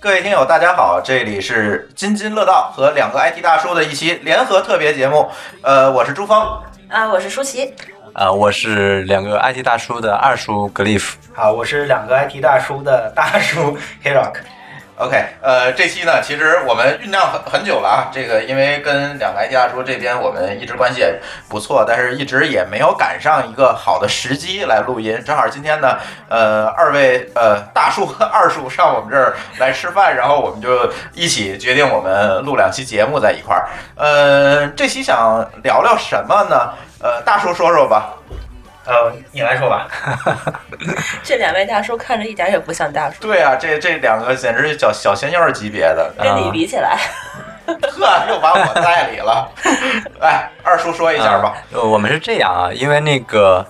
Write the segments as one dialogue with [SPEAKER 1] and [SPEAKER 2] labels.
[SPEAKER 1] 各位听友，大家好，这里是津津乐道和两个 IT 大叔的一期联合特别节目。呃，我是朱峰，
[SPEAKER 2] 啊，我是舒淇，
[SPEAKER 3] 啊、我是两个 IT 大叔的二叔格利夫。
[SPEAKER 4] 好，我是两个 IT 大叔的大叔 Hirock。
[SPEAKER 1] OK，呃，这期呢，其实我们酝酿很很久了啊。这个因为跟两个 IT 大叔这边我们一直关系也不错，但是一直也没有赶上一个好的时机来录音。正好今天呢，呃，二位呃大叔和二叔上我们这儿来吃饭，然后我们就一起决定我们录两期节目在一块儿。呃，这期想聊聊什么呢？呃，大叔说说吧。
[SPEAKER 4] 呃，你来说吧。
[SPEAKER 2] 这两位大叔看着一点也不像大叔，
[SPEAKER 1] 对啊，这这两个简直是小小鲜肉儿级别的，
[SPEAKER 2] 跟你比起来，
[SPEAKER 1] 呵，又把我带里了。哎，二叔说一下吧。
[SPEAKER 3] 呃，我们是这样啊，因为那个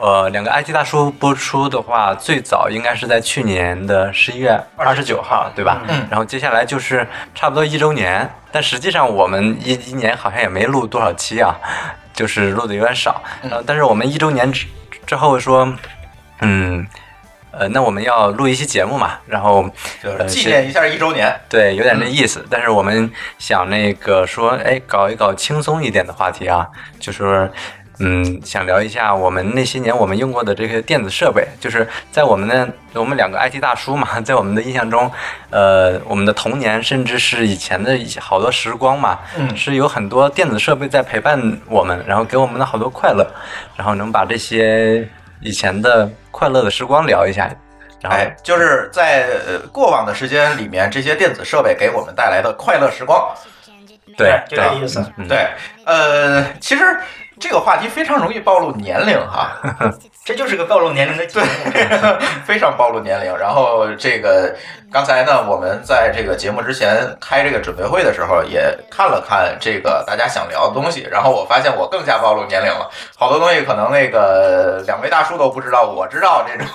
[SPEAKER 3] 呃，两个 IT 大叔播出的话，最早应该是在去年的十一月二十九号，对吧？
[SPEAKER 1] 嗯
[SPEAKER 3] 然后接下来就是差不多一周年，但实际上我们一一年好像也没录多少期啊，就是录的有点少。
[SPEAKER 1] 嗯
[SPEAKER 3] 然后，但是我们一周年之之后说，嗯。呃，那我们要录一期节目嘛，然后
[SPEAKER 1] 就是
[SPEAKER 3] 呃
[SPEAKER 1] 纪
[SPEAKER 3] 是
[SPEAKER 1] 念一下一周年，
[SPEAKER 3] 对，有点
[SPEAKER 4] 嗯
[SPEAKER 3] 那意思。但是我们想那个说，哎，搞一搞轻松一点的话题啊，就是。嗯，想聊一下我们那些年我们用过的这些电子设备，就是在我们的我们两个 IT 大叔嘛， 在我们的印象中，呃，我们的童年甚至是以前的一些好多时光嘛，
[SPEAKER 1] 嗯
[SPEAKER 3] 是有很多电子设备在陪伴我们，然后给我们的好多快乐，然后能把这些以前的快乐的时光聊一下，然后、
[SPEAKER 1] 哎，就是在呃过往的时间里面，这些电子设备给我们带来的快乐时光。
[SPEAKER 3] 对
[SPEAKER 4] 哎就这意思。
[SPEAKER 3] 嗯
[SPEAKER 1] 对，呃，其实这个话题非常容易暴露年龄 哈，
[SPEAKER 4] 这就是个暴露年龄的节目。
[SPEAKER 1] 非常暴露年龄。然后这个刚才呢，我们在这个节目之前开这个准备会的时候，也看了看这个大家想聊的东西。然后我发现我更加暴露年龄了，好多东西可能那个两位大叔都不知道，我知道这种。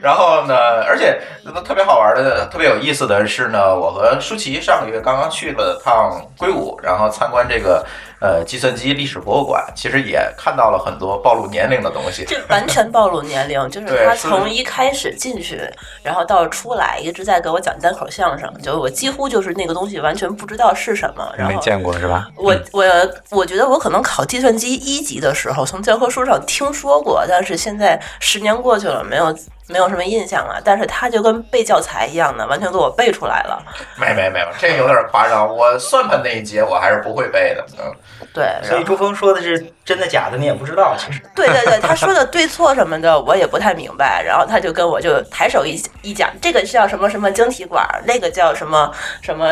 [SPEAKER 1] 然后呢，而且特别好玩的、特别有意思的是呢，我和舒淇上个月刚刚去了趟硅谷，然后参观这个呃计算机历史博物馆，其实也看到了很多暴露年龄的东西。
[SPEAKER 2] 这完全暴露年龄。就是
[SPEAKER 1] 对
[SPEAKER 2] 他
[SPEAKER 1] 是
[SPEAKER 2] 从一开始进去，然后到出来，一直在给我讲单口相声，就我几乎就是那个东西完全不知道是什么，然
[SPEAKER 3] 没
[SPEAKER 2] 后。
[SPEAKER 3] 见过是吧？
[SPEAKER 2] 我我我觉得我可能考计算机一级的时候，从教科书上听说过，但是现在十年过去了，没有没有什么印象了。但是它就跟背教材一样的，完全给我背出来了。
[SPEAKER 1] 没没没有，这有点夸张。我算盘那一节我还是不会背的。嗯，
[SPEAKER 2] 对，
[SPEAKER 4] 所以朱峰说的是真的假的，你也不知道。其实
[SPEAKER 2] 对对对，他说的对错什么的，我也不太明白。然后他就跟我就抬手一一讲，这个叫什么什么晶体管，那个叫什么什么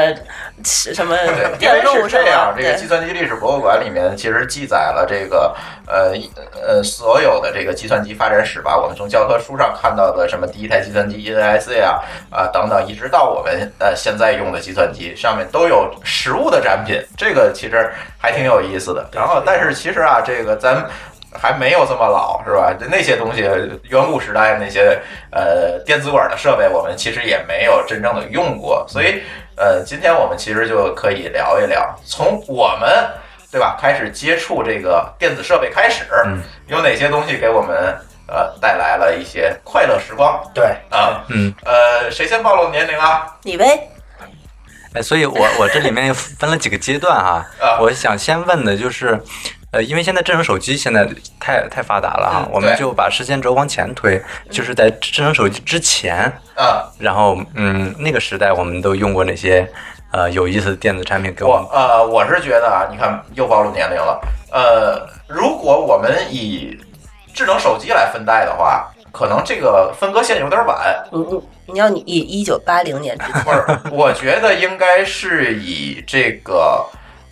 [SPEAKER 2] 什么
[SPEAKER 1] 对，因为
[SPEAKER 2] 电路
[SPEAKER 1] 是
[SPEAKER 2] 什
[SPEAKER 1] 这
[SPEAKER 2] 么
[SPEAKER 1] 样，，这个
[SPEAKER 2] 对
[SPEAKER 1] 计算机历史博物馆里面其实记载了这个呃一呃所有的这个计算机发展史吧。我们从教科书上看到的什么第一台计算机 ENIC 啊啊、等等，一直到我们呃现在用的计算机上面都有实物的展品，这个其实还挺有意思的。然后，但是其实啊，这个咱。还没有这么老，是吧？那些东西，远古时代那些呃电子管的设备，我们其实也没有真正的用过，所以呃，今天我们其实就可以聊一聊，从我们对吧开始接触这个电子设备开始，
[SPEAKER 3] 嗯
[SPEAKER 1] 有哪些东西给我们呃带来了一些快乐时光
[SPEAKER 4] 对，
[SPEAKER 1] 啊？
[SPEAKER 3] 嗯，
[SPEAKER 1] 呃，谁先暴露年龄啊？
[SPEAKER 2] 李威
[SPEAKER 3] 哎，所以我我这里面分了几个阶段啊
[SPEAKER 1] 啊，
[SPEAKER 3] 我想先问的就是，呃，因为现在智能手机现在太太发达了啊
[SPEAKER 1] 嗯，
[SPEAKER 3] 我们
[SPEAKER 1] 对
[SPEAKER 3] 就把时间轴往前推，就是在智能手机之前，
[SPEAKER 1] 啊，
[SPEAKER 3] 然后嗯，那个时代我们都用过哪些呃有意思的电子产品给我
[SPEAKER 1] 我
[SPEAKER 3] 们。
[SPEAKER 1] 呃，我是觉得啊，你看又暴露年龄了。呃，如果我们以智能手机来分代的话，可能这个分割线有点晚。
[SPEAKER 2] 嗯嗯，你要你以一九八零年之前，
[SPEAKER 1] 不是，我觉得应该是以这个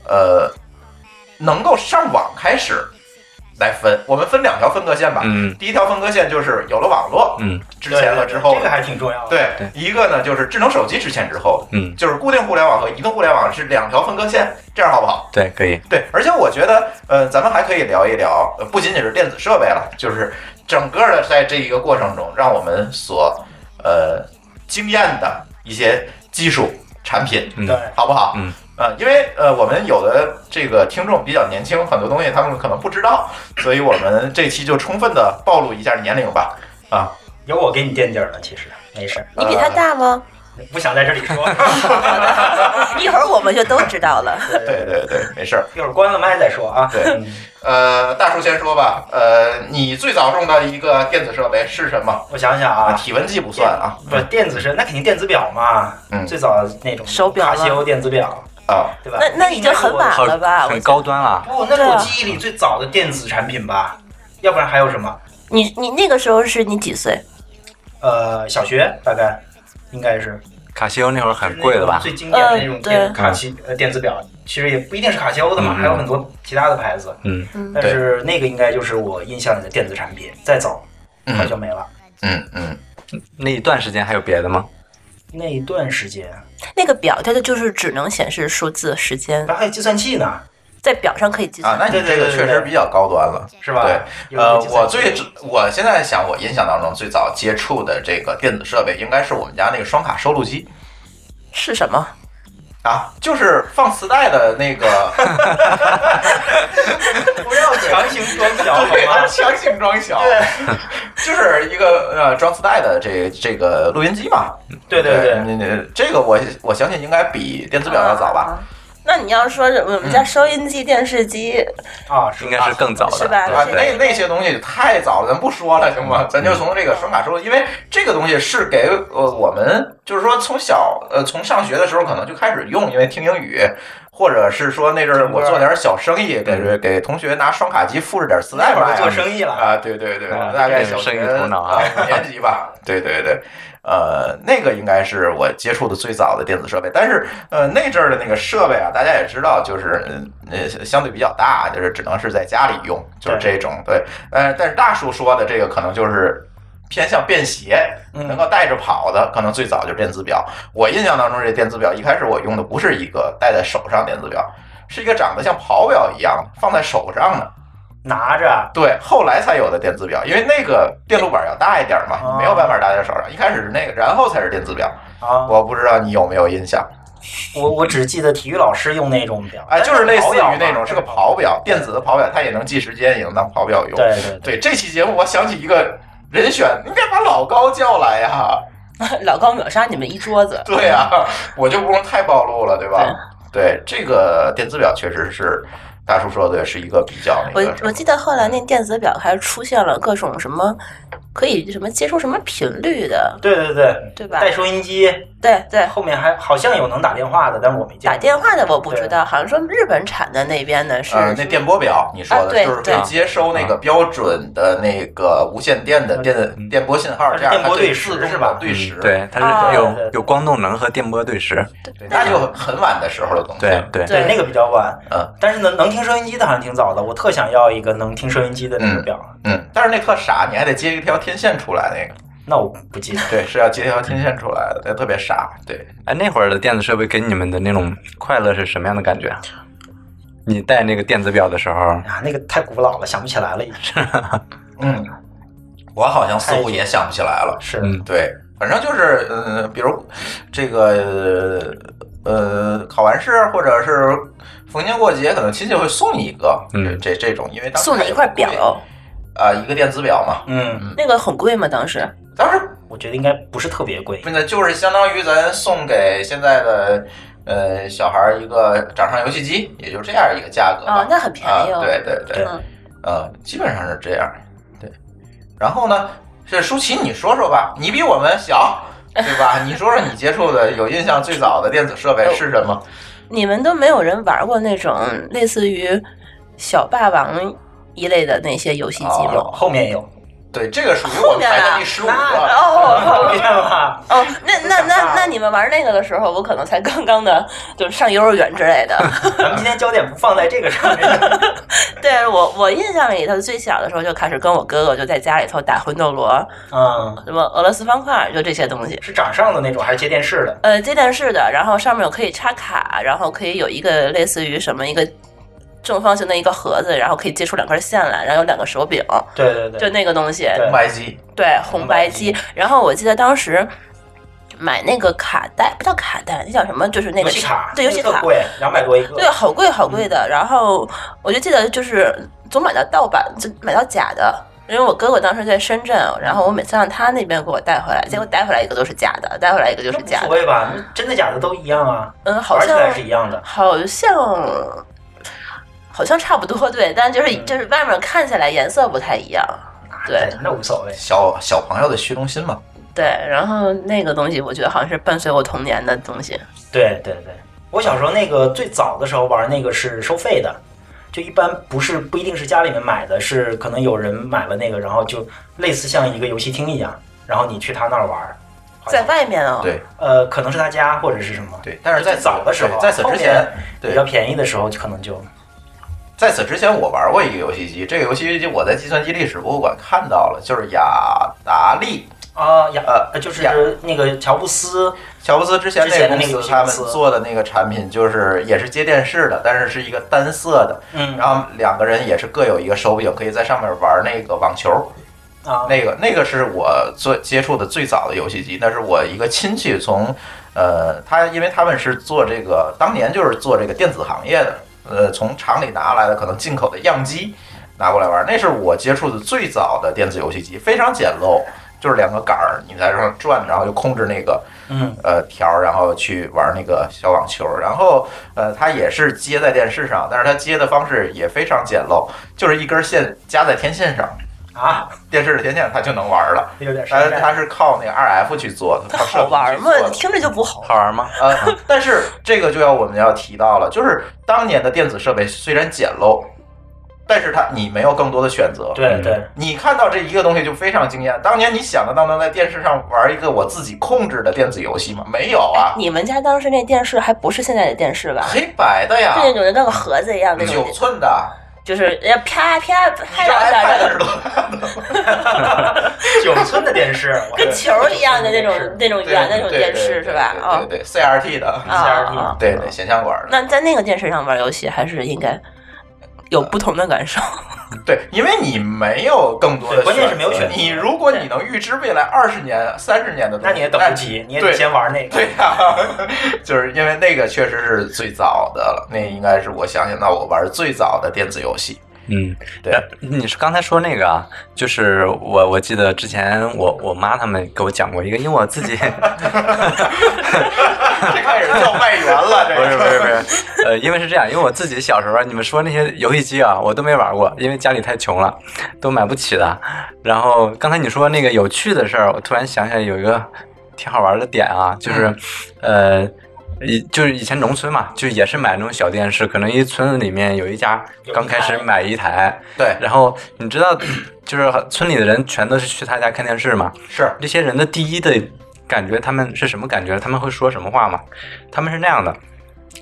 [SPEAKER 1] 呃能够上网开始来分。我们分两条分割线吧。
[SPEAKER 3] 嗯
[SPEAKER 1] 第一条分割线就是有了网络，
[SPEAKER 3] 嗯，
[SPEAKER 1] 之前和之后
[SPEAKER 4] 这
[SPEAKER 1] 的
[SPEAKER 4] 个还挺重要的。
[SPEAKER 1] 对
[SPEAKER 3] 对，
[SPEAKER 1] 一个呢就是智能手机之前之后，
[SPEAKER 3] 嗯
[SPEAKER 1] 就是固定互联网和移动互联网是两条分割线，这样好不好？
[SPEAKER 3] 对，可以，
[SPEAKER 1] 对，而且我觉得，呃，咱们还可以聊一聊，呃不仅仅是电子设备了，就是整个的在这一个过程中，让我们所呃惊艳的一些技术产品，
[SPEAKER 3] 嗯
[SPEAKER 4] 对，
[SPEAKER 1] 好不好？
[SPEAKER 3] 嗯。
[SPEAKER 1] 呃，因为呃，我们有的这个听众比较年轻，很多东西他们可能不知道，所以我们这期就充分的暴露一下年龄吧。啊，
[SPEAKER 4] 有我给你垫底儿了，其实没事儿，呃
[SPEAKER 2] 你比他大 吗？
[SPEAKER 4] 不想在这里说，
[SPEAKER 2] 一会儿我们就都知道了。
[SPEAKER 1] 对对对，没 事儿。
[SPEAKER 4] 一会儿关了麦再说啊。
[SPEAKER 1] 对
[SPEAKER 4] 嗯，
[SPEAKER 1] 呃，大叔先说吧。呃，你最早用的一个电子设备是什么？
[SPEAKER 4] 我想想
[SPEAKER 1] 啊，
[SPEAKER 4] 啊，
[SPEAKER 1] 体温计不算啊。
[SPEAKER 4] 不电子是那肯定电子表嘛，
[SPEAKER 1] 嗯
[SPEAKER 4] 最早那种
[SPEAKER 2] 手表
[SPEAKER 4] 卡
[SPEAKER 2] 吗
[SPEAKER 4] 西欧电子表，
[SPEAKER 1] 啊，
[SPEAKER 4] 对吧？
[SPEAKER 2] 那那已经很晚
[SPEAKER 3] 好
[SPEAKER 2] 了吧？我
[SPEAKER 3] 很高端了。
[SPEAKER 4] 不，那是
[SPEAKER 2] 对啊
[SPEAKER 4] 我记忆里最早的电子产品吧，要不然还有什么？
[SPEAKER 2] 你你那个时候是你几岁？
[SPEAKER 4] 呃，小学大概应该是
[SPEAKER 3] 卡西欧那会儿很贵的吧？
[SPEAKER 4] 最经典的那
[SPEAKER 2] 嗯
[SPEAKER 4] 种
[SPEAKER 2] 对
[SPEAKER 4] 电卡西呃电子表，其实也不一定是卡西欧的嘛，
[SPEAKER 3] 嗯
[SPEAKER 4] 还有很多其他的牌子。
[SPEAKER 3] 嗯，
[SPEAKER 4] 但是那个应该就是我印象里的电子产品，再早
[SPEAKER 1] 嗯
[SPEAKER 4] 好像没了。
[SPEAKER 1] 嗯嗯，
[SPEAKER 3] 那一段时间还有别的吗？
[SPEAKER 4] 那一段时间，
[SPEAKER 2] 那个表它的就是只能显示数字、时间，
[SPEAKER 4] 然后还有计算器呢，
[SPEAKER 2] 在表上可以计
[SPEAKER 1] 啊，
[SPEAKER 2] 算。
[SPEAKER 1] 那你这个确实比较高端了。
[SPEAKER 4] 是吧？
[SPEAKER 1] 对，
[SPEAKER 4] 有一个
[SPEAKER 1] 呃，
[SPEAKER 4] 计算
[SPEAKER 1] 我
[SPEAKER 4] 器
[SPEAKER 1] 最我现在想，我印象当中最早接触的这个电子设备，应该是我们家那个双卡收录机
[SPEAKER 2] 是什么？
[SPEAKER 1] 啊，就是放磁带的那 个，
[SPEAKER 4] 不要强行装小好
[SPEAKER 1] 对，它
[SPEAKER 4] 吗？
[SPEAKER 1] 强行装小，就是一个呃装磁带的这这个录音机嘛。
[SPEAKER 4] 对对对，
[SPEAKER 1] 你你这个我我相信应该比电子表要早吧？
[SPEAKER 2] 啊那你要说我们
[SPEAKER 1] 嗯
[SPEAKER 2] 家收音机、电视机
[SPEAKER 4] 啊，是
[SPEAKER 3] 应该是更早的，
[SPEAKER 2] 是吧
[SPEAKER 1] 啊，
[SPEAKER 3] 对
[SPEAKER 1] 那那些东西太早了，咱不说了，行
[SPEAKER 3] 嗯
[SPEAKER 1] 吗？咱就从
[SPEAKER 4] 嗯
[SPEAKER 1] 这个双卡收，因为这个东西是给呃我们，就是说从小呃从上学的时候可能就开始用，因为听英语，或者是说那阵儿我做点小生意，
[SPEAKER 3] 嗯
[SPEAKER 1] 给给同学拿双卡机复制点磁带
[SPEAKER 4] 那会
[SPEAKER 1] 卖
[SPEAKER 4] 儿
[SPEAKER 1] 啊，
[SPEAKER 4] 做生意了，
[SPEAKER 1] 啊，对对对，
[SPEAKER 3] 啊
[SPEAKER 1] 大概
[SPEAKER 3] 这
[SPEAKER 1] 小
[SPEAKER 3] 个
[SPEAKER 1] 学
[SPEAKER 3] 生意头脑啊
[SPEAKER 1] 五年级吧，对对对，呃，那个应该是我接触的最早的电子设备，但是呃那阵儿的那个设备啊，大家也知道，就是呃相对比较大，就是只能是在家里用，就是这种对，呃，但是大叔说的这个可能就是。偏向便携，
[SPEAKER 4] 嗯
[SPEAKER 1] 能够带着跑的，可能最早就是电子表。我印象当中，这电子表一开始我用的不是一个戴在手上电子表，是一个长得像跑表一样放在手上的，
[SPEAKER 4] 拿着
[SPEAKER 1] 对，后来才有的电子表，因为那个电路板要大一点嘛，
[SPEAKER 4] 哦
[SPEAKER 1] 你没有办法搭在手上。一开始是那个，然后才是电子表。
[SPEAKER 4] 啊，
[SPEAKER 1] 我不知道你有没有印象？
[SPEAKER 4] 我我只记得体育老师用那种表，
[SPEAKER 1] 哎，就是类似于那
[SPEAKER 4] 跑表
[SPEAKER 1] 种
[SPEAKER 4] 嘛
[SPEAKER 1] 是个跑表，电子的跑表，它也能计时间，也能当跑表用。
[SPEAKER 4] 对对
[SPEAKER 1] 对，这期节目我想起一个人选，你该把老高叫来呀。
[SPEAKER 2] 老高秒杀你们一桌子。
[SPEAKER 1] 对呀、我就不用太暴露了，对吧？对，这个电子表确实是大叔说的是一个比较那
[SPEAKER 2] 我
[SPEAKER 1] 个什
[SPEAKER 2] 我
[SPEAKER 1] 么。
[SPEAKER 2] 记得后来那电子表还出现了各种什么可以什么接触什么频率的，
[SPEAKER 4] 对对对，
[SPEAKER 2] 对吧？
[SPEAKER 4] 带收音机，
[SPEAKER 2] 对对，
[SPEAKER 4] 后面还好像有能打电话的，但是我没见过。
[SPEAKER 2] 打电话的我不知道，好像说日本产的那边的是
[SPEAKER 1] 呃，那电波表你说
[SPEAKER 2] 啊
[SPEAKER 1] 的，
[SPEAKER 2] 对
[SPEAKER 1] 就是可
[SPEAKER 2] 对
[SPEAKER 1] 以接收那个标准的那个无线电的电电波信号，
[SPEAKER 4] 它是
[SPEAKER 1] 这样
[SPEAKER 4] 电
[SPEAKER 1] 它
[SPEAKER 4] 波
[SPEAKER 1] 就
[SPEAKER 4] 对时
[SPEAKER 1] 自动
[SPEAKER 4] 是吧
[SPEAKER 1] 的对时，
[SPEAKER 3] 嗯对，它
[SPEAKER 2] 啊
[SPEAKER 3] 是
[SPEAKER 4] 对对
[SPEAKER 3] 有有光动能和电波对时，
[SPEAKER 1] 对，那就很晚的时候的东西
[SPEAKER 3] 对
[SPEAKER 1] 了。
[SPEAKER 3] 对，
[SPEAKER 4] 对，那个比较晚，
[SPEAKER 1] 嗯
[SPEAKER 4] 但是能能听收音机的好像挺早的，我特想要一个能听收音机的那个表，
[SPEAKER 1] 嗯，但是那特傻，你还得接一条天线出来那个，
[SPEAKER 4] 那我不记得。
[SPEAKER 1] 对，是要接一条天线出来的，那特别傻。对，
[SPEAKER 3] 哎，那会儿的电子设备给你们的那种快乐是什么样的感觉？啊你戴那个电子表的时候，
[SPEAKER 4] 啊，那个太古老了，想不起来了，已经
[SPEAKER 1] 嗯，我好像似乎也想不起来了。
[SPEAKER 4] 是
[SPEAKER 3] 嗯
[SPEAKER 1] 对，反正就是，呃，比如这个，呃，考完试或者是逢年过节，可能亲戚会送你一个，
[SPEAKER 3] 嗯
[SPEAKER 1] 这这种，因为当时
[SPEAKER 2] 送你一块
[SPEAKER 1] 还有
[SPEAKER 2] 表，哦
[SPEAKER 1] 啊、一个电子表嘛。
[SPEAKER 4] 嗯，
[SPEAKER 2] 那个很贵吗？当时
[SPEAKER 1] 当时
[SPEAKER 4] 我觉得应该不是特别贵，
[SPEAKER 1] 那就是相当于咱送给现在的呃小孩儿一个掌上游戏机，也就这样一个价格
[SPEAKER 2] 哦
[SPEAKER 1] 嘛，
[SPEAKER 2] 那很便宜哦
[SPEAKER 1] 啊对对对，
[SPEAKER 2] 嗯
[SPEAKER 1] 呃，基本上是这样。对，然后呢，这舒淇，你说说吧，你比我们小，对吧？你说说你接触的有印象最早的电子设备
[SPEAKER 2] 哦
[SPEAKER 1] 是什么？
[SPEAKER 2] 你们都没有人玩过那种类似于小霸王一类的那些游戏机吗？
[SPEAKER 1] 哦
[SPEAKER 4] 啊后面有，啊
[SPEAKER 1] 对，这 个属于我们排在第十五 个。
[SPEAKER 2] 哦
[SPEAKER 4] 后面啊吧，
[SPEAKER 2] 哦，那那那那你们玩那个的时候，我可能才刚刚的，就是上幼儿园之 类的。
[SPEAKER 4] 咱们今天焦点不放在这个上面。
[SPEAKER 2] 对我我印象里头，最小的时候就开始跟我哥哥就在家里头打魂斗罗，
[SPEAKER 4] 嗯，
[SPEAKER 2] 什么俄罗斯方块，就这些东西。
[SPEAKER 4] 是掌上的那种还是接电视的？
[SPEAKER 2] 呃，接电视的，然后上面有可以插卡，然后可以有一个类似于什么一个正方形的一个盒子，然后可以接出两根线来，然后有两个手柄，
[SPEAKER 4] 对对
[SPEAKER 2] 就
[SPEAKER 4] 对，
[SPEAKER 2] 那个东西。
[SPEAKER 4] 对
[SPEAKER 1] 红白机，
[SPEAKER 2] 对，红白机。然后我记得当时买那个卡带，不叫卡带，那叫什么？就是那
[SPEAKER 4] 游
[SPEAKER 2] 个
[SPEAKER 4] 戏卡，
[SPEAKER 2] 对游戏
[SPEAKER 4] 特
[SPEAKER 2] 卡，
[SPEAKER 4] 贵，嗯两百多一个。
[SPEAKER 2] 对，好贵好贵的。然后我就记得就是总买到盗版，就买到假的。因为我哥哥当时在深圳，然后我每次让他那边给我带回来，结果带回来一个都是假的，带回来一个就
[SPEAKER 4] 那
[SPEAKER 2] 是
[SPEAKER 4] 无
[SPEAKER 2] 假
[SPEAKER 4] 所
[SPEAKER 2] 的。
[SPEAKER 4] 谓吧，真的假的都一样啊，
[SPEAKER 2] 嗯，好
[SPEAKER 4] 玩起
[SPEAKER 2] 像
[SPEAKER 4] 来是一样的。
[SPEAKER 2] 好像好像差不多，对，但就是
[SPEAKER 4] 嗯
[SPEAKER 2] 就是外面看起来颜色不太一样，对，
[SPEAKER 4] 那无所谓。
[SPEAKER 1] 小小朋友的虚荣心嘛。
[SPEAKER 2] 对。然后那个东西，我觉得好像是伴随我童年的东西。
[SPEAKER 4] 对对对，我小时候那个最早的时候玩那个是收费的，就一般不是不一定是家里面买的，是可能有人买了那个，然后就类似像一个游戏厅一样，然后你去他那儿玩儿，
[SPEAKER 2] 在外面哦，
[SPEAKER 1] 对
[SPEAKER 4] 呃，可能是他家或者是什么。
[SPEAKER 1] 对，但是在
[SPEAKER 4] 最早的时候
[SPEAKER 1] 对在此之
[SPEAKER 4] 后
[SPEAKER 1] 前
[SPEAKER 4] 面，比
[SPEAKER 1] 对
[SPEAKER 4] 较，便宜的时候，可能就
[SPEAKER 1] 在此之前我玩过一个游戏机，这个游戏机我在计算机历史博物馆看到了，就是雅达利。
[SPEAKER 4] 啊呀，
[SPEAKER 1] 呃
[SPEAKER 4] 呃就是
[SPEAKER 1] 呀
[SPEAKER 4] 那个乔布斯，
[SPEAKER 1] 乔布斯之前
[SPEAKER 4] 之前的
[SPEAKER 1] 那
[SPEAKER 4] 那个
[SPEAKER 1] 个
[SPEAKER 4] 游
[SPEAKER 1] 公
[SPEAKER 4] 戏
[SPEAKER 1] 司，他们
[SPEAKER 4] 公司
[SPEAKER 1] 做的那个产品就是也是接电视的，但是是一个单色的，
[SPEAKER 4] 嗯
[SPEAKER 1] 然后两个人也是各有一个手柄，可以在上面玩那个网球。
[SPEAKER 4] 啊，
[SPEAKER 1] 那个那个是我做接触的最早的游戏机，那是我一个亲戚从，呃，他因为他们是做这个，当年就是做这个电子行业的，呃，从厂里拿来的可能进口的样机拿过来玩，那是我接触的最早的电子游戏机，非常简陋，就是两个杆儿，你在上转，然后就控制那个
[SPEAKER 4] 嗯
[SPEAKER 1] 呃条儿，然后去玩那个小网球。然后呃，它也是接在电视上，但是它接的方式也非常简陋，就是一根线夹在天线上，
[SPEAKER 4] 啊，
[SPEAKER 1] 电视的天线它就能玩了。
[SPEAKER 4] 有点
[SPEAKER 1] 它
[SPEAKER 4] 山寨。
[SPEAKER 1] 它是靠那个 2F 去做的，靠
[SPEAKER 2] 好
[SPEAKER 1] 射频
[SPEAKER 2] 玩
[SPEAKER 1] 去
[SPEAKER 2] 吗
[SPEAKER 1] 做？的。
[SPEAKER 2] 听着就不好玩。
[SPEAKER 3] 好玩吗？
[SPEAKER 1] 呃，但是这个就要我们要提到了，就是当年的电子设备虽然简陋，但是它你没有更多的选择。
[SPEAKER 2] 嗯
[SPEAKER 4] 对对，
[SPEAKER 1] 你看到这一个东西就非常惊艳。当年你想得到能在电视上玩一个我自己控制的电子游戏吗？没有啊，
[SPEAKER 2] 哎你们家当时那电视还不是现在的电视吧？
[SPEAKER 1] 黑白的呀
[SPEAKER 2] 是，那种跟个盒子一样
[SPEAKER 4] 哎
[SPEAKER 2] 那种
[SPEAKER 1] 九，寸的，
[SPEAKER 2] 就是要啪啪拍
[SPEAKER 1] 这
[SPEAKER 2] 两下，然
[SPEAKER 1] iPad
[SPEAKER 2] 后
[SPEAKER 1] 是多大的？
[SPEAKER 4] 九寸的电视， 我
[SPEAKER 2] 跟球一样的那
[SPEAKER 4] 九寸
[SPEAKER 2] 种那种
[SPEAKER 4] 的电视
[SPEAKER 2] 圆的那种电视是吧？
[SPEAKER 1] 对对对对，CRT 的，
[SPEAKER 2] 啊啊啊！
[SPEAKER 1] 对对，显像管的。
[SPEAKER 2] 那在那个电视上玩游戏，还是应该
[SPEAKER 1] 呃
[SPEAKER 2] 有不同的感受。
[SPEAKER 1] 对，因为你没有更多的
[SPEAKER 4] 对关键
[SPEAKER 1] 选
[SPEAKER 4] 是没有
[SPEAKER 1] 择
[SPEAKER 4] 选择
[SPEAKER 1] 你 如果你能预知未来二十年、三十年的东西，
[SPEAKER 4] 那你也等不及，你也得
[SPEAKER 1] 对
[SPEAKER 4] 先玩那个。
[SPEAKER 1] 对呀、 就是因为那个确实是最早的了，那应该是我想想到我玩最早的电子游戏。
[SPEAKER 3] 嗯，
[SPEAKER 1] 对
[SPEAKER 3] 呃你是刚才说那个啊，就是我我记得之前我我妈他们给我讲过一个，因为我自己
[SPEAKER 1] 这开始叫外援了，这
[SPEAKER 3] 不
[SPEAKER 1] 个
[SPEAKER 3] 是不是不是，呃，因为是这样，因为我自己小时候啊，你们说那些游戏机啊，我都没玩过，因为家里太穷了，都买不起的。然后刚才你说那个有趣的事儿，我突然想起来有一个挺好玩的点啊，就是，
[SPEAKER 1] 嗯
[SPEAKER 3] 呃。以就是以前农村嘛，就也是买那种小电视，可能一村子里面有一家刚开始买一台，
[SPEAKER 1] 对，
[SPEAKER 3] 然后你知道，就是村里的人全都是去他家看电视嘛。
[SPEAKER 1] 是
[SPEAKER 3] 这些人的第一的感觉，他们是什么感觉？他们会说什么话吗？他们是那样的，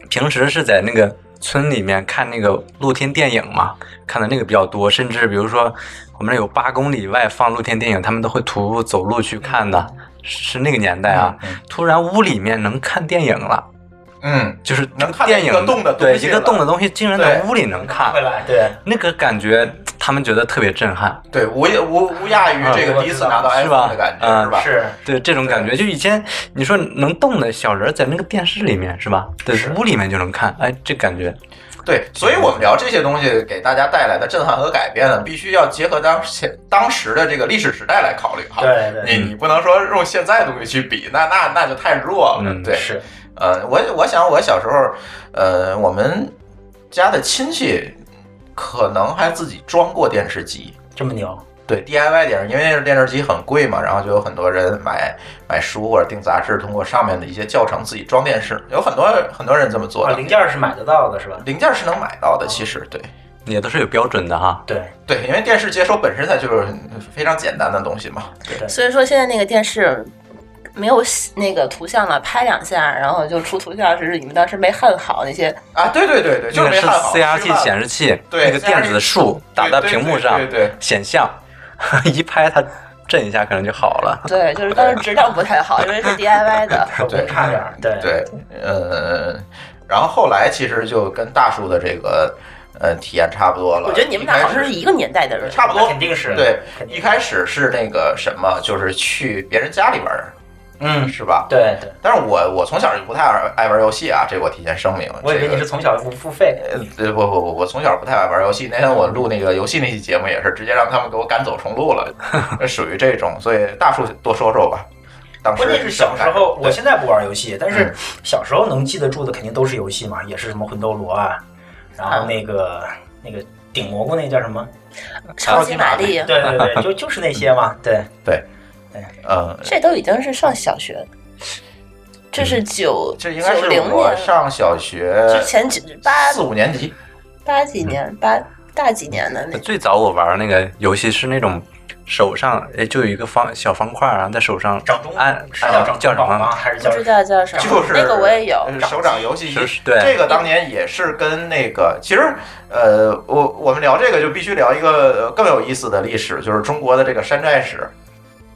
[SPEAKER 3] 平时是在那个村里面看那个露天电影嘛，看的那个比较多，甚至比如说我们那有八公里以外放露天电影，他们都会徒步走路去看的。是那个年代啊，突然屋里面能看电影了，
[SPEAKER 1] 嗯，
[SPEAKER 3] 就是
[SPEAKER 1] 能看到
[SPEAKER 3] 电
[SPEAKER 1] 一
[SPEAKER 3] 影
[SPEAKER 1] 个动的东
[SPEAKER 3] 对
[SPEAKER 1] 西
[SPEAKER 3] 一个
[SPEAKER 1] 了
[SPEAKER 3] 动的东西，竟然在
[SPEAKER 1] 对
[SPEAKER 3] 屋里能看
[SPEAKER 4] 回，来，对，
[SPEAKER 3] 那个感觉，他们觉得特别震撼，
[SPEAKER 1] 对，无无无亚于这个第一次拿到
[SPEAKER 3] 嗯啊是吧
[SPEAKER 1] iPhone 的感觉，
[SPEAKER 3] 嗯
[SPEAKER 1] 是吧？
[SPEAKER 4] 是
[SPEAKER 3] 对这种感觉，就以前你说能动的小人儿在那个电视里面是吧？在屋里面就能看，哎，这感觉
[SPEAKER 1] 对，所以我们聊这些东西给大家带来的震撼和改变呢，必须要结合当前当时的这个历史时代来考虑哈。
[SPEAKER 4] 对对
[SPEAKER 1] 你你不能说用现在的东西去比，那那那就太弱了。
[SPEAKER 3] 嗯
[SPEAKER 1] 对，
[SPEAKER 4] 是，
[SPEAKER 1] 呃，我我想我小时候，呃，我们家的亲戚可能还自己装过电视机。
[SPEAKER 4] 这么牛，
[SPEAKER 1] 对 DIY 电视，因为电视机很贵嘛，然后就有很多人买买书或者订杂志，通过上面的一些教程自己装电视，有很多很多人这么做
[SPEAKER 4] 啊，
[SPEAKER 1] 的。
[SPEAKER 4] 零件是买得到的是吧？
[SPEAKER 1] 零件是能买到的，其实对
[SPEAKER 3] 也都是有标准的哈。
[SPEAKER 4] 对，
[SPEAKER 1] 对，因为电视接收本身它就是非常简单的东西嘛。对，
[SPEAKER 2] 所以说现在那个电视没有那个图像了，拍两下，然后就出图像，是你们当时没焊好那些。
[SPEAKER 1] 啊，对对对对，就
[SPEAKER 3] 那个
[SPEAKER 1] 是没
[SPEAKER 3] 是
[SPEAKER 1] 焊好。
[SPEAKER 3] CRT 显示器，
[SPEAKER 1] 对
[SPEAKER 3] 那个电子的数
[SPEAKER 1] CRT
[SPEAKER 3] 打到屏幕上
[SPEAKER 1] 对对对对
[SPEAKER 3] 显像， 一拍它震一下可能就好了。
[SPEAKER 2] 对，就是当时质量不太好，因 为是 DIY 的。
[SPEAKER 4] 手工差点儿，对
[SPEAKER 1] 对，呃，然后后来其实就跟大叔的这个呃体验差不多了。
[SPEAKER 2] 我觉得你们俩好像是一个年代的人，
[SPEAKER 1] 差不多
[SPEAKER 4] 那肯定是
[SPEAKER 1] 对
[SPEAKER 4] 肯，定
[SPEAKER 1] 一开始是那个什么，就是去别人家里玩儿，
[SPEAKER 4] 嗯，
[SPEAKER 1] 是吧？。
[SPEAKER 4] 对对，
[SPEAKER 1] 但是我我从小就不太爱玩游戏啊，这个我提前声明。
[SPEAKER 4] 我以为你
[SPEAKER 1] 这
[SPEAKER 4] 是
[SPEAKER 1] 个
[SPEAKER 4] 从小不付费，
[SPEAKER 1] 呃，对不不不，我从小不太爱玩游戏。那天我录那个游戏那期节目，也是直接让他们给我赶走重录 了，属于这种。所以大叔多说说吧，当时
[SPEAKER 4] 关键是小时
[SPEAKER 1] 怎么
[SPEAKER 4] 候，
[SPEAKER 1] 感
[SPEAKER 4] 我
[SPEAKER 1] 对
[SPEAKER 4] 现在不玩游戏，但是
[SPEAKER 1] 嗯
[SPEAKER 4] 小时候能记得住的肯定都是游戏嘛，也是什么魂斗罗啊，然后那个那个顶蘑菇那叫什么？
[SPEAKER 2] 超级玛丽，
[SPEAKER 4] 对对对，就就是那些嘛， 对，哎
[SPEAKER 1] 嗯，
[SPEAKER 2] 这都已经是上小学了，这是九
[SPEAKER 1] 这应该
[SPEAKER 2] 九
[SPEAKER 1] 是
[SPEAKER 2] 零
[SPEAKER 1] 我
[SPEAKER 2] 年
[SPEAKER 1] 上小学
[SPEAKER 2] 之前几八
[SPEAKER 1] 四五年级，
[SPEAKER 2] 八几年八大几年的那
[SPEAKER 3] 呃最早我玩那个游戏是那种手上哎就有一个方小方块，然后在手上
[SPEAKER 4] 掌中
[SPEAKER 3] 按
[SPEAKER 4] 是
[SPEAKER 3] 按
[SPEAKER 4] 叫
[SPEAKER 3] 叫什
[SPEAKER 4] 掌中宝吗？
[SPEAKER 3] 么？
[SPEAKER 4] 啊还是叫
[SPEAKER 2] 不知道叫什么，
[SPEAKER 1] 就是
[SPEAKER 2] 那个我也有。
[SPEAKER 1] 呃手掌游戏
[SPEAKER 3] 是
[SPEAKER 1] 机
[SPEAKER 3] 是。对
[SPEAKER 1] 这个当年也是跟那个，其实呃，我我们聊这个就必须聊一个呃更有意思的历史，就是中国的这个山寨史。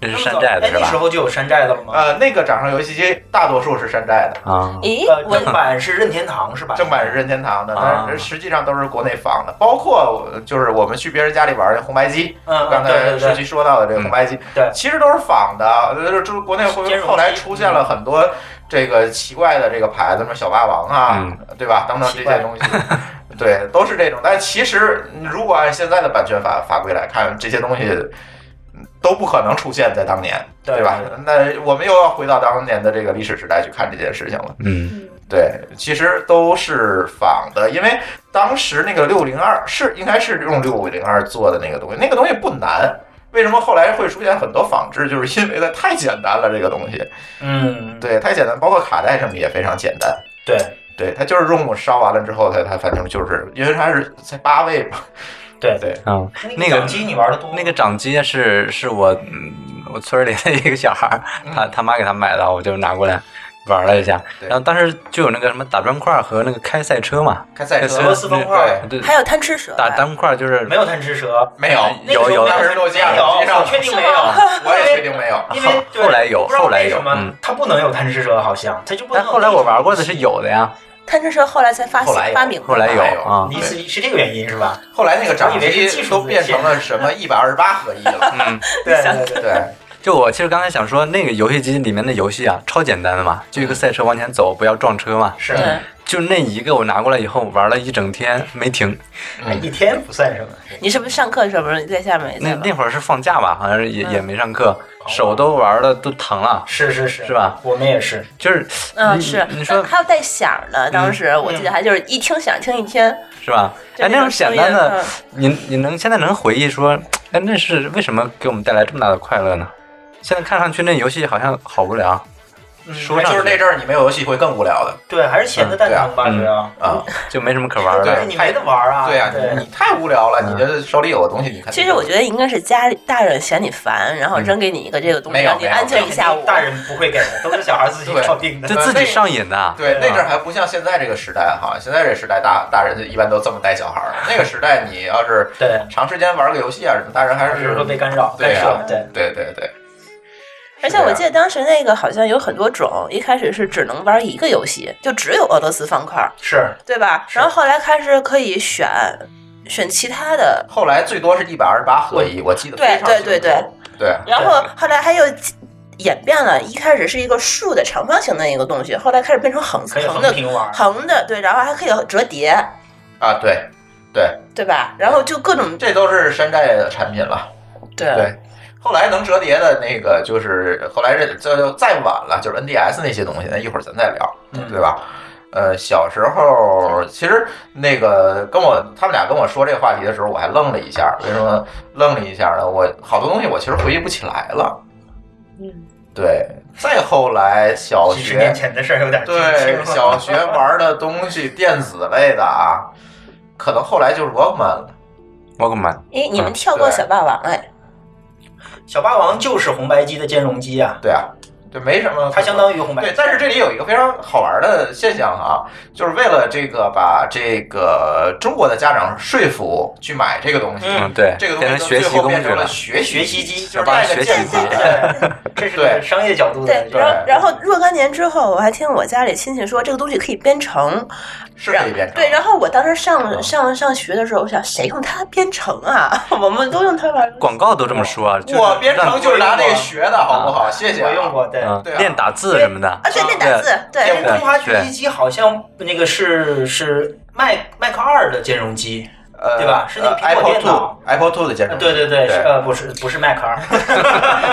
[SPEAKER 3] 那是山寨的
[SPEAKER 4] 哎
[SPEAKER 3] 是
[SPEAKER 4] 那时
[SPEAKER 3] 吧？
[SPEAKER 4] 候就有山寨的了吗？
[SPEAKER 1] 呃，那个掌上游戏机大多数是山寨的。
[SPEAKER 3] 啊，
[SPEAKER 2] 咦，
[SPEAKER 4] 呃，
[SPEAKER 2] 我
[SPEAKER 4] 正版是任天堂是吧？
[SPEAKER 1] 正版是任天堂的，
[SPEAKER 3] 啊
[SPEAKER 1] 但是实际上都是国内仿的，包括呃就是我们去别人家里玩儿的红白机，
[SPEAKER 4] 嗯，嗯
[SPEAKER 1] 刚才
[SPEAKER 4] 对
[SPEAKER 1] 舒
[SPEAKER 4] 对
[SPEAKER 1] 淇
[SPEAKER 4] 对
[SPEAKER 1] 说到的这个红白机，
[SPEAKER 4] 对
[SPEAKER 1] 其实都是仿的。呃就是中国内后
[SPEAKER 4] 兼容机嗯
[SPEAKER 1] 后来出现了很多这个奇怪的这个牌子，什么小霸王啊，对吧？等等这
[SPEAKER 4] 奇怪
[SPEAKER 1] 些东西，对，都是这种。但其实嗯如果按现在的版权法法规来看，这些东西。嗯都不可能出现在当年，
[SPEAKER 4] 对
[SPEAKER 1] 对吧？那我们又要回到当年的这个历史时代去看这件事情了。
[SPEAKER 3] 嗯，
[SPEAKER 1] 对，其实都是仿的，因为当时那个六零二是应该是用六零二做的那个东西，那个东西不难。为什么后来会出现很多仿制？就是因为它太简单了，这个东西，
[SPEAKER 4] 嗯，
[SPEAKER 1] 对，太简单，包括卡带什么也非常简单。
[SPEAKER 4] 对
[SPEAKER 1] 对，它就是 ROM 烧完了之后，它它反正就是因为它是才八位嘛，
[SPEAKER 4] 对
[SPEAKER 1] 对，
[SPEAKER 3] 啊，
[SPEAKER 4] 那
[SPEAKER 3] 那
[SPEAKER 4] 个
[SPEAKER 3] 个
[SPEAKER 4] 掌机你玩的多吗？
[SPEAKER 3] 那个掌机是是我嗯我村儿里的一个小孩儿，
[SPEAKER 4] 嗯
[SPEAKER 3] 他他妈给他买的，我就拿过来玩了一下。
[SPEAKER 1] 对
[SPEAKER 3] 然后当时就有那个什么打砖块和那个开赛车嘛，
[SPEAKER 1] 开赛车
[SPEAKER 3] 俄
[SPEAKER 4] 罗斯方块
[SPEAKER 3] 对，
[SPEAKER 2] 还有贪吃蛇，
[SPEAKER 3] 打单块就是哎
[SPEAKER 4] 没有贪吃蛇，
[SPEAKER 1] 没有，
[SPEAKER 4] 那个时候
[SPEAKER 3] 有有
[SPEAKER 1] 当时诺基亚
[SPEAKER 4] 没有，
[SPEAKER 1] 手机上
[SPEAKER 4] 我确定没有，
[SPEAKER 1] 我也确定没有。
[SPEAKER 4] 因为
[SPEAKER 3] 后后来有后来有
[SPEAKER 4] 嘛
[SPEAKER 3] 嗯，
[SPEAKER 4] 它不能有贪吃蛇，好像它就不能
[SPEAKER 3] 但
[SPEAKER 4] 有那种。
[SPEAKER 3] 后来我玩过的是有的呀，
[SPEAKER 2] 贪吃蛇后来才发
[SPEAKER 1] 后来有
[SPEAKER 2] 发明的
[SPEAKER 3] 后来有
[SPEAKER 1] 后来有
[SPEAKER 3] 啊
[SPEAKER 4] 你是是这个原因是吧？
[SPEAKER 1] 后来那个掌
[SPEAKER 4] 我以为是技
[SPEAKER 1] 机
[SPEAKER 4] 术
[SPEAKER 1] 都变成了什么一百二十八合一了，
[SPEAKER 4] 对对对，
[SPEAKER 1] 对。
[SPEAKER 3] 就我其实刚才想说，那个游戏机里面的游戏啊，超简单的嘛，就一个赛车往前走，不要撞车嘛。
[SPEAKER 4] 嗯
[SPEAKER 3] 嗯
[SPEAKER 4] 是
[SPEAKER 2] 对，
[SPEAKER 3] 就那一个，我拿过来以后玩了一整天没停。
[SPEAKER 4] 哎一天不算什么。
[SPEAKER 2] 你是不是上课的时候不是你在下面也
[SPEAKER 3] 那
[SPEAKER 2] 在
[SPEAKER 3] 那
[SPEAKER 2] 玩？
[SPEAKER 3] 会儿是放假吧，好像是
[SPEAKER 4] 嗯
[SPEAKER 3] 也、也没上课，手都玩的都疼了。
[SPEAKER 4] 是是是，
[SPEAKER 3] 是吧？
[SPEAKER 4] 我们也是，
[SPEAKER 3] 就是，
[SPEAKER 2] 嗯，
[SPEAKER 3] 你
[SPEAKER 2] 是，但
[SPEAKER 3] 你说
[SPEAKER 2] 还有带响的，当时我记
[SPEAKER 1] 嗯
[SPEAKER 2] 得还就是一听响听一天，
[SPEAKER 3] 是吧？
[SPEAKER 2] 就
[SPEAKER 3] 哎，
[SPEAKER 2] 那
[SPEAKER 3] 那种
[SPEAKER 2] 种声
[SPEAKER 3] 简
[SPEAKER 2] 音
[SPEAKER 3] 单的
[SPEAKER 2] 嗯，
[SPEAKER 3] 你你能现在能回忆说，哎，那是为什么给我们带来这么大的快乐呢？现在看上去那游戏好像好无聊，说
[SPEAKER 1] 就是
[SPEAKER 3] 上
[SPEAKER 1] 那
[SPEAKER 3] 去
[SPEAKER 1] 阵儿你没有游戏会更无聊的
[SPEAKER 4] 对，还是闲的蛋疼吧，
[SPEAKER 3] 嗯
[SPEAKER 4] 主要。
[SPEAKER 1] 啊！
[SPEAKER 3] 就没什么可玩
[SPEAKER 1] 对
[SPEAKER 3] 的
[SPEAKER 4] 对，。
[SPEAKER 2] 嗯
[SPEAKER 4] 你没得玩啊。
[SPEAKER 1] 对呀、你
[SPEAKER 4] 对
[SPEAKER 1] 你太无聊了，你这手里有个东西，你肯定
[SPEAKER 2] 其实我觉得应该是家里大人嫌你烦，然后
[SPEAKER 3] 嗯
[SPEAKER 2] 扔给你一个这个东西，
[SPEAKER 1] 没有
[SPEAKER 2] 让你
[SPEAKER 1] 没有
[SPEAKER 2] 安静一下午。
[SPEAKER 4] 大人不会给的，都是小孩自己搞 定的
[SPEAKER 3] 就
[SPEAKER 1] 对。
[SPEAKER 3] 自己上瘾的，
[SPEAKER 1] 对
[SPEAKER 4] 对啊
[SPEAKER 1] 那阵儿还不像现在这个时代哈，现在这时代大大人一般都这么带小孩儿，那个时代你要是
[SPEAKER 4] 对，
[SPEAKER 1] 长时间玩个游戏啊什么，大人还
[SPEAKER 4] 还
[SPEAKER 1] 是
[SPEAKER 4] 是会被干扰、
[SPEAKER 1] 对
[SPEAKER 4] 干
[SPEAKER 1] 呀、
[SPEAKER 4] 涉。对，
[SPEAKER 1] 对对对，
[SPEAKER 2] 而且我记得当时那个好像有很多种，一开始是只能玩一个游戏，就只有俄罗斯方块，
[SPEAKER 4] 是
[SPEAKER 2] 对吧？然后后来开始可以选选其他的，
[SPEAKER 1] 后来最多是一百二十八合一，我记得
[SPEAKER 2] 对
[SPEAKER 1] 非常
[SPEAKER 2] 对
[SPEAKER 1] 清楚
[SPEAKER 2] 对对
[SPEAKER 1] 对
[SPEAKER 2] 然后后来还有演变了，一开始是一个竖的长方形的一个东西，后来开始变成横
[SPEAKER 4] 可以
[SPEAKER 2] 横
[SPEAKER 4] 横
[SPEAKER 2] 的
[SPEAKER 4] 屏玩。
[SPEAKER 2] 横的，对，然后还可以折叠，
[SPEAKER 1] 啊对对，
[SPEAKER 2] 对吧？然后就各种
[SPEAKER 1] 这都是山寨的产品了。
[SPEAKER 2] 对
[SPEAKER 1] 对，后来能折叠的那个
[SPEAKER 4] 嗯
[SPEAKER 1] 就是后来这这就再晚了，就是 NDS 那些东西，那一会儿咱再聊，对吧？呃，小时候其实那个跟我他们俩跟我说这个话题的时候，我还愣了一下。为什么愣了一下呢？我好多东西我其实回忆不起来了。
[SPEAKER 2] 嗯，
[SPEAKER 1] 对，再后来小
[SPEAKER 4] 几十
[SPEAKER 1] 学
[SPEAKER 4] 年前的事儿有点记不清
[SPEAKER 1] 对
[SPEAKER 4] 了
[SPEAKER 1] 小学玩的东西，电子类的啊，可能后来就是 Walkman 了。
[SPEAKER 3] Walkman
[SPEAKER 2] 哎，你们跳过
[SPEAKER 1] 对
[SPEAKER 2] 小霸王哎，
[SPEAKER 4] 嗯小霸王就是红白机的兼容机啊，
[SPEAKER 1] 对啊，就没什么。
[SPEAKER 4] 它相当于红白机。
[SPEAKER 1] 对，但是这里有一个非常好玩的现象啊，就是为了这个把这个中国的家长说服去买这个东西，
[SPEAKER 3] 嗯对
[SPEAKER 1] 这个东
[SPEAKER 3] 变
[SPEAKER 1] 西
[SPEAKER 3] 成学习
[SPEAKER 1] 最后
[SPEAKER 3] 工具
[SPEAKER 1] 变成了
[SPEAKER 3] 了
[SPEAKER 1] 学
[SPEAKER 4] 学
[SPEAKER 1] 习
[SPEAKER 4] 习机
[SPEAKER 1] 就是带个
[SPEAKER 3] 学习
[SPEAKER 1] 键盘
[SPEAKER 3] 机
[SPEAKER 1] 的。
[SPEAKER 4] 对， 这是
[SPEAKER 1] 对
[SPEAKER 4] 个商业角度的
[SPEAKER 2] 对，
[SPEAKER 4] 这
[SPEAKER 1] 对
[SPEAKER 4] 个。
[SPEAKER 2] 然后然后若干年之后，我还听我家里亲戚说这个东西可以编程，
[SPEAKER 1] 是可以编程
[SPEAKER 2] 对，然后我当时
[SPEAKER 1] 嗯
[SPEAKER 2] 上上上学的时候，我想谁用它编程啊？ 我们都用它玩
[SPEAKER 3] 广告都这么说啊，就是
[SPEAKER 1] 我编程
[SPEAKER 3] 让
[SPEAKER 1] 就是拿这个学的，好不好？谢谢啊。
[SPEAKER 4] 我用过，对。
[SPEAKER 3] 嗯
[SPEAKER 1] 对啊
[SPEAKER 3] 练打字什么的
[SPEAKER 2] 啊，，对，练打字，
[SPEAKER 4] 哎
[SPEAKER 2] 对，
[SPEAKER 4] 中华学习机好像那个是是麦麦克二的兼容机，
[SPEAKER 1] 呃，
[SPEAKER 4] 对吧是那个苹
[SPEAKER 1] Apple
[SPEAKER 4] 果电脑
[SPEAKER 1] Two Apple Two 的兼
[SPEAKER 4] 呃
[SPEAKER 1] 容。
[SPEAKER 4] 对对对，
[SPEAKER 1] 对，
[SPEAKER 4] 是呃不是不是麦克 二，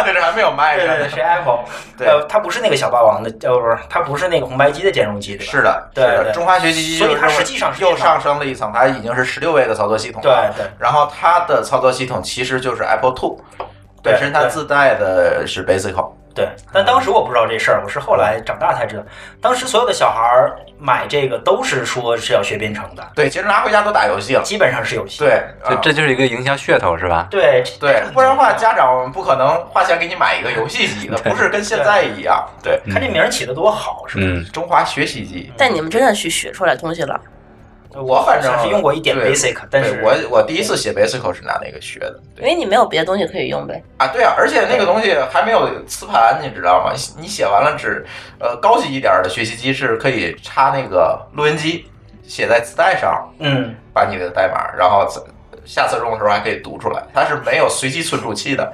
[SPEAKER 1] 这是还没有卖
[SPEAKER 4] 对对对
[SPEAKER 1] 呢。
[SPEAKER 4] 是 Apple，
[SPEAKER 1] 对
[SPEAKER 4] 呃它不是那个小霸王的，呃不是它不是那个红白机的兼容机，对吧？
[SPEAKER 1] 是的，是
[SPEAKER 4] 对
[SPEAKER 1] 的，
[SPEAKER 4] 对
[SPEAKER 1] 中华学习机
[SPEAKER 4] 所以它
[SPEAKER 1] 就是
[SPEAKER 4] 实际上是
[SPEAKER 1] 又
[SPEAKER 4] 电脑
[SPEAKER 1] 上升了一层，它已经是十六位的操作系统
[SPEAKER 4] 对
[SPEAKER 1] 了。
[SPEAKER 4] 对
[SPEAKER 1] 然后它的操作系统其实就是 Apple Two，
[SPEAKER 4] 对
[SPEAKER 1] 本身它
[SPEAKER 4] 对
[SPEAKER 1] 自带的是 Basic，
[SPEAKER 4] 对，但当时我不知道这事儿，我是后来长大才知道，当时所有的小孩儿买这个都是说是要学编程的，
[SPEAKER 1] 对，其实拿回家都打游戏了。
[SPEAKER 4] 基本上是游戏。
[SPEAKER 1] 对，
[SPEAKER 3] 就
[SPEAKER 1] 啊
[SPEAKER 3] 这就是一个营销噱头是吧？
[SPEAKER 4] 对
[SPEAKER 1] 对，不然的话家长不可能花钱给你买一个游戏机的，不是跟现在一样。对，
[SPEAKER 4] 看这名儿起的多好，是吧？
[SPEAKER 3] 嗯，
[SPEAKER 1] 中华学习机，
[SPEAKER 2] 但你们真的去学出来东西了，
[SPEAKER 4] 我
[SPEAKER 1] 反正
[SPEAKER 4] 是用过一点
[SPEAKER 1] 对
[SPEAKER 4] Basic，但是
[SPEAKER 1] 对我我第一次写 Basic 是拿那个学的。
[SPEAKER 2] 因为你没有别的东西可以用呗。
[SPEAKER 1] 啊，对啊，而且那个东西还没有磁盘，你知道吗？你写完了只，呃，高级一点儿的学习机是可以插那个录音机，写在磁带上，
[SPEAKER 4] 嗯，
[SPEAKER 1] 把你的代码，然后再下次用的时候还可以读出来。它是没有随机存储器的，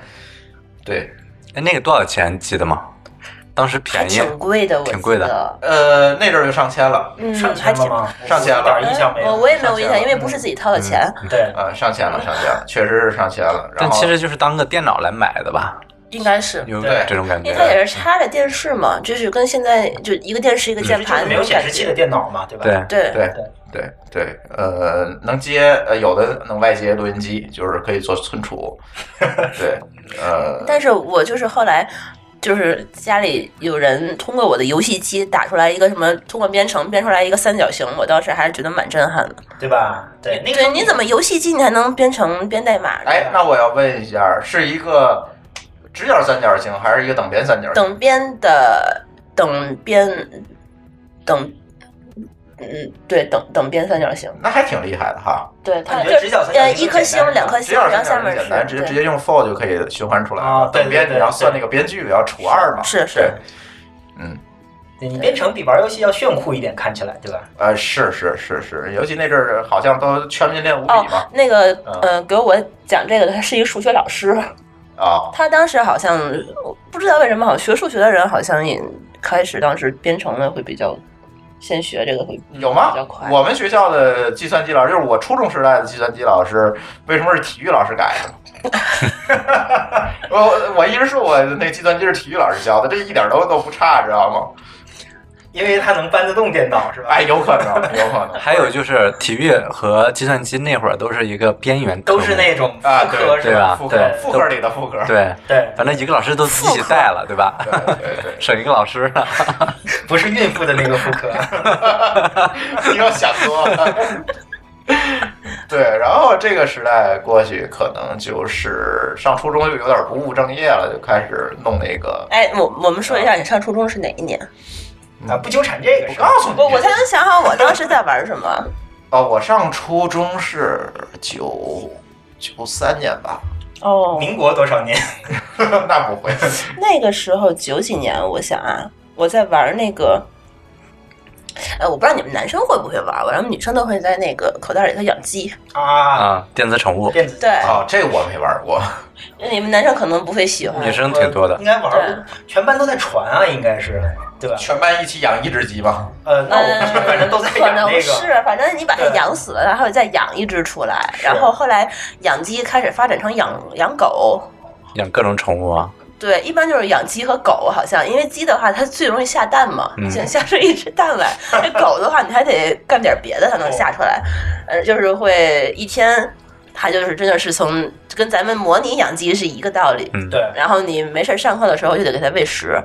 [SPEAKER 1] 对，
[SPEAKER 3] 哎，那个多少钱记得吗？当时
[SPEAKER 2] 还
[SPEAKER 3] 便宜，
[SPEAKER 2] 挺贵的，我
[SPEAKER 3] 挺贵的
[SPEAKER 2] 记得，
[SPEAKER 1] 呃，那阵儿就上千了，
[SPEAKER 2] 嗯，
[SPEAKER 4] 上
[SPEAKER 2] 还挺，
[SPEAKER 4] 千了
[SPEAKER 2] 呃
[SPEAKER 4] 吗？
[SPEAKER 1] 上千了
[SPEAKER 4] 我一点印象没
[SPEAKER 2] 我
[SPEAKER 4] 有。
[SPEAKER 2] 我也没有印象，
[SPEAKER 1] 上千了
[SPEAKER 2] 因为
[SPEAKER 4] 嗯
[SPEAKER 2] 不是自己掏的钱，
[SPEAKER 4] 对，
[SPEAKER 1] 呃，上千了，上千了，确实是上千了。
[SPEAKER 3] 嗯
[SPEAKER 1] 然
[SPEAKER 3] 但
[SPEAKER 1] 后
[SPEAKER 3] 其实就是当个电脑来买的吧，
[SPEAKER 2] 应该是。
[SPEAKER 3] 有
[SPEAKER 4] 对嗯
[SPEAKER 3] 这种感
[SPEAKER 2] 因
[SPEAKER 3] 觉
[SPEAKER 2] 为。它也是插着电视嘛，就是跟现在就一个电视一个键
[SPEAKER 4] 就是
[SPEAKER 2] 盘
[SPEAKER 4] 没
[SPEAKER 2] 那
[SPEAKER 4] 有
[SPEAKER 2] 种
[SPEAKER 4] 显
[SPEAKER 2] 感
[SPEAKER 4] 示器
[SPEAKER 2] 觉
[SPEAKER 4] 的。电脑嘛，对吧？
[SPEAKER 3] 对，
[SPEAKER 2] 对，
[SPEAKER 1] 对对对，呃，能接呃有的能外接录音机，就是可以做存 储，对，呃，
[SPEAKER 2] 但是我就是后来。就是家里有人通过我的游戏机打出来一个什么，通过编程编出来一个三角形，我当时还是觉得蛮震撼的。
[SPEAKER 4] 对吧？对，那个
[SPEAKER 2] 对，你怎么游戏机你还能编程编代码呢？
[SPEAKER 1] 哎，那我要问一下，是一个直角三角形还是一个等边三角形？
[SPEAKER 2] 等边的等边等，嗯，对，等等边三角形，
[SPEAKER 1] 那还挺厉害的哈，
[SPEAKER 2] 对，
[SPEAKER 4] 啊
[SPEAKER 2] 它
[SPEAKER 4] 你
[SPEAKER 2] 就
[SPEAKER 4] 觉得直角三角
[SPEAKER 2] 呃
[SPEAKER 4] 形
[SPEAKER 2] 一颗星
[SPEAKER 4] 简单是吧
[SPEAKER 2] 两颗
[SPEAKER 1] 直
[SPEAKER 2] 星，
[SPEAKER 1] 角
[SPEAKER 2] 然后
[SPEAKER 1] 三
[SPEAKER 2] 下
[SPEAKER 1] 角
[SPEAKER 2] 面
[SPEAKER 1] 形简单，直
[SPEAKER 2] 是
[SPEAKER 1] 接直
[SPEAKER 2] 对
[SPEAKER 1] 接用 for 就可以循环出来了。
[SPEAKER 4] 啊对
[SPEAKER 1] 等边
[SPEAKER 4] 对对
[SPEAKER 1] 你要算那
[SPEAKER 4] 对
[SPEAKER 1] 个边距，要除二嘛。
[SPEAKER 2] 是是
[SPEAKER 1] 对，
[SPEAKER 4] 对你编程比玩游戏要炫酷一点，看起来，对吧？
[SPEAKER 1] 呃，是是是是，尤其那阵儿好像都全民练五笔
[SPEAKER 2] 哦
[SPEAKER 1] 嘛。，
[SPEAKER 2] 那个
[SPEAKER 1] 嗯
[SPEAKER 2] 呃，给我讲这个的他是一个数学老师，
[SPEAKER 1] 啊，
[SPEAKER 2] 他当时好像不知道为什么，好像学数学的人好像也开始当时编程的会比较先学这个会
[SPEAKER 1] 有吗
[SPEAKER 2] 比较快？
[SPEAKER 1] 我们学校的计算机老师，就是我初中时代的计算机老师，为什么是体育老师改的？我我一直说我那计算机是体育老师教的，这一点儿都都不差，知道吗？
[SPEAKER 4] 因为它能搬得动电脑，是吧？
[SPEAKER 1] 哎，有可 能，有可能。
[SPEAKER 3] 还有就是体育和计算机那会儿都是一个边缘科目，
[SPEAKER 4] 都是那种
[SPEAKER 1] 啊
[SPEAKER 4] 复刻，
[SPEAKER 1] 对
[SPEAKER 4] 是
[SPEAKER 3] 对吧
[SPEAKER 1] 副科
[SPEAKER 3] 对
[SPEAKER 1] 副科里的副科，
[SPEAKER 3] 对，
[SPEAKER 4] 对，
[SPEAKER 3] 反正一个老师都一起带了，对吧？
[SPEAKER 1] 对对对，
[SPEAKER 3] 省一个老师了，
[SPEAKER 4] 不是孕妇的那个复刻。
[SPEAKER 1] 你要想多了。对，然后这个时代过去，可能就是上初中就有点不务正业了，就开始弄那个。
[SPEAKER 2] 哎，我我们说一下，你上初中是哪一年？
[SPEAKER 4] 嗯啊，不纠缠这个
[SPEAKER 1] 我
[SPEAKER 4] 事儿
[SPEAKER 1] 告。诉你，
[SPEAKER 2] 我我才能想好啊我 当时在玩什么。
[SPEAKER 1] 哦，我上初中是九九三年吧，
[SPEAKER 2] 哦
[SPEAKER 4] 民国多少年？
[SPEAKER 1] 那不会，
[SPEAKER 2] 那个时候九几年，我想啊，我在玩那个，哎，我不知道你们男生会不会玩，我们女生都会在那个口袋里头养鸡。
[SPEAKER 4] 啊，
[SPEAKER 3] 啊，电子宠物，
[SPEAKER 4] 电子
[SPEAKER 2] 对，
[SPEAKER 1] 哦，这我没玩过。
[SPEAKER 2] 你们男生可能不会喜欢
[SPEAKER 3] 女。生挺多的
[SPEAKER 4] 应，该玩儿，全班都在传啊，应该是，对吧？
[SPEAKER 1] 全班一起养一只鸡吧，
[SPEAKER 4] 呃，那我们
[SPEAKER 2] 嗯，
[SPEAKER 4] 反正都在
[SPEAKER 2] 可
[SPEAKER 4] 养
[SPEAKER 2] 能
[SPEAKER 4] 那
[SPEAKER 2] 是
[SPEAKER 4] 个，，
[SPEAKER 2] 反正你把它
[SPEAKER 4] 对
[SPEAKER 2] 养死了，然后再养一只出来，
[SPEAKER 4] 是
[SPEAKER 2] 然后后来养鸡开始发展成养养狗，
[SPEAKER 3] 养各种宠物啊，
[SPEAKER 2] 对，一般就是养鸡和狗，好像因为鸡的话它最容易下蛋嘛，
[SPEAKER 3] 嗯
[SPEAKER 2] 想下出一只蛋来。这狗的话，你还得干点别
[SPEAKER 3] 哦
[SPEAKER 2] 的才能下出来，呃，就是会一天，它就是真的是从跟咱们模拟养鸡是一个道理。
[SPEAKER 3] 嗯，
[SPEAKER 4] 对
[SPEAKER 2] 然后你没事儿上课的时候就得给它喂食，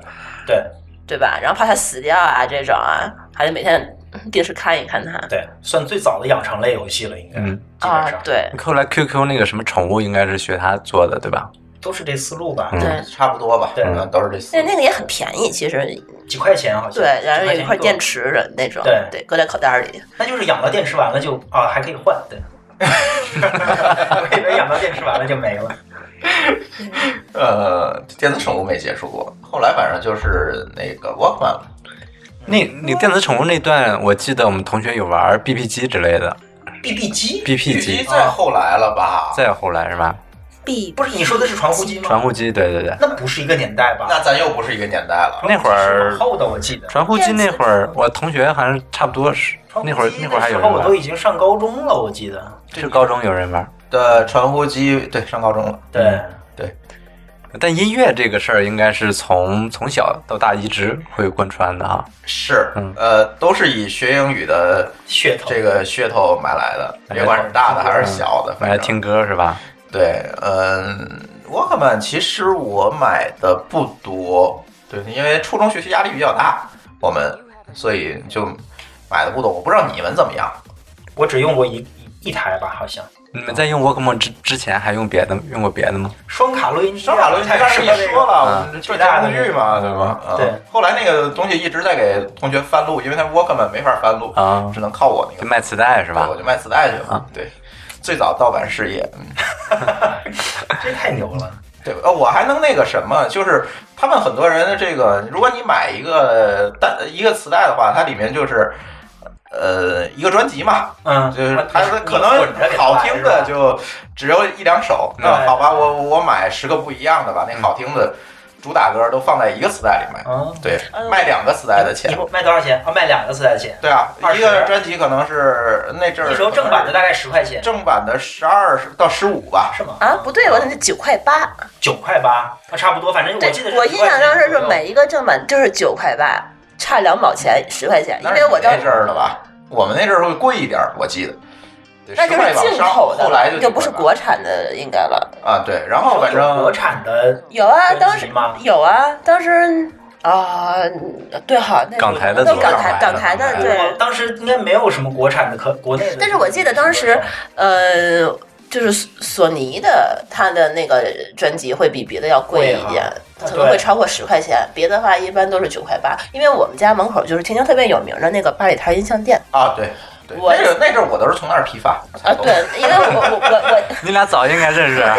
[SPEAKER 4] 对
[SPEAKER 2] 对吧？然后怕它死掉啊这种啊，还得每天定时看一看它。
[SPEAKER 4] 对，算最早的养成类游戏了，应该、
[SPEAKER 3] 嗯
[SPEAKER 4] 基本
[SPEAKER 2] 啊
[SPEAKER 4] 上，
[SPEAKER 2] 对，
[SPEAKER 3] 后来 QQ 那个什么宠物应该是学他做的，对吧？
[SPEAKER 1] 嗯
[SPEAKER 4] 都是这思路吧。
[SPEAKER 3] 嗯
[SPEAKER 2] 对，
[SPEAKER 1] 差不多吧，
[SPEAKER 4] 对
[SPEAKER 1] 嗯都是这四
[SPEAKER 2] 那。那个也很便宜，其实
[SPEAKER 4] 几块钱好像，
[SPEAKER 2] 对，然后有一块电
[SPEAKER 4] 池，
[SPEAKER 2] 池的那种，
[SPEAKER 4] 对
[SPEAKER 2] 对，搁在口袋里。
[SPEAKER 4] 那就是养到电池完了就啊还可以换，对，我以为养到电池完了就没了。
[SPEAKER 1] 呃，电子宠物没接触过，后来反正就是那个 Walkman 了。
[SPEAKER 3] 那那电子宠物那段，我记得我们同学有玩 BP 机之类的
[SPEAKER 4] BB 机
[SPEAKER 3] BP
[SPEAKER 1] 机
[SPEAKER 3] 机，
[SPEAKER 1] 再后来了吧？
[SPEAKER 3] 再后来是吧？
[SPEAKER 2] 必
[SPEAKER 4] 不是你说的是传呼机吗？
[SPEAKER 3] 传呼机，对对对，
[SPEAKER 4] 那不是一个年代吧？
[SPEAKER 1] 那咱又不是一个年代了。
[SPEAKER 3] 那会
[SPEAKER 4] 是往
[SPEAKER 3] 儿
[SPEAKER 4] 后的我记得，
[SPEAKER 3] 传呼机那会儿，我同学好像差不多是那会儿那会儿还有
[SPEAKER 4] 然后
[SPEAKER 3] 人
[SPEAKER 4] 我都
[SPEAKER 3] 玩，
[SPEAKER 4] 已经上高中了，我记得。
[SPEAKER 3] 是高中有人玩。
[SPEAKER 1] 的传呼机，对，上高中了。
[SPEAKER 4] 对，
[SPEAKER 3] 但音乐这个事儿，应该是从从小到大一直会贯穿的啊。
[SPEAKER 1] 是
[SPEAKER 3] 嗯，
[SPEAKER 1] 呃，都是以学英语的
[SPEAKER 4] 噱头。
[SPEAKER 1] 这个噱头买来的，
[SPEAKER 3] 买来
[SPEAKER 1] 别管是大的还是小的，
[SPEAKER 3] 买
[SPEAKER 1] 反
[SPEAKER 3] 来
[SPEAKER 1] 正
[SPEAKER 3] 听歌是吧？
[SPEAKER 1] 对，嗯，Walkman 其实我买的不多，对，因为初中学习压力比较大，我们所以就买的不多。我不知道你们怎么样，
[SPEAKER 4] 我只用过一一一台吧，好像
[SPEAKER 3] 你们在用 Walkman 之之前还用别的用过别的吗？
[SPEAKER 4] 双卡录音机啊。
[SPEAKER 1] 双卡录音机当时
[SPEAKER 4] 是
[SPEAKER 1] 你
[SPEAKER 4] 吧
[SPEAKER 1] 说了，
[SPEAKER 3] 嗯
[SPEAKER 1] 我们这家具嘛，对吧？嗯
[SPEAKER 4] 对。
[SPEAKER 1] 后来那个东西一直在给同学翻录，因为他 Walkman 没法翻录，
[SPEAKER 3] 啊
[SPEAKER 1] 只能靠我那
[SPEAKER 3] 就
[SPEAKER 1] 个，
[SPEAKER 3] 卖磁带是吧
[SPEAKER 1] 对我？就卖磁带去了
[SPEAKER 3] 啊。
[SPEAKER 1] 对，最早盗版事业，嗯
[SPEAKER 4] 这太牛了。
[SPEAKER 1] 对，呃，我还能那个什么，就是他们很多人的这个，如果你买一个单一个磁带的话，它里面就是。呃，一个专辑嘛，
[SPEAKER 4] 嗯，
[SPEAKER 1] 就是
[SPEAKER 4] 我
[SPEAKER 1] 它可能好听的就只有一两首。
[SPEAKER 4] 对嗯
[SPEAKER 1] 那好吧，我我买十个不一样的吧，那好听的主打歌都放在一个磁带里卖，
[SPEAKER 4] 啊，
[SPEAKER 1] 对
[SPEAKER 2] 嗯，
[SPEAKER 1] 卖两个磁带的
[SPEAKER 4] 你
[SPEAKER 1] 钱。
[SPEAKER 4] 不卖多少钱？啊，卖两个磁带的钱。
[SPEAKER 1] 对啊，
[SPEAKER 4] 20
[SPEAKER 1] 一个专辑可能是那阵儿
[SPEAKER 4] 那时候正版的大概十块钱，
[SPEAKER 1] 正版的十二到十五吧，
[SPEAKER 4] 是吗？
[SPEAKER 2] 啊，不对，我那九块八。
[SPEAKER 4] 九块八，啊，差不多，反正
[SPEAKER 2] 对
[SPEAKER 4] 我记得，
[SPEAKER 2] 我印象当时是
[SPEAKER 4] 美
[SPEAKER 2] 每一个正版就是九块八，差两毛钱十块钱，因
[SPEAKER 1] 那是
[SPEAKER 2] 为我
[SPEAKER 1] 你
[SPEAKER 2] 当
[SPEAKER 1] 那阵儿的吧，我们那阵儿会贵一点儿，我记得。对
[SPEAKER 2] 那就
[SPEAKER 1] 10块
[SPEAKER 2] 是
[SPEAKER 1] 往
[SPEAKER 2] 进
[SPEAKER 1] 上
[SPEAKER 2] 口的
[SPEAKER 1] 后来
[SPEAKER 2] 了，
[SPEAKER 1] 就
[SPEAKER 2] 就不
[SPEAKER 1] 10
[SPEAKER 2] 是
[SPEAKER 1] 块
[SPEAKER 2] 国产的应该了。
[SPEAKER 1] 啊，对，然后反正
[SPEAKER 4] 国产的
[SPEAKER 2] 有啊，当
[SPEAKER 4] 专辑
[SPEAKER 2] 时
[SPEAKER 4] 吗？
[SPEAKER 2] 有啊，当时啊，对哈，那
[SPEAKER 3] 港台的
[SPEAKER 2] 那
[SPEAKER 3] 左
[SPEAKER 2] 港
[SPEAKER 3] 右
[SPEAKER 2] 台港台的
[SPEAKER 3] 港台
[SPEAKER 2] 对
[SPEAKER 4] 我，当时应该没有什么国产的可国内的，
[SPEAKER 2] 但是我记得当时呃，就是索索尼的它的那个专辑会比别的要贵一点，
[SPEAKER 4] 贵哈啊
[SPEAKER 2] 可能会超过十块钱。别的话一般都是九块八，因为我们家门口就是天津特别有名的那个八里台音像店
[SPEAKER 1] 啊，对对，
[SPEAKER 2] 我
[SPEAKER 1] 那阵儿那阵儿我都是从那儿批发
[SPEAKER 2] 啊，对，因为我我我我。
[SPEAKER 3] 你俩早应该认识啊。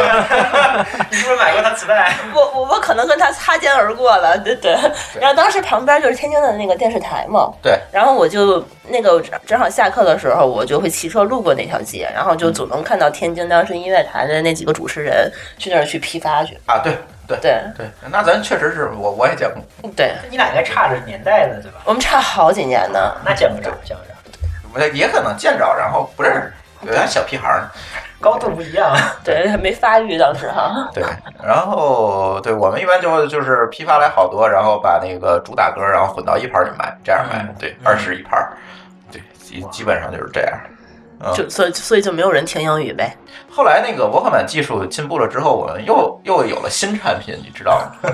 [SPEAKER 4] 你是不是买过他磁带？
[SPEAKER 2] 我我我可能跟他擦肩而过了，对对。然后当时旁边就是天津的那个电视台嘛，
[SPEAKER 1] 对。
[SPEAKER 2] 然后我就那个正好下课的时候，我就会骑车路过那条街，然后就总能看到天津当时音乐台的那几个主持人去那儿去批发去。
[SPEAKER 1] 啊，对对
[SPEAKER 2] 对
[SPEAKER 1] 对，那咱确实是我我也见过，
[SPEAKER 2] 对，
[SPEAKER 4] 你俩应该差着年代的对吧？
[SPEAKER 2] 我们差好几年呢。
[SPEAKER 4] 那见不着，见不着，
[SPEAKER 1] 我也可能见着，然后不认识，有点小屁孩儿呢。
[SPEAKER 4] 高度不一样。啊
[SPEAKER 2] 对，还没发育当时哈。
[SPEAKER 1] 对，然后对我们一般就就是批发来好多，然后把那个主打歌，然后混到一盘儿里卖，这样卖，对，二十一盘儿，对，基基本上就是这样。嗯
[SPEAKER 2] 就所以所以就没有人听英语呗。
[SPEAKER 1] 后来那个沃克曼技术进步了之后，我们又又有了新产品，你知道 吗？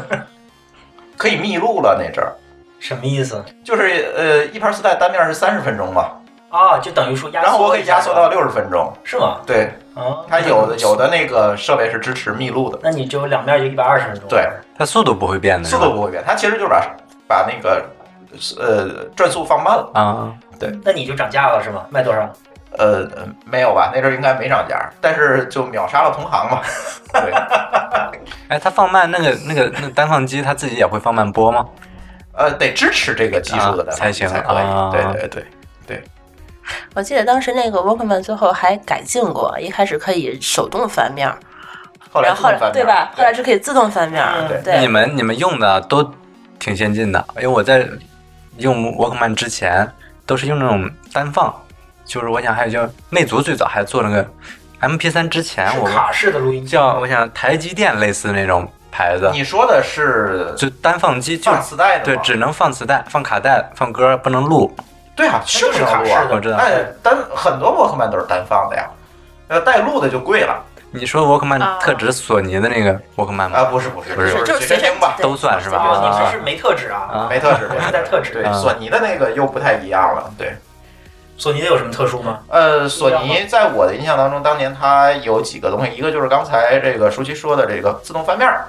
[SPEAKER 1] 可以密录了那阵儿，
[SPEAKER 4] 什么意思？
[SPEAKER 1] 就是呃一盘磁带单面是三十分钟嘛，
[SPEAKER 4] 啊，就等于说压缩，
[SPEAKER 1] 然后我可以压缩到，六十分钟。
[SPEAKER 4] 是吗？
[SPEAKER 1] 对，
[SPEAKER 4] 啊，
[SPEAKER 1] 它有的有的那个设备是支持密录的，
[SPEAKER 4] 那你就两面就一百二十分钟。
[SPEAKER 1] 对，
[SPEAKER 3] 它速度不会变的，
[SPEAKER 1] 速度不会变，它其实就是把把那个呃转速放慢了。
[SPEAKER 3] 啊，
[SPEAKER 4] 那你就涨价了是吗？卖多少？
[SPEAKER 1] 呃，没有吧？那阵儿应该没涨价，但是就秒杀了同行 嘛。对，
[SPEAKER 3] 哎，它放慢那个那个那单放机，它自己也会放慢播吗？
[SPEAKER 1] 呃，得支持这个技术的
[SPEAKER 3] 啊才行
[SPEAKER 1] 才可
[SPEAKER 3] 啊
[SPEAKER 1] 以。对对对，
[SPEAKER 2] 我记得当时那个 Walkman 最后还改进过，一开始可以手动翻面儿，
[SPEAKER 1] 后来
[SPEAKER 2] 然后后
[SPEAKER 1] 自
[SPEAKER 2] 来
[SPEAKER 1] 动翻
[SPEAKER 2] 对
[SPEAKER 1] 面
[SPEAKER 2] 吧？后来就可以自动翻面儿。
[SPEAKER 4] 嗯
[SPEAKER 3] 你
[SPEAKER 1] 对
[SPEAKER 2] 对
[SPEAKER 3] 们你们用的都挺先进的，因为我在用 Walkman 之前都是用那种单放，就是我想还有叫魅族最早还做那个 MP3 之前
[SPEAKER 4] 是
[SPEAKER 3] 我
[SPEAKER 4] 卡式的录音机。
[SPEAKER 3] 叫我想台积电类似那种牌子，
[SPEAKER 1] 你说的是
[SPEAKER 3] 就单放机就
[SPEAKER 1] 放磁带的
[SPEAKER 3] 对，
[SPEAKER 1] 吗
[SPEAKER 3] 只能放磁带、放卡带、放歌，不能录。
[SPEAKER 1] 对啊，是不卡式
[SPEAKER 3] 那就是卡式
[SPEAKER 1] 的，
[SPEAKER 3] 的我知道
[SPEAKER 1] 那单很多沃克曼都是单放的呀，呃，带录的就贵了
[SPEAKER 3] 你说沃克曼
[SPEAKER 2] 啊
[SPEAKER 3] 特指索尼的那个沃克曼吗？
[SPEAKER 1] 啊，不是不是
[SPEAKER 3] 不是
[SPEAKER 1] 就
[SPEAKER 2] 就是是随
[SPEAKER 1] 随
[SPEAKER 2] 身
[SPEAKER 1] 身听吧，
[SPEAKER 3] 都算是吧？
[SPEAKER 4] 啊，你
[SPEAKER 3] 啊
[SPEAKER 4] 们是没特指啊？
[SPEAKER 3] 啊
[SPEAKER 1] 没 特指，
[SPEAKER 4] 我是带特指
[SPEAKER 1] 对，
[SPEAKER 3] 啊
[SPEAKER 1] 索尼的那个又不太一样了，对。
[SPEAKER 4] 索尼的有什么特殊吗？
[SPEAKER 1] 呃，索尼在我的印象当中，当年它有几个东西，一个就是刚才这个舒淇说的这个自动翻面儿，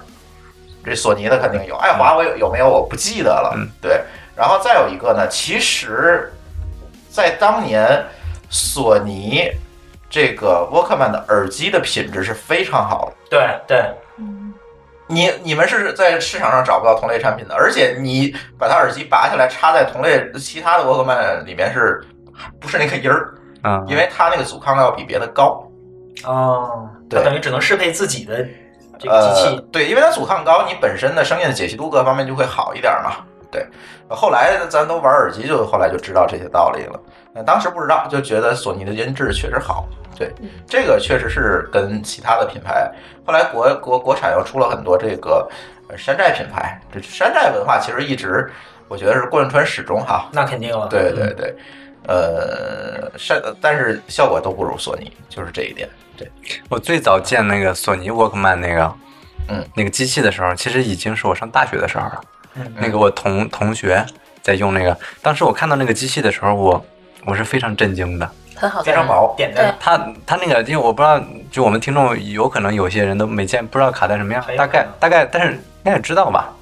[SPEAKER 1] 这索尼的肯定有，爱华我有有没有我不记得了
[SPEAKER 3] 嗯，
[SPEAKER 1] 对。然后再有一个呢，其实，在当年索尼这个沃克曼的耳机的品质是非常好的。
[SPEAKER 4] 对对，
[SPEAKER 1] 你你们是在市场上找不到同类产品的，而且你把它耳机拔下来插在同类其他的沃克曼里面是不是那个音儿？
[SPEAKER 3] 嗯，
[SPEAKER 1] 因为它那个阻抗要比别的高。
[SPEAKER 4] 哦，
[SPEAKER 1] 对
[SPEAKER 4] 它等于只能适配自己的这个
[SPEAKER 1] 呃，
[SPEAKER 4] 机器。
[SPEAKER 1] 对，因为它阻抗高，你本身的声音的解析度各方面就会好一点嘛。对，后来咱都玩耳机就，后来就知道这些道理了。呃当时不知道，就觉得索尼的音质确实好。对，这个确实是跟其他的品牌。后来国国国产又出了很多这个呃山寨品牌，这山寨文化其实一直我觉得是贯穿始终哈。
[SPEAKER 4] 那肯定了，
[SPEAKER 1] 对对对，呃，山但是效果都不如索尼，就是这一点。对，
[SPEAKER 3] 我最早见那个索尼沃克曼那个，
[SPEAKER 1] 嗯，
[SPEAKER 3] 那个机器的时候，其实已经是我上大学的时候了。
[SPEAKER 4] 嗯
[SPEAKER 3] 那个我同同学在用那个，当时我看到那个机器的时候，我我是非常震惊的。
[SPEAKER 2] 很好
[SPEAKER 1] 非
[SPEAKER 2] 看
[SPEAKER 1] 常。薄。
[SPEAKER 4] 点在
[SPEAKER 3] 它它那个，因为我不知道，就我们听众有可能有些人都没见，不知道卡带什么样
[SPEAKER 4] 很，有
[SPEAKER 3] 大概
[SPEAKER 4] 可能
[SPEAKER 3] 大概，但是应该也知道吧。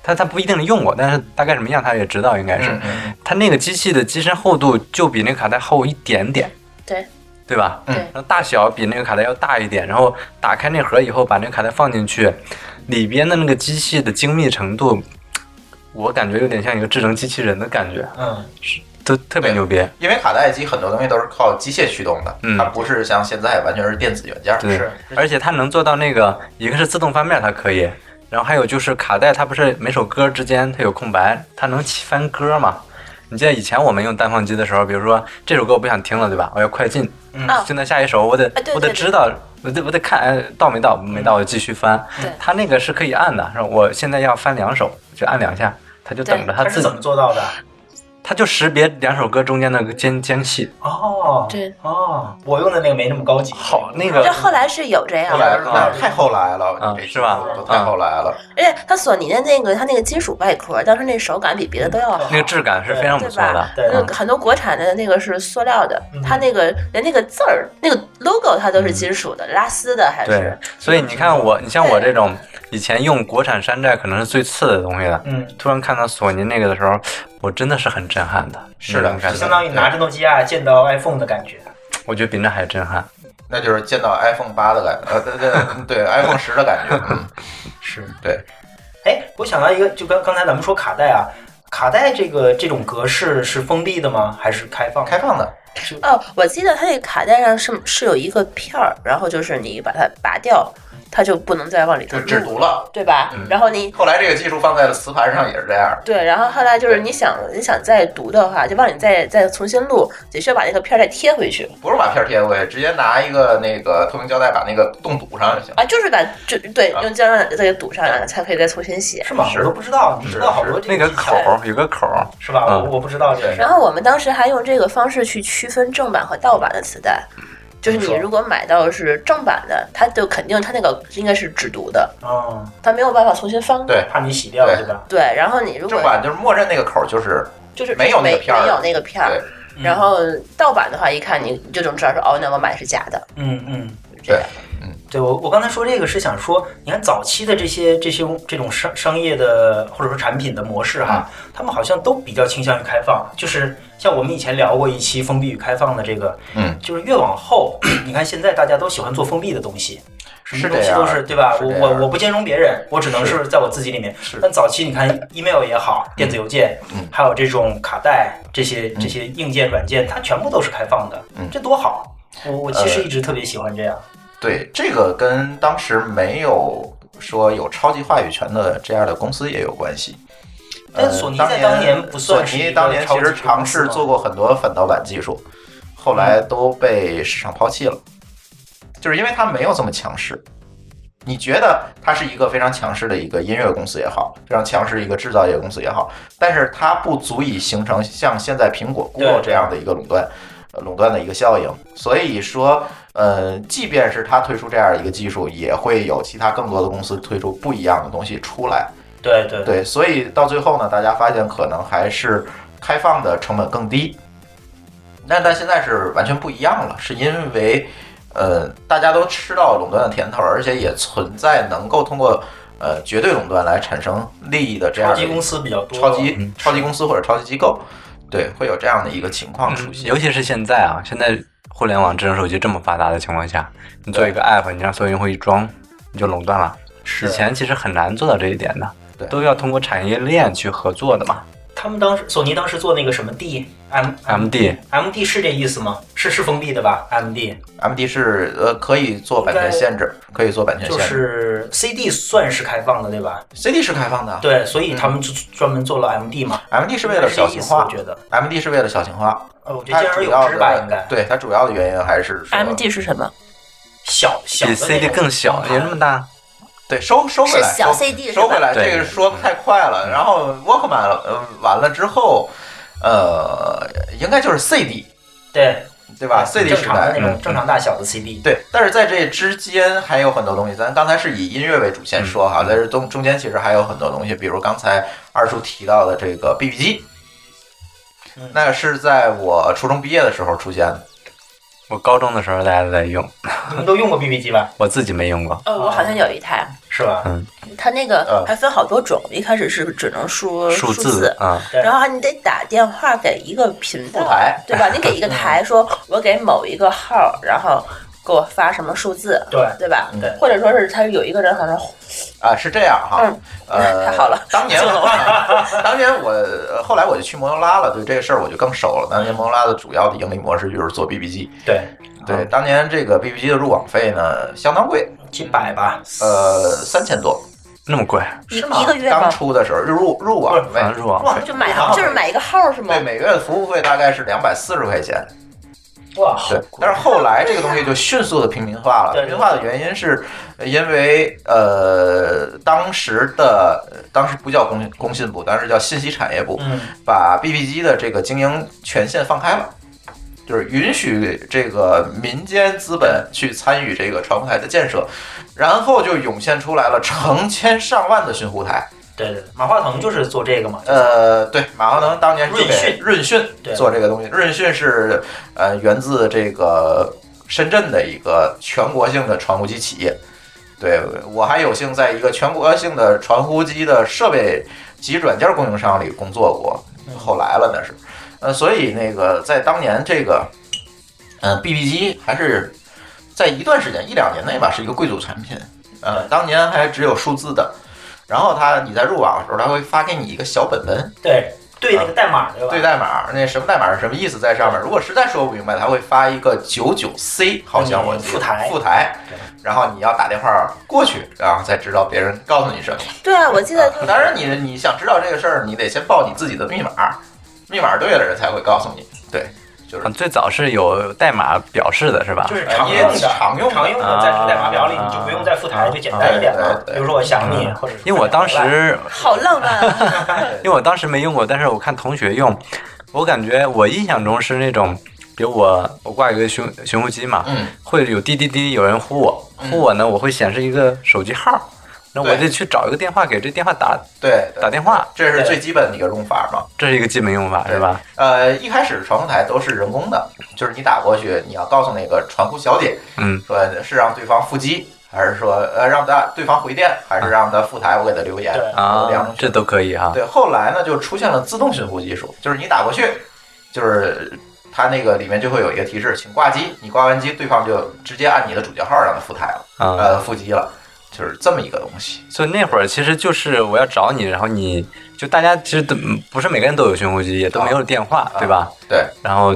[SPEAKER 3] 他他不一定用过，但是大概什么样他也知道，应该是。
[SPEAKER 1] 嗯嗯
[SPEAKER 3] 它那个机器的机身厚度就比那个卡带厚一点点，
[SPEAKER 2] 对
[SPEAKER 3] 对吧？
[SPEAKER 1] 嗯
[SPEAKER 2] 对
[SPEAKER 3] 然后大小比那个卡带要大一点，然后打开那盒以后，把那个卡带放进去，里边的那个机器的精密程度，我感觉有点像一个智能机器人的感觉，
[SPEAKER 4] 嗯，
[SPEAKER 3] 都特别
[SPEAKER 1] 对
[SPEAKER 3] 牛逼。
[SPEAKER 1] 因为卡带机很多东西都是靠机械驱动的，
[SPEAKER 3] 嗯
[SPEAKER 1] 它不是像现在完全是电子元件。
[SPEAKER 3] 对
[SPEAKER 4] 是，
[SPEAKER 3] 而且它能做到那个，一个是自动翻面，它可以，然后还有就是卡带，它不是每首歌之间它有空白，它能起翻歌嘛？你记得以前我们用单放机的时候，比如说这首歌我不想听了，对吧？我要快进，
[SPEAKER 4] 嗯
[SPEAKER 2] 啊
[SPEAKER 3] 现在下一首我得、
[SPEAKER 2] 对对
[SPEAKER 3] 我得
[SPEAKER 2] 对
[SPEAKER 3] 知道，我得我得看哎到没到，没到我就继续翻。
[SPEAKER 2] 对
[SPEAKER 3] 它那个是可以按的，然后我现在要翻两首，就按两下，它就等着它
[SPEAKER 4] 它
[SPEAKER 3] 自己
[SPEAKER 4] 是怎，么做到的？
[SPEAKER 3] 它就识别两首歌中间的间间隙。
[SPEAKER 4] 哦，
[SPEAKER 2] 对，
[SPEAKER 4] 哦，我用的那个没那么高级。
[SPEAKER 3] 好，那
[SPEAKER 2] 这
[SPEAKER 3] 个
[SPEAKER 2] 后来是有
[SPEAKER 4] 哎
[SPEAKER 2] 这样
[SPEAKER 1] 后来
[SPEAKER 2] 的，
[SPEAKER 1] 那太后来了，
[SPEAKER 3] 啊
[SPEAKER 1] 你这
[SPEAKER 3] 是吧
[SPEAKER 1] 都太后来了。
[SPEAKER 2] 而且它索尼的那个它那个金属外壳，当时那手感比别的都要好。
[SPEAKER 3] 那个质感是非常不错的。
[SPEAKER 4] 哦对
[SPEAKER 2] 那个很多国产的那个是塑料的，
[SPEAKER 4] 嗯
[SPEAKER 2] 它那个连那个字儿、那个 logo 它都是金属的，拉丝的还
[SPEAKER 3] 嗯对
[SPEAKER 2] 是，
[SPEAKER 3] 所以你看我，你像我这种以前用国产山寨可能是最次的东西了，
[SPEAKER 4] 嗯，
[SPEAKER 3] 突然看到索尼那个的时候，我真的是很震撼的。
[SPEAKER 1] 是的
[SPEAKER 3] 那种
[SPEAKER 1] 是
[SPEAKER 3] 感
[SPEAKER 1] 的
[SPEAKER 4] 嗯就
[SPEAKER 3] 觉
[SPEAKER 4] 相当于拿着诺基亚见到 iPhone 的感觉。
[SPEAKER 3] 我觉得比那还震撼。
[SPEAKER 1] 那就是见到 iPhone 八的感觉，呃，对对对，iPhone 十的感觉，嗯，
[SPEAKER 4] 是
[SPEAKER 1] 对。
[SPEAKER 4] 哎，我想到一个，就刚刚才咱们说卡带啊，卡带这个这种格式是封闭的吗？还是开放？
[SPEAKER 1] 开。放的，
[SPEAKER 2] 哦，我记得它那个卡带上是是有一个片儿，然后就是你把它拔掉，它就不能再往里头
[SPEAKER 1] 就只
[SPEAKER 2] 录，
[SPEAKER 1] 读了。嗯
[SPEAKER 2] 对吧？然后你
[SPEAKER 1] 后来这个技术放在了磁盘上也是这样，
[SPEAKER 2] 对，然后后来就是你想你想再读的话，就帮你再再重新录，得需要把那个片儿再贴回去
[SPEAKER 1] 不是把片儿贴过去，直接拿一个那个透明胶带把那个洞堵上就行。
[SPEAKER 2] 啊，就是把就对
[SPEAKER 1] 啊
[SPEAKER 2] 用胶带再给堵上，然后才可以再重新写。
[SPEAKER 4] 是吗？
[SPEAKER 1] 是
[SPEAKER 4] 我都不知道，你知道好多这
[SPEAKER 3] 那个
[SPEAKER 4] 技
[SPEAKER 3] 口
[SPEAKER 4] 巧
[SPEAKER 3] 儿有个口儿，
[SPEAKER 4] 是吧？
[SPEAKER 3] 嗯
[SPEAKER 4] 我我不知道这个事
[SPEAKER 2] 然
[SPEAKER 4] 儿。
[SPEAKER 2] 后我们当时还用这个方式去区分正版和盗版的磁带，就是你如果买到是正版的，它就肯定它那个应该是只读的，
[SPEAKER 4] 嗯，
[SPEAKER 2] 它没有办法重新翻过。
[SPEAKER 1] 啊对，
[SPEAKER 4] 怕你洗掉
[SPEAKER 1] 对
[SPEAKER 4] 对吧？
[SPEAKER 2] 对，然后你如
[SPEAKER 1] 正
[SPEAKER 2] 果
[SPEAKER 1] 版就是默认那个口儿就是
[SPEAKER 2] 就是
[SPEAKER 1] 没有那个
[SPEAKER 2] 没
[SPEAKER 1] 片儿
[SPEAKER 2] 没有那个片
[SPEAKER 1] 对
[SPEAKER 2] 儿，然后盗版的话，一看你就能知道说哦，那我买的是假的。
[SPEAKER 4] 嗯嗯，
[SPEAKER 1] 对，
[SPEAKER 4] 对我我刚才说这个是想说，你看早期的这些这些这种商商业的或者说产品的模式哈，
[SPEAKER 1] 嗯
[SPEAKER 4] 他们好像都比较倾向于开放，就是像我们以前聊过一期封闭与开放的这个，
[SPEAKER 1] 嗯，
[SPEAKER 4] 就是越往后，你看现在大家都喜欢做封闭的东西。什么
[SPEAKER 1] 是
[SPEAKER 4] 东
[SPEAKER 1] 这
[SPEAKER 4] 西
[SPEAKER 1] 样
[SPEAKER 4] 都是对吧？
[SPEAKER 1] 是
[SPEAKER 4] 我
[SPEAKER 1] 这
[SPEAKER 4] 我
[SPEAKER 1] 样
[SPEAKER 4] 我不兼容别人，我只能是在我自己里面。但早期你看 email 也好，电子邮件，
[SPEAKER 1] 嗯
[SPEAKER 4] 还有这种卡带这些这些硬件软件，它全部都是开放的，
[SPEAKER 1] 嗯
[SPEAKER 4] 这多好！我我其
[SPEAKER 1] 呃
[SPEAKER 4] 实一直特别喜欢这样。
[SPEAKER 1] 对，这个跟当时没有说有超级话语权的这样的公司也有关系。
[SPEAKER 4] 但
[SPEAKER 1] 呃
[SPEAKER 4] 索尼
[SPEAKER 1] 当
[SPEAKER 4] 在
[SPEAKER 1] 年
[SPEAKER 4] 当年不算是
[SPEAKER 1] 索
[SPEAKER 4] 一
[SPEAKER 1] 尼
[SPEAKER 4] 个
[SPEAKER 1] 当年
[SPEAKER 4] 超
[SPEAKER 1] 其
[SPEAKER 4] 级
[SPEAKER 1] 实
[SPEAKER 4] 公司
[SPEAKER 1] 尝试
[SPEAKER 4] 吗
[SPEAKER 1] 做过很多反盗版技术，后来都被市场抛弃了，就是因为它没有这么强势。你觉得它是一个非常强势的一个音乐公司也好，非常强势的一个制造业公司也好，但是它不足以形成像现在苹果、
[SPEAKER 4] 对
[SPEAKER 1] Google 这样的一个垄断。呃垄断的一个效应，所以说，呃，即便是它推出这样一个技术，也会有其他更多的公司推出不一样的东西出来。
[SPEAKER 4] 对对
[SPEAKER 1] 对，所以到最后呢，大家发现可能还是开放的成本更低。那但现在是完全不一样了，是因为呃，大家都吃到垄断的甜头，而且也存在能够通过呃绝对垄断来产生利益的这
[SPEAKER 4] 超
[SPEAKER 1] 样的
[SPEAKER 4] 级
[SPEAKER 1] 一个
[SPEAKER 4] 公司比较多，
[SPEAKER 1] 超级
[SPEAKER 3] 嗯
[SPEAKER 1] 超级公司或者超级机构，对，会有这样的一个情况出现。
[SPEAKER 3] 嗯尤其是现在啊，现在互联网、智能手机这么发达的情况下，你做一个 app，你让所有人会一装，你就垄断了。
[SPEAKER 4] 是
[SPEAKER 3] 以前其实很难做到这一点的
[SPEAKER 1] 对，
[SPEAKER 3] 都要通过产业链去合作的嘛。
[SPEAKER 4] 他们当时索尼当时做那个什么 D M
[SPEAKER 3] M D，
[SPEAKER 4] M D 是这意思吗？是是封闭的吧？M D
[SPEAKER 1] M D 是呃可以做版权限制，可以做版权
[SPEAKER 4] 就
[SPEAKER 1] 限制。
[SPEAKER 4] 是 C D 算是开放的对吧？
[SPEAKER 1] 嗯 C D 是开放的，嗯
[SPEAKER 4] 对，所以他们就专门做了 M D 嘛，
[SPEAKER 1] ，M D 是为了
[SPEAKER 4] 这
[SPEAKER 1] 小
[SPEAKER 4] 意
[SPEAKER 1] 型
[SPEAKER 4] 思
[SPEAKER 1] 化
[SPEAKER 4] 我觉得，
[SPEAKER 1] ，M D 是为了小型化，
[SPEAKER 4] 呃，我觉
[SPEAKER 1] 它
[SPEAKER 4] 得兼
[SPEAKER 1] 主
[SPEAKER 4] 而
[SPEAKER 1] 要
[SPEAKER 4] 有
[SPEAKER 1] 的
[SPEAKER 4] 之吧，应该
[SPEAKER 1] 对它主要的原因还是说
[SPEAKER 2] MD 是什么？
[SPEAKER 4] 小小
[SPEAKER 3] 比
[SPEAKER 4] 的
[SPEAKER 3] C D
[SPEAKER 4] 那种
[SPEAKER 3] 更小，也那么大。
[SPEAKER 1] 对收收回
[SPEAKER 5] 是
[SPEAKER 1] 来，
[SPEAKER 5] 小
[SPEAKER 1] 收
[SPEAKER 5] CD 是
[SPEAKER 1] 收回
[SPEAKER 5] 吧？
[SPEAKER 1] 来，
[SPEAKER 3] 对
[SPEAKER 1] 这个说得太快了。然后 Walkman 呃完了之后，呃，应该就是 CD
[SPEAKER 4] 对
[SPEAKER 1] 对吧？CD
[SPEAKER 4] 正
[SPEAKER 1] 时
[SPEAKER 4] 常的
[SPEAKER 1] 代嗯
[SPEAKER 4] 那，种正常大小的 C D，
[SPEAKER 1] 对，但是在这之间还有很多东西，咱刚才是以音乐为主
[SPEAKER 4] 嗯
[SPEAKER 1] 线说哈，在这中中间其实还有很多东西，比如刚才二叔提到的这个 BB 机
[SPEAKER 4] 嗯，
[SPEAKER 1] 那是在我初中毕业的时候出现的。
[SPEAKER 3] 我高中的时候大家都在用，
[SPEAKER 4] 你们都用过 B B 机吧？
[SPEAKER 3] 我自己没用过。
[SPEAKER 2] 哦，我好像有一台，
[SPEAKER 4] 是吧？
[SPEAKER 2] 它那
[SPEAKER 1] 嗯
[SPEAKER 2] 个还分好多种，一开始是只能输
[SPEAKER 3] 数
[SPEAKER 2] 字
[SPEAKER 3] 字
[SPEAKER 4] 嗯
[SPEAKER 3] 啊，
[SPEAKER 4] 对
[SPEAKER 2] 然后你得打电话给一个频道
[SPEAKER 1] 副台，嗯
[SPEAKER 2] 对吧？你给一个台说，我给某一个号，然后给我发什么数字，
[SPEAKER 4] 对
[SPEAKER 2] 对吧？
[SPEAKER 4] 对
[SPEAKER 1] 嗯
[SPEAKER 2] 或者说是他有一个人好像
[SPEAKER 1] 啊，是这样哈，
[SPEAKER 2] 嗯
[SPEAKER 1] 呃，
[SPEAKER 2] 太好了
[SPEAKER 1] 当年我，当年我呃后来我就去摩托罗拉了，对这个事儿我就更熟了。当年摩托罗拉的主要的盈利模式就是做 BB 机，
[SPEAKER 4] 对，
[SPEAKER 3] 嗯
[SPEAKER 1] 对，当年这个 BB 机的入网费呢相当贵，
[SPEAKER 4] 几百吧，
[SPEAKER 1] 呃，三千多，
[SPEAKER 3] 那么贵，
[SPEAKER 2] 一一个月
[SPEAKER 1] 刚
[SPEAKER 2] 吧，
[SPEAKER 1] 出的时候入入网费
[SPEAKER 3] 反，正入网
[SPEAKER 1] 哇
[SPEAKER 2] 就买就是买一个号是吗
[SPEAKER 1] 对，？每个月的服务费大概是两百四十块钱，
[SPEAKER 4] 哇，
[SPEAKER 1] 对。但是后来这个东西就迅速的平民化了。
[SPEAKER 4] 对
[SPEAKER 1] 平民化的原因是因为呃，当时的呃当时不叫工工信部，当时叫信息产业部，
[SPEAKER 4] 嗯，
[SPEAKER 1] 把 BB 机的这个经营权限放开了，就是允许这个民间资本去参与这个传呼台的建设，然后就涌现出来了成千上万的寻呼台。
[SPEAKER 4] 对对，对马化腾就是做这个嘛，
[SPEAKER 1] 呃，对，马化腾当年是给润迅
[SPEAKER 4] 对
[SPEAKER 1] 做这个东西，润迅是呃源自这个深圳的一个全国性的传呼机企业。对我还有幸在一个全国性的传呼机的设备及软件供应商里工作过，后来了那是，呃，所以那个在当年这个，嗯、BB 机还是在一段时间一两年内吧，是一个贵族产品，呃，当年还只有数字的，然后它你在入网的时候，它会发给你一个小本本，
[SPEAKER 4] 对对那个代码对吧？
[SPEAKER 1] 啊对代码，那什么代码是什么意思在上面。如果实在说不明白，他会发一个九九 C，好像我记得
[SPEAKER 4] 嗯副台
[SPEAKER 1] 副台，然后你要打电话过去，然后才知道别人告诉你什么。
[SPEAKER 2] 对啊，我记得
[SPEAKER 1] 啊当然你，你想知道这个事儿，你得先报你自己的密码，密码对了，人才会告诉你。对，就是
[SPEAKER 3] 啊最早是有代码表示的是吧？啊
[SPEAKER 4] 就是
[SPEAKER 1] 常
[SPEAKER 4] 常
[SPEAKER 1] 用
[SPEAKER 4] 用
[SPEAKER 1] 的
[SPEAKER 4] 的、
[SPEAKER 1] 常用的啊
[SPEAKER 4] 常用的，在代码表里你就不用再复台，就简单一点
[SPEAKER 1] 对
[SPEAKER 4] 嘛
[SPEAKER 1] 对。对嗯
[SPEAKER 4] 比如说我想你，或者是
[SPEAKER 3] 因为我当时
[SPEAKER 2] 好浪漫啊，
[SPEAKER 3] 因为我当时没用过，但是我看同学用，我感觉我印象中是那种，比如我我挂一个寻寻呼机嘛，
[SPEAKER 1] 嗯
[SPEAKER 3] 会有滴滴滴有人呼我，呼我呢，我会显示一个手机号，那我
[SPEAKER 1] 对
[SPEAKER 3] 就去找一个电话给这电话打
[SPEAKER 1] 对，
[SPEAKER 3] 打电话，
[SPEAKER 1] 这是最基本的一个用法嘛。
[SPEAKER 3] 这是一个基本用法
[SPEAKER 1] 对
[SPEAKER 3] 是吧？
[SPEAKER 1] 呃，一开始传呼台都是人工的，就是你打过去，你要告诉那个传呼小姐，
[SPEAKER 3] 嗯，
[SPEAKER 1] 说是让对方腹肌，还是说呃让他对方回电，还是让他复台，我给他留言
[SPEAKER 4] 对
[SPEAKER 1] 有两
[SPEAKER 3] 啊
[SPEAKER 1] 种，
[SPEAKER 3] 这都可以啊，
[SPEAKER 1] 对。后来呢，就出现了自动寻呼技术，就是你打过去，就是它那个里面就会有一个提示，请挂机。你挂完机，对方就直接按你的主角号让他复台了，
[SPEAKER 3] 啊，
[SPEAKER 1] 呃，腹肌了，就是这么一个东西。
[SPEAKER 3] 所以那会儿其实就是我要找你，然后你就大家其实都不是每个人都有寻呼机，也都没
[SPEAKER 1] 啊
[SPEAKER 3] 有电话，对吧？
[SPEAKER 1] 对，
[SPEAKER 3] 然后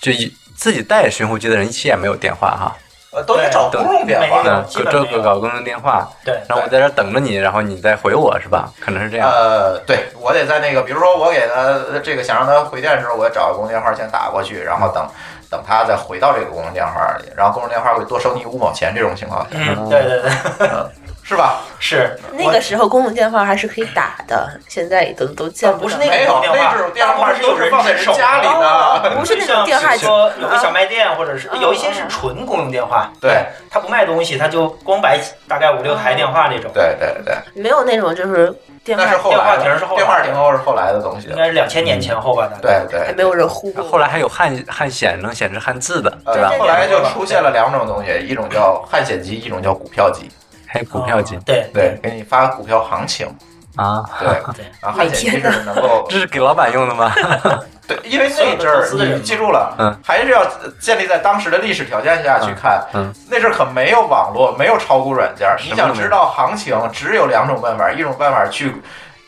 [SPEAKER 3] 就一自己带寻呼机的人，其实也没有电话哈。
[SPEAKER 1] 呃，都得找公用电话
[SPEAKER 4] 对。
[SPEAKER 3] 嗯，搞
[SPEAKER 4] 基本
[SPEAKER 3] 这
[SPEAKER 4] 没有
[SPEAKER 3] 个搞公众电话，
[SPEAKER 4] 对
[SPEAKER 3] 然后我在这儿等着你，然后你再回我是吧？可能是这样。
[SPEAKER 1] 呃，对我得在那个，比如说我给他这个想让他回电的时候，我找个公用电话先打过去，然后等等它再回到这个公用电话里，然后公用电话会多收你五毛钱这种情况下，
[SPEAKER 4] 嗯，对对对，
[SPEAKER 1] 是吧？
[SPEAKER 4] 是
[SPEAKER 2] 那个时候公用电话还是可以打的，现在都都见
[SPEAKER 4] 不是
[SPEAKER 2] 到
[SPEAKER 4] 那个
[SPEAKER 1] 没有，那种电话都是放在人家里
[SPEAKER 4] 哦
[SPEAKER 1] 的。
[SPEAKER 2] 哦不是那种
[SPEAKER 4] 像
[SPEAKER 2] 电啊话
[SPEAKER 4] 比如说有个小卖店，或者
[SPEAKER 2] 嗯
[SPEAKER 4] 是有一些是纯公用电话，
[SPEAKER 1] 对，
[SPEAKER 4] 他不卖东西，他就光摆大概五六
[SPEAKER 2] 嗯
[SPEAKER 4] 台电话这种，
[SPEAKER 1] 对对对，
[SPEAKER 2] 没有那种就是电
[SPEAKER 1] 那是
[SPEAKER 2] 话
[SPEAKER 1] 后来
[SPEAKER 4] 电话亭
[SPEAKER 1] 的
[SPEAKER 4] 是后来
[SPEAKER 1] 电话亭后是后来的东西嗯
[SPEAKER 4] 应。该是两千年前后吧，大概。
[SPEAKER 1] 对
[SPEAKER 2] 还
[SPEAKER 1] 对，
[SPEAKER 2] 没有人呼过。
[SPEAKER 3] 后来还有汉汉显能显示汉字的，对
[SPEAKER 1] 呃
[SPEAKER 3] 吧，？
[SPEAKER 1] 后来就出现了两种东西，一种叫汉显机，一种叫股票机。
[SPEAKER 3] 还有股票机
[SPEAKER 4] 哦对
[SPEAKER 1] 对，给你发股票行情。
[SPEAKER 3] 啊，
[SPEAKER 1] 对，然后汉显机是能够
[SPEAKER 3] 这是给老板用的吗？
[SPEAKER 1] 对，因为那阵儿你记住了，
[SPEAKER 3] 嗯
[SPEAKER 1] 还是要建立在当时的历史条件下去看。
[SPEAKER 3] 嗯嗯
[SPEAKER 1] 那阵儿可没有网络，没有炒股软件儿，
[SPEAKER 3] 什
[SPEAKER 1] 你
[SPEAKER 3] 么都没有
[SPEAKER 1] 想知道行情，只有两种办法，一种办法去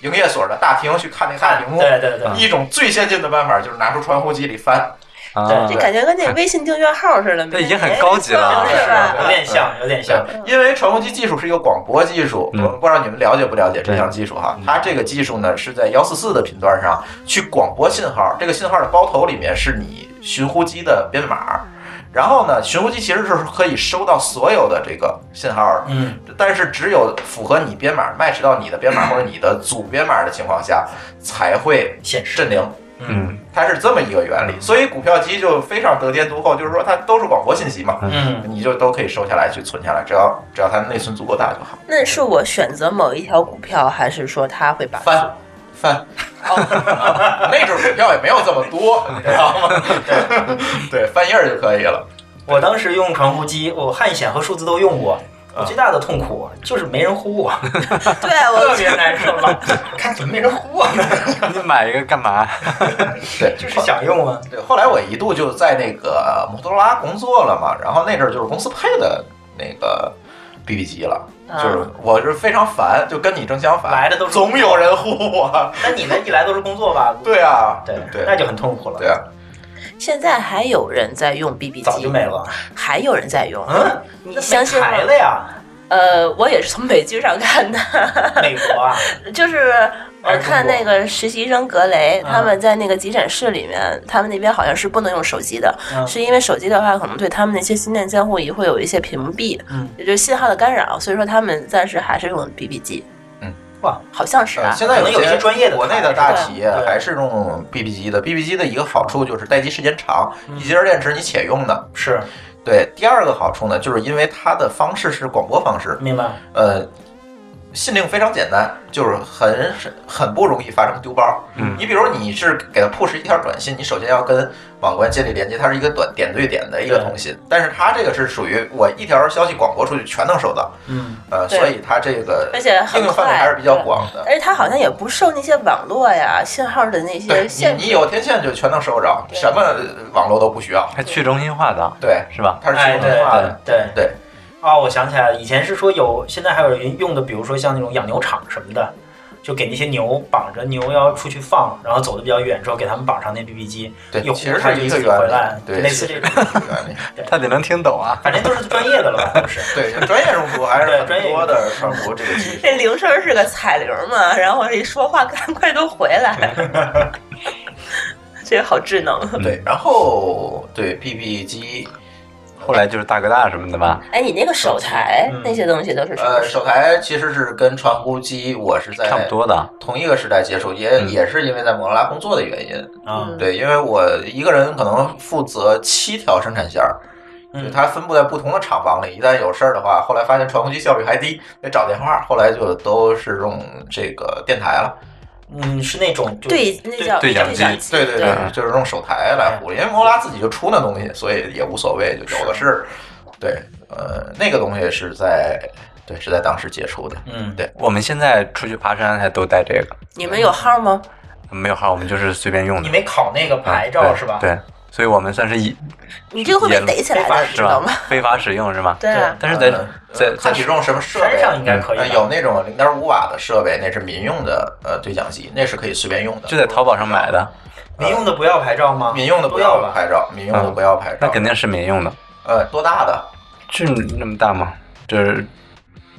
[SPEAKER 1] 营业所的大厅去看那个大
[SPEAKER 4] 看
[SPEAKER 1] 屏幕，
[SPEAKER 4] 对对对，
[SPEAKER 1] 一种最先进的办法就是拿出传呼机里翻。
[SPEAKER 3] 啊
[SPEAKER 2] 这，感觉跟那微信订阅号似的，
[SPEAKER 3] 这已经很高级了啊
[SPEAKER 2] 哎是吧？嗯
[SPEAKER 4] 有点像，有点像。
[SPEAKER 1] 因为传呼机技术是一个广播技术，
[SPEAKER 3] 嗯
[SPEAKER 1] 我不知道你们了解不了解这项技术哈。它这个技术呢是在幺四四的频段上去广播信号，这个信号的包头里面是你寻呼机的编码。然后呢，寻呼机其实是可以收到所有的这个信号的，
[SPEAKER 4] 嗯，
[SPEAKER 1] 但是只有符合你编码 match 到你的编码或者你的组编码的情况下，才会
[SPEAKER 4] 显示
[SPEAKER 1] 振铃。
[SPEAKER 3] 嗯
[SPEAKER 1] 它是这么一个原理，所以股票机就非常得天独厚，就是说它都是广播信息嘛，
[SPEAKER 4] 嗯，
[SPEAKER 1] 你就都可以收下来去存下来，只要只要它内存足够大就好。
[SPEAKER 2] 那是我选择某一条股票，还是说他会把
[SPEAKER 1] 翻翻，那阵儿股票也没有这么多，你知道吗？ 对，翻页儿就可以了。
[SPEAKER 4] 我当时用传呼机，我汉显和数字都用过。
[SPEAKER 1] 嗯
[SPEAKER 4] 我最大的痛苦就是没人呼我，
[SPEAKER 2] 对
[SPEAKER 4] 特
[SPEAKER 2] 我
[SPEAKER 4] 别难受 了。看怎么没人呼我呢？
[SPEAKER 3] 你买一个干嘛？
[SPEAKER 1] 对，
[SPEAKER 4] 就是想用啊。
[SPEAKER 1] 对。后来我一度就在那个摩托罗拉工作了嘛，然后那阵儿就是公司配的那个 BB 机了，
[SPEAKER 2] 啊
[SPEAKER 1] 就是我是非常烦，就跟你正相反，
[SPEAKER 4] 来的都是
[SPEAKER 1] 总有人呼我。
[SPEAKER 4] 那你们一来都是工作吧？
[SPEAKER 1] 对啊，
[SPEAKER 4] 对
[SPEAKER 1] 对
[SPEAKER 4] 那就很痛苦了。
[SPEAKER 1] 对，啊，
[SPEAKER 2] 现在还有人在用 BB
[SPEAKER 4] 早就
[SPEAKER 2] 机，
[SPEAKER 4] 没了。
[SPEAKER 2] 还有人在用。
[SPEAKER 4] 嗯，
[SPEAKER 2] 你相信吗
[SPEAKER 4] 那没台了呀？
[SPEAKER 2] 呃，我也是从美剧上看的，
[SPEAKER 4] 美国啊，
[SPEAKER 2] 就是我
[SPEAKER 4] 哎嗯
[SPEAKER 2] 看那个实习医生格雷，他们在那个急诊室里面，他们那边好像是不能用手机的，
[SPEAKER 4] 嗯
[SPEAKER 2] 是因为手机的话，可能对他们那些心电监护仪会有一些屏蔽，
[SPEAKER 4] 嗯
[SPEAKER 2] 也就是信号的干扰，所以说他们暂时还是用 BB 机。
[SPEAKER 1] 嗯，
[SPEAKER 4] 哇，
[SPEAKER 2] 好像是啊，
[SPEAKER 1] 现在
[SPEAKER 4] 可能有一些专业的
[SPEAKER 1] 国内的大
[SPEAKER 2] 台是吧
[SPEAKER 1] 企业
[SPEAKER 4] 对
[SPEAKER 1] 还是用 BB 机的。BB 机的一个好处就是待机时间长，一节电池你且用呢。
[SPEAKER 4] 嗯是
[SPEAKER 1] 对，第二个好处呢，就是因为它的方式是广播方式，
[SPEAKER 4] 明白。
[SPEAKER 1] 呃，信令非常简单，就是很很不容易发生丢包。
[SPEAKER 3] 嗯
[SPEAKER 1] 你比如你是给它 push 一条短信，你首先要跟网关建立连接，它是一个短点对点的一个通信，但是它这个是属于我一条消息广播出去全能收到，
[SPEAKER 4] 嗯，
[SPEAKER 1] 呃，
[SPEAKER 2] 对
[SPEAKER 1] 所以它这个
[SPEAKER 2] 而且很
[SPEAKER 1] 应用范围
[SPEAKER 2] 快
[SPEAKER 1] 还是比较
[SPEAKER 2] 对
[SPEAKER 1] 广的。
[SPEAKER 2] 而且它好像也不受那些网络呀、信号的那
[SPEAKER 1] 对
[SPEAKER 2] 些
[SPEAKER 1] 你，
[SPEAKER 2] 限
[SPEAKER 1] 你
[SPEAKER 2] 制。
[SPEAKER 1] 有天线就全能收着，什么网络都不需要。
[SPEAKER 3] 还去中心化的，
[SPEAKER 1] 对，
[SPEAKER 3] 是吧？
[SPEAKER 1] 它是去
[SPEAKER 4] 哎，
[SPEAKER 1] 中心化
[SPEAKER 4] 对
[SPEAKER 1] 的。
[SPEAKER 4] 对
[SPEAKER 1] 对，
[SPEAKER 4] 啊，我想起来了，以前是说有，现在还有人用的，比如说像那种养牛场什么的，就给那些牛绑着牛要出去放，然后走的比较远之后，给他们绑上那 BB 机，
[SPEAKER 1] 对
[SPEAKER 4] 一会儿
[SPEAKER 1] 其实
[SPEAKER 4] 它
[SPEAKER 1] 是一
[SPEAKER 4] 就
[SPEAKER 1] 个
[SPEAKER 4] 自己回
[SPEAKER 1] 原理
[SPEAKER 4] 来，
[SPEAKER 1] 对
[SPEAKER 4] 类似这种，
[SPEAKER 1] 原理
[SPEAKER 3] 他得能听懂啊。
[SPEAKER 4] 反正都是专业的了吧，都是。
[SPEAKER 1] 对，专业用途还是
[SPEAKER 4] 对
[SPEAKER 1] 很
[SPEAKER 4] 专业
[SPEAKER 1] 多的传播这个技术。
[SPEAKER 2] 这铃声是个彩铃嘛， 然后一说话，赶快都回来。 这个好智能。
[SPEAKER 1] 对，然后对 BB 机，
[SPEAKER 3] 后来就是大哥大什么的吧，
[SPEAKER 2] 哎，你那个手台
[SPEAKER 4] 嗯
[SPEAKER 2] 那些东西都是什么
[SPEAKER 1] 呃，？手台其实是跟传呼机，我是在
[SPEAKER 3] 差不多的。
[SPEAKER 1] 同一个时代接触，也
[SPEAKER 3] 嗯
[SPEAKER 1] 也是因为在摩托罗拉工作的原因。
[SPEAKER 4] 啊，
[SPEAKER 2] 嗯
[SPEAKER 1] 对，因为我一个人可能负责七条生产线儿，就
[SPEAKER 4] 嗯，
[SPEAKER 1] 它分布在不同的厂房里。一旦有事儿的话，后来发现传呼机效率还低，得找电话，后来就都是用这个电台了。
[SPEAKER 4] 嗯是那种就
[SPEAKER 2] 对，那叫
[SPEAKER 3] 对讲
[SPEAKER 2] 讲
[SPEAKER 3] 机
[SPEAKER 2] 机。
[SPEAKER 1] 对对
[SPEAKER 2] 对
[SPEAKER 1] 对，就是用手台来糊，因为摩托罗拉自己就出那东西，所以也无所谓，就有的是。对，呃，那个东西是在对是在当时接触的。
[SPEAKER 4] 嗯
[SPEAKER 1] 对
[SPEAKER 3] 我们现在出去爬山还都带这个，
[SPEAKER 2] 你们有号吗？
[SPEAKER 3] 没有号，我们就是随便用的
[SPEAKER 4] 你。没考那个
[SPEAKER 3] 啊
[SPEAKER 4] 牌照
[SPEAKER 3] 对
[SPEAKER 4] 是吧？，
[SPEAKER 3] 对，所以我们算是以
[SPEAKER 2] 你这个会被逮起来的，
[SPEAKER 4] 也非法
[SPEAKER 2] 知
[SPEAKER 3] 是
[SPEAKER 2] 道
[SPEAKER 3] 吧
[SPEAKER 2] 吗？？
[SPEAKER 3] 非法使用是吗？
[SPEAKER 2] 对啊
[SPEAKER 3] 但是在
[SPEAKER 1] 呃
[SPEAKER 3] 在
[SPEAKER 1] 看
[SPEAKER 3] 在
[SPEAKER 1] 你用什么设备
[SPEAKER 4] 山。上应该可以吧
[SPEAKER 1] 呃，有那种零点五瓦的设备，那是民用的呃对讲机，那是可以随便用的。呃
[SPEAKER 3] 就在淘宝上买的，
[SPEAKER 4] 民用的不要牌照吗？
[SPEAKER 1] 民用的不
[SPEAKER 4] 都要
[SPEAKER 1] 要
[SPEAKER 4] 吧？
[SPEAKER 1] 拍照，民用
[SPEAKER 3] 嗯
[SPEAKER 1] 的不要拍照。
[SPEAKER 3] 那肯定是民用的。
[SPEAKER 1] 呃，多大的？
[SPEAKER 3] 这那么大吗？这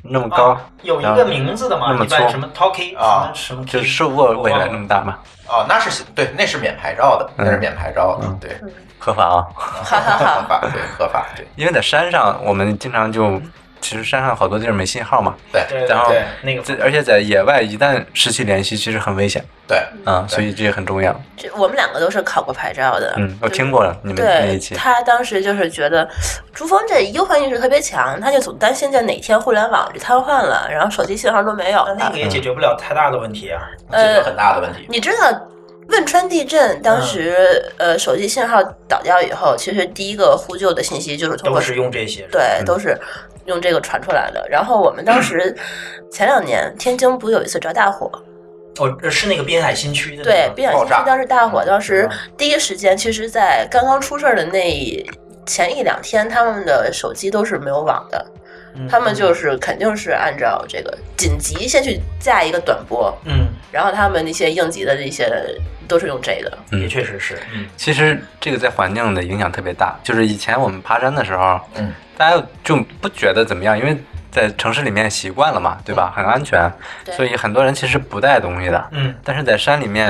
[SPEAKER 3] 那么高，
[SPEAKER 4] 啊有一
[SPEAKER 3] 然
[SPEAKER 4] 个
[SPEAKER 3] 后
[SPEAKER 4] 名字的嘛，
[SPEAKER 3] 那么
[SPEAKER 4] 一般
[SPEAKER 3] 粗
[SPEAKER 4] 什么 Talkie
[SPEAKER 1] 啊
[SPEAKER 4] 什么什么，
[SPEAKER 3] 就是手握未来那么大吗？
[SPEAKER 1] 哦，那是对，那是免牌照的，那
[SPEAKER 3] 嗯
[SPEAKER 1] 是免牌照的，对，
[SPEAKER 2] 嗯
[SPEAKER 3] 合 法啊，
[SPEAKER 2] 哈哈
[SPEAKER 1] 合
[SPEAKER 2] 哈。
[SPEAKER 1] 法，对，合法，对，
[SPEAKER 3] 因为在山上，我们经常就其实山上好多地儿没信号嘛，
[SPEAKER 1] 对，
[SPEAKER 4] 对对
[SPEAKER 3] 呃然后
[SPEAKER 4] 对那个
[SPEAKER 3] 这而且在野外一旦失去联系，其实很危险
[SPEAKER 1] 对，
[SPEAKER 3] 啊，所以这也很重要。
[SPEAKER 2] 这我们两个都是考过牌照的，
[SPEAKER 3] 嗯，我
[SPEAKER 2] 就是
[SPEAKER 3] 听过了你们那一
[SPEAKER 2] 对
[SPEAKER 3] 期，
[SPEAKER 2] 他当时就是觉得朱峰这忧患意识特别强，他就总担心这哪天互联网就瘫痪了，然后手机信号都没有
[SPEAKER 4] 那那
[SPEAKER 2] 了
[SPEAKER 4] 个。也解决不了太大的问题啊。
[SPEAKER 1] 这
[SPEAKER 2] 呃
[SPEAKER 1] 个，很大的问题，
[SPEAKER 2] 你知道汶川地震当时、
[SPEAKER 4] 嗯
[SPEAKER 2] 呃手机信号倒掉以后，其实第一个呼救的信息就是通
[SPEAKER 4] 都
[SPEAKER 2] 过
[SPEAKER 4] 是用这些，嗯
[SPEAKER 2] 对，都是用这个传出来的。然后我们当 时前两年天津不有一次着大火，
[SPEAKER 4] 哦，是那个滨海新区的那
[SPEAKER 2] 对
[SPEAKER 4] 个，
[SPEAKER 2] 滨海
[SPEAKER 1] 爆
[SPEAKER 2] 新区
[SPEAKER 1] 炸
[SPEAKER 2] 当时
[SPEAKER 4] 嗯
[SPEAKER 2] 大火，当时第一时间，其实，在刚刚出事儿的那一前一两天，他们的手机都是没有网的，
[SPEAKER 4] 嗯
[SPEAKER 2] 他们就是肯定是按照这个紧急先去架一个短波，
[SPEAKER 4] 嗯，
[SPEAKER 2] 然后他们那些应急的这些都是用这个。
[SPEAKER 3] 嗯
[SPEAKER 4] 也确实是，嗯，
[SPEAKER 3] 其实这个在环境的影响特别大。就是以前我们爬山的时候，
[SPEAKER 1] 嗯，
[SPEAKER 3] 大家就不觉得怎么样，因为在城市里面习惯了嘛，对
[SPEAKER 1] 嗯
[SPEAKER 3] 吧？很安全，
[SPEAKER 2] 对
[SPEAKER 3] 所以很多人其实不带东西的。
[SPEAKER 4] 嗯，
[SPEAKER 3] 但是在山里面，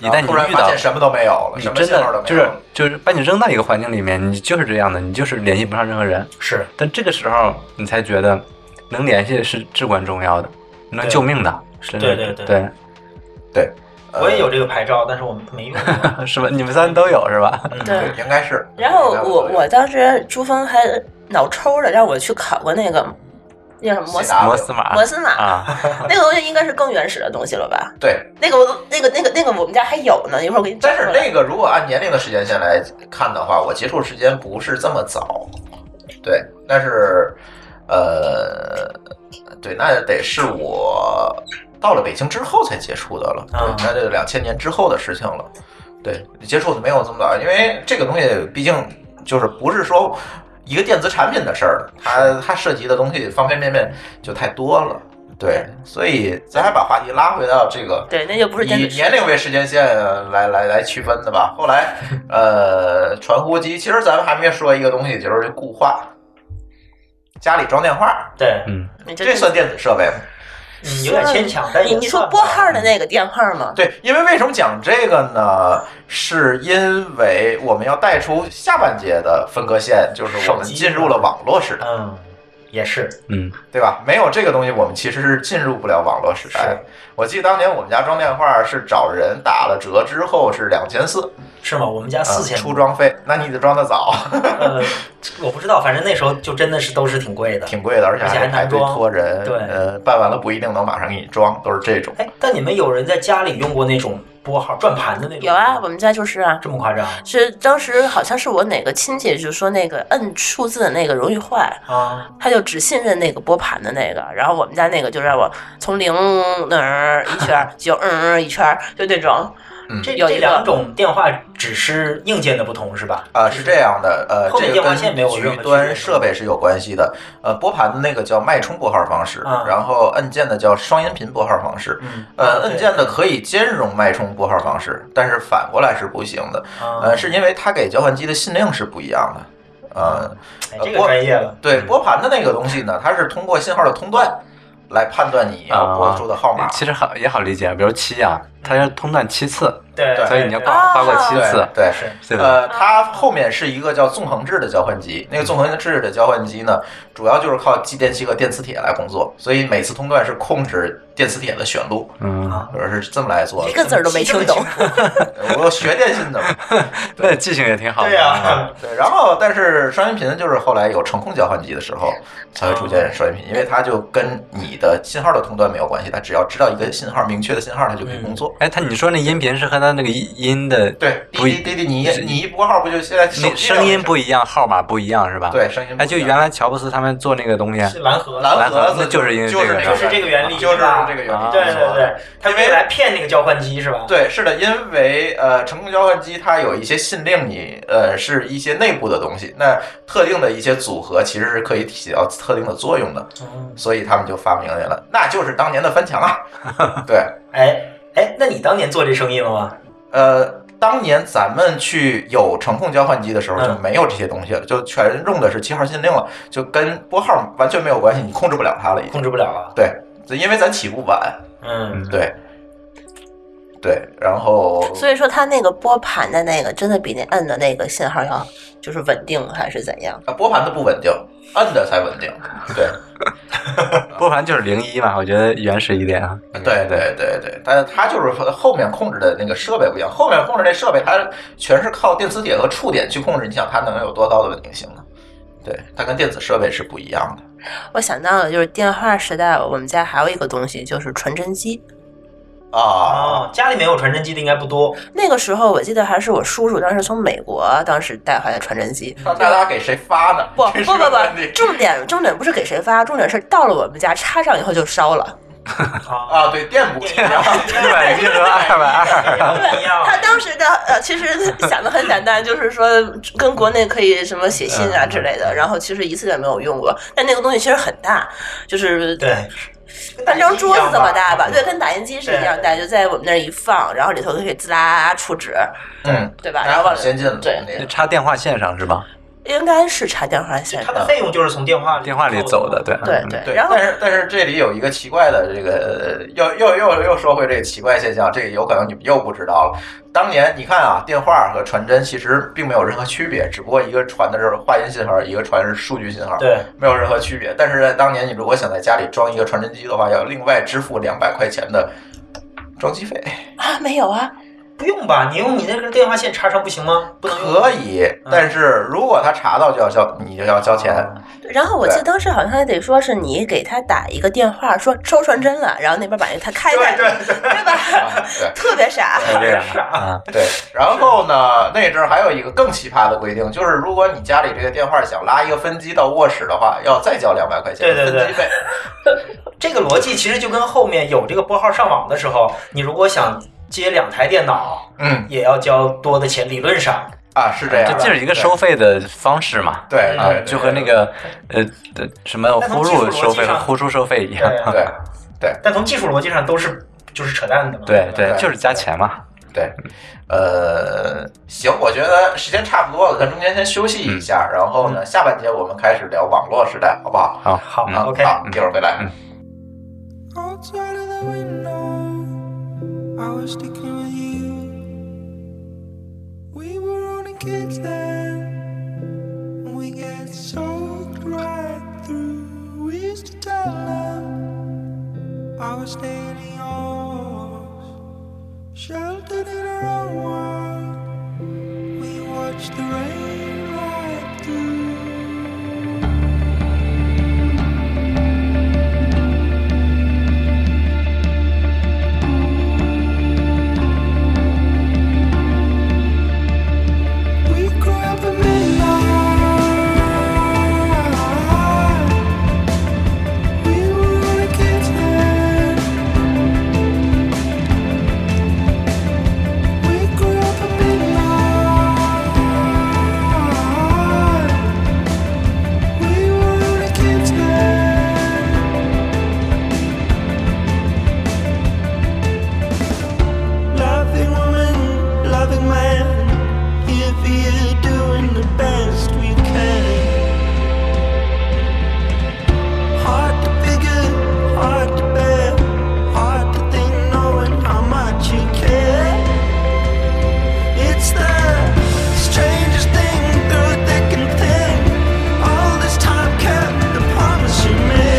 [SPEAKER 3] 一
[SPEAKER 1] 然
[SPEAKER 3] 旦
[SPEAKER 1] 后
[SPEAKER 3] 你
[SPEAKER 1] 啊突然
[SPEAKER 3] 遇
[SPEAKER 1] 发
[SPEAKER 3] 到
[SPEAKER 1] 现什么都没有了，
[SPEAKER 3] 你
[SPEAKER 1] 什么
[SPEAKER 3] 真
[SPEAKER 1] 信号都
[SPEAKER 3] 的
[SPEAKER 1] 没
[SPEAKER 3] 就
[SPEAKER 1] 有
[SPEAKER 3] 是
[SPEAKER 1] 了，
[SPEAKER 3] 就是把你扔到一个环境里面，你就是这样的，你就是联系不上任何人。
[SPEAKER 4] 是
[SPEAKER 3] 但这个时候你才觉得能联系是至关重要的，能
[SPEAKER 4] 对
[SPEAKER 3] 救命的，真的
[SPEAKER 4] 对对
[SPEAKER 3] 对
[SPEAKER 4] 对
[SPEAKER 1] 对，
[SPEAKER 4] 我也有这个牌照，但是我没用过。
[SPEAKER 3] 是吧？你们三都有是吧？
[SPEAKER 2] 对
[SPEAKER 1] 嗯对，应该是。
[SPEAKER 2] 然后
[SPEAKER 1] 应该
[SPEAKER 2] 我
[SPEAKER 1] 是
[SPEAKER 2] 我当时珠峰还脑抽了，让我去考过那个那叫什么摩斯
[SPEAKER 1] 啊
[SPEAKER 3] 摩斯码，
[SPEAKER 2] 摩斯码，
[SPEAKER 3] 啊，
[SPEAKER 2] 那个东西应该是更原始的东西了吧？
[SPEAKER 1] 对，
[SPEAKER 2] 那个我都那个那个那个我们家还有呢，一会儿我给你找
[SPEAKER 1] 但
[SPEAKER 2] 出
[SPEAKER 1] 是
[SPEAKER 2] 来。
[SPEAKER 1] 那个如果按年龄的时间线来看的话，我接触时间不是这么早，对，但是呃，对，那得是我到了北京之后才接触的了，
[SPEAKER 4] 啊
[SPEAKER 1] 对，那就两千年之后的事情了。对，接触的没有这么早，因为这个东西毕竟就是不是说一个电子产品的事儿，它它涉及的东西方方面面就太多了。对，所以咱还把话题拉回到这个
[SPEAKER 2] 对，那就不是电
[SPEAKER 1] 以
[SPEAKER 2] 子
[SPEAKER 1] 年龄为时间线来来来区分的吧。后 来，呃，传呼机，其实咱们还没说一个东西，就是这固话，家里装电话，
[SPEAKER 4] 对，
[SPEAKER 3] 嗯，
[SPEAKER 2] 你这
[SPEAKER 1] 这算电子设备吗？
[SPEAKER 4] 嗯，有点牵强，但
[SPEAKER 2] 你
[SPEAKER 4] 也
[SPEAKER 2] 你说
[SPEAKER 4] 算吧
[SPEAKER 2] 拨号的那个电话吗？
[SPEAKER 1] 对，因为为什么讲这个呢？是因为我们要带出下半节的分割线，就是我们
[SPEAKER 4] 手机
[SPEAKER 1] 进入了网络时代，
[SPEAKER 4] 嗯，也是，
[SPEAKER 3] 嗯，
[SPEAKER 1] 对吧？没有这个东西，我们其实是进入不了网络时代
[SPEAKER 4] 是。
[SPEAKER 1] 我记得当年我们家装电话是找人打了折之后是两千四，嗯
[SPEAKER 4] 是吗？我们家四千
[SPEAKER 1] 出装费，那你得装的早。
[SPEAKER 4] 呃，我不知道，反正那时候就真的是都是挺贵的。
[SPEAKER 1] 挺贵的，而且
[SPEAKER 4] 而且
[SPEAKER 1] 还
[SPEAKER 4] 还
[SPEAKER 1] 得排
[SPEAKER 4] 难
[SPEAKER 1] 队
[SPEAKER 4] 装
[SPEAKER 1] 托人。
[SPEAKER 4] 对
[SPEAKER 1] 呃，办完了不一定能马上给你装，都是这种。
[SPEAKER 4] 哎，但你们有人在家里用过那种拨号转盘的那种？
[SPEAKER 2] 有啊，我，们家就是啊，
[SPEAKER 4] 这么夸张
[SPEAKER 2] 是当时好像是我哪个亲戚就说那个摁数字的那个容易坏，
[SPEAKER 4] 啊？
[SPEAKER 2] 他就只信任那个拨盘的那个，然后我们家那个就让我从零那儿一圈 儿九嗯一圈儿，就那种
[SPEAKER 1] 嗯
[SPEAKER 4] 这
[SPEAKER 2] 有一
[SPEAKER 4] 这
[SPEAKER 2] 个
[SPEAKER 4] 两种电话只是硬件的不同是吧？
[SPEAKER 1] 啊、是这样的，呃，
[SPEAKER 4] 后面
[SPEAKER 1] 这个
[SPEAKER 4] 电话线
[SPEAKER 1] 跟
[SPEAKER 4] 没有任
[SPEAKER 1] 局
[SPEAKER 4] 何区别
[SPEAKER 1] 端设备是有关系的。呃，拨盘的那个叫脉冲拨号方式，
[SPEAKER 4] 啊
[SPEAKER 1] 然后按键的叫双音频拨号方式。
[SPEAKER 4] 嗯
[SPEAKER 1] 呃，
[SPEAKER 4] 对
[SPEAKER 1] 按键的可以兼容脉冲拨号方式，但是反过来是不行的。
[SPEAKER 4] 啊
[SPEAKER 1] 呃，是因为它给交换机的信令是不一样的。呃，
[SPEAKER 4] 哎这个专业了。
[SPEAKER 1] 对，拨盘的那个东西呢，它是通过信号的通断来判断你要拨出的号码。
[SPEAKER 3] 其实好也好理解，比如七啊，它要通断七次，
[SPEAKER 4] 对，
[SPEAKER 3] 所以
[SPEAKER 4] 对
[SPEAKER 3] 你要
[SPEAKER 4] 对
[SPEAKER 2] 哦
[SPEAKER 3] 挂挂过七
[SPEAKER 1] 对
[SPEAKER 3] 次，
[SPEAKER 1] 对，
[SPEAKER 4] 是
[SPEAKER 3] 对吧？
[SPEAKER 1] 呃，它后面是一个叫纵横置的交换机，那个纵横置的交换机呢，主要就是靠继电器和电磁铁来工作，所以每次通断是控制电磁铁的旋路，
[SPEAKER 3] 嗯，
[SPEAKER 1] 或者是这么来做
[SPEAKER 2] 一
[SPEAKER 1] 的。
[SPEAKER 2] 个字儿都没听懂。
[SPEAKER 1] 我学电信的嘛，
[SPEAKER 3] 那记性也挺 好的。啊
[SPEAKER 4] 对呀，
[SPEAKER 1] 对。然后，但是双音频就是后来有程控交换机的时候才会出现双音
[SPEAKER 2] 嗯
[SPEAKER 1] 频，因为它就跟你的信号的通断没有关系，它只要知道一个信号明确的信号，它就可以工
[SPEAKER 2] 嗯
[SPEAKER 1] 作。
[SPEAKER 3] 哎，他你说那音频是和他那个音的
[SPEAKER 1] 对，
[SPEAKER 3] 不
[SPEAKER 1] 滴滴
[SPEAKER 3] 一，
[SPEAKER 1] 滴滴，你一你一拨号不就现在手
[SPEAKER 3] 那
[SPEAKER 1] 机上
[SPEAKER 3] 声音不一样，号码不一样是吧？
[SPEAKER 1] 对声音不
[SPEAKER 3] 哎，
[SPEAKER 1] 一
[SPEAKER 3] 就
[SPEAKER 1] 样
[SPEAKER 3] 原来乔布斯他们做那个东西，啊
[SPEAKER 4] 是蓝盒
[SPEAKER 1] 蓝
[SPEAKER 3] 蓝盒
[SPEAKER 1] 盒
[SPEAKER 3] 那
[SPEAKER 1] 子
[SPEAKER 3] 就是因为
[SPEAKER 1] 就是
[SPEAKER 3] 这个
[SPEAKER 1] 那
[SPEAKER 4] 就是这个原理
[SPEAKER 1] 就是
[SPEAKER 4] 是吧
[SPEAKER 1] 这个原理
[SPEAKER 3] 啊，
[SPEAKER 4] 对
[SPEAKER 1] 没
[SPEAKER 4] 对
[SPEAKER 1] 错
[SPEAKER 4] 对，他
[SPEAKER 1] 因
[SPEAKER 4] 们
[SPEAKER 1] 为
[SPEAKER 4] 为来骗那个交换机是吧？
[SPEAKER 1] 对，是的，因为呃，成功交换机它有一些信令你，呃，是一些内部的东西，那特定的一些组合其实是可以起到特定的作用的，
[SPEAKER 4] 嗯，
[SPEAKER 1] 所以他们就发明来了，那就是当年的翻墙啊，对，
[SPEAKER 4] 哎哎，那你当年做这生意了吗？
[SPEAKER 1] 呃，当年咱们去有程控交换机的时候
[SPEAKER 4] 嗯
[SPEAKER 1] 就没有这些东西了，就全用的是七号限定了，就跟拨号完全没有关系，你控制不了它了已经。
[SPEAKER 4] 控制不了啊了。
[SPEAKER 1] 对，就因为咱起步晚，
[SPEAKER 4] 嗯，
[SPEAKER 1] 对，对，然后
[SPEAKER 2] 所以说它那个拨盘的那个真的比那摁的那个信号要就是稳定还是怎样？
[SPEAKER 1] 啊，拨盘的不稳定，摁的才稳定。对，
[SPEAKER 3] 拨盘就是零一嘛，我觉得原始一点啊。
[SPEAKER 1] 对对对对，但是它就是后面控制的那个设备不一样，后面控制那设备它全是靠电磁铁和触点去控制，你想它能有多高的稳定性呢？对，它跟电子设备是不一样的。
[SPEAKER 2] 我想到了，就是电话时代，我们家还有一个东西就是传真机。
[SPEAKER 1] 啊，
[SPEAKER 4] 哦，家里没有传真机的应该不多。
[SPEAKER 2] 那个时候我记得还是我叔叔当时从美国当时带回来传真机。
[SPEAKER 1] 那大家给谁发呢？
[SPEAKER 2] 不
[SPEAKER 1] 这
[SPEAKER 2] 不
[SPEAKER 1] 是个
[SPEAKER 2] 不
[SPEAKER 1] 问
[SPEAKER 2] 不，
[SPEAKER 1] 题
[SPEAKER 2] 重点重点不是给谁发，重点是到了我们家插上以后就烧了。
[SPEAKER 4] 啊，
[SPEAKER 1] 啊，对，电不一样，
[SPEAKER 3] 一百一和二百二，
[SPEAKER 4] 不一样。
[SPEAKER 2] 他当时的呃，其实想的很简单，就是说跟国内可以什么写信啊之类的，然后其实一次也没有用过。但那个东西其实很大，就是
[SPEAKER 4] 对，
[SPEAKER 2] 半张桌子这么大吧，
[SPEAKER 4] 跟打印机一样
[SPEAKER 2] 对，跟打印机是一样大，就在我们那儿一放，然后里头可以滋啦出纸，
[SPEAKER 1] 嗯，
[SPEAKER 2] 对吧？然
[SPEAKER 1] 那
[SPEAKER 2] 后往
[SPEAKER 1] 很先进了，
[SPEAKER 2] 对，
[SPEAKER 1] 那
[SPEAKER 3] 就
[SPEAKER 1] 个
[SPEAKER 3] 插电话线上是吧？
[SPEAKER 2] 应该是插电话线
[SPEAKER 4] 它的费用就是从电话
[SPEAKER 3] 电话里走的，对。
[SPEAKER 2] 对
[SPEAKER 3] 嗯
[SPEAKER 2] 对，
[SPEAKER 1] 对，
[SPEAKER 2] 然后
[SPEAKER 1] 但是但是这里有一个奇怪的这个，呃又又又又说回这个奇怪现象，这个有可能你们又不知道了。当年你看啊，电话和传真其实并没有任何区别，只不过一个传的是话音信号，一个传是数据信号，
[SPEAKER 4] 对，
[SPEAKER 1] 没有任何区别。但是在当年，你如果想在家里装一个传真机的话，要另外支付两百块钱的装机费。
[SPEAKER 2] 啊没有啊，
[SPEAKER 4] 不用吧？你用你那根电话线插上不行吗？不能用嗯
[SPEAKER 1] 可以，但是如果他查到就要交，你就要交钱。
[SPEAKER 4] 哦
[SPEAKER 2] 然后我记得当时好像还得说是你给他打一个电话说收传真了，然后那边把他开开，对吧？
[SPEAKER 1] 对。
[SPEAKER 2] 特别傻，
[SPEAKER 3] 就这样 啊，
[SPEAKER 1] 对，然后呢，那阵儿还有一个更奇葩的规定，就是如果你家里这个电话想拉一个分机到卧室的话，要再交两百块钱
[SPEAKER 4] 对对
[SPEAKER 1] 的分机
[SPEAKER 4] 对
[SPEAKER 1] 费。
[SPEAKER 4] 这个逻辑其实就跟后面有这个拨号上网的时候，你如果想接两台电脑，
[SPEAKER 1] 嗯
[SPEAKER 4] 也要交多的钱。理论上，
[SPEAKER 1] 啊，是这样
[SPEAKER 3] 这
[SPEAKER 1] 的，
[SPEAKER 3] 就是一个收费的方式嘛。
[SPEAKER 1] 对对
[SPEAKER 3] 啊
[SPEAKER 1] 对，对
[SPEAKER 3] 就和那个呃呃什么呼入收费和呼出收费一样。
[SPEAKER 4] 对
[SPEAKER 1] 对
[SPEAKER 4] 但从技术逻辑上都是就是扯淡的嘛。
[SPEAKER 3] 对
[SPEAKER 1] 对
[SPEAKER 3] 对，就是加钱嘛。
[SPEAKER 1] 对，呃，行，我觉得时间差不多了，咱中间先休息一
[SPEAKER 3] 嗯
[SPEAKER 1] 下，然后呢，下半节我们开始聊网络时代，好不好？
[SPEAKER 3] 好，
[SPEAKER 4] 好
[SPEAKER 3] 嗯
[SPEAKER 1] 啊
[SPEAKER 4] OK
[SPEAKER 1] 好，一会儿回来。
[SPEAKER 6] Outside of the window, I was sticking with you. We were only kids then, and we get soaked right through. We used to tell them I was dating yours, sheltered in our own world. We watched the rain right through. We grew up at midnight. We were only kids then. We grew up at midnight. We were only kids then. Loving woman, loving man, here for you doing the best we can. Hard to figure, hard to bear, hard to think knowing how much you care. It's the strangest thing through thick and thin. All this time kept the promise you made.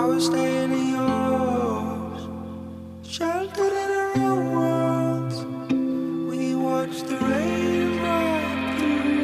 [SPEAKER 6] I was staying in yours, sheltered in our own worlds. We watch the rain roll through.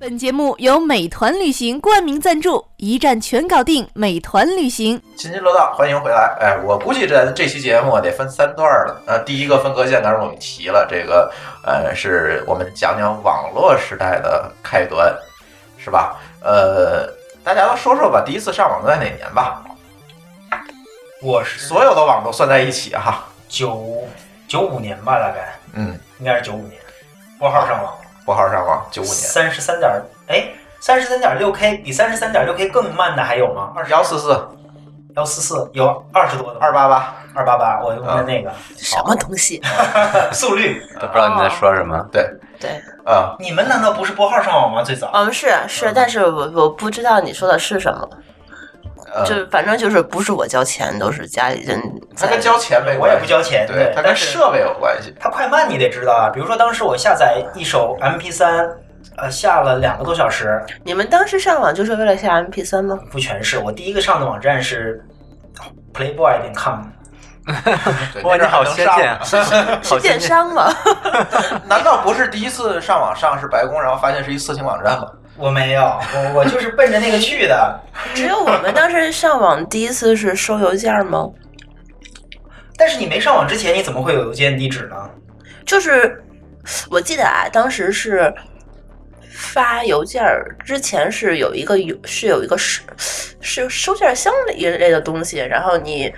[SPEAKER 7] 本节目由美团旅行冠名赞助，一站全搞定。美团旅行，
[SPEAKER 1] 津津乐道，欢迎回来。哎，我估计这这期节目得分三段了。呃，第一个分割线，当然我们提了这个，呃，是我们讲讲网络时代的开端，是吧？呃，大家都说说吧，第一次上网都在哪年吧？
[SPEAKER 4] 我是
[SPEAKER 1] 所有的网都算在一起啊哈。
[SPEAKER 4] 九九五年吧，大概
[SPEAKER 1] 嗯，
[SPEAKER 4] 应该是九五年，拨号上网，
[SPEAKER 1] 拨号上网九五年，
[SPEAKER 4] 三十三点哎，三十三点六 K 比三十三点六 K 更慢的还有吗？二十
[SPEAKER 1] 幺四四
[SPEAKER 4] 幺四四有二十多的吗
[SPEAKER 1] 二八八，嗯
[SPEAKER 4] 二八八，我用的那个、
[SPEAKER 2] 什么东西？
[SPEAKER 4] 速率。
[SPEAKER 3] 都不知道你在说什么。
[SPEAKER 1] 哦对，
[SPEAKER 2] 对，
[SPEAKER 1] 啊、
[SPEAKER 4] 你们难道不是拨号上网吗？最早
[SPEAKER 2] 我们嗯是
[SPEAKER 4] 嗯
[SPEAKER 2] 是，但是我我不知道你说的是什么，
[SPEAKER 1] 呃，
[SPEAKER 2] 就是反正就是不是我交钱，都是家里人
[SPEAKER 1] 它
[SPEAKER 2] 在
[SPEAKER 1] 跟交钱没关系，
[SPEAKER 4] 我也不交钱
[SPEAKER 1] 对
[SPEAKER 4] 对，
[SPEAKER 1] 它跟
[SPEAKER 4] 但是
[SPEAKER 1] 设备有关系。
[SPEAKER 4] 它快慢你得知道啊。比如说当时我下载一首 MP 三，呃，下了两个多小时，
[SPEAKER 2] 你们当时上网就是为了下 MP 三吗？
[SPEAKER 4] 不全是。我第一个上的网站是 playboy 点 com，
[SPEAKER 1] 对
[SPEAKER 3] 哇，
[SPEAKER 1] 那
[SPEAKER 3] 你
[SPEAKER 1] 阵儿还
[SPEAKER 3] 好
[SPEAKER 1] 能
[SPEAKER 3] 先
[SPEAKER 1] 上
[SPEAKER 3] 进啊！
[SPEAKER 2] 是电商吗？
[SPEAKER 1] 难道不是第一次上网上是白宫，然后发现是一色情网站吗？
[SPEAKER 4] 我没有，我我就是奔着那个去的。
[SPEAKER 2] 只有我们当时上网第一次是收邮件吗？
[SPEAKER 4] 但是你没上网之前，哎你怎么会有邮件地址呢？
[SPEAKER 2] 就是我记得啊，当时是发邮件儿之前是有一个邮是有一个是是收件箱的一类的东西，然后你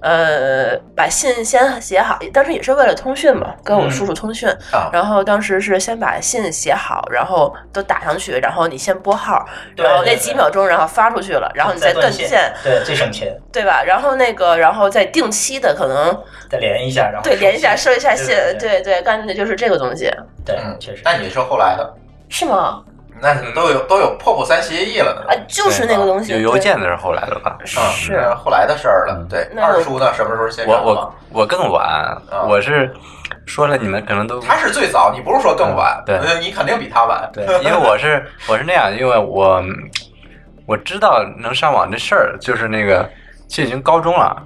[SPEAKER 2] 呃把信先写好，当时也是为了通讯嘛，跟
[SPEAKER 4] 嗯
[SPEAKER 2] 我叔叔通讯，
[SPEAKER 1] 啊，
[SPEAKER 2] 然后当时是先把信写好，然后都打上去，然后你先拨号，
[SPEAKER 4] 对
[SPEAKER 2] 然后那
[SPEAKER 4] 对
[SPEAKER 2] 几
[SPEAKER 4] 对
[SPEAKER 2] 秒钟，然后发出去了，然后你再断
[SPEAKER 4] 断
[SPEAKER 2] 线，
[SPEAKER 4] 对，最省钱，
[SPEAKER 2] 对吧？然后那个，然后再定期的可能
[SPEAKER 4] 再连一下，然后
[SPEAKER 2] 对连一下
[SPEAKER 4] 收
[SPEAKER 2] 收一下
[SPEAKER 4] 对
[SPEAKER 2] 信，
[SPEAKER 4] 对对
[SPEAKER 2] 对对，干的就是这个东西，
[SPEAKER 4] 对，
[SPEAKER 1] 嗯，
[SPEAKER 4] 确实。
[SPEAKER 1] 那你是后来的，
[SPEAKER 2] 是吗？
[SPEAKER 1] 那
[SPEAKER 3] 嗯
[SPEAKER 1] 都有都有破破三协议了呢
[SPEAKER 4] 嗯
[SPEAKER 2] 啊，就是那个东西，
[SPEAKER 4] 啊
[SPEAKER 3] 有邮
[SPEAKER 2] 对
[SPEAKER 3] 件的是后来的吧？
[SPEAKER 1] 啊，
[SPEAKER 2] 是
[SPEAKER 1] 那后来的事儿了。对，
[SPEAKER 2] 那我
[SPEAKER 1] 二叔呢？什么时候先
[SPEAKER 3] 嗯我
[SPEAKER 1] 上
[SPEAKER 3] 我
[SPEAKER 1] 网？
[SPEAKER 3] 我更晚
[SPEAKER 1] 啊，
[SPEAKER 3] 我是说了，你们可能都
[SPEAKER 1] 他是最早，你不是说更晚？
[SPEAKER 3] 嗯对
[SPEAKER 1] 呃你肯定比他晚。
[SPEAKER 3] 对，因为我是我是那样，因为我我知道能上网这事儿，就是那个其实已经高中了，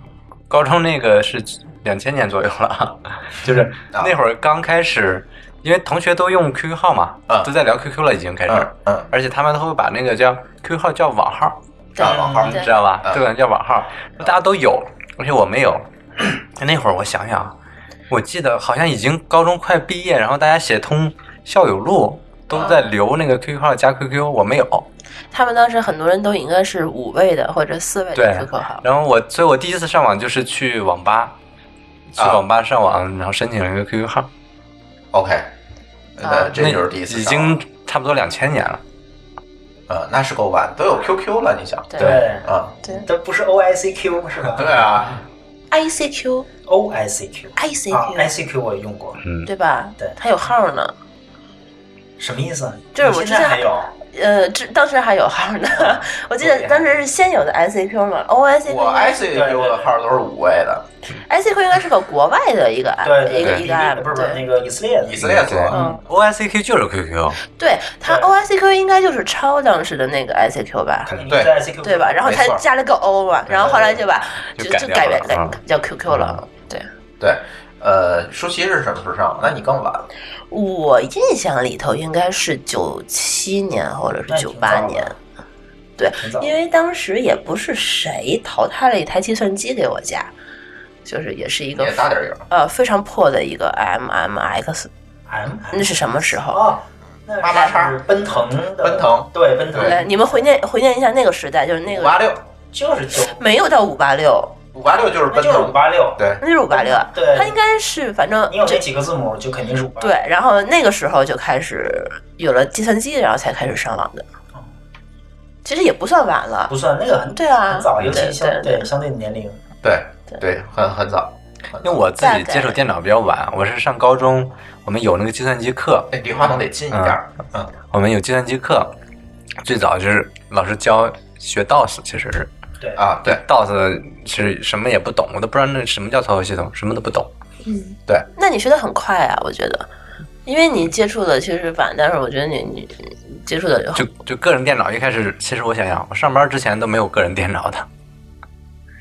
[SPEAKER 3] 高中那个是两千年左右了，就是
[SPEAKER 1] 啊
[SPEAKER 3] 那会儿刚开始，因为同学都用 QQ 号嘛，
[SPEAKER 1] 嗯
[SPEAKER 3] 都在聊 QQ 了，已经开始，
[SPEAKER 1] 嗯嗯，
[SPEAKER 3] 而且他们都会把那个叫 QQ 号叫网号，
[SPEAKER 2] 对
[SPEAKER 1] 上网号
[SPEAKER 3] 你
[SPEAKER 2] 对
[SPEAKER 3] 知道吧？
[SPEAKER 1] 嗯
[SPEAKER 3] 对，叫网号，大家都有，而且我没有。那会儿我想想啊，我记得好像已经高中快毕业，然后大家写通校友录，都在留那个 QQ 号加 QQ，我没有。
[SPEAKER 2] 他们当时很多人都应该是五位的或者四位的
[SPEAKER 3] 对
[SPEAKER 2] QQ 号，
[SPEAKER 3] 然后我，所以我第一次上网就是去网吧，去
[SPEAKER 1] 啊
[SPEAKER 3] 网吧上网，然后申请了一个 QQ 号，
[SPEAKER 1] OK，那
[SPEAKER 2] 啊
[SPEAKER 1] 这就是第一次
[SPEAKER 3] 已
[SPEAKER 1] 上网
[SPEAKER 3] 经差不多两千年了。
[SPEAKER 1] 呃，那是够晚，都有 QQ 了，你想
[SPEAKER 2] 对
[SPEAKER 4] 对，
[SPEAKER 1] 啊？
[SPEAKER 4] 这不是 OICQ 是吧
[SPEAKER 1] 对啊，
[SPEAKER 2] ，ICQ
[SPEAKER 4] 哦？OICQ 啊
[SPEAKER 2] ICQ
[SPEAKER 4] ，ICQ 我也用过，
[SPEAKER 3] 嗯，
[SPEAKER 2] 对吧？
[SPEAKER 4] 对
[SPEAKER 2] 它有号呢，
[SPEAKER 4] 什么意思啊？
[SPEAKER 2] 就是
[SPEAKER 4] 你
[SPEAKER 2] 我
[SPEAKER 4] 现
[SPEAKER 2] 之
[SPEAKER 4] 在
[SPEAKER 2] 前
[SPEAKER 4] 还有，啊
[SPEAKER 2] 呃，这当时还有号呢， 我记得当时是先有的 ICQ 嘛，OICQ 哦
[SPEAKER 1] 我
[SPEAKER 2] 应该
[SPEAKER 1] ICQ 的号都是五位的，
[SPEAKER 2] ICQ 应该是个国外的一个 app，
[SPEAKER 4] 对对
[SPEAKER 2] 一个
[SPEAKER 3] 对
[SPEAKER 2] 一个 app，
[SPEAKER 4] 不是不是
[SPEAKER 2] 对
[SPEAKER 4] 那个以色列的
[SPEAKER 1] 以色列组。
[SPEAKER 2] 嗯，
[SPEAKER 3] OICQ 就是 QQ，
[SPEAKER 2] 对，它
[SPEAKER 4] 对
[SPEAKER 2] OICQ 应该就是超当时的那个 ICQ 吧，
[SPEAKER 4] 肯定
[SPEAKER 1] 对
[SPEAKER 4] 在 ICQ
[SPEAKER 2] 对吧？然后
[SPEAKER 1] 没错
[SPEAKER 2] 它加了个 O 嘛，然后后来就把
[SPEAKER 3] 对
[SPEAKER 2] 就
[SPEAKER 3] 对
[SPEAKER 2] 就
[SPEAKER 3] 就改
[SPEAKER 2] 改
[SPEAKER 3] 掉
[SPEAKER 2] 变
[SPEAKER 3] 了
[SPEAKER 2] 改
[SPEAKER 3] 嗯
[SPEAKER 2] 叫 QQ 了。对，
[SPEAKER 1] 对，呃，舒淇是什么时候上网？那你更晚了。
[SPEAKER 2] 我印象里头应该是九七年或者
[SPEAKER 4] 那
[SPEAKER 2] 是
[SPEAKER 4] 挺
[SPEAKER 2] 九
[SPEAKER 4] 早
[SPEAKER 2] 八
[SPEAKER 4] 的
[SPEAKER 2] 年，对
[SPEAKER 4] 挺早，的
[SPEAKER 2] 因为当时也不是谁淘汰了一台计算机给我家，就是也是一
[SPEAKER 1] 你
[SPEAKER 2] 个
[SPEAKER 1] 也大点儿影儿。
[SPEAKER 2] 呃非常破的一个 MMX，
[SPEAKER 4] M
[SPEAKER 2] 那是什么时候？
[SPEAKER 4] 哦，那
[SPEAKER 1] 妈妈叉
[SPEAKER 4] 是奔腾的
[SPEAKER 1] 奔腾
[SPEAKER 4] 对奔腾
[SPEAKER 2] 对，你们回念回念一下那个时代，就是那
[SPEAKER 1] 五八
[SPEAKER 2] 个
[SPEAKER 1] 六，
[SPEAKER 4] 就是九，
[SPEAKER 2] 没有到五八六，
[SPEAKER 1] 五八六就是
[SPEAKER 4] 那
[SPEAKER 1] 奔
[SPEAKER 4] 就是五
[SPEAKER 1] 腾。
[SPEAKER 4] 八六，
[SPEAKER 1] 对，
[SPEAKER 2] 那是五八六，啊
[SPEAKER 4] 对
[SPEAKER 2] 它应该是反正
[SPEAKER 4] 你有
[SPEAKER 2] 这
[SPEAKER 4] 这几个字母就肯定是五八。
[SPEAKER 2] 对，，然后那个时候就开始有了计算机，然后才开始上网的。其实也不算晚了
[SPEAKER 4] 不，算那个很
[SPEAKER 2] 对啊
[SPEAKER 4] 很早，尤其
[SPEAKER 2] 对
[SPEAKER 4] 相
[SPEAKER 2] 对
[SPEAKER 4] 相对的年龄，
[SPEAKER 1] 对对，很很早。
[SPEAKER 3] 因为我自己接触电脑比较晚，我是上高中，我们有那个计算机课，
[SPEAKER 1] 哎，离话筒得近一点儿。嗯，
[SPEAKER 3] 我们有计算机课，最早就是老师教学 DOS，其实是
[SPEAKER 4] 对
[SPEAKER 1] 啊，对
[SPEAKER 3] DOS 是什么也不懂，我都不知道那什么叫操作系统，什么都不懂。
[SPEAKER 2] 那你学的很快啊，我觉得，因为你接触的其实晚，但是我觉得你你你接触的
[SPEAKER 3] 就就个人电脑一开始，其实我想想，我上班之前都没有个人电脑的。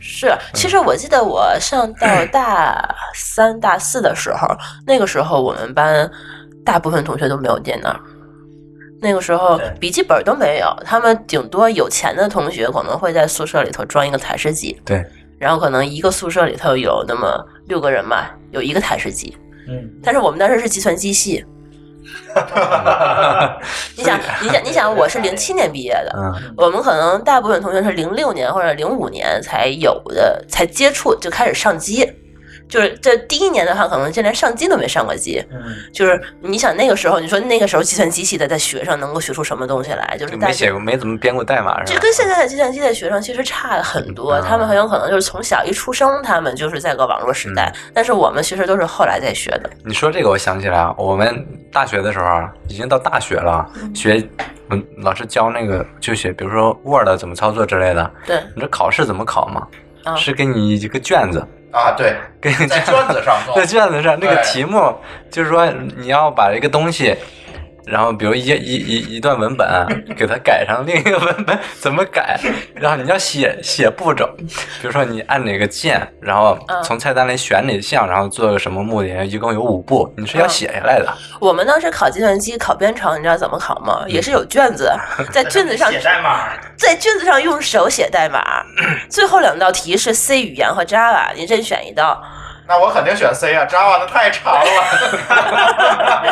[SPEAKER 2] 是，啊其实我记得我上到大三、大四的时候，那个时候我们班大部分同学都没有电脑，那个时候
[SPEAKER 4] 对
[SPEAKER 2] 笔记本都没有，他们顶多有钱的同学可能会在宿舍里头装一个台式机，
[SPEAKER 3] 对，
[SPEAKER 2] 然后可能一个宿舍里头有那么六个人吧，有一个台式机。
[SPEAKER 4] 嗯，
[SPEAKER 2] 但是我们当时是计算机 系，你想，你想，你 想，我是零七年毕业的，
[SPEAKER 3] 嗯，
[SPEAKER 2] 我们可能大部分同学是零六年或者零五年才有的，才接触就开始上机。就是这第一年的话，可能就连上机都没上过机。
[SPEAKER 4] 嗯，
[SPEAKER 2] 就是你想那个时候，你说那个时候计算机系的在学上能够学出什么东西来？就是
[SPEAKER 3] 就
[SPEAKER 2] 大
[SPEAKER 3] 没
[SPEAKER 2] 家
[SPEAKER 3] 写过，没怎么编过代码是
[SPEAKER 2] 这
[SPEAKER 3] 吧？
[SPEAKER 2] 跟现在的计算机的学生其实差很多，
[SPEAKER 4] 啊
[SPEAKER 3] 嗯
[SPEAKER 2] 他们很有可能就是从小一出生，他们就是在个网络时代，
[SPEAKER 4] 嗯
[SPEAKER 2] 但是我们其实都是后来在学的。
[SPEAKER 3] 你说这个，我想起来啊，我们大学的时候啊已经到大学了，学，嗯，老师教那个就写，比如说 Word 怎么操作之类的。
[SPEAKER 2] 对，
[SPEAKER 3] 你这考试怎么考嘛？
[SPEAKER 2] 啊
[SPEAKER 3] 是给你一个卷子，
[SPEAKER 1] 啊，对，
[SPEAKER 3] 给你
[SPEAKER 1] 在
[SPEAKER 3] 卷
[SPEAKER 1] 卷子上弄
[SPEAKER 3] 在卷子上那个
[SPEAKER 1] 对
[SPEAKER 3] 题目，就是说你要把一个东西，然后比如一一一一段文本啊，给它改成另一个文本，怎么改？然后你要写写步骤，比如说你按哪个键，然后
[SPEAKER 2] 嗯
[SPEAKER 3] 从菜单里选哪项，然后做个什么目的，一共有五步，你是要
[SPEAKER 2] 嗯
[SPEAKER 3] 写下来的。
[SPEAKER 2] 我们当时考计算机、考编程，你知道怎么考吗？也是有卷 子，在卷子上
[SPEAKER 4] 嗯写代码，
[SPEAKER 2] 在卷子上用手写代 码，最后两道题是 C 语言和 Java，你任选一 道，
[SPEAKER 1] 那我肯定选 C 啊，Java 的太长了。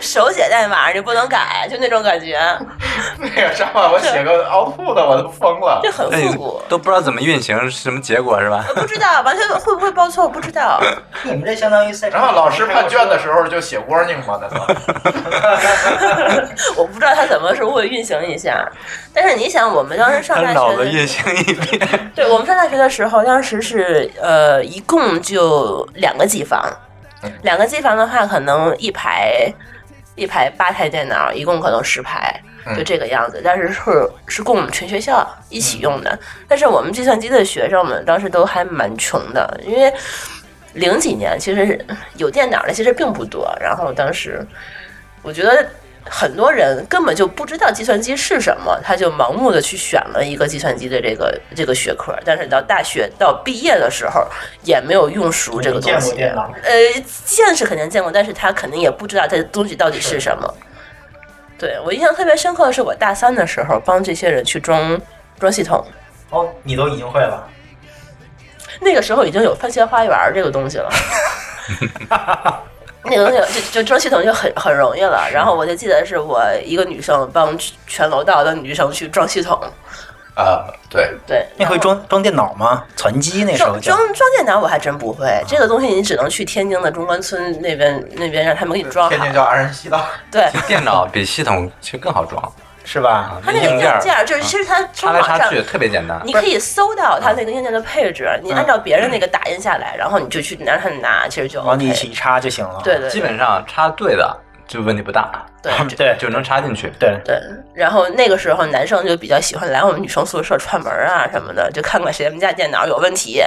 [SPEAKER 2] 手写代码你不能改，就那种感觉，
[SPEAKER 1] 那个 Java 我写个 output 的我都疯了。
[SPEAKER 2] 就 很
[SPEAKER 4] 哎
[SPEAKER 3] 那
[SPEAKER 2] 复
[SPEAKER 3] 你
[SPEAKER 2] 古。
[SPEAKER 3] 哎都不知道怎么运行是什么结果是 吧？
[SPEAKER 2] 不知道完全会不会报错，不知道。
[SPEAKER 4] 你们这相当于赛车
[SPEAKER 1] 然后老师判卷的时候就写 warning 嘛，那都
[SPEAKER 2] 我不知道它怎么是会运行一下，但是你想，我们当时上大
[SPEAKER 3] 他
[SPEAKER 2] 学
[SPEAKER 3] 脑子
[SPEAKER 2] 的
[SPEAKER 3] 运行一遍，
[SPEAKER 2] 对我们上大学的时候，当时是呃，一共就两个机房，
[SPEAKER 3] 嗯
[SPEAKER 2] 两个机房的话，可能一排一排八台电脑，一共可能十排，
[SPEAKER 3] 嗯
[SPEAKER 2] 就这个样子。但是是是供我们全学校一起用
[SPEAKER 3] 嗯
[SPEAKER 2] 的。但是我们计算机的学生们当时都还蛮穷的，因为零几年其实是有电脑的其实并不多。然后当时我觉得。很多人根本就不知道计算机是什么，他就盲目的去选了一个计算机的这个这个学科，但是到大学到毕业的时候也没有用熟这个东
[SPEAKER 4] 见
[SPEAKER 2] 西。
[SPEAKER 4] 过电脑，
[SPEAKER 2] 呃，见是肯定见过，但是他肯定也不知道这东西到底是什么。对我印象特别深刻的是，我大三的时候帮这些人去装装系统，
[SPEAKER 4] 哦，你都已经会了，
[SPEAKER 2] 那个时候已经有番茄花园这个东西了。那个东西就就装系统就很很容易了，然后我就记得是我一个女生帮全楼道的女生去装系统，
[SPEAKER 1] 啊，对，
[SPEAKER 2] 对，
[SPEAKER 4] 那会装装电脑吗？攒机那时候
[SPEAKER 2] 装
[SPEAKER 4] 叫
[SPEAKER 2] 装装电脑我还真不会，这个东西你只能去天津的中关村那边那边让他们给你装
[SPEAKER 1] 天
[SPEAKER 2] 好
[SPEAKER 1] 津，叫安仁西道。
[SPEAKER 2] 对，
[SPEAKER 3] 电脑比系统其实更好装，
[SPEAKER 4] 是吧？
[SPEAKER 2] 它那个硬
[SPEAKER 3] 件儿啊
[SPEAKER 2] 件儿就是其实它
[SPEAKER 3] 插
[SPEAKER 2] 从
[SPEAKER 3] 来
[SPEAKER 2] 网
[SPEAKER 3] 插
[SPEAKER 2] 上
[SPEAKER 3] 去特别简单。
[SPEAKER 2] 你可以搜到它那个硬件的配置，你按照别人那个打印下来，然后你就去拿它拿，其实就 OK。
[SPEAKER 4] 往你一起一插就行了。
[SPEAKER 2] 对对
[SPEAKER 3] 基本上插对的就问题不大，
[SPEAKER 2] 对
[SPEAKER 4] 对对
[SPEAKER 3] 就能插进去。
[SPEAKER 4] 对，
[SPEAKER 2] 对，然后那个时候男生就比较喜欢来我们女生宿舍串门啊什么的，就看看谁们家电脑有问题，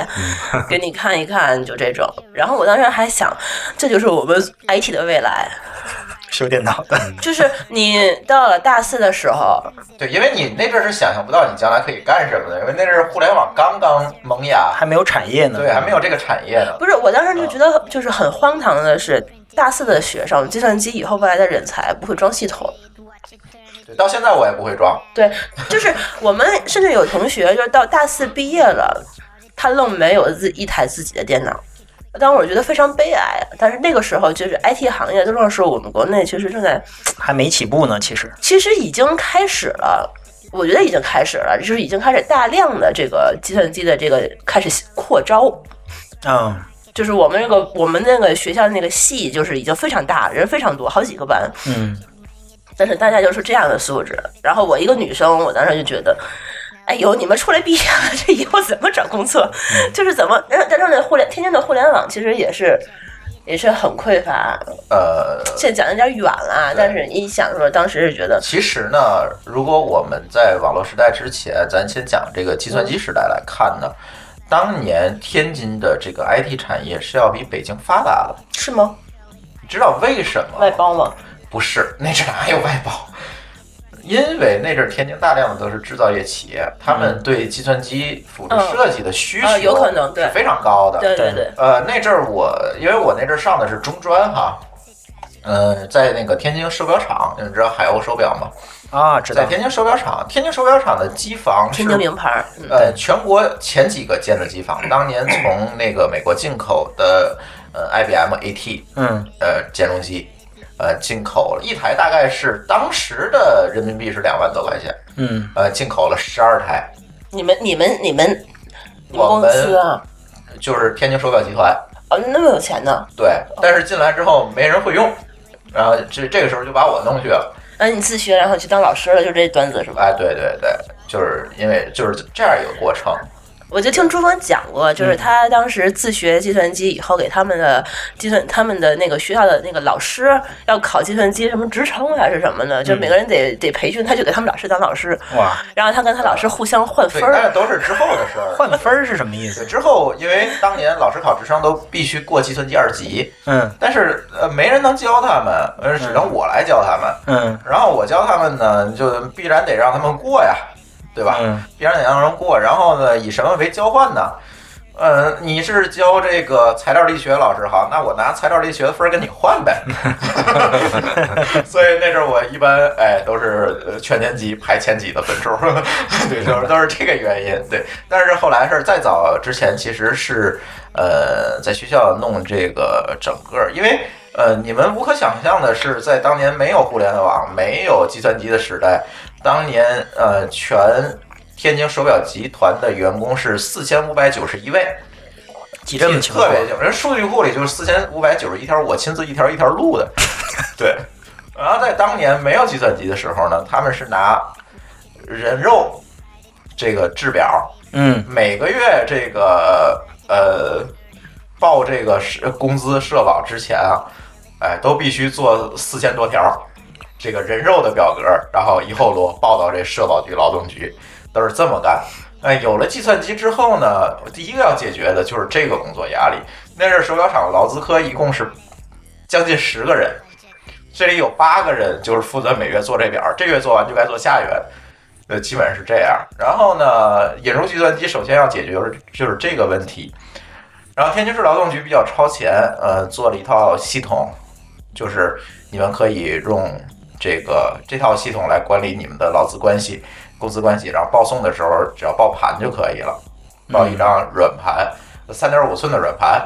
[SPEAKER 2] 给你看一看，就这种。然后我当时还想，这就是我们 IT 的未来，
[SPEAKER 4] 修电脑的，
[SPEAKER 2] 就是你到了大四的时候，
[SPEAKER 1] 对，因为你那阵儿是想象不到你将来可以干什么的，因为那阵儿互联网刚刚萌芽，
[SPEAKER 4] 还没有产业呢。
[SPEAKER 1] 对，还没有这个产业呢。
[SPEAKER 2] 不是，我当时就觉得就是很荒唐的是，大四的学生，计算机以后未来的人才不会装系统。
[SPEAKER 1] 对，到现在我也不会装。
[SPEAKER 2] 对，就是我们甚至有同学，就是到大四毕业了，他愣没有自一台自己的电脑。当时我觉得非常悲哀，啊但是那个时候就是 IT 行业，正是我们国内其实正在，
[SPEAKER 4] 还没起步呢，其实。
[SPEAKER 2] 其实已经开始了，我觉得已经开始了，就是已经开始大量的这个计算机的这个开始扩招，
[SPEAKER 4] 嗯，
[SPEAKER 2] 就是我们那个我们那个学校那个系就是已经非常大，人非常多，好几个班，
[SPEAKER 4] 嗯，
[SPEAKER 2] 但是大家就是这样的素质。然后我一个女生，我当时就觉得，哎呦，你们出来毕业了， 这以后怎么找工作？
[SPEAKER 1] 嗯
[SPEAKER 2] 就是怎么？但但是那互联天津的互联网其实也是。也是很匮乏，
[SPEAKER 1] 呃，
[SPEAKER 2] 现在讲的有点远了，啊但是一想说，当时是觉得
[SPEAKER 1] 其实呢，如果我们在网络时代之前，咱先讲这个计算机时代来看呢，当年天津的这个 IT 产业是要比北京发达的。
[SPEAKER 2] 是吗？
[SPEAKER 1] 你知道为什么吗？
[SPEAKER 2] 外包吗？
[SPEAKER 1] 不是，那阵儿哪有外包？因为那阵儿天津大量的都是制造业企业，他们对计算机辅助设计的需求
[SPEAKER 2] 嗯嗯啊有可能对
[SPEAKER 1] 是非常高的。
[SPEAKER 2] 对对对，
[SPEAKER 1] 呃，那阵儿我因为我那阵儿上的是中专哈，呃，在那个天津手表厂，你知道海鸥手表吗？
[SPEAKER 4] 啊，知
[SPEAKER 1] 在
[SPEAKER 4] 道。
[SPEAKER 1] 天津手表厂，天津手表厂的机房是
[SPEAKER 2] 天津名牌儿，嗯，
[SPEAKER 1] 呃，全国前几个建的机房，当年从那个美国进口的呃 IBM AT
[SPEAKER 4] 嗯，
[SPEAKER 1] 呃兼容机，呃进口了一台大概是当时的人民币是两万多块钱，
[SPEAKER 4] 嗯，
[SPEAKER 1] 呃进口了十二台，
[SPEAKER 2] 你们你们你们你们
[SPEAKER 1] 我
[SPEAKER 2] 公
[SPEAKER 1] 们
[SPEAKER 2] 司啊，
[SPEAKER 1] 就是天津手表集团，
[SPEAKER 2] 哦，那么有钱呢？
[SPEAKER 1] 对，但是进来之后没人会用，然后这这个时候就把我弄去了。
[SPEAKER 2] 那啊你自学，然后去当老师了，就这端子是吧？
[SPEAKER 1] 哎，对对对，就是因为就是这样一个过程。
[SPEAKER 2] 我就听朱峰讲过，
[SPEAKER 1] 嗯
[SPEAKER 2] 就是他当时自学计算机以后，给他们的计算他们的那个学校的那个老师要考计算机什么职称还是什么的，
[SPEAKER 1] 嗯
[SPEAKER 2] 就每个人得得培训，他就给他们老师当老师，
[SPEAKER 4] 哇，
[SPEAKER 2] 然后他跟他老师互相换
[SPEAKER 1] 对
[SPEAKER 2] 分，儿
[SPEAKER 1] 但。是都是之后的事儿。
[SPEAKER 4] 换分儿是什么意
[SPEAKER 1] 对，
[SPEAKER 4] 思？
[SPEAKER 1] 之后因为当年老师考职称都必须过计算机二级，
[SPEAKER 4] 嗯
[SPEAKER 1] 但是呃没人能教他们，呃只能我来教他们。
[SPEAKER 4] 嗯
[SPEAKER 1] 然后我教他们呢，就必然得让他们过呀，对吧？
[SPEAKER 4] 嗯
[SPEAKER 1] 必然得让人过。然后呢，以什么为交换呢？嗯，你是教这个材料力学老师好，那我拿材料力学的分儿跟你换 呗。 所以那阵儿我一般哎都是呃全年级排前几的分数， 对，就是都是这个原因。对，但是后来是再早之前其实是呃在学校弄这个整个，因为呃你们无可想象的是，在当年没有互联网、没有计算机的时代，当年呃全天津手表集团的员工是四千五百九十一位，
[SPEAKER 4] 几
[SPEAKER 1] 这
[SPEAKER 4] 这
[SPEAKER 1] 么
[SPEAKER 4] 么情
[SPEAKER 1] 特
[SPEAKER 4] 况？啊
[SPEAKER 1] 别久，人数据库里就是四千五百九十一条，我亲自一条一条录的。 对，然后在当年没有计算机的时候呢，他们是拿人肉这个制表，
[SPEAKER 4] 嗯
[SPEAKER 1] 每个月这个呃报这个是工资社保之前啊，哎，都必须做四千多条这个人肉的表格，然后一后落报到这社保局、劳动局，都是这么干。哎，有了计算机之后呢，第一个要解决的就是这个工作压力。那是手表厂劳资科一共是将近十个人，这里有八个人就是负责每月做这表，这月做完就该做下月，呃，基本是这样。然后呢，引入计算机首先要解决就是就是这个问题。然后天津市劳动局比较超前，呃，做了一套系统，就是你们可以用这个这套系统来管理你们的劳资关系、工资关系，然后报送的时候只要报盘就可以了，报一张软盘，三点五寸的软盘。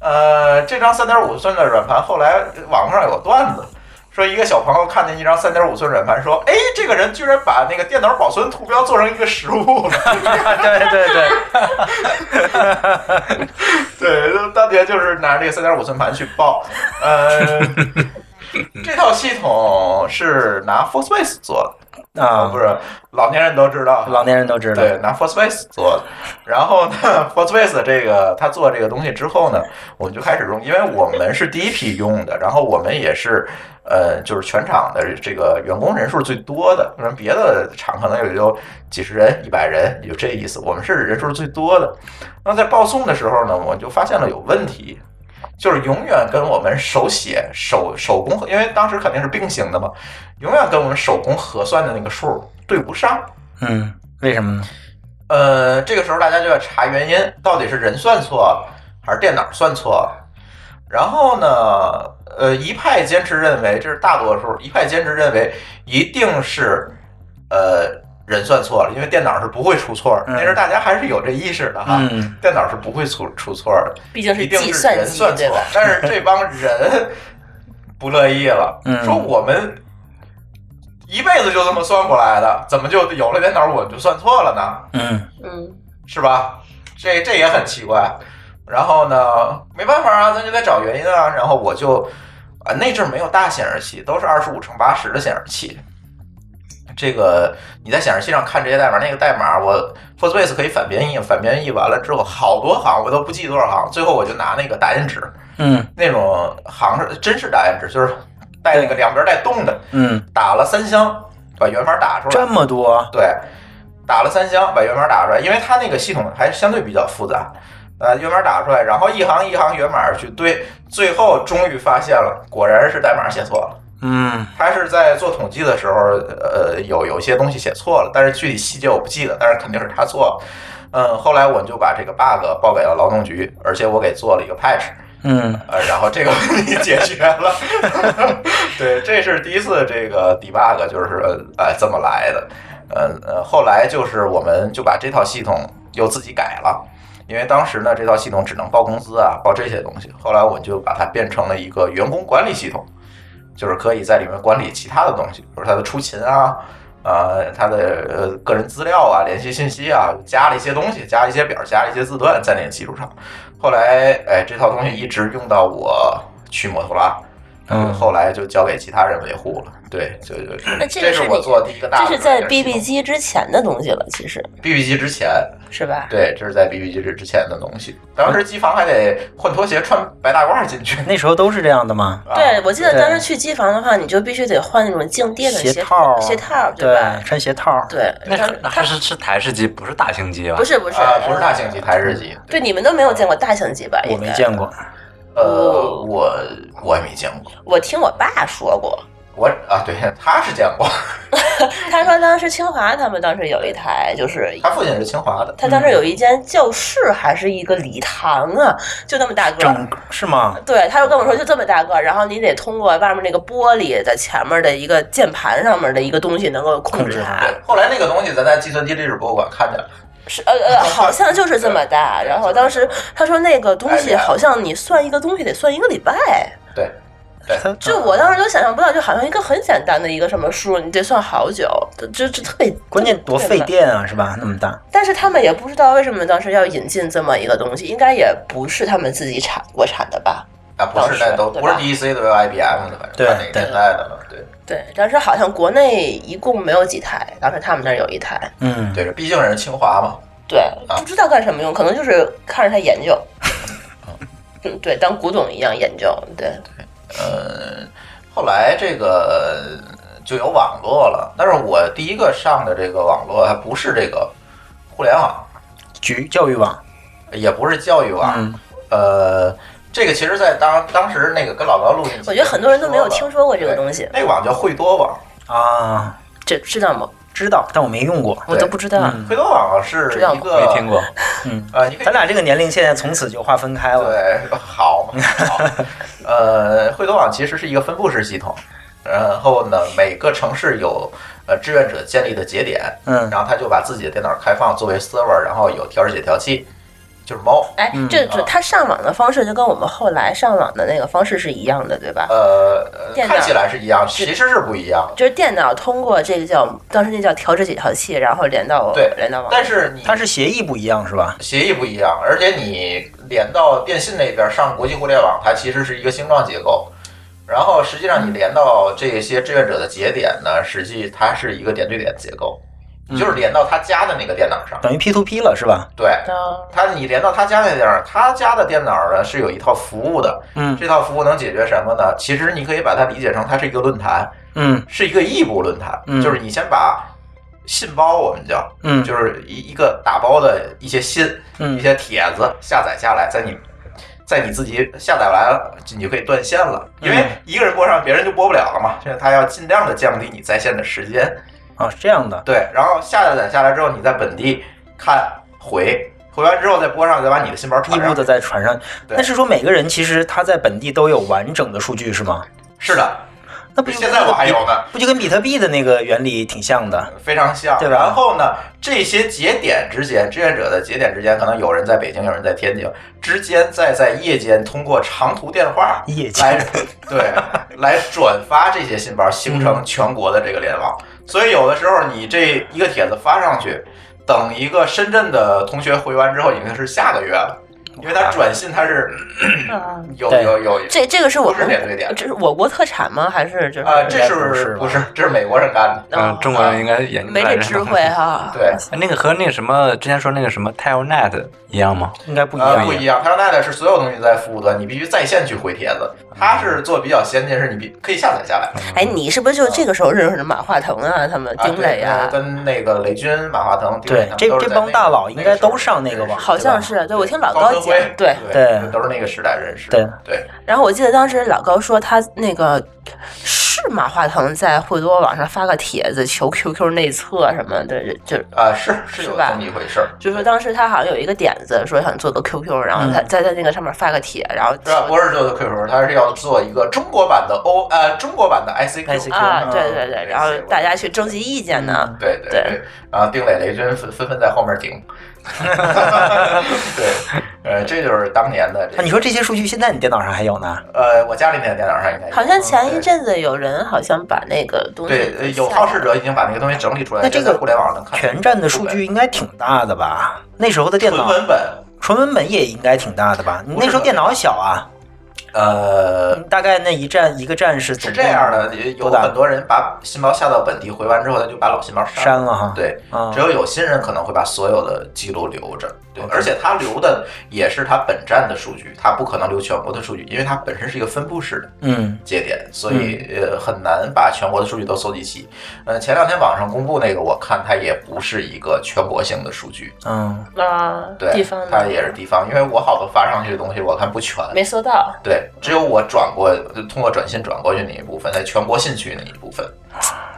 [SPEAKER 1] 呃，这张三点五寸的软盘，后来网上有段子说，一个小朋友看见一张三点五寸软盘，说：“哎，这个人居然把那个电脑保存图标做成一个实物了。
[SPEAKER 4] 对对对，”
[SPEAKER 1] 对，当年就是拿这个三点五寸盘去报。呃，这套系统是拿 Forceface 做的
[SPEAKER 4] 啊
[SPEAKER 1] 不是老年人都知道，
[SPEAKER 4] 老年人都知道。
[SPEAKER 1] 对，拿 Forceface 做的。然后呢，Forceface 这个他做这个东西之后呢，我们就开始用，因为我们是第一批用的，然后我们也是呃，就是全厂的这个员工人数最多的，可能别的厂可能也就几十人、一百人，有这意思。我们是人数最多的。那在报送的时候呢，我就发现了有问题。就是永远跟我们手写手手工，因为当时肯定是并行的嘛，永远跟我们手工核算的那个数对不上。
[SPEAKER 4] 嗯，为什么呢？
[SPEAKER 1] 呃，这个时候大家就要查原因，到底是人算错了还是电脑算错了。然后呢，呃，一派坚持认为这是大多数，一派坚持认为一定是呃人算错了，因为电脑是不会出错的。
[SPEAKER 4] 嗯
[SPEAKER 1] 那时候大家还是有这意识的哈，
[SPEAKER 4] 嗯
[SPEAKER 1] 电脑是不会出出错的，
[SPEAKER 2] 毕竟
[SPEAKER 1] 一
[SPEAKER 2] 是
[SPEAKER 1] 定
[SPEAKER 2] 计
[SPEAKER 1] 是
[SPEAKER 2] 算
[SPEAKER 1] 人
[SPEAKER 2] 机，
[SPEAKER 1] 算
[SPEAKER 2] 对
[SPEAKER 1] 错
[SPEAKER 2] 吧？。
[SPEAKER 1] 但是这帮 人不乐意了，
[SPEAKER 4] 嗯
[SPEAKER 1] 说我们一辈子就这么算过来的，怎么就有了电脑我就算错了呢？
[SPEAKER 4] 嗯
[SPEAKER 2] 嗯，
[SPEAKER 1] 是吧？这这也很奇怪。然后呢，没办法啊，咱就得找原因啊。然后我就啊，那阵儿没有大显示器，都是二十五乘八十的显示器。这个你在显示器上看这些代码，那个代码我 Forceface 可以反编译，反编译完了之后好多行我都不记多少行，最后我就拿那个打印纸，
[SPEAKER 4] 嗯
[SPEAKER 1] 那种行是真是打印纸，就是带那个两边带洞的，
[SPEAKER 4] 嗯，
[SPEAKER 1] 打了三箱，把源码打出来
[SPEAKER 4] 这。么多，
[SPEAKER 1] 对，打了三箱把源码打出来，因为它那个系统还相对比较复杂。呃，源码打出来，然后一行一行源码去对，最后终于发现了，果然是代码写错了。
[SPEAKER 4] 嗯
[SPEAKER 1] 他是在做统计的时候，呃，有有些东西写错了，但是具体细节我不记得，但是肯定是他呃错了。嗯，后来我就把这个 bug 报给了劳动局，而且我给做了一个 patch，
[SPEAKER 3] 嗯，
[SPEAKER 1] 呃，然后这个问题解决了。 对，这是第一次这个 debug 就是呃这么来的。呃呃，后来就是我们就把这套系统又自己改了，因为当时呢这套系统只能报工资啊，报这些东西。后来我们就把它变成了一个员工管理系统，就是可以在里面管理其他的东西，比如他的出勤啊。呃，他的呃个人资料啊、联系信息啊，加了一些东西，加了一些表，加了一些字段在那个基础上。后来，哎，这套东西一直用到我去摩托拉，
[SPEAKER 3] 嗯
[SPEAKER 1] 后来就交给其他人维护了。对，就就
[SPEAKER 2] 那这个
[SPEAKER 1] 是
[SPEAKER 2] 是
[SPEAKER 1] 我
[SPEAKER 2] 你
[SPEAKER 1] 做的第一个大
[SPEAKER 2] 这
[SPEAKER 1] 的
[SPEAKER 2] 是在
[SPEAKER 1] 软件系
[SPEAKER 2] BB 机之前的东西了，其实
[SPEAKER 1] BB 机之前，
[SPEAKER 2] 是吧？
[SPEAKER 1] 对，这是在 BB 机之之前的东西。当时机房还得换拖鞋、穿白大褂进去。
[SPEAKER 4] 那时候都是这样的嘛。
[SPEAKER 1] 啊
[SPEAKER 2] 对，我记得
[SPEAKER 4] 对
[SPEAKER 2] 当时去机房的话，你就必须得换那种静电的
[SPEAKER 4] 鞋
[SPEAKER 2] 鞋
[SPEAKER 4] 套儿
[SPEAKER 2] 鞋套，
[SPEAKER 4] 对
[SPEAKER 2] 吧，？
[SPEAKER 4] 穿鞋套。，
[SPEAKER 2] 对，
[SPEAKER 3] 那
[SPEAKER 2] 它
[SPEAKER 3] 可那还
[SPEAKER 2] 它
[SPEAKER 3] 是是台式机，不是大型机吧？
[SPEAKER 2] 不，是不是
[SPEAKER 1] 啊，不是大型机，台式机。
[SPEAKER 2] 对，你们都没有见过大型机吧？
[SPEAKER 4] 我
[SPEAKER 2] 应
[SPEAKER 4] 没
[SPEAKER 2] 该
[SPEAKER 4] 见过。
[SPEAKER 1] 呃，我我也没见过。
[SPEAKER 2] 哦我听我爸说过，
[SPEAKER 1] 我啊，对，他是见过，
[SPEAKER 2] 他说当时清华他们当时有一台，就是
[SPEAKER 1] 他父亲是清华的。
[SPEAKER 2] 他当时有一间教室还是一个礼堂啊，就那么大个儿
[SPEAKER 4] 整。是吗？
[SPEAKER 2] 对，他就跟我说就这么大个儿，然后你得通过外面那个玻璃在前面的一个键盘上面的一个东西能够控制它。
[SPEAKER 1] 嗯对，后来那个东西咱在计算机历史博物馆看见了。
[SPEAKER 2] 是呃呃，好像就是这么大。然后当时他说那个东西好像你算一个东西得算一个礼拜，
[SPEAKER 1] 对，
[SPEAKER 4] 它
[SPEAKER 2] 就我当时都想象不到，就好像一个很简单的一个什么数，你得算好久，这这这特别
[SPEAKER 4] 关键多费。电啊，是吧？那么大，
[SPEAKER 2] 但是他们也不知道为什么当时要引进这么一个东西，应该也不是他们自己产国产的吧？
[SPEAKER 1] 啊，不是那都
[SPEAKER 2] 当时对
[SPEAKER 1] 不是
[SPEAKER 2] 吧
[SPEAKER 1] DEC 的，都是 IBM 的，反正
[SPEAKER 4] 对
[SPEAKER 1] 看哪个年代的了。对
[SPEAKER 2] 对，当时好像国内一共没有几台，当时他们那儿有一台。
[SPEAKER 4] 嗯，
[SPEAKER 1] 对，毕竟人清华嘛，
[SPEAKER 2] 对，
[SPEAKER 1] 啊
[SPEAKER 2] 不知道干什么用，可能就是看着他研究。
[SPEAKER 1] 啊
[SPEAKER 2] 嗯，对，当古董一样研究。对，
[SPEAKER 1] 嗯呃，后来这个呃就有网络了，但是我第一个上的这个网络还不是这个互联网，
[SPEAKER 4] 局教育网，
[SPEAKER 1] 也不是教育网，
[SPEAKER 4] 嗯，
[SPEAKER 1] 呃，这个其实在当当时那个跟老高录音，
[SPEAKER 2] 我觉得很多人都没有听说过这个东西
[SPEAKER 1] 对，那个网叫惠多网，
[SPEAKER 4] 啊，
[SPEAKER 2] 这知道吗？
[SPEAKER 4] 知道，但我没用过。
[SPEAKER 2] 我
[SPEAKER 1] 对
[SPEAKER 2] 都不知道。
[SPEAKER 4] 嗯
[SPEAKER 1] 惠多网是
[SPEAKER 2] 知道
[SPEAKER 1] 一
[SPEAKER 2] 吗
[SPEAKER 1] 个
[SPEAKER 3] 没听过。
[SPEAKER 1] 呃，你可以
[SPEAKER 4] 啊咱俩这个年龄现在从此就划分开了。
[SPEAKER 1] 对，好，好。呃，惠多网其实是一个分布式系统，然后呢，每个城市有呃志愿者建立的节点，
[SPEAKER 4] 嗯
[SPEAKER 1] 然后他就把自己的电脑开放作为 server，然后有调试解调器，就是猫。啊
[SPEAKER 2] 哎，
[SPEAKER 4] 嗯
[SPEAKER 2] 这这他上网的方式就跟我们后来上网的那个方式是一样的，对吧？
[SPEAKER 1] 呃，呃
[SPEAKER 2] 电脑
[SPEAKER 1] 看起来是一样，其实是不一样的。
[SPEAKER 2] 就是电脑通过这个叫当时那叫调制解调器，然后连到
[SPEAKER 1] 对
[SPEAKER 2] 连到网。
[SPEAKER 1] 但是你
[SPEAKER 4] 它是协议不一样，是吧？
[SPEAKER 1] 协议不一样，而且你连到电信那边上国际互联网，它其实是一个星状结构。然后实际上你连到这些志愿者的节点呢，实际它是一个点对点结构，
[SPEAKER 4] 嗯
[SPEAKER 1] 你就是连到他家的那个电脑上。
[SPEAKER 4] 等于 P to P 了，是吧？
[SPEAKER 1] 对，
[SPEAKER 2] 啊
[SPEAKER 1] 他你连到他家那电脑，他家的电脑呢是有一套服务的。
[SPEAKER 4] 嗯
[SPEAKER 1] 这套服务能解决什么呢？其实你可以把它理解成它是一个论坛，
[SPEAKER 4] 嗯
[SPEAKER 1] 是一个异步论坛，
[SPEAKER 4] 嗯
[SPEAKER 1] 就是你先把信包，我们叫，
[SPEAKER 4] 嗯
[SPEAKER 1] 就是一一个打包的一些信，
[SPEAKER 4] 嗯
[SPEAKER 1] 一些帖子下载下来，在你在你自己下载完了，你就可以断线了，因为
[SPEAKER 4] 嗯
[SPEAKER 1] 一个人播上，别人就播不了了嘛。所以他要尽量的降低你在线的时间，
[SPEAKER 4] 啊，是这样的。
[SPEAKER 1] 对。然后下载下来之后，你在本地看回，回完之后再播上，再把你的信包
[SPEAKER 4] 异
[SPEAKER 1] 传
[SPEAKER 4] 步
[SPEAKER 1] 上
[SPEAKER 4] 的
[SPEAKER 1] 去。
[SPEAKER 4] 在船上，
[SPEAKER 1] 对
[SPEAKER 4] 但是说每个人其实他在本地都有完整的数据是吗？
[SPEAKER 1] 是的，
[SPEAKER 4] 那不就
[SPEAKER 1] 现在我还有呢，
[SPEAKER 4] 不就跟比特币的那个原理挺像的？
[SPEAKER 1] 非常像。
[SPEAKER 4] 对吧
[SPEAKER 1] 然后呢，这些节点之间，志愿者的节点之间，可能有人在北京，有人在天津，之间再在夜间通过长途电话
[SPEAKER 4] 夜
[SPEAKER 1] 来
[SPEAKER 4] 间
[SPEAKER 1] 对来转发这些信包，形成全国的这个联网。
[SPEAKER 4] 嗯
[SPEAKER 1] 所以有的时候你这一个帖子发上去，等一个深圳的同学回完之后，已经是下个月了。因为他转信，他是有
[SPEAKER 4] 对
[SPEAKER 1] 有有，
[SPEAKER 2] 这这个是我
[SPEAKER 1] 不是
[SPEAKER 2] 们
[SPEAKER 1] 点对点
[SPEAKER 2] 这是我国特产吗？还是就是
[SPEAKER 1] 啊，这
[SPEAKER 4] 应该不是
[SPEAKER 1] 是
[SPEAKER 4] 吧
[SPEAKER 1] 不是？这是美国人干的，
[SPEAKER 2] 啊
[SPEAKER 3] 嗯，中国人应该研究
[SPEAKER 2] 没
[SPEAKER 3] 出来
[SPEAKER 2] 这智慧哈？
[SPEAKER 1] 对，
[SPEAKER 3] 哎那个和那个什么之前说那个什么 Telnet 一样吗？
[SPEAKER 4] 应该不一
[SPEAKER 1] 呃，
[SPEAKER 4] 样
[SPEAKER 1] 不。一样 t e l n e t 是所有东西在服务端，你必须在线去回帖子。它是做比较先进，是你必可以下载下来。
[SPEAKER 4] 嗯
[SPEAKER 2] 哎，你是不是就这个时候认识的马化腾啊？他们
[SPEAKER 1] 啊
[SPEAKER 2] 丁磊
[SPEAKER 1] 对呃
[SPEAKER 2] 呀？
[SPEAKER 1] 跟那个雷军、马化腾、丁磊
[SPEAKER 4] 对
[SPEAKER 1] 他们
[SPEAKER 4] 这
[SPEAKER 1] 都是
[SPEAKER 4] 这
[SPEAKER 1] 在
[SPEAKER 4] 帮
[SPEAKER 1] 那
[SPEAKER 4] 大
[SPEAKER 1] 个
[SPEAKER 4] 哦佬应该都上那
[SPEAKER 1] 时
[SPEAKER 4] 个
[SPEAKER 1] 代
[SPEAKER 4] 网
[SPEAKER 2] 好像
[SPEAKER 4] 对吧
[SPEAKER 2] 是，对我听老
[SPEAKER 1] 高
[SPEAKER 2] 高
[SPEAKER 1] 德
[SPEAKER 2] 讲
[SPEAKER 1] 辉，，
[SPEAKER 2] 对，
[SPEAKER 4] 对
[SPEAKER 1] 都是那个时代人士。啊
[SPEAKER 4] 对
[SPEAKER 1] 对，
[SPEAKER 2] 然后我记得当时老高说他那个是是马化腾在惠多网上发个帖子求 QQ 内测什么的，就
[SPEAKER 1] 啊，是是有
[SPEAKER 2] 是吧
[SPEAKER 1] 这么一回事儿。嗯
[SPEAKER 2] 就是说当时他好像有一个点子，说想做个 QQ，然后他在在那个上面发个帖，然后
[SPEAKER 1] 是吧？不是做的 QQ，它是要做一个中国版的 O，呃，中国版的 ICQ
[SPEAKER 4] ICQ
[SPEAKER 2] 啊，
[SPEAKER 4] 嗯
[SPEAKER 2] 对对对，然后大家去征集意见呢。
[SPEAKER 1] 对对对，然后丁磊、雷军纷纷纷在后面 顶。对，呃，这就是当年的这
[SPEAKER 4] 啊，你说这些数据现在你电脑上还有呢？
[SPEAKER 1] 呃，我家里那个电脑上应该有
[SPEAKER 2] 好像前一阵子有人好像把那个东西
[SPEAKER 1] 对对呃有好事者已经把那个东西整理出来，
[SPEAKER 4] 那这
[SPEAKER 1] 就在
[SPEAKER 4] 个
[SPEAKER 1] 互联网上能看
[SPEAKER 4] 全站的数据应该挺大的吧？那时候的电
[SPEAKER 1] 纯
[SPEAKER 4] 脑
[SPEAKER 1] 文本，
[SPEAKER 4] 纯文本也应该挺大的吧？你
[SPEAKER 1] 不是
[SPEAKER 4] 那时候电脑小啊，嗯
[SPEAKER 1] 呃。
[SPEAKER 4] 大概那一站一个站是
[SPEAKER 1] 是
[SPEAKER 4] 总
[SPEAKER 1] 这
[SPEAKER 4] 共
[SPEAKER 1] 样的，也有
[SPEAKER 4] 多大
[SPEAKER 1] 很多人把新包下到本地回完之后，他就把老新包
[SPEAKER 4] 删了哈。
[SPEAKER 1] 对，
[SPEAKER 4] 啊
[SPEAKER 1] 只有有心人可能会把所有的记录留着，对，
[SPEAKER 4] OK
[SPEAKER 1] 而且他留的也是他本站的数据，他不可能留全国的数据，因为它本身是一个分布式的
[SPEAKER 4] 嗯
[SPEAKER 1] 节点，所以呃很难把全国的数据都搜集齐。呃，前两天网上公布那个，我看它也不是一个全国性的数据，
[SPEAKER 4] 嗯，
[SPEAKER 2] 啊，
[SPEAKER 1] 对，
[SPEAKER 2] 地方
[SPEAKER 1] 它
[SPEAKER 2] 的
[SPEAKER 1] 也是地方，因为我好多发上去的东西我看不全。
[SPEAKER 2] 没搜到，
[SPEAKER 1] 对，只有我转过，就通过转信转过去那一部分，在全国信区那一部分，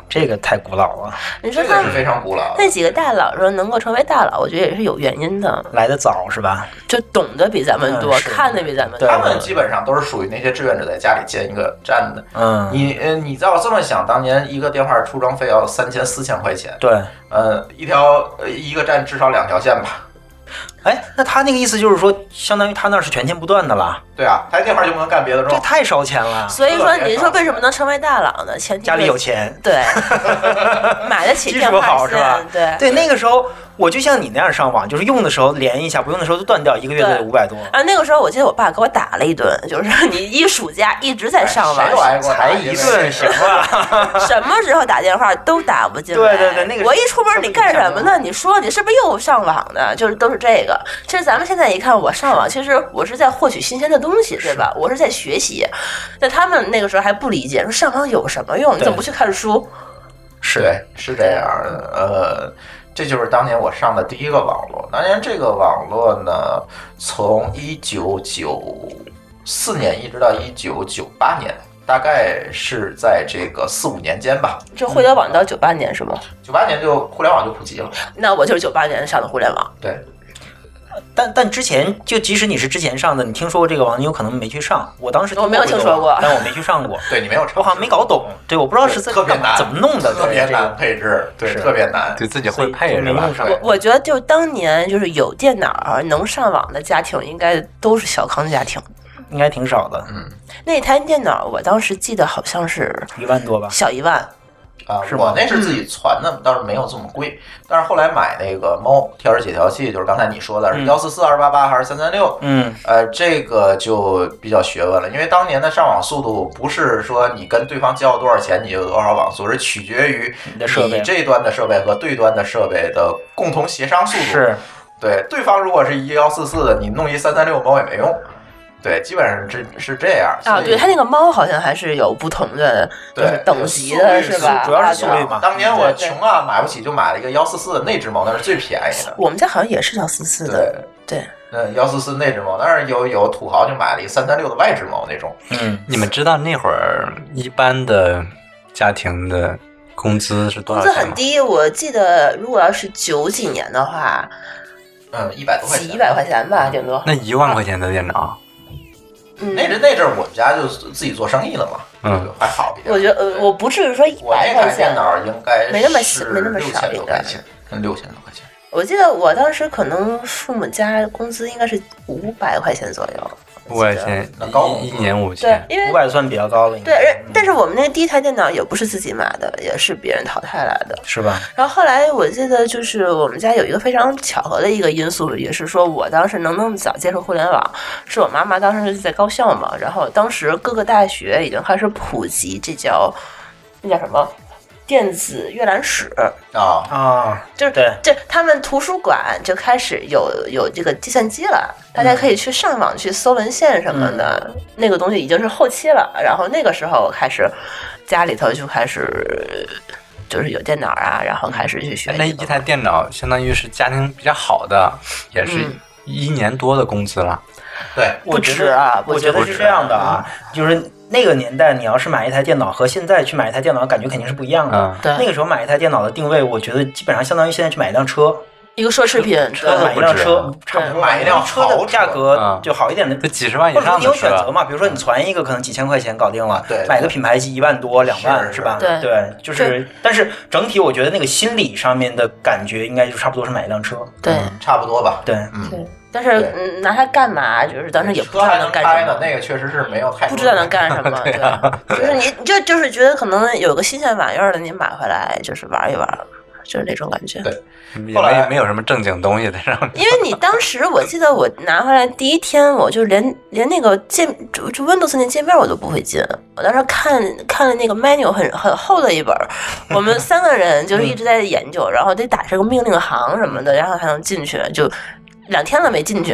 [SPEAKER 4] 这个太古老了，
[SPEAKER 2] 你说
[SPEAKER 1] 这
[SPEAKER 2] 他
[SPEAKER 1] 个是非常古老的。
[SPEAKER 2] 那几个大佬说能够成为大佬，我觉得也是有原因的，
[SPEAKER 4] 来的早是吧？
[SPEAKER 2] 就懂得比咱们多，
[SPEAKER 4] 嗯是
[SPEAKER 2] 看的比咱们多
[SPEAKER 4] 对。
[SPEAKER 1] 他们基本上都是属于那些志愿者在家里建一个站的，
[SPEAKER 4] 嗯，
[SPEAKER 1] 你呃，你照这么想，当年一个电话出装费要三千四千块钱，
[SPEAKER 4] 对。
[SPEAKER 1] 呃，一条呃一个站至少两条线吧？
[SPEAKER 4] 哎，那他那个意思就是说，相当于他那儿是全天不断的了，
[SPEAKER 1] 对啊，台电话就不能干别的是
[SPEAKER 4] 这
[SPEAKER 1] 吧？
[SPEAKER 4] 太烧钱了。
[SPEAKER 2] 所以说，
[SPEAKER 1] 特别
[SPEAKER 2] 你
[SPEAKER 1] 少
[SPEAKER 2] 说为什么能成为大佬呢？前提
[SPEAKER 4] 家里有
[SPEAKER 2] 钱，
[SPEAKER 4] 钱，
[SPEAKER 2] 对，买得起
[SPEAKER 4] 基
[SPEAKER 2] 电
[SPEAKER 4] 础好
[SPEAKER 2] 话
[SPEAKER 4] 是吧
[SPEAKER 2] 线，？对。
[SPEAKER 4] 对，那个时候我就像你那样上网，就是用的时候连一下，不用的时候就断掉，一个月
[SPEAKER 2] 对
[SPEAKER 4] 得五百多。
[SPEAKER 2] 啊，那个时候我记得我爸给我打了一顿，就是你一暑假一直在上网
[SPEAKER 1] 谁，都挨过打
[SPEAKER 4] 才一顿行吧？
[SPEAKER 2] 什么时候打电话都打不进来。
[SPEAKER 4] 对对对那个
[SPEAKER 2] 我一出门你干什么呢？你说你是不是又上网呢？就是都是这个。其实咱们现在一看，我上网，其实我是在获取新鲜的东西，对吧？我是在学习。但他们那个时候还不理解，说上网有什么用？你怎么不去看书？
[SPEAKER 4] 是
[SPEAKER 1] 对，是这样的。呃，这就是当年我上的第一个网络。当年这个网络呢，从一九九四年一直到一九九八年，大概是在这个四五年间吧。
[SPEAKER 2] 这互联网到九八年是吗？
[SPEAKER 1] 九八年就互联网就普及了，
[SPEAKER 2] 那我就是九八年上的互联网。
[SPEAKER 1] 对。
[SPEAKER 4] 但但之前就即使你是之前上的，你听说过这个网，你有可能没去上。我当时
[SPEAKER 2] 我没有
[SPEAKER 4] 过这
[SPEAKER 2] 听
[SPEAKER 4] 个
[SPEAKER 2] 说
[SPEAKER 4] 网
[SPEAKER 2] 过
[SPEAKER 4] 但我没去上过，
[SPEAKER 1] 对你没有尝试，
[SPEAKER 4] 我好像没搞懂。对，我不知道是在
[SPEAKER 1] 特别
[SPEAKER 4] 干嘛
[SPEAKER 1] 难，
[SPEAKER 4] 怎么弄的，
[SPEAKER 1] 特
[SPEAKER 4] 对
[SPEAKER 1] 别
[SPEAKER 4] 这个
[SPEAKER 1] 难配置，对，
[SPEAKER 4] 是
[SPEAKER 1] 特别难。
[SPEAKER 3] 对自己会配是
[SPEAKER 4] 没
[SPEAKER 3] 吧
[SPEAKER 4] 用？上
[SPEAKER 1] 对
[SPEAKER 2] 我觉得就当年就是有电脑啊能上网的家庭，应该都是小康家庭。
[SPEAKER 4] 应该挺少的，
[SPEAKER 1] 嗯
[SPEAKER 2] 那台电脑，我当时记得好像是
[SPEAKER 4] 一万多吧。
[SPEAKER 2] 小一万，
[SPEAKER 1] 啊，
[SPEAKER 4] 是
[SPEAKER 1] 我
[SPEAKER 4] 吗
[SPEAKER 1] 那是自己传的，倒是没有这么贵。但是后来买那个猫跳水解调器，就是刚才你说的，是
[SPEAKER 4] 嗯
[SPEAKER 1] 幺四四二八八还是三三六？
[SPEAKER 4] 嗯，
[SPEAKER 1] 呃，这个就比较学问了，因为当年的上网速度不是说你跟对方交了多少钱你就有多少网速，是取决于
[SPEAKER 4] 你的设备
[SPEAKER 1] 你这端的设备和对端的设备的共同协商速度。
[SPEAKER 4] 是
[SPEAKER 1] 对，对方如果是一幺四四的，你弄一三三六猫也没用。对，基本上这是这样
[SPEAKER 2] 啊，
[SPEAKER 1] 所以
[SPEAKER 2] 对，它那个猫好像还是有不同的，就
[SPEAKER 1] 对
[SPEAKER 2] 是等级的是吧？
[SPEAKER 4] 主要是
[SPEAKER 2] 啊
[SPEAKER 4] 速率嘛嗯
[SPEAKER 1] 当年我
[SPEAKER 2] 对对
[SPEAKER 1] 穷啊，买不起就买了一个幺四四的内置猫，那是最便宜的。
[SPEAKER 2] 我们家好像也是叫四四的，
[SPEAKER 1] 对，
[SPEAKER 2] 对，
[SPEAKER 1] 那幺四四内置猫，但是有有土豪就买了一个三三六的外置猫那种。
[SPEAKER 4] 嗯，
[SPEAKER 3] 你们知道那会儿一般的家庭的工资是多
[SPEAKER 2] 工
[SPEAKER 3] 少
[SPEAKER 2] 资
[SPEAKER 3] 钱
[SPEAKER 2] 很
[SPEAKER 3] 吗？
[SPEAKER 2] 低。我记得如果要是九几年的话，
[SPEAKER 1] 嗯，一百多块钱，
[SPEAKER 2] 几百块钱吧，顶多。
[SPEAKER 3] 那一万块钱的电脑，
[SPEAKER 2] 嗯
[SPEAKER 1] 那阵那阵儿我们家就自己做生意了嘛，
[SPEAKER 3] 嗯
[SPEAKER 1] 就还好一点。
[SPEAKER 2] 我觉得呃，我不至于说一
[SPEAKER 1] 我
[SPEAKER 2] 百
[SPEAKER 1] 那
[SPEAKER 2] 块
[SPEAKER 1] 台
[SPEAKER 2] 钱
[SPEAKER 1] 电。脑应该是
[SPEAKER 2] 没那么小没那么
[SPEAKER 1] 六
[SPEAKER 2] 少
[SPEAKER 1] 千多
[SPEAKER 2] 应该
[SPEAKER 1] 块钱，嗯，六千多块钱。
[SPEAKER 2] 我记得我当时可能父母家工资应该是五百块钱左右，
[SPEAKER 3] 五块钱
[SPEAKER 1] 那高嗯工资
[SPEAKER 3] 一一年五
[SPEAKER 2] 对
[SPEAKER 3] 千，，
[SPEAKER 2] 因为
[SPEAKER 4] 五百算比较高了，应
[SPEAKER 2] 对，
[SPEAKER 4] 该
[SPEAKER 2] 而
[SPEAKER 1] 嗯
[SPEAKER 2] 但是我们那个第一台电脑也不是自己买的，也是别人淘汰来的。
[SPEAKER 4] 是吧？
[SPEAKER 2] 然后后来我记得就是我们家有一个非常巧合的一个因素，也是说我当时能那么早接触互联网，是我妈妈当时是在高校嘛，然后当时各个大学已经开始普及这叫那叫什么电子阅览室，
[SPEAKER 1] 啊，
[SPEAKER 4] 啊，
[SPEAKER 2] 就是
[SPEAKER 4] 对
[SPEAKER 2] 这他们图书馆就开始有有这个计算机了，大家可以去上网去搜文献什么的，
[SPEAKER 1] 嗯
[SPEAKER 2] 那个东西已经是后期了。然后那个时候我开始家里头就开始就是有电脑啊，然后开始去学
[SPEAKER 3] 哎那
[SPEAKER 2] 这
[SPEAKER 3] 一
[SPEAKER 2] 个
[SPEAKER 3] 台电脑相当于是家庭比较好的，也是
[SPEAKER 2] 嗯
[SPEAKER 3] 一年多的工资了。
[SPEAKER 1] 对，
[SPEAKER 4] 我觉
[SPEAKER 2] 不止
[SPEAKER 4] 得
[SPEAKER 2] 啊不止
[SPEAKER 4] 我
[SPEAKER 2] 嗯
[SPEAKER 4] 觉得
[SPEAKER 3] 不
[SPEAKER 4] 是
[SPEAKER 3] 止
[SPEAKER 4] 这样的啊，就是那个年代，你要是买一台电脑和现在去买一台电脑，感觉肯定是不一样的。
[SPEAKER 3] 啊，
[SPEAKER 2] 对
[SPEAKER 4] 那个时候买一台电脑的定位，我觉得基本上相当于现在去买一辆车，
[SPEAKER 2] 一个奢侈品，
[SPEAKER 4] 对买一辆车，差不多
[SPEAKER 1] 买一辆
[SPEAKER 4] 车的
[SPEAKER 1] 豪
[SPEAKER 4] 价
[SPEAKER 1] 车
[SPEAKER 4] 格
[SPEAKER 3] 嗯
[SPEAKER 4] 就好一点的，
[SPEAKER 3] 这几十万以
[SPEAKER 4] 或者说
[SPEAKER 3] 上
[SPEAKER 4] 你有
[SPEAKER 3] 的
[SPEAKER 4] 选择
[SPEAKER 3] 车，
[SPEAKER 4] 嘛？比如说你攒一个，可能几千块钱搞定了，
[SPEAKER 1] 对
[SPEAKER 4] 买个品牌机一万多、两万
[SPEAKER 1] 是
[SPEAKER 4] 是吧？
[SPEAKER 2] 对
[SPEAKER 4] 对，就是，但是整体我觉得那个心理上面的感觉，应该就差不多是买一辆车。
[SPEAKER 2] 对
[SPEAKER 1] 差不多吧。
[SPEAKER 4] 对，
[SPEAKER 1] 嗯，
[SPEAKER 2] 对。但是
[SPEAKER 1] 对
[SPEAKER 2] 嗯拿它干嘛？就是当时也不知
[SPEAKER 1] 车
[SPEAKER 2] 道
[SPEAKER 1] 还
[SPEAKER 2] 能
[SPEAKER 1] 能
[SPEAKER 2] 干
[SPEAKER 1] 开
[SPEAKER 2] 什
[SPEAKER 1] 呢，
[SPEAKER 2] 么，
[SPEAKER 1] 那个确实是没有太
[SPEAKER 2] 不知道能干什么。对，就是你，你就就是觉得可能有个新鲜玩意儿的，你买回来就是玩一玩，就是那种感觉。
[SPEAKER 1] 对
[SPEAKER 3] 也
[SPEAKER 1] 后来
[SPEAKER 3] 没没有什么正经东西在上面。
[SPEAKER 2] 因为你当时，我记得我拿回来第一天，我就连连那个界就就 Windows 那界面我都不会进。我当时看看了那个 menu 很很厚的一本儿，我们三个人就是一直在研 究，然后得打这个命令行什么的，然后才能进去。就两天了没进 去，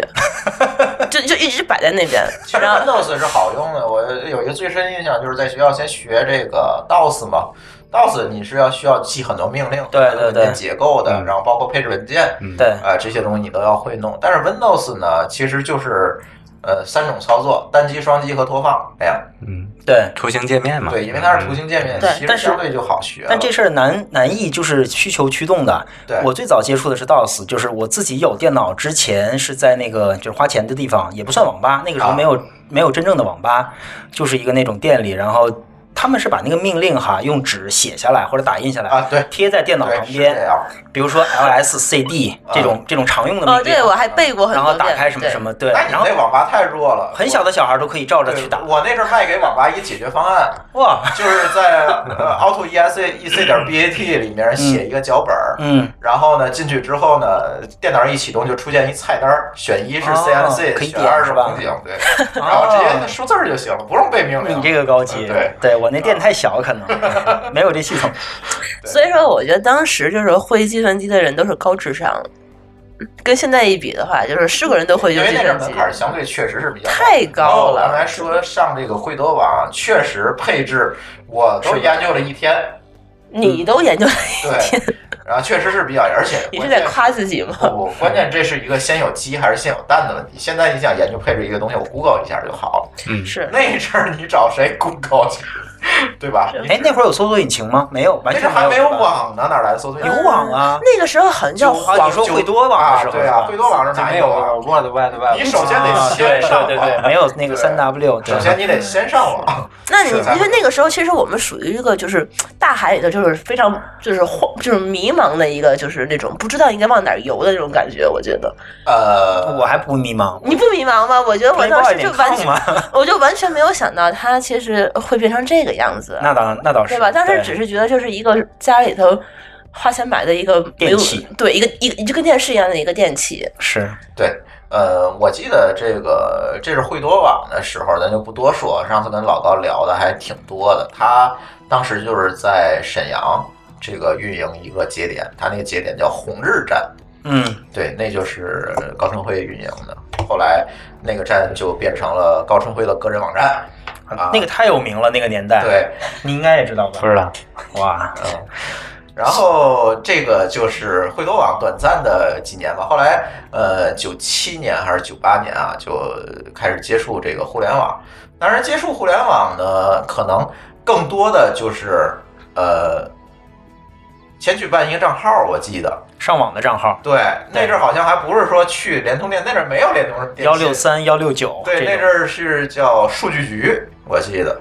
[SPEAKER 2] 就就一直摆在那边。
[SPEAKER 1] 其实 Windows 是好用的，我有一个最深印象就是在学校先学这个 DOS 嘛，DOS 你是要需要记很多命令，
[SPEAKER 4] 对对对
[SPEAKER 1] 文件结构的，
[SPEAKER 3] 嗯
[SPEAKER 1] 然后包括配置文件，
[SPEAKER 3] 嗯
[SPEAKER 4] 对
[SPEAKER 1] 啊、这些东西你都要会弄。但是 Windows 呢，其实就是呃三种操作，单击、双击和拖放那样。
[SPEAKER 3] 嗯，
[SPEAKER 4] 对。
[SPEAKER 3] 图形界面嘛，嗯
[SPEAKER 1] 对，因为它是图形界面，
[SPEAKER 2] 对
[SPEAKER 1] 其实
[SPEAKER 4] 但是
[SPEAKER 1] 相对就好学了。
[SPEAKER 4] 但这事儿难难易就是需求驱动的。
[SPEAKER 1] 对
[SPEAKER 4] 我最早接触的是 DOS，就是我自己有电脑之前是在那个就是花钱的地方，也不算网吧，那个时候
[SPEAKER 1] 啊
[SPEAKER 4] 没有、没有真正的网吧，就是一个那种店里，然后他们是把那个命令哈用纸写下来或者打印下来
[SPEAKER 1] 啊对
[SPEAKER 4] 贴在电脑
[SPEAKER 1] 对
[SPEAKER 4] 旁
[SPEAKER 1] 是
[SPEAKER 4] 边，
[SPEAKER 1] 这样，啊
[SPEAKER 4] 比如说 ls cd 这种、这种常用的
[SPEAKER 2] 哦，
[SPEAKER 4] 命令，
[SPEAKER 2] 对，我还背过很
[SPEAKER 4] 然
[SPEAKER 2] 多
[SPEAKER 4] 后
[SPEAKER 2] 遍。
[SPEAKER 4] 打开什么
[SPEAKER 2] 对
[SPEAKER 4] 什么，对，
[SPEAKER 1] 哎那你
[SPEAKER 4] 然后
[SPEAKER 1] 那网吧太弱了，
[SPEAKER 4] 很小的小孩都可以照
[SPEAKER 1] 我
[SPEAKER 4] 着去打
[SPEAKER 1] 对，我那阵儿卖给网吧一解决方案，
[SPEAKER 4] 哇，
[SPEAKER 1] 就是在呃 auto esc ec 点 bat 里
[SPEAKER 2] 嗯
[SPEAKER 1] 面写一个脚本儿。
[SPEAKER 4] 嗯，
[SPEAKER 1] 然后呢，进去之后呢，电脑一启动就出现一菜单儿，选一是
[SPEAKER 4] 哦
[SPEAKER 1] CNC，、
[SPEAKER 4] 可以
[SPEAKER 1] 选
[SPEAKER 4] 点
[SPEAKER 1] 二
[SPEAKER 4] 是吧
[SPEAKER 1] 风景，对，
[SPEAKER 2] 哦
[SPEAKER 1] 然后直
[SPEAKER 3] 哦
[SPEAKER 1] 接输字儿就行了，不用背命令。
[SPEAKER 4] 你这个高级，
[SPEAKER 1] 对
[SPEAKER 4] 我那店太小，可能 没有这 系统，
[SPEAKER 2] 所以说，我觉得当时就是会计算机的人都是高智商，跟现在一比的话，就是是个人都会
[SPEAKER 1] 因
[SPEAKER 2] 用
[SPEAKER 1] 为
[SPEAKER 2] 计
[SPEAKER 1] 那阵儿
[SPEAKER 2] 算机
[SPEAKER 1] 门。槛儿相对确实是比较
[SPEAKER 2] 太高了
[SPEAKER 1] 然后我刚才说上这个惠德网，确实配置我都研究了一天，
[SPEAKER 2] 你都研究了一天，
[SPEAKER 1] 对，然后确实是比较，而且
[SPEAKER 2] 你是在
[SPEAKER 1] 关键
[SPEAKER 2] 夸自己吗？
[SPEAKER 1] 不，关键这是一个先有鸡还是先有蛋的问题。现在你想研究配置一个东西，我 Google 一下就好了。
[SPEAKER 3] 嗯，
[SPEAKER 2] 是
[SPEAKER 1] 那阵儿你找谁 Google 去，对吧？你
[SPEAKER 4] 哎，那会儿有搜索引擎吗？没有，完
[SPEAKER 1] 那阵
[SPEAKER 4] 全
[SPEAKER 1] 儿还没有
[SPEAKER 4] 有吧，
[SPEAKER 1] 网呢，哪来的搜索引
[SPEAKER 4] 有
[SPEAKER 1] 擎？
[SPEAKER 4] 网啊，
[SPEAKER 2] 那个时候好像叫
[SPEAKER 4] 九啊
[SPEAKER 2] 黄
[SPEAKER 4] 你说
[SPEAKER 1] 就
[SPEAKER 4] 惠多网的时候
[SPEAKER 1] 啊对
[SPEAKER 4] 是
[SPEAKER 1] 啊，
[SPEAKER 4] 吧
[SPEAKER 1] 惠多网是哪有啊？
[SPEAKER 3] Word Wide
[SPEAKER 1] 你首先得
[SPEAKER 4] 啊对
[SPEAKER 1] 先上网，
[SPEAKER 4] 对对对，没有那个
[SPEAKER 1] 对
[SPEAKER 4] 三 W，对
[SPEAKER 1] 首先你得先上网，
[SPEAKER 2] 那你
[SPEAKER 1] 是的
[SPEAKER 2] 因为那个时候，其实我们属于一个就是大海里头，就是非常就是慌，就是迷茫的一个，就是那种不知道应该往哪儿游的那种感觉。我觉得
[SPEAKER 1] 呃，
[SPEAKER 4] 我还不迷茫，
[SPEAKER 2] 你不迷茫吗？我觉得我当时就完全，
[SPEAKER 4] 嘛，
[SPEAKER 2] 我就完全没有想到它其实会变成这个样子，
[SPEAKER 4] 那倒那倒是，
[SPEAKER 2] 对吧？当时只是觉得就是一个家里头花钱买的一个没有
[SPEAKER 4] 电器，
[SPEAKER 2] 对，一个一个就跟电视一样的一个电器。
[SPEAKER 4] 是
[SPEAKER 1] 对，呃，我记得这个这是惠多网的时候，咱就不多说。上次跟老高聊的还挺多的，他当时就是在沈阳这个运营一个节点，他那个节点叫红日站，
[SPEAKER 4] 嗯，
[SPEAKER 1] 对，那就是高春辉运营的。后来那个站就变成了高春辉的个人网站，啊
[SPEAKER 4] 那个太有名了，那个年代，，
[SPEAKER 1] 对，
[SPEAKER 4] 你应该也知道吧
[SPEAKER 3] 不？知道，
[SPEAKER 4] 哇，
[SPEAKER 1] 嗯，然后这个就是惠多网短暂的几年吧，后来呃九七年还是九八年啊，就开始接触这个互联网。当然，接触互联网呢，可能更多的就是呃，先去办一个账号，我记得，
[SPEAKER 4] 上网的账号
[SPEAKER 1] 对，那阵儿好像还不是说去联通电，那阵儿没有联通电信
[SPEAKER 4] 幺六，三幺六九，
[SPEAKER 1] 对，那阵儿是叫数据局，我记得，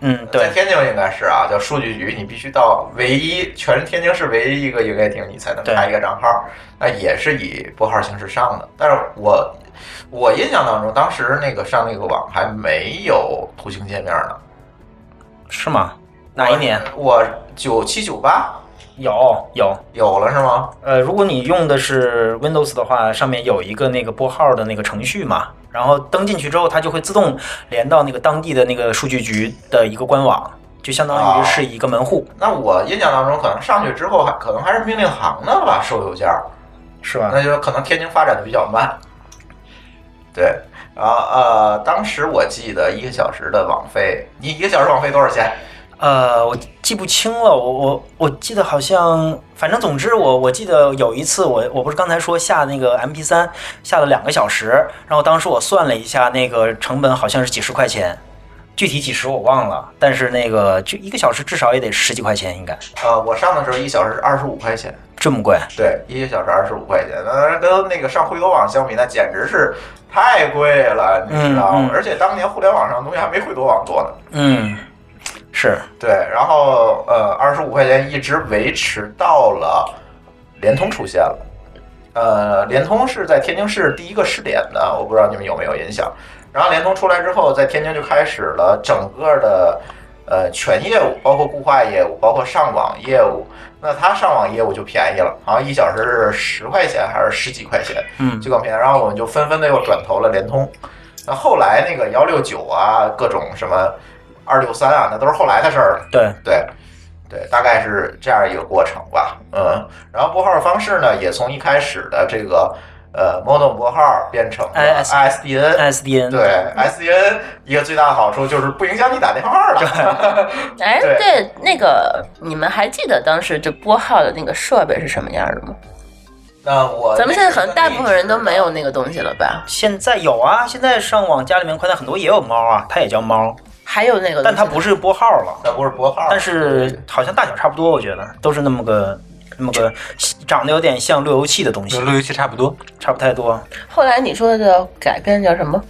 [SPEAKER 4] 嗯，
[SPEAKER 1] 在
[SPEAKER 4] 对，
[SPEAKER 1] 天津应该是啊，叫数据局，你必须到唯一全天津市唯一一个营业厅，你才能
[SPEAKER 4] 对
[SPEAKER 1] 开一个账号。那也是以拨号形式上的，但是我我印象当中，当时那个上那个网还没有图形界面呢。
[SPEAKER 4] 是吗？哪一年？
[SPEAKER 1] 我？我九七九八
[SPEAKER 4] 有有，
[SPEAKER 1] 有了是吗？
[SPEAKER 4] 呃，如果你用的是 Windows 的话，上面有一个那个拨号的那个程序嘛，然后登进去之后，它就会自动连到那个当地的那个数据局的一个官网，就相当于是一个门户，
[SPEAKER 1] 那我印象当中，可能上去之后还可能还是命令行的吧，收邮件儿。
[SPEAKER 4] 是吧？
[SPEAKER 1] 那就是可能天津发展的比较慢。对，然后呃，当时我记得一个小时的网费，你一个小时网费多少钱？
[SPEAKER 4] 呃，我记不清了，我我我记得好像，反正总之我我记得有一次我我不是刚才说下那个 MP 3下了两个小时，然后当时我算了一下，那个成本好像是几十块钱，具体几十我忘了，但是那个就一个小时至少也得十几块钱，应该
[SPEAKER 1] 啊，我上的时候一小时二十五块钱，
[SPEAKER 4] 这么贵。
[SPEAKER 1] 对，一个小时二十五块钱，那跟那个上回头网相比，那简直是太贵了，你知道吗？
[SPEAKER 4] 嗯嗯
[SPEAKER 1] 而且当年互联网上的东西还没回头网多呢。
[SPEAKER 4] 嗯，
[SPEAKER 6] Mm.
[SPEAKER 4] 是
[SPEAKER 1] 对，然后呃，二十五块钱一直维持到了联通出现了。呃，联通是在天津市第一个试点的，啊我不知道你们有没有印象。然后联通出来之后，在天津就开始了整个的呃全业务，包括固话业务，包括上网业务。那它上网业务就便宜了，好像一小时是十块钱还是十几块钱，
[SPEAKER 4] 嗯
[SPEAKER 1] 就更便宜。然后我们就纷纷的又转投了联通。那后来那个幺六九啊，各种什么二六三啊，那都是后来的事儿了。
[SPEAKER 4] 对，
[SPEAKER 1] 对，对，大概是这样一个过程吧。嗯，然后拨号方式呢，也从一开始的这个呃 modem 拨号变成了
[SPEAKER 4] IS
[SPEAKER 1] ISDN。
[SPEAKER 4] SDN
[SPEAKER 1] 对 SDN 一个最大的好处就是不影响你打电话了。
[SPEAKER 2] 哎，
[SPEAKER 1] 对
[SPEAKER 2] 对， 那个你们还记得当时这拨号的那个设备是什么样的吗？
[SPEAKER 1] 那我
[SPEAKER 2] 咱们现在可能大部分人都没有那个东西了吧？
[SPEAKER 4] 现在有啊，现在上网家里面宽带很多也有猫啊，它也叫猫，
[SPEAKER 2] 还有那个，
[SPEAKER 4] 但它不
[SPEAKER 2] 是，
[SPEAKER 4] 是拨号了，
[SPEAKER 1] 那不是拨号，
[SPEAKER 4] 但是好像大小差不多，我觉得都是那么个那么个长得有点像路由器的东西
[SPEAKER 3] 跟，路由器差不多。
[SPEAKER 4] 差不太多。
[SPEAKER 2] 后来你说的改变叫什么？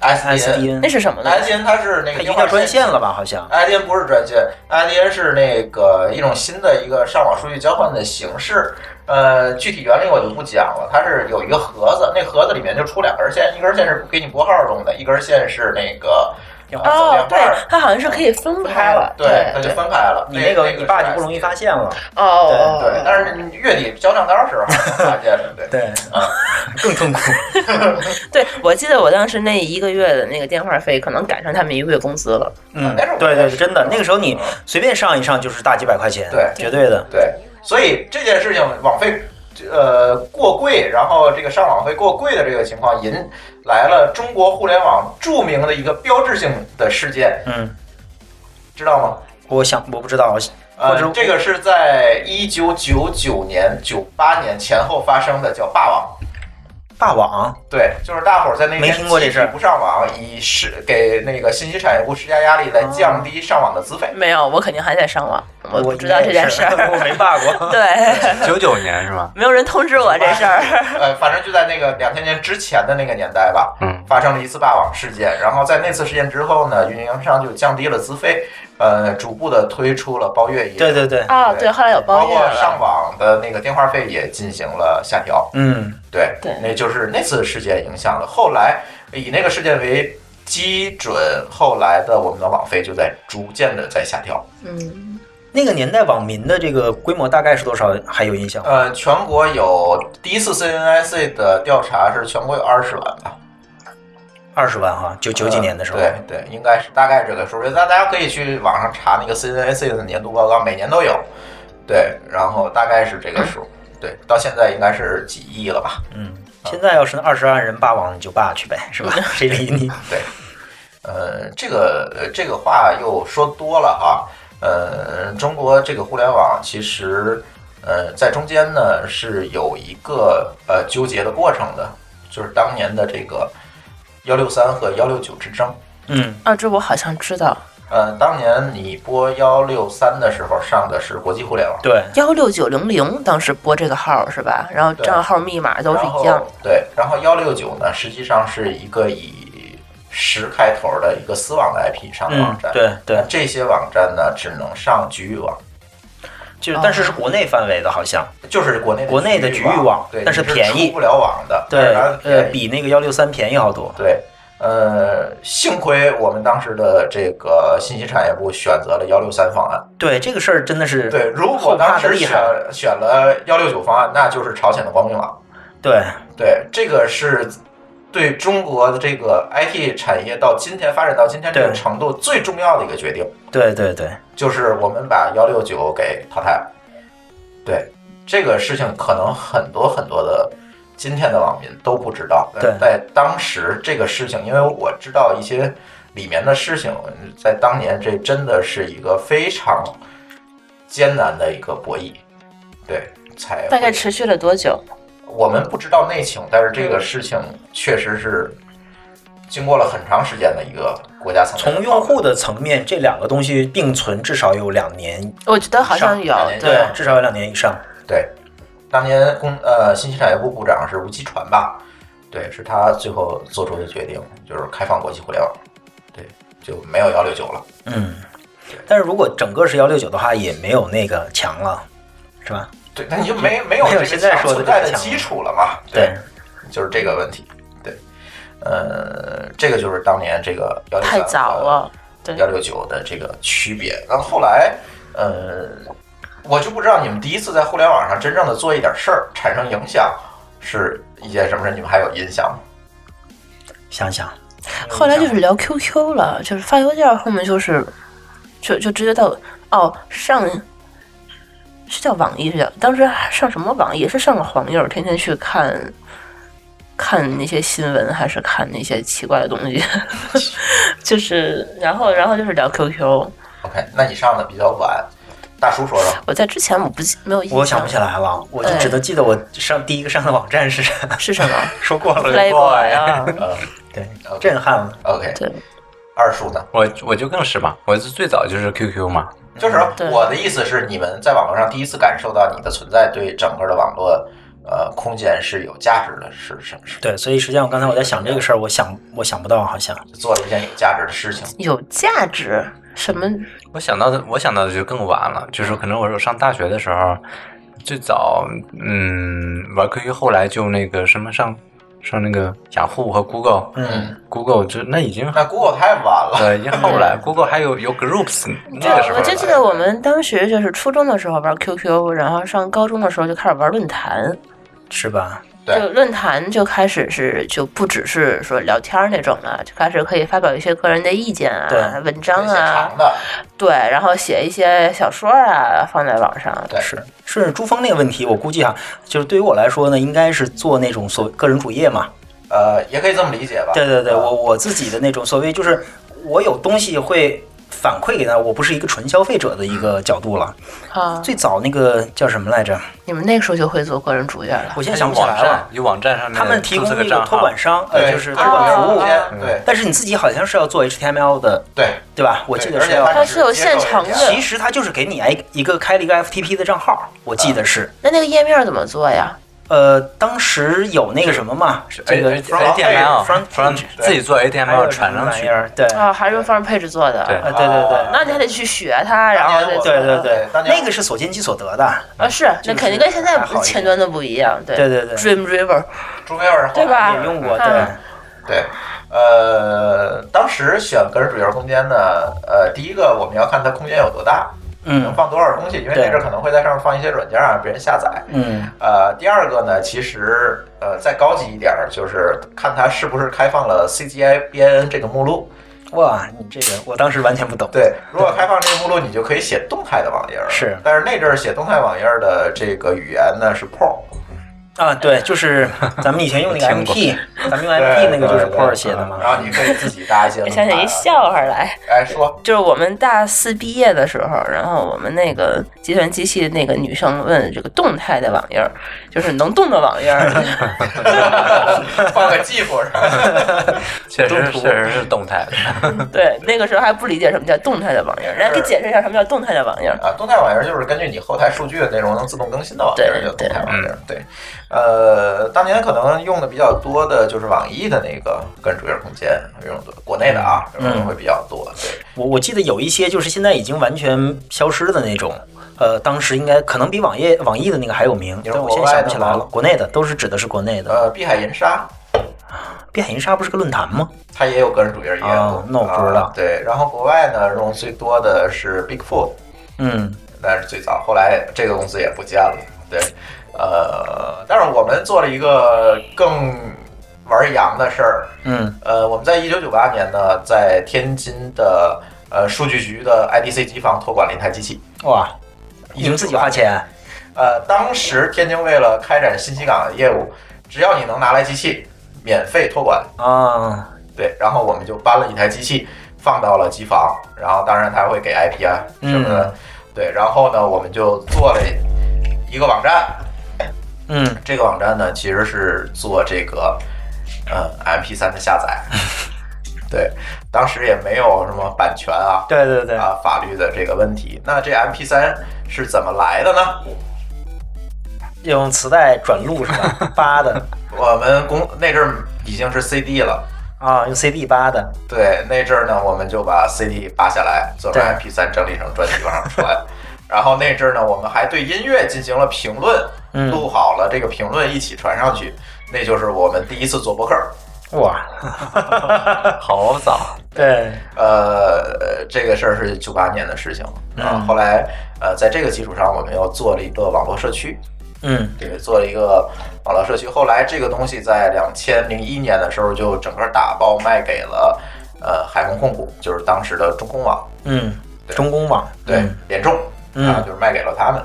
[SPEAKER 1] SDN
[SPEAKER 4] SDN
[SPEAKER 2] 那是什么呢？
[SPEAKER 1] SDN 它是那
[SPEAKER 4] 它
[SPEAKER 1] 个
[SPEAKER 4] 已经叫专线了吧？好像
[SPEAKER 1] IDN 不是专线，IDN 是那个一种新的一个上网数据交换的形式。呃，具体原理我就不讲了，它是有一个盒子，那盒子里面就出两根线，一根线是给你拨号用的，一根线是那个呃走
[SPEAKER 2] 哦
[SPEAKER 1] 电，
[SPEAKER 2] 对
[SPEAKER 1] 话的。，
[SPEAKER 2] 它好像是可以分开了。
[SPEAKER 1] 对， 它就
[SPEAKER 2] 对，
[SPEAKER 1] 分开了。
[SPEAKER 4] 你
[SPEAKER 1] 那
[SPEAKER 4] 那个你爸
[SPEAKER 1] 是
[SPEAKER 4] 就不容易
[SPEAKER 1] SD
[SPEAKER 4] 发现了，
[SPEAKER 2] 哦哦，
[SPEAKER 1] 对，但是你月底交账单时候发现的，对。 啊
[SPEAKER 4] 对，更痛苦。
[SPEAKER 2] 对，我记得我当时那一个月的那个电话费，可能赶上他们一个月工资了。
[SPEAKER 4] 嗯，
[SPEAKER 1] 啊但是我
[SPEAKER 4] 对
[SPEAKER 1] 觉得
[SPEAKER 4] 对，
[SPEAKER 1] 是
[SPEAKER 4] 真的，那个时候你随便上一上就是大几百块钱，
[SPEAKER 1] 对
[SPEAKER 4] 绝对的。
[SPEAKER 1] 对，所以这件事情网费呃过贵，然后这个上网费过贵的这个情况，引来了中国互联网著名的一个标志性的事件，
[SPEAKER 4] 嗯，
[SPEAKER 1] 知道吗？
[SPEAKER 4] 我想我不知道，或
[SPEAKER 1] 呃
[SPEAKER 4] 者，
[SPEAKER 1] 这个是在一九九九年、九八年前后发生的，叫“霸王
[SPEAKER 4] 霸网”。
[SPEAKER 1] 对，就是大伙儿在那
[SPEAKER 4] 没
[SPEAKER 1] 天
[SPEAKER 4] 听过这事
[SPEAKER 1] 集体不上网，以是给那个信息产业部施加压力，来降低上网的资费。
[SPEAKER 2] 没有，我肯定还在上网，我不
[SPEAKER 4] 我
[SPEAKER 2] 知道这件事
[SPEAKER 4] 应该
[SPEAKER 2] 儿
[SPEAKER 4] 也是 。我没霸 过。
[SPEAKER 2] 对，
[SPEAKER 3] 九九年是吗？
[SPEAKER 2] 没有人通知我这事儿。
[SPEAKER 1] 呃，反正就在那个两千年之前的那个年代吧，
[SPEAKER 3] 嗯，
[SPEAKER 1] 发生了一次霸王事件。然后在那次事件之后呢，运营商就降低了资费，呃，逐步的推出了包月业务，
[SPEAKER 4] 对对对，
[SPEAKER 2] 啊，对，后来有
[SPEAKER 1] 包
[SPEAKER 2] 包月
[SPEAKER 1] 括上
[SPEAKER 2] 了。
[SPEAKER 1] 网的那个电话费也进行了下调。
[SPEAKER 4] 嗯，
[SPEAKER 1] 对，
[SPEAKER 2] 对
[SPEAKER 1] 那就是那次事件影响了。后来以那个事件为基准，后来的我们的网费就在逐渐的在下调。
[SPEAKER 2] 嗯，
[SPEAKER 4] 那个年代网民的这个规模大概是多少？还有印象吗？
[SPEAKER 1] 呃，全国有第一次 CNIC 的调查是全国有二十万吧。呃
[SPEAKER 4] 二十万哈，九九几年的时候。
[SPEAKER 1] 对对，应该是大概这个数。大大家可以去网上查那个 CNAC 的年度报告，每年都有。对，然后大概是这个数。对，到现在应该是几亿了吧？
[SPEAKER 4] 嗯，现在要是二十万人霸网，你就霸去呗，是 吧？谁理你？
[SPEAKER 1] 呃，这个呃这个话又说多了哈。呃，中国这个互联网其实呃在中间呢是有一个呃纠结的过程的，就是当年的这个幺六三和幺六九之争。
[SPEAKER 4] 嗯
[SPEAKER 2] 啊，这我好像知道。
[SPEAKER 1] 呃，当年你播幺六三的时候上的是国际互联网。
[SPEAKER 4] 对，
[SPEAKER 2] 幺六九零零当时拨这个号是吧？然后账号密码都是
[SPEAKER 1] 然后
[SPEAKER 2] 一样。
[SPEAKER 1] 对，然后幺六九呢，实际上是一个以十开头的一个私网的 IP 上的
[SPEAKER 4] 嗯
[SPEAKER 1] 网站。，
[SPEAKER 4] 对对
[SPEAKER 1] 那，这些网站呢，只能上局域网，
[SPEAKER 2] 哦
[SPEAKER 4] 就是但是是国内范围的，好像
[SPEAKER 1] 就是国内
[SPEAKER 4] 国内的
[SPEAKER 1] 局
[SPEAKER 4] 局域网
[SPEAKER 1] 对，
[SPEAKER 4] 但是
[SPEAKER 1] 你是
[SPEAKER 4] 便宜
[SPEAKER 1] 出不了网的，
[SPEAKER 4] 对
[SPEAKER 1] 然后，
[SPEAKER 4] 呃
[SPEAKER 1] 便，宜
[SPEAKER 4] 比那个幺六三便宜好多。
[SPEAKER 1] 对。呃，幸亏我们当时的这个信息产业部选择了幺六三方案。
[SPEAKER 4] 对，这个事儿真的是
[SPEAKER 1] 对，如果
[SPEAKER 4] 后怕
[SPEAKER 1] 当
[SPEAKER 4] 的
[SPEAKER 1] 时
[SPEAKER 4] 厉
[SPEAKER 1] 选
[SPEAKER 4] 害。
[SPEAKER 1] 选了幺六九方案，那就是朝鲜的光明网。
[SPEAKER 4] 对，
[SPEAKER 1] 对，这个是对中国的这个 IT 产业到今天发展到今天这个
[SPEAKER 4] 对
[SPEAKER 1] 程度最重要的一个决定，
[SPEAKER 4] 对对对，
[SPEAKER 1] 就是我们把幺六九给淘汰了。对，这个事情可能很多很多的今天的网民都不知道，但
[SPEAKER 4] 对
[SPEAKER 1] 在当时这个事情，因为我知道一些里面的事情，在当年这真的是一个非常艰难的一个博弈，对，才
[SPEAKER 2] 大概
[SPEAKER 1] 会
[SPEAKER 2] 持续了多久？
[SPEAKER 1] 我们不知道内情，但是这个事情确实是经过了很长时间的一个国家层面
[SPEAKER 4] 从
[SPEAKER 1] 的
[SPEAKER 4] 用
[SPEAKER 1] 讨论
[SPEAKER 4] 户的层面，这两个东西并存至少有两年，
[SPEAKER 2] 我觉得好像有
[SPEAKER 1] 上海
[SPEAKER 2] 对。
[SPEAKER 4] 至少有两年以上。
[SPEAKER 1] 对，当年工呃信息产业部部长是吴其传吧？对，是他最后做出的决定，就是开放国际互联网，对，就没有幺六九了。
[SPEAKER 4] 嗯，但是如果整个是幺六九的话，也没有那个强了，是吧？
[SPEAKER 1] 对，那你就没没有
[SPEAKER 4] 没有
[SPEAKER 1] 这个
[SPEAKER 4] 现在
[SPEAKER 1] 强
[SPEAKER 4] 说的
[SPEAKER 1] 存
[SPEAKER 4] 这个
[SPEAKER 1] 在的
[SPEAKER 4] 强
[SPEAKER 1] 基础了嘛？
[SPEAKER 4] 对，
[SPEAKER 1] 就是这个问题。对，呃，这个就是当年这个幺六
[SPEAKER 2] 太早了，
[SPEAKER 1] 幺六九的这个区别。然后后来，呃，我就不知道你们第一次在互联网上真正的做一点事儿，产生影响，是一件什么事？你们还有印象吗？
[SPEAKER 4] 想想，
[SPEAKER 2] 后来就是聊 QQ 了，就是发邮件后面就是，就就直接到哦上，是叫网易是叫，当时还上什么网易？是上个黄页，天天去看，看那些新闻，还是看那些奇怪的东西， 就是然后然后就是聊 QQ。
[SPEAKER 1] OK，那你上的比较晚，大叔说说，
[SPEAKER 2] 我在之前我不记没有印象，
[SPEAKER 4] 我想不起来了，我就只能记得我上第一个上的网站是啥，
[SPEAKER 2] 是什么
[SPEAKER 4] 说过了
[SPEAKER 2] Playboy 啊，
[SPEAKER 1] 呃
[SPEAKER 4] 对，
[SPEAKER 1] OK
[SPEAKER 4] 震撼了。
[SPEAKER 1] ，OK，
[SPEAKER 2] 对，
[SPEAKER 1] 二叔呢？
[SPEAKER 3] 我我就更是嘛，我是最早就是 QQ 嘛，
[SPEAKER 1] 就是
[SPEAKER 2] 嗯对
[SPEAKER 1] 我的意思是，你们在网络上第一次感受到你的存在对整个的网络呃空间是有价值的，是是是，
[SPEAKER 4] 对，所以实际上我刚才我在想这个事儿，我想我想不到，好像
[SPEAKER 1] 做了一件有价值的事情。
[SPEAKER 2] 有价值什么？
[SPEAKER 3] 我想到的，我想到的就更晚了，就是可能我是上大学的时候，最早嗯玩 QQ，后来就那个什么上上那个雅虎和 Google，
[SPEAKER 4] 嗯
[SPEAKER 3] ，Google 就那已经
[SPEAKER 1] 那 Google 太晚了，
[SPEAKER 3] 对，已经后 来 Google 还有有 Groups 那个时候
[SPEAKER 2] 我就 记得我们当时就是初中的时候玩 QQ，然后上高中的时候就开始玩论坛，
[SPEAKER 4] 是吧？
[SPEAKER 1] 对
[SPEAKER 2] 就论坛就开始是就不只是说聊天儿那种了，就开始可以发表一些个人的意见啊、
[SPEAKER 4] 对
[SPEAKER 2] 文
[SPEAKER 1] 有
[SPEAKER 2] 章
[SPEAKER 1] 一些
[SPEAKER 2] 啊
[SPEAKER 1] 长，的，
[SPEAKER 2] 对，然后写一些小说啊放在网上，
[SPEAKER 1] 对，
[SPEAKER 4] 是顺着珠峰那个问题，我估计啊，就是对于我来说呢，应该是做那种所个人主页嘛。
[SPEAKER 1] 呃，也可以这么理解吧。
[SPEAKER 4] 对对对，
[SPEAKER 1] 呃
[SPEAKER 4] 我我自己的那种所谓就是我有东西会反馈给他，我不是一个纯消费者的一个角度了。
[SPEAKER 2] 啊，
[SPEAKER 4] 最早那个叫什么来着？
[SPEAKER 2] 你们那个时候就会做个人主页了，
[SPEAKER 4] 我现
[SPEAKER 3] 有
[SPEAKER 4] 在想不起
[SPEAKER 3] 网
[SPEAKER 4] 来
[SPEAKER 3] 站
[SPEAKER 4] 了。
[SPEAKER 3] 有网站上面
[SPEAKER 4] 他们提
[SPEAKER 3] 注
[SPEAKER 4] 供
[SPEAKER 3] 册
[SPEAKER 4] 那
[SPEAKER 3] 个
[SPEAKER 4] 个
[SPEAKER 3] 账
[SPEAKER 4] 托
[SPEAKER 3] 号嗯
[SPEAKER 4] 管，商，呃，
[SPEAKER 1] 对
[SPEAKER 4] 就是托
[SPEAKER 1] 它
[SPEAKER 4] 管服
[SPEAKER 1] 有
[SPEAKER 4] 务
[SPEAKER 1] 空，间，对
[SPEAKER 4] 但是你自己好像是要做 HTML 的，
[SPEAKER 1] 对，
[SPEAKER 4] 对吧？我
[SPEAKER 1] 对
[SPEAKER 4] 记得
[SPEAKER 1] 而
[SPEAKER 4] 是
[SPEAKER 1] 且
[SPEAKER 4] 要
[SPEAKER 1] 它
[SPEAKER 2] 它是有现成的
[SPEAKER 1] 只接受人
[SPEAKER 4] 其实它就是给你一一个开了一个 FTP 的账号，我记
[SPEAKER 1] 嗯
[SPEAKER 4] 得是，
[SPEAKER 2] 那那个页面怎么做呀？
[SPEAKER 4] 呃，当时有那个什么嘛，这个
[SPEAKER 1] front page，
[SPEAKER 3] HTML
[SPEAKER 4] 啊 front
[SPEAKER 3] front
[SPEAKER 4] page，
[SPEAKER 3] 自己做
[SPEAKER 4] 还有
[SPEAKER 3] HTML 传上
[SPEAKER 4] 玩意
[SPEAKER 3] 去，
[SPEAKER 4] 儿，对，
[SPEAKER 2] 啊，还是用 Front Page 做的，啊
[SPEAKER 3] 对
[SPEAKER 4] 呃对对对，
[SPEAKER 2] 那你还得去学它，然后
[SPEAKER 1] 当
[SPEAKER 2] 再
[SPEAKER 1] 年我
[SPEAKER 2] 做
[SPEAKER 4] 对对对
[SPEAKER 1] 对，当年
[SPEAKER 4] 那个是所见即所得的，
[SPEAKER 2] 啊，是，那肯定跟现在
[SPEAKER 4] 还好一点
[SPEAKER 2] 前端的不一样，对
[SPEAKER 4] 对对对
[SPEAKER 2] ，Dream River，
[SPEAKER 1] 朱飞二
[SPEAKER 2] 对吧
[SPEAKER 4] 也用过，对
[SPEAKER 2] 嗯，
[SPEAKER 1] 对，呃，当时选个人主页空间呢，呃，第一个我们要看它空间有多大，能
[SPEAKER 6] Mm.
[SPEAKER 4] 嗯
[SPEAKER 1] 放多少东西，因为
[SPEAKER 4] 对
[SPEAKER 1] 那阵儿可能会在上面放一些软件儿让别人下载。
[SPEAKER 6] Mm.
[SPEAKER 4] 嗯，
[SPEAKER 1] 呃，第二个呢，其实呃再高级一点儿，就是看它是不是开放了 CGI BNN 这个目录。
[SPEAKER 4] 哇，啊你这个我当时完全不懂，
[SPEAKER 1] 对，如果开放这个目录，你就可以写动态的网页儿。
[SPEAKER 4] 是
[SPEAKER 1] 但是那阵儿写动态网页儿的这个语言呢是 p o r
[SPEAKER 4] 啊，对，就是咱们以前用那 个
[SPEAKER 3] 听过
[SPEAKER 4] MT，咱们用 MT 那个就是 p o r
[SPEAKER 1] 儿
[SPEAKER 4] 写的嘛，
[SPEAKER 1] 然后啊你可以自己 搭一些
[SPEAKER 2] 我
[SPEAKER 1] 动态啊。
[SPEAKER 2] 想起一笑话来，
[SPEAKER 1] 哎，说
[SPEAKER 2] 就是我们大四毕业的时候，然后我们那个计算机系那个女生问这个动态的网页儿，就是能动的网页儿，
[SPEAKER 1] 放个 GIF 是吧？
[SPEAKER 3] 确实
[SPEAKER 4] 图
[SPEAKER 3] 确实是动态的。
[SPEAKER 2] 对，那个时候还不理解什么叫动态的网页儿，人家给解释一下什么叫动态的网页儿。
[SPEAKER 1] 啊，动态网页儿就是根据你后台数据的内容能自动更新的网页儿
[SPEAKER 2] 对
[SPEAKER 1] 叫动态
[SPEAKER 4] 嗯
[SPEAKER 1] 网页儿。对，呃，当年可能用的比较多的就是网易的那个个人主页空间，用的多国内的啊，
[SPEAKER 4] 嗯
[SPEAKER 1] 用的会比较多。对，
[SPEAKER 4] 我我记得有一些就是现在已经完全消失的那种，呃，当时应该可能比网页网易的那个还有名，
[SPEAKER 1] 是
[SPEAKER 4] 但我
[SPEAKER 1] 国
[SPEAKER 4] 现
[SPEAKER 1] 外
[SPEAKER 4] 在想不
[SPEAKER 1] 的
[SPEAKER 4] 起来
[SPEAKER 1] 吗
[SPEAKER 4] 了。国内的都是指的是国内的。
[SPEAKER 1] 呃，碧海银沙
[SPEAKER 4] 碧海银沙不是个论坛吗？
[SPEAKER 1] 它也有个人主页业务，
[SPEAKER 4] 哦那我不知道
[SPEAKER 1] 啊对，然后国外呢，用最多的是 Bigfoot，
[SPEAKER 4] 嗯，
[SPEAKER 1] 那是最早，后来这个公司也不见了。对，呃，但是我们做了一个更玩羊的事儿，
[SPEAKER 4] 嗯，
[SPEAKER 1] 呃，我们在一九九八年呢，在天津的呃数据局的 IDC 机房托管了一台机器。
[SPEAKER 4] 哇，你们自己花钱？
[SPEAKER 1] 呃，当时天津为了开展信息港的业务，只要你能拿来机器，免费托管。
[SPEAKER 4] 啊，
[SPEAKER 1] 对，然后我们就搬了一台机器放到了机房，然后当然它会给 IP 啊什
[SPEAKER 4] 嗯
[SPEAKER 1] 么的。对，然后呢，我们就做了一个网站，
[SPEAKER 4] 嗯，
[SPEAKER 1] 这个网站呢，其实是做这个呃 MP3 的下载，对，当时也没有什么版权啊，
[SPEAKER 4] 对对对，
[SPEAKER 1] 啊法律的这个问题。那这 MP 3是怎么来的呢？
[SPEAKER 4] 用磁带转录是吧？扒的
[SPEAKER 1] 我们公那阵儿已经是 CD 了，
[SPEAKER 4] 啊，用 CD 扒的，
[SPEAKER 1] 对，那阵儿呢，我们就把 CD 扒下来，做成
[SPEAKER 4] 对
[SPEAKER 1] MP 3整理成专辑往上传。然后那阵儿呢，我们还对音乐进行了评论，
[SPEAKER 4] 嗯
[SPEAKER 1] 录好了这个评论一起传上去，那就是我们第一次做播客。
[SPEAKER 4] 哇，
[SPEAKER 3] 好早，
[SPEAKER 4] 对，
[SPEAKER 1] 呃，这个事儿是九八年的事情了。
[SPEAKER 4] 嗯
[SPEAKER 1] 然后后来，呃，在这个基础上，我们又做了一个网络社区，
[SPEAKER 4] 嗯
[SPEAKER 1] 对，做了一个网络社区。后来这个东西在两千零一年的时候就整个打包卖给了呃海控控股，就是当时的中控网，
[SPEAKER 4] 嗯，中公网，
[SPEAKER 1] 对，联众
[SPEAKER 4] 嗯
[SPEAKER 1] 啊，就是卖给了他们。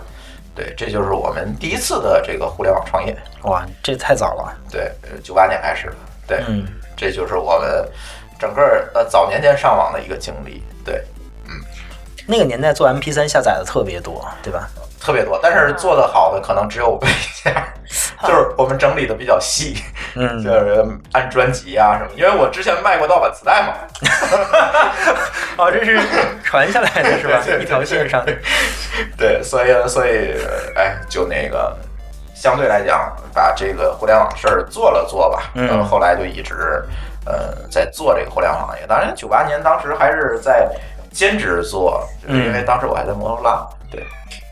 [SPEAKER 1] 对，这就是我们第一次的这个互联网创业。
[SPEAKER 4] 哇，这太早了，
[SPEAKER 1] 对，九八年开始的。对，
[SPEAKER 4] 嗯，
[SPEAKER 1] 这就是我们整个呃早年间上网的一个经历。对，
[SPEAKER 4] 那个年代做 MP 3下载的特别多，对吧？
[SPEAKER 1] 特别多，但是做的好的可能只有我们一 家，就是我们整理的比较细，
[SPEAKER 4] 嗯
[SPEAKER 1] 就是按专辑啊什么，因为我之前卖过盗版磁带嘛，
[SPEAKER 4] 哦，这是传下来的是吧
[SPEAKER 1] 对 对？对
[SPEAKER 4] 一条线上，
[SPEAKER 1] 对，所以所以呃哎，就那个相对来讲，把这个互联网事儿做了做吧，
[SPEAKER 4] 嗯
[SPEAKER 1] 然后后来就一直呃在做这个互联网行业。当然，九八年当时还是在兼职做，就是因为
[SPEAKER 4] 嗯
[SPEAKER 1] 当时我还在摩托罗拉，对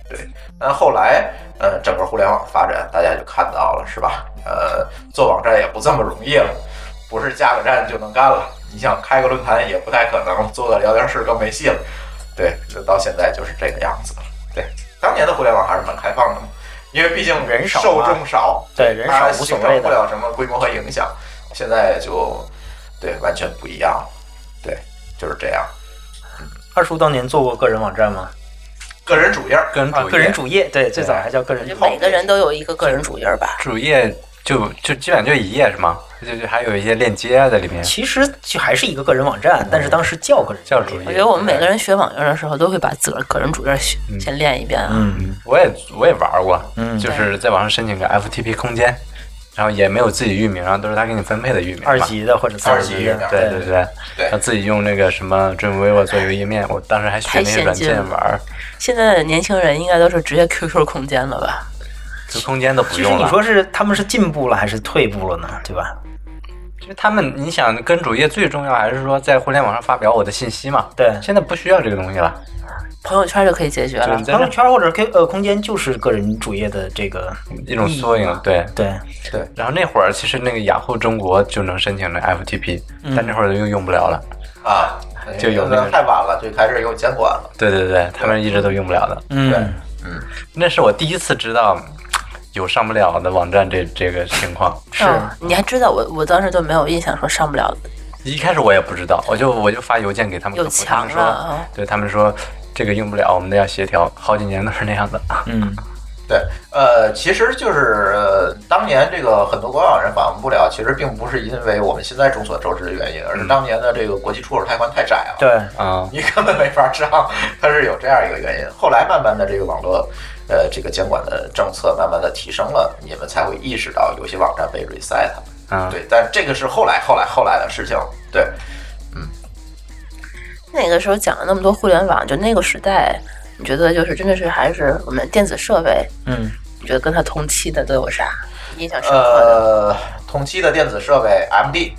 [SPEAKER 1] 对。但后来呃，整个互联网发展，大家就看到了，是吧？呃，做网站也不这么容易了，不是加个站就能干了。你想开个论坛也不太可能，做个聊天室更没戏了。对，就到现在就是这个样子了。对，当年的互联网还是蛮开放的嘛，因为毕竟
[SPEAKER 4] 人少嘛
[SPEAKER 1] 受众少，
[SPEAKER 4] 对，人少
[SPEAKER 1] 它
[SPEAKER 4] 无所
[SPEAKER 1] 形
[SPEAKER 4] 谓
[SPEAKER 1] 成不
[SPEAKER 4] 的，
[SPEAKER 1] 了什么规模和影响。现在就对完全不一样了，对，就是这样。
[SPEAKER 4] 二叔当年做过个人网站吗？
[SPEAKER 1] 个人主页儿
[SPEAKER 3] 个人主
[SPEAKER 4] 啊，
[SPEAKER 3] 页
[SPEAKER 4] 个人主页，对，最早还叫个人主
[SPEAKER 2] 就
[SPEAKER 4] 页，
[SPEAKER 2] 每个人都有一个个人主页吧。
[SPEAKER 3] 主页就就基本上就一页是吗？就就还有一些链接在里面，
[SPEAKER 4] 其实就还是一个个人网站，但是当时叫个人
[SPEAKER 3] 叫主
[SPEAKER 4] 页，
[SPEAKER 3] 页。
[SPEAKER 2] 我觉得我们每个人学网页的时候，都会把自个儿个人主页学先练一遍啊。
[SPEAKER 4] 嗯，
[SPEAKER 3] 我也我也玩过，就是在网上申请个 FTP 空间，然后也没有自己域名，然后都是他给你分配的域名嘛。
[SPEAKER 4] 二级的或者三
[SPEAKER 1] 二级
[SPEAKER 4] 级
[SPEAKER 1] 页面
[SPEAKER 4] 的，
[SPEAKER 3] 对对对，
[SPEAKER 1] 对
[SPEAKER 3] 然后自己用那个什么 Dreamweaver 做一个页面，我当时还学那些软件玩儿，
[SPEAKER 2] 现在的年轻人应该都是直接 QQ 空间了吧？
[SPEAKER 3] 就空间都不
[SPEAKER 4] 其实
[SPEAKER 3] 用
[SPEAKER 4] 你
[SPEAKER 3] 了。
[SPEAKER 4] 说是他们是进步了还是退步了呢？对吧？
[SPEAKER 3] 其实他们，你想跟主页最重要还是说在互联网上发表我的信息嘛？
[SPEAKER 4] 对
[SPEAKER 3] 现在不需要这个东西了，
[SPEAKER 2] 朋友圈就可以解决
[SPEAKER 3] 就是
[SPEAKER 2] 了
[SPEAKER 3] 你。在
[SPEAKER 4] 朋友
[SPEAKER 3] 这
[SPEAKER 4] 圈或者 Q 呃空间就是个人主页的这个
[SPEAKER 3] 一种缩
[SPEAKER 2] 啊
[SPEAKER 3] 影，对。
[SPEAKER 4] 对，
[SPEAKER 3] 然后那会儿其实那个雅虎中国就能申请那 FTP，、但那会儿又用不了了。
[SPEAKER 1] 啊，
[SPEAKER 3] 就有那
[SPEAKER 1] 那
[SPEAKER 3] 个
[SPEAKER 1] 太晚了，就开始有监管了。
[SPEAKER 3] 对对对，他们一直都用不了的。
[SPEAKER 4] 嗯，
[SPEAKER 3] 那是我第一次知道有上不了的网站这这个情况。
[SPEAKER 2] 是、嗯你还知道我我当时就没有印象说上不了
[SPEAKER 3] 一开始我也不知道，我就我就发邮件给他们客
[SPEAKER 2] 有
[SPEAKER 3] 服，他
[SPEAKER 2] 墙了
[SPEAKER 3] 们说，
[SPEAKER 2] 啊。
[SPEAKER 3] 对他们说这个用不了，我们得要协调，好几年都是那样的。
[SPEAKER 1] 对，呃，其实就是、呃、当年这个很多国网人访问不了，其实并不是因为我们现在众所周知的原因，而是当年的这个国际出口太宽太窄了。
[SPEAKER 4] 对，
[SPEAKER 3] 啊、
[SPEAKER 1] 你根本没法上，它是有这样一个原因。后来慢慢的这个网络，呃，这个监管的政策慢慢的提升了，你们才会意识到有些网站被 reset。
[SPEAKER 3] 嗯
[SPEAKER 1] 对，但这个是后来后来后来的事情。对，
[SPEAKER 2] 那个时候讲了那么多互联网，就那个时代，你觉得就是真的是还是我们电子设备，
[SPEAKER 4] 嗯，
[SPEAKER 2] 你觉得跟它同期的都有啥印象深刻的？
[SPEAKER 1] 呃，同期的电子设备 MD，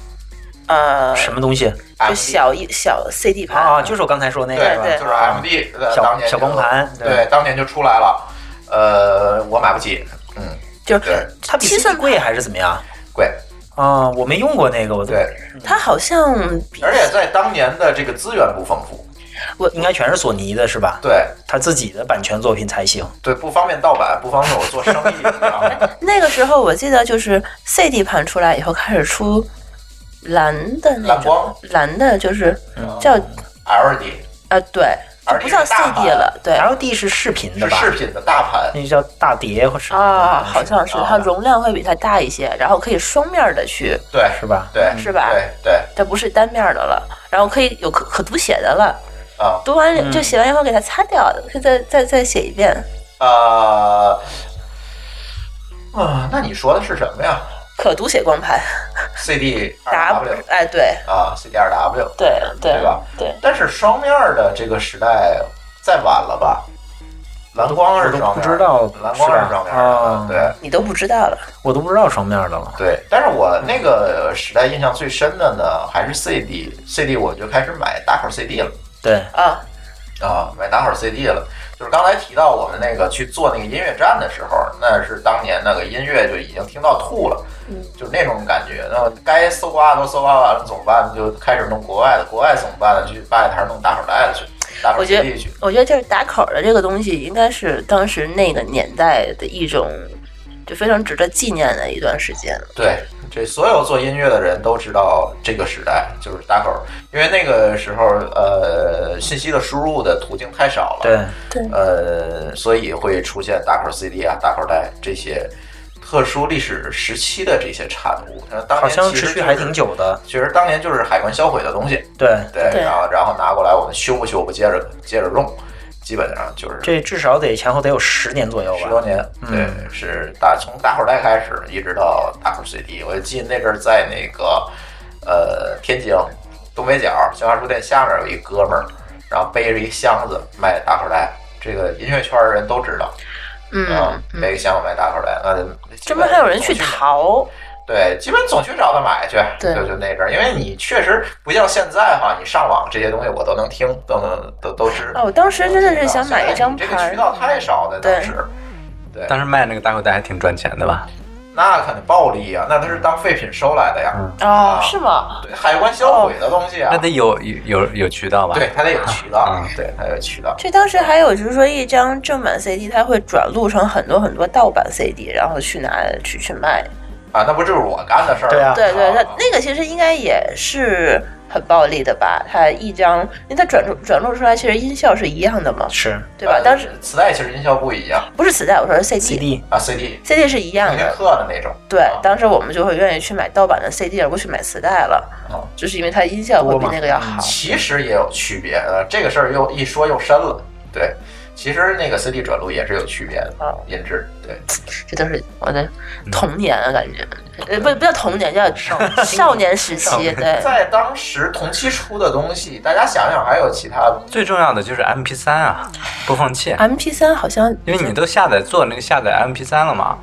[SPEAKER 2] 呃，
[SPEAKER 4] 什么东西
[SPEAKER 2] 就
[SPEAKER 1] MD
[SPEAKER 2] 小一小 CD 盘
[SPEAKER 4] 啊？就是我刚才说那个
[SPEAKER 1] 对
[SPEAKER 4] 是吧，
[SPEAKER 2] 对
[SPEAKER 1] 就是 MD，呃
[SPEAKER 4] 小
[SPEAKER 1] 当年就
[SPEAKER 4] 小光盘对
[SPEAKER 1] 对，当年就出来了。呃，我买不起，嗯，
[SPEAKER 2] 就
[SPEAKER 1] 对
[SPEAKER 2] 是
[SPEAKER 4] 它比
[SPEAKER 2] 计
[SPEAKER 4] CD
[SPEAKER 2] 算
[SPEAKER 4] 贵还是怎么样？
[SPEAKER 1] 贵，
[SPEAKER 4] 啊，我没用过那个，我嗯
[SPEAKER 1] 对，
[SPEAKER 2] 它好像比
[SPEAKER 1] 而且在当年的这个资源不丰富，
[SPEAKER 4] 应该全是索尼的是吧？
[SPEAKER 1] 对
[SPEAKER 4] 他自己的版权作品才行。
[SPEAKER 1] 对，不方便盗版，不方便我做生意，你知道吗？
[SPEAKER 2] 那个时候我记得就是 CD 盘出来以后开始出蓝的那
[SPEAKER 1] 蓝
[SPEAKER 2] 种
[SPEAKER 1] 光
[SPEAKER 2] 蓝的，就是叫
[SPEAKER 1] LED
[SPEAKER 2] 啊对，就
[SPEAKER 1] 而且
[SPEAKER 2] 不叫
[SPEAKER 1] 是大
[SPEAKER 2] CD 了，对
[SPEAKER 4] LD 是视频的
[SPEAKER 1] 是
[SPEAKER 4] 吧？
[SPEAKER 1] 视频的嗯大盘，
[SPEAKER 4] 那叫大碟或是
[SPEAKER 2] 啊，好像是
[SPEAKER 4] 啊
[SPEAKER 2] 它容量会比它大一些，然后可以双面的去，
[SPEAKER 1] 对，
[SPEAKER 4] 是吧？
[SPEAKER 1] 对，
[SPEAKER 2] 是吧
[SPEAKER 1] 对对
[SPEAKER 2] 它不是单面的了，然后可以有可可读写的了，
[SPEAKER 1] 啊嗯
[SPEAKER 2] 读完就写完以后给它擦掉，可以再再再写一遍，
[SPEAKER 1] 呃啊啊！那你说的是什么呀？
[SPEAKER 2] 可读写光盘，
[SPEAKER 1] CD 二
[SPEAKER 2] W，
[SPEAKER 1] W
[SPEAKER 2] 哎，对
[SPEAKER 1] 啊，CD 二 W，
[SPEAKER 2] 对
[SPEAKER 1] 对吧？
[SPEAKER 2] 对，
[SPEAKER 1] 但是双面儿的这个时代再晚了吧？蓝光
[SPEAKER 4] 我
[SPEAKER 1] 是
[SPEAKER 4] 都
[SPEAKER 1] 双
[SPEAKER 4] 不
[SPEAKER 1] 面
[SPEAKER 4] 知
[SPEAKER 1] 儿，
[SPEAKER 4] 道
[SPEAKER 1] 蓝光是
[SPEAKER 4] 吧
[SPEAKER 1] 双面
[SPEAKER 4] 啊
[SPEAKER 1] 儿的，，对。
[SPEAKER 2] 你都不知道了，
[SPEAKER 4] 我都不知道双面的了。
[SPEAKER 1] 对，但是我那个时代印象最深的呢，还是 CD。CD 我就开始买打口 CD 了
[SPEAKER 4] 对，
[SPEAKER 2] 啊，
[SPEAKER 1] 啊，买打口 CD 了。就是刚才提到我们那个去做那个音乐站的时候，那是当年那个音乐就已经听到吐了，就是那种感觉。那该搜刮的都搜刮完了，怎么办？就开始弄国外的，国外怎么办呢？去八月台弄打口袋子去，打口
[SPEAKER 2] 我觉得
[SPEAKER 1] CD 去。
[SPEAKER 2] 我觉得这打口的这个东西，应该是当时那个年代的一种，就非常值得纪念的一段时间了。
[SPEAKER 1] 对，这所有做音乐的人都知道这个时代就是打口，因为那个时候呃信息的输入的途径太少了，
[SPEAKER 4] 对，
[SPEAKER 1] 呃，所以会出现打口 CD 啊、打口带这些特殊历史时期的这些产物。那当
[SPEAKER 4] 好
[SPEAKER 1] 年
[SPEAKER 4] 像
[SPEAKER 1] 其实
[SPEAKER 4] 持续
[SPEAKER 1] 就是
[SPEAKER 4] 还挺，久的。
[SPEAKER 1] 其实当年就是海关销毁的东西，
[SPEAKER 4] 对，
[SPEAKER 1] 对，
[SPEAKER 2] 对
[SPEAKER 1] 然后然后拿过来我们修不修不接着接着用，基本上就是
[SPEAKER 4] 这至少得前后得有十年左右
[SPEAKER 1] 十多
[SPEAKER 4] 吧。嗯
[SPEAKER 1] 年，对，
[SPEAKER 2] 嗯
[SPEAKER 1] 是打从打口袋开始，一直到打口 CD。我记得那阵儿在那个呃天津东北角新华书店下面有一哥们儿，然后背着一箱子卖打口袋，这个音乐圈儿人都知道，啊
[SPEAKER 2] 嗯，
[SPEAKER 1] 背个箱子卖打口袋，那
[SPEAKER 2] 专门还有人去
[SPEAKER 1] 淘。
[SPEAKER 2] 淘，
[SPEAKER 1] 对，基本总去找他买去，
[SPEAKER 2] 对
[SPEAKER 1] 就就那阵儿，因为你确实不像现在哈，你上网这些东西我都能听，都能都 都知道。
[SPEAKER 2] 啊我当时真的是想买一张
[SPEAKER 1] 现在你这
[SPEAKER 2] 牌
[SPEAKER 1] 个
[SPEAKER 2] 儿
[SPEAKER 1] 渠道太少了，
[SPEAKER 2] 对
[SPEAKER 1] 当时。对，
[SPEAKER 3] 当时卖那个打口袋还挺赚钱的吧？
[SPEAKER 1] 那肯定暴利啊，那它是当废品收来的呀， 啊
[SPEAKER 2] 哦，是吗？
[SPEAKER 1] 对，海关销毁的东
[SPEAKER 4] 哦
[SPEAKER 1] 西啊，
[SPEAKER 3] 那得有有有有渠道吧？
[SPEAKER 1] 对，它得有渠道，
[SPEAKER 3] 啊
[SPEAKER 1] 对，它有渠道，
[SPEAKER 2] 这当时还有就是说，一张正版 CD，它会转录成很多很多盗版 CD，然后去拿去去卖。
[SPEAKER 1] 啊，那不就是我干的事儿吗？
[SPEAKER 4] 对啊
[SPEAKER 2] 对对，它
[SPEAKER 1] 啊
[SPEAKER 2] 那个其实应该也是很暴利的吧？它一张，因为它转录转录出来，其实音效是一样的嘛，
[SPEAKER 4] 是
[SPEAKER 2] 对吧？
[SPEAKER 1] 呃
[SPEAKER 2] 当时
[SPEAKER 1] 磁带其实音效不一样
[SPEAKER 2] 不是磁带，我说是 CD，CD
[SPEAKER 4] CD，
[SPEAKER 1] 啊，CD
[SPEAKER 2] 是一
[SPEAKER 1] 肯
[SPEAKER 2] 样
[SPEAKER 1] 定
[SPEAKER 2] 的。
[SPEAKER 1] 刻的那种，
[SPEAKER 2] 对
[SPEAKER 1] 啊，
[SPEAKER 2] 当时我们就会愿意去买盗版的 CD，而不去买磁带了
[SPEAKER 1] 哦，嗯
[SPEAKER 2] 就是因为它音效会比那个要
[SPEAKER 4] 嗯
[SPEAKER 2] 好。
[SPEAKER 1] 其实也有区别，呃，这个事儿又一说又深了，对，其实那个 CD 转录也是有区别的，
[SPEAKER 2] 哦
[SPEAKER 1] 音质，对，
[SPEAKER 2] 这都是我的
[SPEAKER 4] 嗯
[SPEAKER 2] 童年啊，感觉，呃，不不叫童年，叫少少年时期。对，
[SPEAKER 1] 在当时同期出的东西，大家想想还有其他的
[SPEAKER 3] 最重要的就是 MP 三啊，播放器，
[SPEAKER 2] M P 三好像
[SPEAKER 3] 因为你都下载做那个下载 MP 三了嘛。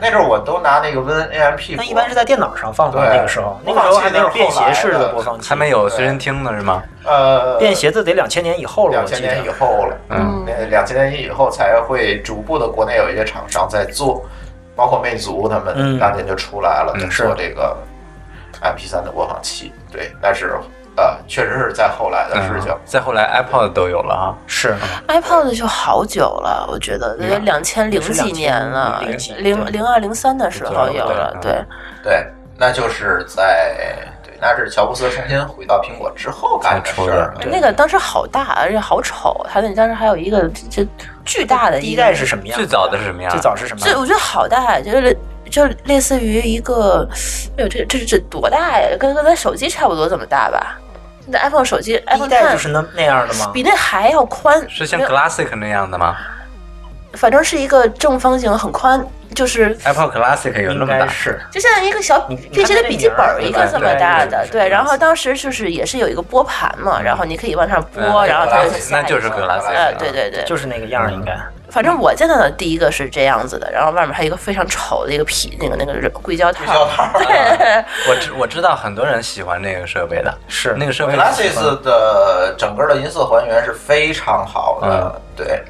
[SPEAKER 1] 那阵儿我都拿那个 WinAMP，
[SPEAKER 4] 那一般是在电脑上放的。
[SPEAKER 1] 对
[SPEAKER 4] 那个时候，那个时候还没有便携式的播放器，
[SPEAKER 3] 还没有随身听呢，是吗？
[SPEAKER 1] 呃
[SPEAKER 4] 便携的得两千年以后了，
[SPEAKER 1] 两
[SPEAKER 4] 我
[SPEAKER 1] 千
[SPEAKER 4] 记
[SPEAKER 1] 年以
[SPEAKER 4] 得。
[SPEAKER 1] 后了，嗯，那两千年以后才会逐步的国内有一些厂商在做，包括魅族他们
[SPEAKER 4] 嗯
[SPEAKER 1] 当年就出来了，
[SPEAKER 3] 嗯
[SPEAKER 1] 做这个 MP 3的播放器，对，那是呃，确实是在后来的事情
[SPEAKER 4] 啊
[SPEAKER 3] 嗯。再后来 iPod 都有了啊。
[SPEAKER 4] 是
[SPEAKER 2] iPod 就好久了，我觉得
[SPEAKER 3] 嗯
[SPEAKER 2] 两千零几年了
[SPEAKER 4] 是2000零几，
[SPEAKER 2] 零零二零三的时候有
[SPEAKER 4] 嗯
[SPEAKER 2] 了，
[SPEAKER 3] 对
[SPEAKER 2] 对，
[SPEAKER 1] 对，那就是在对，那是乔布斯重新回到苹果之后干的
[SPEAKER 3] 才
[SPEAKER 1] 事
[SPEAKER 3] 出
[SPEAKER 1] 儿
[SPEAKER 3] 的。
[SPEAKER 1] 对
[SPEAKER 2] 那个当时好大，而且好丑，它那当时还有一个就巨大的
[SPEAKER 4] 第
[SPEAKER 2] 一
[SPEAKER 4] 一
[SPEAKER 2] 个
[SPEAKER 4] 代是什么样？
[SPEAKER 3] 最早的是什么样？
[SPEAKER 4] 最早是什么
[SPEAKER 2] 这
[SPEAKER 4] 样？
[SPEAKER 2] 我觉得好大，就是就类似于一个，哎呦，这这这多大呀？跟跟咱手机差不多这么大吧？那 iPhone 手机
[SPEAKER 4] 第一
[SPEAKER 2] iPhone
[SPEAKER 4] 代就
[SPEAKER 2] Ten
[SPEAKER 4] 是那那样的吗
[SPEAKER 2] 比？那还要宽，
[SPEAKER 3] 是像
[SPEAKER 2] 没有
[SPEAKER 3] Classic 那样的吗
[SPEAKER 2] 反正是一个正方形，很宽，就是
[SPEAKER 3] ？Apple Classic 有那
[SPEAKER 4] 应
[SPEAKER 3] 么
[SPEAKER 4] 该
[SPEAKER 3] 大？
[SPEAKER 4] 是
[SPEAKER 2] 就像一个小
[SPEAKER 4] 你你
[SPEAKER 2] 便携的
[SPEAKER 4] 看那
[SPEAKER 2] 笔记本儿
[SPEAKER 4] 名儿
[SPEAKER 2] 一个这么
[SPEAKER 3] 对
[SPEAKER 2] 大
[SPEAKER 4] 对
[SPEAKER 2] 的对。
[SPEAKER 4] 对，对
[SPEAKER 2] 然后当时就是也是有一个拨盘嘛，然后你可以往上拨，
[SPEAKER 3] 嗯
[SPEAKER 2] 然后它
[SPEAKER 1] 对
[SPEAKER 2] 下
[SPEAKER 3] 那就是
[SPEAKER 2] 一个
[SPEAKER 3] Classic
[SPEAKER 2] 呃，对对对，
[SPEAKER 4] 就是那个样儿，应该。
[SPEAKER 2] 反正我见到的第一个是这样子的，然后外面还有一个非常丑的一个皮那个那个硅胶套，
[SPEAKER 1] 胶套儿
[SPEAKER 2] 对，
[SPEAKER 3] 我知我知道很多人喜欢那个设备的，
[SPEAKER 4] 是
[SPEAKER 3] 那个设备
[SPEAKER 1] 对
[SPEAKER 3] 喜欢。
[SPEAKER 1] Glasses 的整个的音色还原是非常好
[SPEAKER 4] 嗯
[SPEAKER 1] 的，
[SPEAKER 3] 嗯
[SPEAKER 1] 对，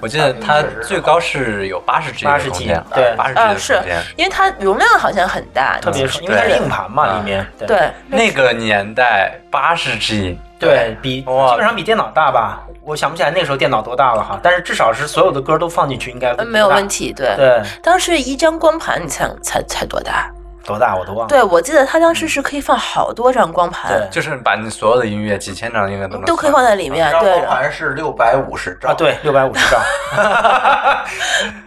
[SPEAKER 3] 我记得它最高是有八十 G 的
[SPEAKER 4] 80G
[SPEAKER 3] 空间，
[SPEAKER 4] 对
[SPEAKER 3] 八十 G
[SPEAKER 2] 啊
[SPEAKER 3] 的
[SPEAKER 2] 是
[SPEAKER 3] 空间。嗯
[SPEAKER 2] 因为它容量好像很大，
[SPEAKER 4] 特别
[SPEAKER 2] 就是
[SPEAKER 4] 因为它是
[SPEAKER 3] 对嗯
[SPEAKER 4] 硬盘嘛，里面对
[SPEAKER 2] 对，
[SPEAKER 3] 那个年代八十 G，
[SPEAKER 4] 对比
[SPEAKER 3] 哇
[SPEAKER 4] 基本上比电脑大吧，我想不起来那个时候电脑多大了哈，但是至少是所有的歌都放进去，应该
[SPEAKER 2] 呃没有问
[SPEAKER 4] 题。
[SPEAKER 2] 题，对。
[SPEAKER 4] 对，
[SPEAKER 2] 当时一张光盘，你才才才多大？
[SPEAKER 4] 多大我都忘了。
[SPEAKER 2] 对，我记得它当时是可以放好多张光盘
[SPEAKER 4] 嗯对，
[SPEAKER 3] 就是把你所有的音乐几千张音乐都能
[SPEAKER 2] 都可以放在里面
[SPEAKER 1] 这，张
[SPEAKER 2] 对
[SPEAKER 1] 光盘是六百五十兆
[SPEAKER 4] 啊，，对，六百五十兆，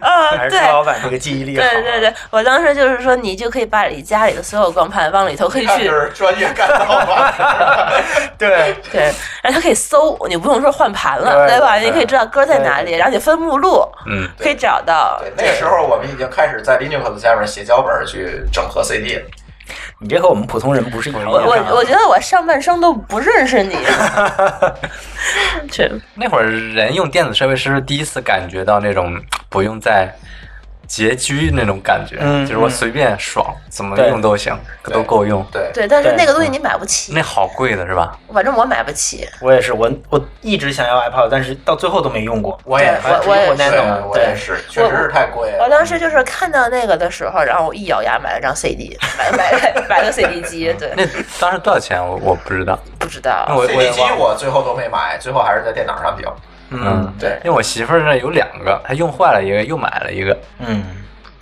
[SPEAKER 2] 啊，
[SPEAKER 4] 还是
[SPEAKER 2] 对
[SPEAKER 4] 高老板这个记忆力好啊。
[SPEAKER 2] 对对对，我当时就是说，你就可以把你家里的所有光盘往里头可以
[SPEAKER 1] 那
[SPEAKER 2] 去
[SPEAKER 1] 啊就，是专业干到吧。
[SPEAKER 4] 对
[SPEAKER 2] 对，然后它可以搜，你不用说换盘了，
[SPEAKER 4] 对
[SPEAKER 2] 对吧？
[SPEAKER 4] 对
[SPEAKER 2] 你可以知道歌在哪里，然后你分目录，
[SPEAKER 3] 嗯，
[SPEAKER 2] 可以找到
[SPEAKER 1] 对，。那时候我们已经开始在 Linux 下面写脚本去整合 CD 了。
[SPEAKER 4] 你这和我们普通人不是一条
[SPEAKER 2] 我
[SPEAKER 4] 路上
[SPEAKER 2] 我
[SPEAKER 4] 的。
[SPEAKER 2] 我觉得我上半生都不认识 你，这
[SPEAKER 3] 那会儿人用电子设备是不是第一次感觉到那种不用再拮据那种感觉？
[SPEAKER 4] 嗯
[SPEAKER 3] 就是我随便爽，怎么
[SPEAKER 4] 对
[SPEAKER 3] 用都行，
[SPEAKER 1] 对
[SPEAKER 3] 都够用。嗯
[SPEAKER 1] 对，嗯
[SPEAKER 2] 对，但是
[SPEAKER 4] 对
[SPEAKER 2] 那个东西你买不起
[SPEAKER 3] 那，好贵的是吧？
[SPEAKER 2] 反正我买不起。
[SPEAKER 4] 我也是，我我一直想要 iPod，但是到最后都没用过。
[SPEAKER 1] 我也
[SPEAKER 2] 对我我也
[SPEAKER 1] 对
[SPEAKER 4] 是
[SPEAKER 1] 我也是，确实是太贵
[SPEAKER 2] 我
[SPEAKER 1] 了。嗯
[SPEAKER 2] 当时就是看到那个的时候，然后我一咬牙买了张 CD，买买买买了 CD 机，对，
[SPEAKER 3] 那当时多少钱？我我不知道。
[SPEAKER 2] 不知
[SPEAKER 3] 那
[SPEAKER 2] 道，
[SPEAKER 3] 我我
[SPEAKER 1] CD
[SPEAKER 3] 也
[SPEAKER 1] 机
[SPEAKER 3] 忘了。
[SPEAKER 1] 我最后都没买，最后还是在电脑上顶。
[SPEAKER 3] 嗯，
[SPEAKER 1] 对
[SPEAKER 3] 因为我媳妇儿那有两个，她用坏了一个，又买了一个。
[SPEAKER 4] 嗯，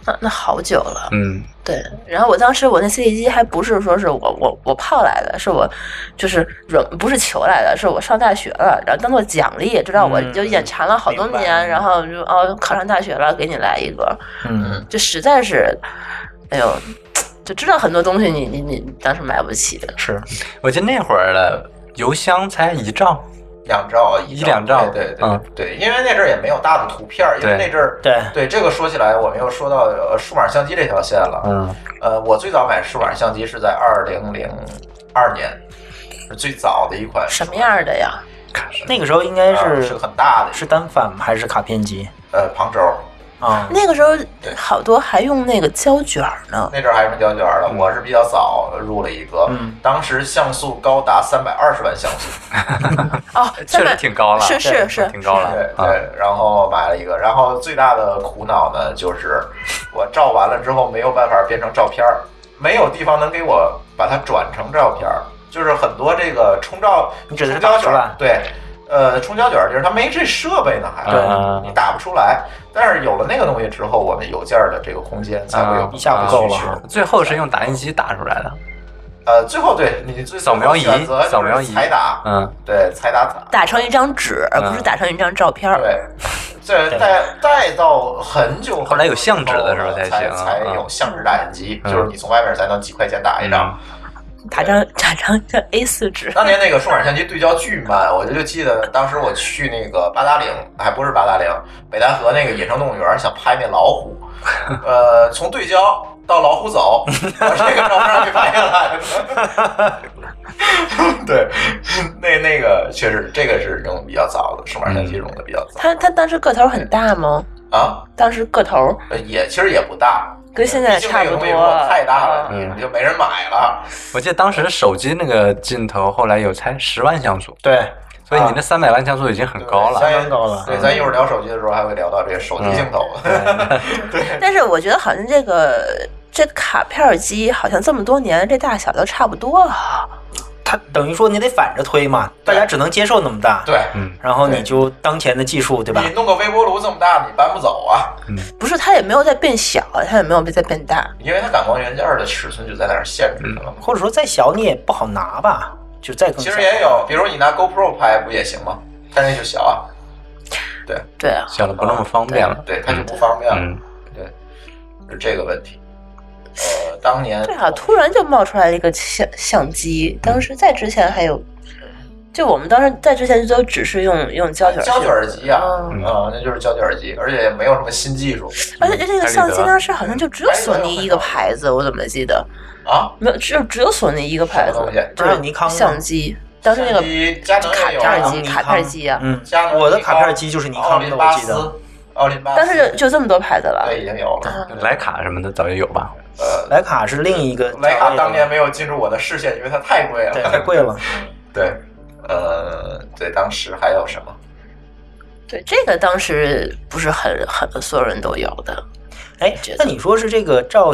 [SPEAKER 2] 那那好久了，
[SPEAKER 3] 嗯，
[SPEAKER 2] 对。然后我当时我那 CD 机还不是说是我我我泡来的，是我就是软不是求来的，是我上大学了，然后当做奖励，知道我
[SPEAKER 4] 嗯
[SPEAKER 2] 就眼馋了好多
[SPEAKER 4] 明白
[SPEAKER 2] 年，然后就哦考上大学了，给你来一个，
[SPEAKER 4] 嗯，
[SPEAKER 2] 就实在是，哎呦，就知道很多东西你你你当时买不起的，
[SPEAKER 4] 是
[SPEAKER 3] 我记得那会儿的邮箱才一兆。
[SPEAKER 1] 两兆
[SPEAKER 3] 一两兆
[SPEAKER 1] 对对对
[SPEAKER 3] 嗯
[SPEAKER 1] 对，因为那阵儿也没有大的图片儿，因为
[SPEAKER 3] 对
[SPEAKER 1] 那阵儿
[SPEAKER 4] 对
[SPEAKER 1] 对这个说起来，我们又说到呃数码相机这条线了。
[SPEAKER 3] 嗯，
[SPEAKER 1] 呃，我最早买数码相机是在二零零二年，是最早的一款
[SPEAKER 2] 什么样的呀？
[SPEAKER 4] 那个时候应该
[SPEAKER 1] 呃
[SPEAKER 4] 是
[SPEAKER 1] 是很大的
[SPEAKER 4] 是单反吗还是卡片机
[SPEAKER 1] 呃旁轴，
[SPEAKER 4] 啊？
[SPEAKER 2] 那个时候好多还用那个胶卷呢，
[SPEAKER 1] 那阵儿还是胶卷儿了。
[SPEAKER 3] 嗯
[SPEAKER 1] 我是比较早入了一个，
[SPEAKER 4] 嗯
[SPEAKER 1] 当时像素高达三百二十万像素，
[SPEAKER 2] 哦，
[SPEAKER 3] 确
[SPEAKER 2] 三
[SPEAKER 3] 实
[SPEAKER 2] 百
[SPEAKER 3] 挺高了，
[SPEAKER 2] 是是是，
[SPEAKER 3] 挺高了
[SPEAKER 1] 对
[SPEAKER 3] 啊。
[SPEAKER 1] 对，然后买了一个，然后最大的苦恼呢，就是我照完了之后没有办法变成照片儿，没有地方能给我把它转成照片儿，就是很多这个冲照，
[SPEAKER 4] 你指的是
[SPEAKER 1] 冲胶
[SPEAKER 4] 打出
[SPEAKER 1] 卷儿
[SPEAKER 4] 来，
[SPEAKER 1] 对。呃，冲胶卷儿就是它没这设备呢，还
[SPEAKER 3] 对
[SPEAKER 1] 你打不出来。但是有了那个东西之后，我们邮件儿的这个空间才会有
[SPEAKER 3] 啊
[SPEAKER 4] 一下不够了
[SPEAKER 1] 需求
[SPEAKER 3] 最后是用打印机打出来的。
[SPEAKER 1] 呃，最后对你最
[SPEAKER 3] 扫描仪
[SPEAKER 1] 选择就是
[SPEAKER 3] 扫描仪
[SPEAKER 1] 彩打，
[SPEAKER 3] 嗯，
[SPEAKER 1] 对，彩打打
[SPEAKER 2] 打成一张纸，而不是
[SPEAKER 3] 嗯
[SPEAKER 2] 打成一张照片儿。
[SPEAKER 1] 对，这呃带带到很久，
[SPEAKER 3] 后来有相纸的时候
[SPEAKER 1] 才
[SPEAKER 3] 才行啊
[SPEAKER 1] 才有相纸打印机，
[SPEAKER 3] 嗯
[SPEAKER 1] 就是你从外面才能几块钱打一张。
[SPEAKER 2] 打张打张这 A 四纸，
[SPEAKER 1] 当年那个数码相机对焦巨慢，我就记得当时我去那个八达岭，还不是八达岭，北戴河那个野生动物园，想拍那老虎，呃，从对焦到老 虎走，把这个照片给拍下来了。 对，那那个确实，这个是用的比较早的，数码相机用的比较早
[SPEAKER 2] 他他当时个头很大吗？
[SPEAKER 3] 嗯
[SPEAKER 1] 啊。
[SPEAKER 2] 当时个头
[SPEAKER 1] 呃也其实也不大，
[SPEAKER 2] 跟现在
[SPEAKER 1] 毕竟那
[SPEAKER 2] 差
[SPEAKER 1] 个
[SPEAKER 2] 不
[SPEAKER 1] 东
[SPEAKER 2] 多
[SPEAKER 1] 西如果太大了，
[SPEAKER 2] 嗯
[SPEAKER 1] 你就没人买了。
[SPEAKER 3] 我记得当时手机那个镜头后来有才十万像素，
[SPEAKER 4] 对，
[SPEAKER 3] 所以你那三百万像素已经很高了。
[SPEAKER 1] 啊对
[SPEAKER 3] 嗯
[SPEAKER 1] 咱
[SPEAKER 4] 相当高了
[SPEAKER 1] 对，咱一会儿聊手机的时候还会聊到这个手机镜头。
[SPEAKER 2] 但是我觉得好像这个这卡片儿机好像这么多年这大小都差不多啊了。
[SPEAKER 4] 它等于说你得反着推嘛，大家只能接受那么大。，
[SPEAKER 1] 对，
[SPEAKER 3] 嗯，
[SPEAKER 4] 然后
[SPEAKER 1] 对
[SPEAKER 4] 你就当前的技术，对吧
[SPEAKER 1] 你？弄个微波炉这么大，你搬不走啊，
[SPEAKER 2] 不是，它也没有在变小，啊它也没有在变大。
[SPEAKER 1] 因为它感光元件的尺寸就在那儿限制着了。
[SPEAKER 4] 或者说再小你也不好拿吧，就再
[SPEAKER 2] 嗯
[SPEAKER 4] 更
[SPEAKER 1] 其
[SPEAKER 4] 小。
[SPEAKER 1] 实也有，比如你拿 GoPro 拍不也行吗？但是就小啊，
[SPEAKER 2] 对啊，
[SPEAKER 3] 小的不那么方便了。
[SPEAKER 1] 对，它就不方便了
[SPEAKER 3] 嗯。，
[SPEAKER 1] 对，是这个问题。呃，当年
[SPEAKER 2] 对啊，突然就冒出来了一个相相机，当时在之前还有，就我们当时在之前就都只是用用胶卷儿去
[SPEAKER 1] 胶卷耳机啊，
[SPEAKER 2] 嗯
[SPEAKER 1] 啊，那就是胶卷耳机，而且也没有什么新技术
[SPEAKER 2] 而且这个相机
[SPEAKER 3] 拍立得
[SPEAKER 2] 当时好像就只有索尼一个牌子，我怎么记得
[SPEAKER 1] 啊。
[SPEAKER 2] 没有，只有只有索尼一个牌子
[SPEAKER 1] 什么东西，
[SPEAKER 2] 就
[SPEAKER 4] 不是
[SPEAKER 2] 是
[SPEAKER 4] 尼康吗
[SPEAKER 2] 相机。当时那个
[SPEAKER 1] 相机佳能
[SPEAKER 2] 卡
[SPEAKER 1] 也有
[SPEAKER 2] 片
[SPEAKER 1] 啊
[SPEAKER 2] 机，
[SPEAKER 4] 尼
[SPEAKER 2] 卡
[SPEAKER 4] 康
[SPEAKER 2] 片机啊，
[SPEAKER 4] 嗯
[SPEAKER 1] 佳，能
[SPEAKER 4] 我的卡片机就是尼
[SPEAKER 1] 奥
[SPEAKER 4] 康
[SPEAKER 1] 林
[SPEAKER 4] 的，我
[SPEAKER 1] 巴
[SPEAKER 4] 记得。
[SPEAKER 1] 斯，奥林巴斯，
[SPEAKER 2] 当时就就这么多牌子了
[SPEAKER 1] 对。已经有了。
[SPEAKER 3] 徕卡什么的早就有吧？
[SPEAKER 1] 呃，
[SPEAKER 4] 嗯徕卡是另一个，
[SPEAKER 1] 徕卡当年没有进入我的视线，因为它太贵
[SPEAKER 4] 对
[SPEAKER 1] 了。
[SPEAKER 4] 太贵了。
[SPEAKER 1] 对，呃，对，当时还有什么？
[SPEAKER 2] 对，这个当时不是很很所有人都有的。
[SPEAKER 4] 哎
[SPEAKER 2] 觉，得
[SPEAKER 4] 那你说是这个照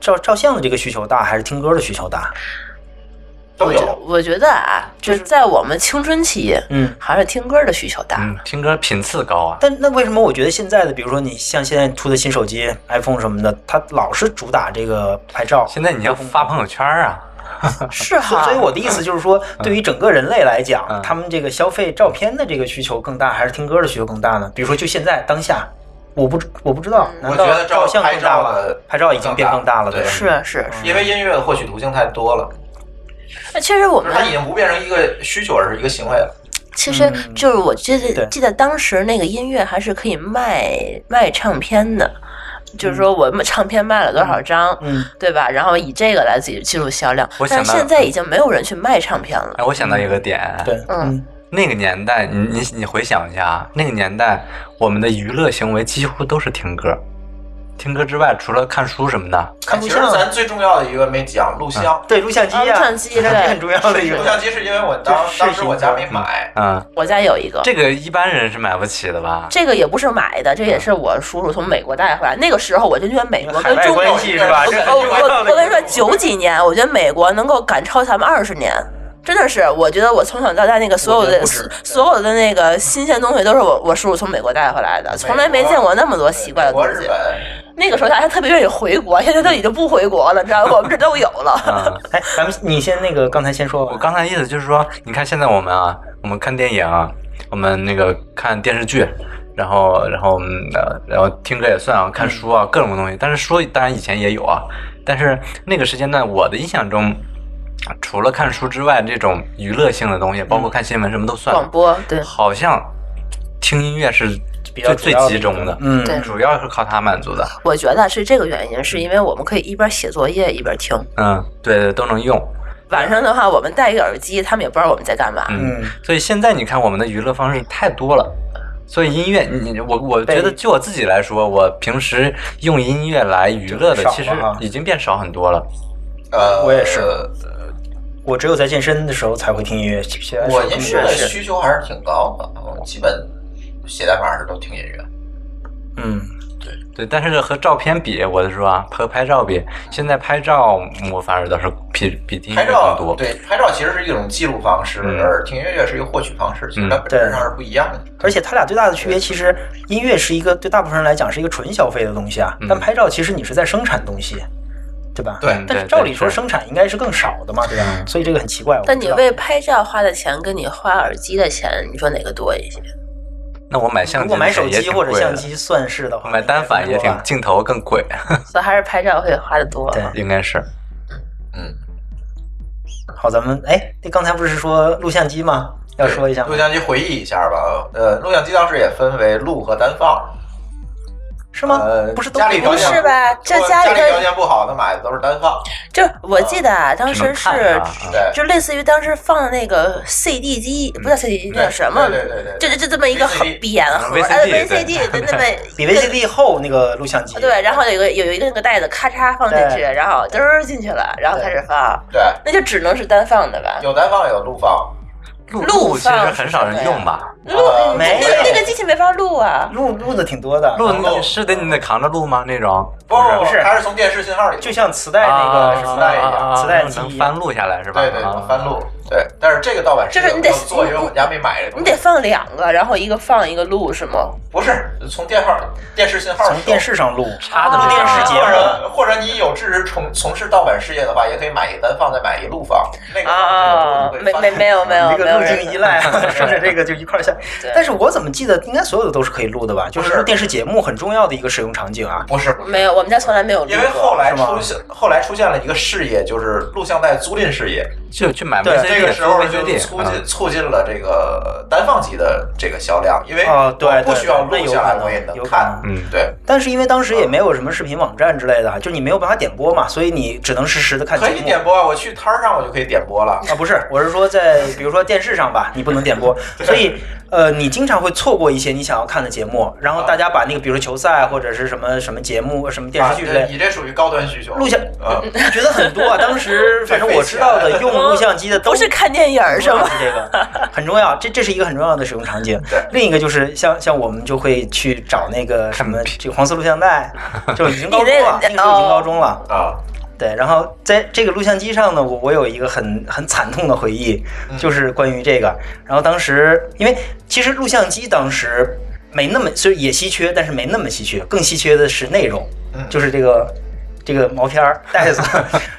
[SPEAKER 4] 照照相的这个需求大，还是听歌的需求大？
[SPEAKER 1] 都
[SPEAKER 2] 我觉
[SPEAKER 1] 有。
[SPEAKER 2] 我觉得啊，就是在我们青春期，
[SPEAKER 4] 嗯，
[SPEAKER 2] 还是听歌的需求大。
[SPEAKER 3] 嗯，听歌频次高啊。
[SPEAKER 4] 但那为什么我觉得现在的，比如说你像现在出的新手机 iPhone 什么的，它老是主打这个拍照。
[SPEAKER 3] 现在你要发朋友圈 啊，
[SPEAKER 2] 是
[SPEAKER 4] 所
[SPEAKER 2] 哈，
[SPEAKER 4] 所以我的意思就是说，对于整个人类来讲，
[SPEAKER 3] 嗯
[SPEAKER 4] 他们这个消费照片的这个需求更大，还是听歌的需求更大呢？比如说，就现在当下，我不我不知道，难
[SPEAKER 1] 我
[SPEAKER 4] 道
[SPEAKER 1] 觉得照
[SPEAKER 4] 相更大吗
[SPEAKER 1] 拍照的？
[SPEAKER 4] 拍照已经变更大了，对吧？嗯
[SPEAKER 2] 是啊是啊是啊。
[SPEAKER 1] 因为音乐的获取途径太多了，
[SPEAKER 2] 那呃确实我
[SPEAKER 1] 就
[SPEAKER 2] 们
[SPEAKER 1] 是它已经不变成一个需求，而是一个行为了。
[SPEAKER 2] 其实
[SPEAKER 4] 嗯
[SPEAKER 2] 就是我记得、
[SPEAKER 4] 对
[SPEAKER 2] 记得当时那个音乐还是可以卖卖唱片的，就是说我们唱片卖了多少张，
[SPEAKER 4] 嗯，
[SPEAKER 2] 对吧？然后以这个来记记录销量
[SPEAKER 3] 我。想
[SPEAKER 2] 但
[SPEAKER 3] 到
[SPEAKER 2] 是现在已经没有人去卖唱片了
[SPEAKER 3] 哎，。我想到一个点，
[SPEAKER 4] 对，
[SPEAKER 2] 嗯，
[SPEAKER 3] 那个年代，你你你回想一下啊，那个年代我们的娱乐行为几乎都是听歌，听歌之外，除了看书什么的，
[SPEAKER 4] 看录
[SPEAKER 1] 哎其实
[SPEAKER 4] 像
[SPEAKER 1] 咱最重要的一个没讲，录像。
[SPEAKER 4] 对录像机
[SPEAKER 2] 啊，录
[SPEAKER 4] 呀、
[SPEAKER 2] 像机
[SPEAKER 4] 这
[SPEAKER 2] 对
[SPEAKER 4] 很，重要的一
[SPEAKER 1] 录
[SPEAKER 4] 个。
[SPEAKER 1] 像机是因为我当
[SPEAKER 4] 这是
[SPEAKER 1] 当时我家没买，
[SPEAKER 3] 嗯，
[SPEAKER 2] 我家有一个。
[SPEAKER 3] 这个一般人是买不起的吧？
[SPEAKER 2] 这个也不是买的，这
[SPEAKER 1] 嗯
[SPEAKER 2] 也是我叔叔从美国带回来。那个时候我就觉得美国
[SPEAKER 4] 海
[SPEAKER 2] 跟
[SPEAKER 4] 外
[SPEAKER 2] 中国，
[SPEAKER 4] 关系是吧？这很
[SPEAKER 2] 我
[SPEAKER 4] 重要的。
[SPEAKER 2] 我跟你说，九几年，我觉得美国能够赶超咱们二十年，真的是。我觉得我从小到大那个所有
[SPEAKER 1] 我觉
[SPEAKER 2] 的
[SPEAKER 1] 得不止
[SPEAKER 2] 所有的那个新鲜东西，都是我我叔叔从美国带回来的，从来没见过那么多奇怪的
[SPEAKER 1] 美
[SPEAKER 2] 东
[SPEAKER 1] 国、日
[SPEAKER 2] 西。
[SPEAKER 1] 本，
[SPEAKER 2] 那个时候大家特别愿意回国，现在都已经不回国了，你知道吗？我们这都有 了。
[SPEAKER 3] 嗯，
[SPEAKER 4] 哎，咱们你先那个刚才先说吧，
[SPEAKER 3] 我刚才意思就是说，你看现在我们啊，我们看电影啊，我们那个看电视剧。然后，然后，嗯呃，然后听歌也算啊，
[SPEAKER 4] 嗯
[SPEAKER 3] 看书啊，各种东西。但是书当然以前也有啊，但是那个时间段，我的印象中，除了看书之外，这种娱乐性的东西，
[SPEAKER 4] 嗯
[SPEAKER 3] 包括看新闻什么都算。
[SPEAKER 2] 广播对，
[SPEAKER 3] 好像听音乐是
[SPEAKER 4] 比较
[SPEAKER 3] 最最
[SPEAKER 4] 主要的
[SPEAKER 3] 集中的，
[SPEAKER 4] 嗯，
[SPEAKER 2] 对
[SPEAKER 3] 主要是靠它满足的。
[SPEAKER 2] 我觉得是这个原因，是因为我们可以一边写作业一边听。
[SPEAKER 3] 嗯，对对，都能用。
[SPEAKER 2] 晚上的话，我们戴一个耳机，他们也不知道我们在干嘛。
[SPEAKER 3] 嗯
[SPEAKER 4] 嗯，
[SPEAKER 3] 所以现在你看，我们的娱乐方式太多了。所以音乐，你你我我觉得
[SPEAKER 4] 嗯被
[SPEAKER 3] 就我自己来说，我平时用音乐来娱乐的
[SPEAKER 4] 就，
[SPEAKER 3] 其实
[SPEAKER 4] 是少了啊
[SPEAKER 3] 已经变少很多了。
[SPEAKER 1] 呃，
[SPEAKER 4] 我也是
[SPEAKER 1] 呃
[SPEAKER 4] 我只有在健身的时候才会听音乐，其他时候
[SPEAKER 1] 我音乐的
[SPEAKER 4] 不嗯是
[SPEAKER 1] 需求还是挺高的，我基本写代码是都听音乐。
[SPEAKER 3] 嗯，对对，但是和照片比，我是说啊，和拍照比，现在拍照我反而倒是比比听音
[SPEAKER 1] 拍
[SPEAKER 3] 乐
[SPEAKER 1] 照
[SPEAKER 3] 更多。
[SPEAKER 1] 对，拍照其实是一种记录方式，
[SPEAKER 3] 嗯
[SPEAKER 1] 而听音乐是一个获取方式，其实它本质上是不一样的。
[SPEAKER 4] 嗯而且它俩最大的区别，其实音乐是一个对大部分人来讲是一个纯消费的东西啊，但拍照其实你是在生产东西，对吧？
[SPEAKER 1] 嗯对嗯
[SPEAKER 3] 嗯
[SPEAKER 4] 但
[SPEAKER 3] 对
[SPEAKER 4] 是照理
[SPEAKER 3] 对
[SPEAKER 4] 说
[SPEAKER 3] 对
[SPEAKER 4] 生产应该是更少的嘛，对吧？所以这个很奇怪。我
[SPEAKER 2] 但
[SPEAKER 4] 不
[SPEAKER 2] 你
[SPEAKER 4] 知道
[SPEAKER 2] 为拍照花的钱跟你花耳机的钱，你说哪个多一些？
[SPEAKER 3] 那我买相
[SPEAKER 4] 如
[SPEAKER 3] 机
[SPEAKER 4] 果买
[SPEAKER 3] 的时候
[SPEAKER 4] 手
[SPEAKER 3] 也
[SPEAKER 4] 机
[SPEAKER 3] 挺
[SPEAKER 4] 或者
[SPEAKER 3] 贵
[SPEAKER 4] 相
[SPEAKER 3] 的
[SPEAKER 4] 机算是的话，
[SPEAKER 3] 买单反也挺镜头更贵，
[SPEAKER 2] 所以还是拍照会花的多。啊
[SPEAKER 4] 对
[SPEAKER 3] 应该是。
[SPEAKER 1] 嗯，
[SPEAKER 4] 好。咱们哎，那刚才不是说录像机吗？要说一下吗
[SPEAKER 1] 录？像机回忆一下吧。呃，录像机当时也分为录和单放，
[SPEAKER 4] 是吗
[SPEAKER 1] 呃，？
[SPEAKER 4] 不是都
[SPEAKER 1] 家里条件
[SPEAKER 2] 不是吧
[SPEAKER 1] 如果
[SPEAKER 2] 这
[SPEAKER 1] 家
[SPEAKER 2] 家里的
[SPEAKER 1] 条件不好的买的都是单放，
[SPEAKER 2] 就是我记得啊，当时
[SPEAKER 3] 只能
[SPEAKER 2] 是
[SPEAKER 3] 看啊
[SPEAKER 1] 对，
[SPEAKER 2] 就类似于当时放的那个 CD 机，不叫 CD 机，那叫什么？
[SPEAKER 1] 对对对对
[SPEAKER 2] 就就这么一个很
[SPEAKER 1] VCD
[SPEAKER 2] 扁
[SPEAKER 4] 嗯
[SPEAKER 2] 盒，
[SPEAKER 3] VCD
[SPEAKER 2] 呃
[SPEAKER 3] 对
[SPEAKER 2] ，VCD 的那么哦
[SPEAKER 4] 比 VCD 后那个录像机？
[SPEAKER 2] 对，然后有一个有一个那个袋子，咔嚓放进去，
[SPEAKER 4] 对
[SPEAKER 2] 然后嘚儿进去了，然后开始放，
[SPEAKER 1] 对，啊
[SPEAKER 2] 那就只能是单放的吧？
[SPEAKER 1] 有单放有录放，
[SPEAKER 3] 录
[SPEAKER 2] 录
[SPEAKER 3] 录其实
[SPEAKER 2] 放
[SPEAKER 3] 很
[SPEAKER 2] 是
[SPEAKER 3] 少
[SPEAKER 2] 什
[SPEAKER 3] 人
[SPEAKER 2] 么
[SPEAKER 3] 用
[SPEAKER 2] 呀
[SPEAKER 3] 吧？
[SPEAKER 2] 录
[SPEAKER 1] 呃
[SPEAKER 4] 没
[SPEAKER 2] 那
[SPEAKER 4] 有
[SPEAKER 2] 个那个机器没法录啊。
[SPEAKER 4] 录录的挺多的，
[SPEAKER 3] 录
[SPEAKER 1] 录
[SPEAKER 3] 你是得你得扛着录吗？那种
[SPEAKER 1] 不
[SPEAKER 4] 不是
[SPEAKER 1] 它是从电视信号里，
[SPEAKER 4] 就像磁带那个
[SPEAKER 3] 啊
[SPEAKER 4] 磁带一
[SPEAKER 3] 啊啊
[SPEAKER 4] 样，
[SPEAKER 3] 啊
[SPEAKER 4] 磁带机
[SPEAKER 3] 能
[SPEAKER 4] 一
[SPEAKER 3] 翻
[SPEAKER 4] 样。
[SPEAKER 3] 录下来是吧？
[SPEAKER 1] 对对
[SPEAKER 3] 啊
[SPEAKER 1] 能翻录，对。但是这个盗版
[SPEAKER 2] 就是你得
[SPEAKER 1] 我做，因为我家没买这东
[SPEAKER 2] 你
[SPEAKER 1] 西，
[SPEAKER 2] 得放两个，然后一个放一个录是吗？
[SPEAKER 1] 不是从电话电视信号收
[SPEAKER 4] 从电视上录，
[SPEAKER 3] 插
[SPEAKER 2] 啊
[SPEAKER 3] 的
[SPEAKER 4] 电视节
[SPEAKER 1] 或
[SPEAKER 4] 目，
[SPEAKER 1] 者或者你有志于从从事盗版事业的话，也可以买一个单放，再买一录放。那个
[SPEAKER 2] 啊，没没没有没有
[SPEAKER 4] 这
[SPEAKER 2] 没
[SPEAKER 4] 个
[SPEAKER 2] 有
[SPEAKER 4] 路
[SPEAKER 2] 人
[SPEAKER 4] 径依赖 啊， 顺着这个就一块儿下
[SPEAKER 2] 对。
[SPEAKER 4] 但是我怎么记得应该所有的都是可以录的吧？就是录电视节目很重要的一个使用场景啊。
[SPEAKER 1] 不是，
[SPEAKER 2] 没有，我们家从来没有录
[SPEAKER 1] 因为
[SPEAKER 2] 过。
[SPEAKER 1] 后来
[SPEAKER 4] 是吗
[SPEAKER 1] 出现后来出现了一个事业，就是录像带租赁事业。
[SPEAKER 3] 就去买
[SPEAKER 4] 对
[SPEAKER 3] VCD，
[SPEAKER 1] 这个时候就
[SPEAKER 3] VCD
[SPEAKER 1] 促
[SPEAKER 4] 嗯
[SPEAKER 1] 进促进了这个呃单放机的这个销量，因为
[SPEAKER 4] 啊，对
[SPEAKER 1] 我，不
[SPEAKER 4] 对
[SPEAKER 1] 需要
[SPEAKER 4] 那
[SPEAKER 1] 录
[SPEAKER 4] 有
[SPEAKER 1] 下
[SPEAKER 4] 可
[SPEAKER 1] 来，我也
[SPEAKER 4] 能，
[SPEAKER 1] 能
[SPEAKER 4] 有可
[SPEAKER 1] 看
[SPEAKER 4] 能。
[SPEAKER 3] 嗯
[SPEAKER 1] 对，
[SPEAKER 4] 但是因为当时也没有什么视频网站之类的，啊就你没有办法点播嘛，所以你只能实时的看
[SPEAKER 1] 可
[SPEAKER 4] 节
[SPEAKER 1] 以
[SPEAKER 4] 目。
[SPEAKER 1] 点播啊，我去摊儿上我就可以点播了。
[SPEAKER 4] 啊，不是，我是说在比如说电视上吧，你不能 点播，所以呃，你经常会错过一些你想要看的节目，然
[SPEAKER 1] 啊
[SPEAKER 4] 后大家把那个比如说球赛或者是什么什么节目、什么电视剧之类
[SPEAKER 1] 啊，你这属于高端需求。
[SPEAKER 4] 录像
[SPEAKER 1] 啊，
[SPEAKER 4] 觉得 很多啊。当时反正我知道的用录像机的都
[SPEAKER 2] 不是看电影儿是
[SPEAKER 4] 重要
[SPEAKER 2] 吗
[SPEAKER 4] 的？这个很重要，这这是一个很重要的使用场景
[SPEAKER 1] 对。
[SPEAKER 4] 另一个就是像像我们就会去找那个什么这个黄色录 像带，就已经高中了，那
[SPEAKER 2] 你那哦
[SPEAKER 4] 个时候已经高中了。
[SPEAKER 1] 啊，
[SPEAKER 4] 对，然后在这个录像机上呢，我我有一个很很惨痛的回忆，
[SPEAKER 2] 嗯
[SPEAKER 4] 就是关于这个。然后当时，因为其实录像机当时没那么，虽然也稀缺，但是没那么稀缺，更稀缺的是内容，就是这个。这个毛片儿袋子，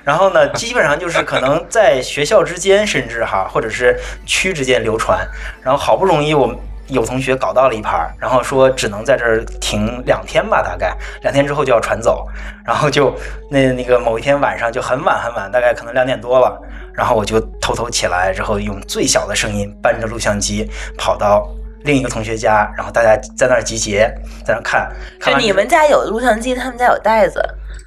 [SPEAKER 4] 然后呢，基本上就是可能在学校之间，甚至哈，或者是区之间流传。然后好不容易我们有同学搞到了一盘儿，然后说只能在这儿停两天吧，大概两天之后就要传走。然后就那那个某一天晚上就很晚很晚，大概可能两点多了，然后我就偷偷起来之后，用最小的声音搬着录像机跑到另一个同学家，然后大家在那儿集结，在那儿看。
[SPEAKER 2] 就
[SPEAKER 4] 看完
[SPEAKER 2] 你们家有录像机，他们家有袋 子，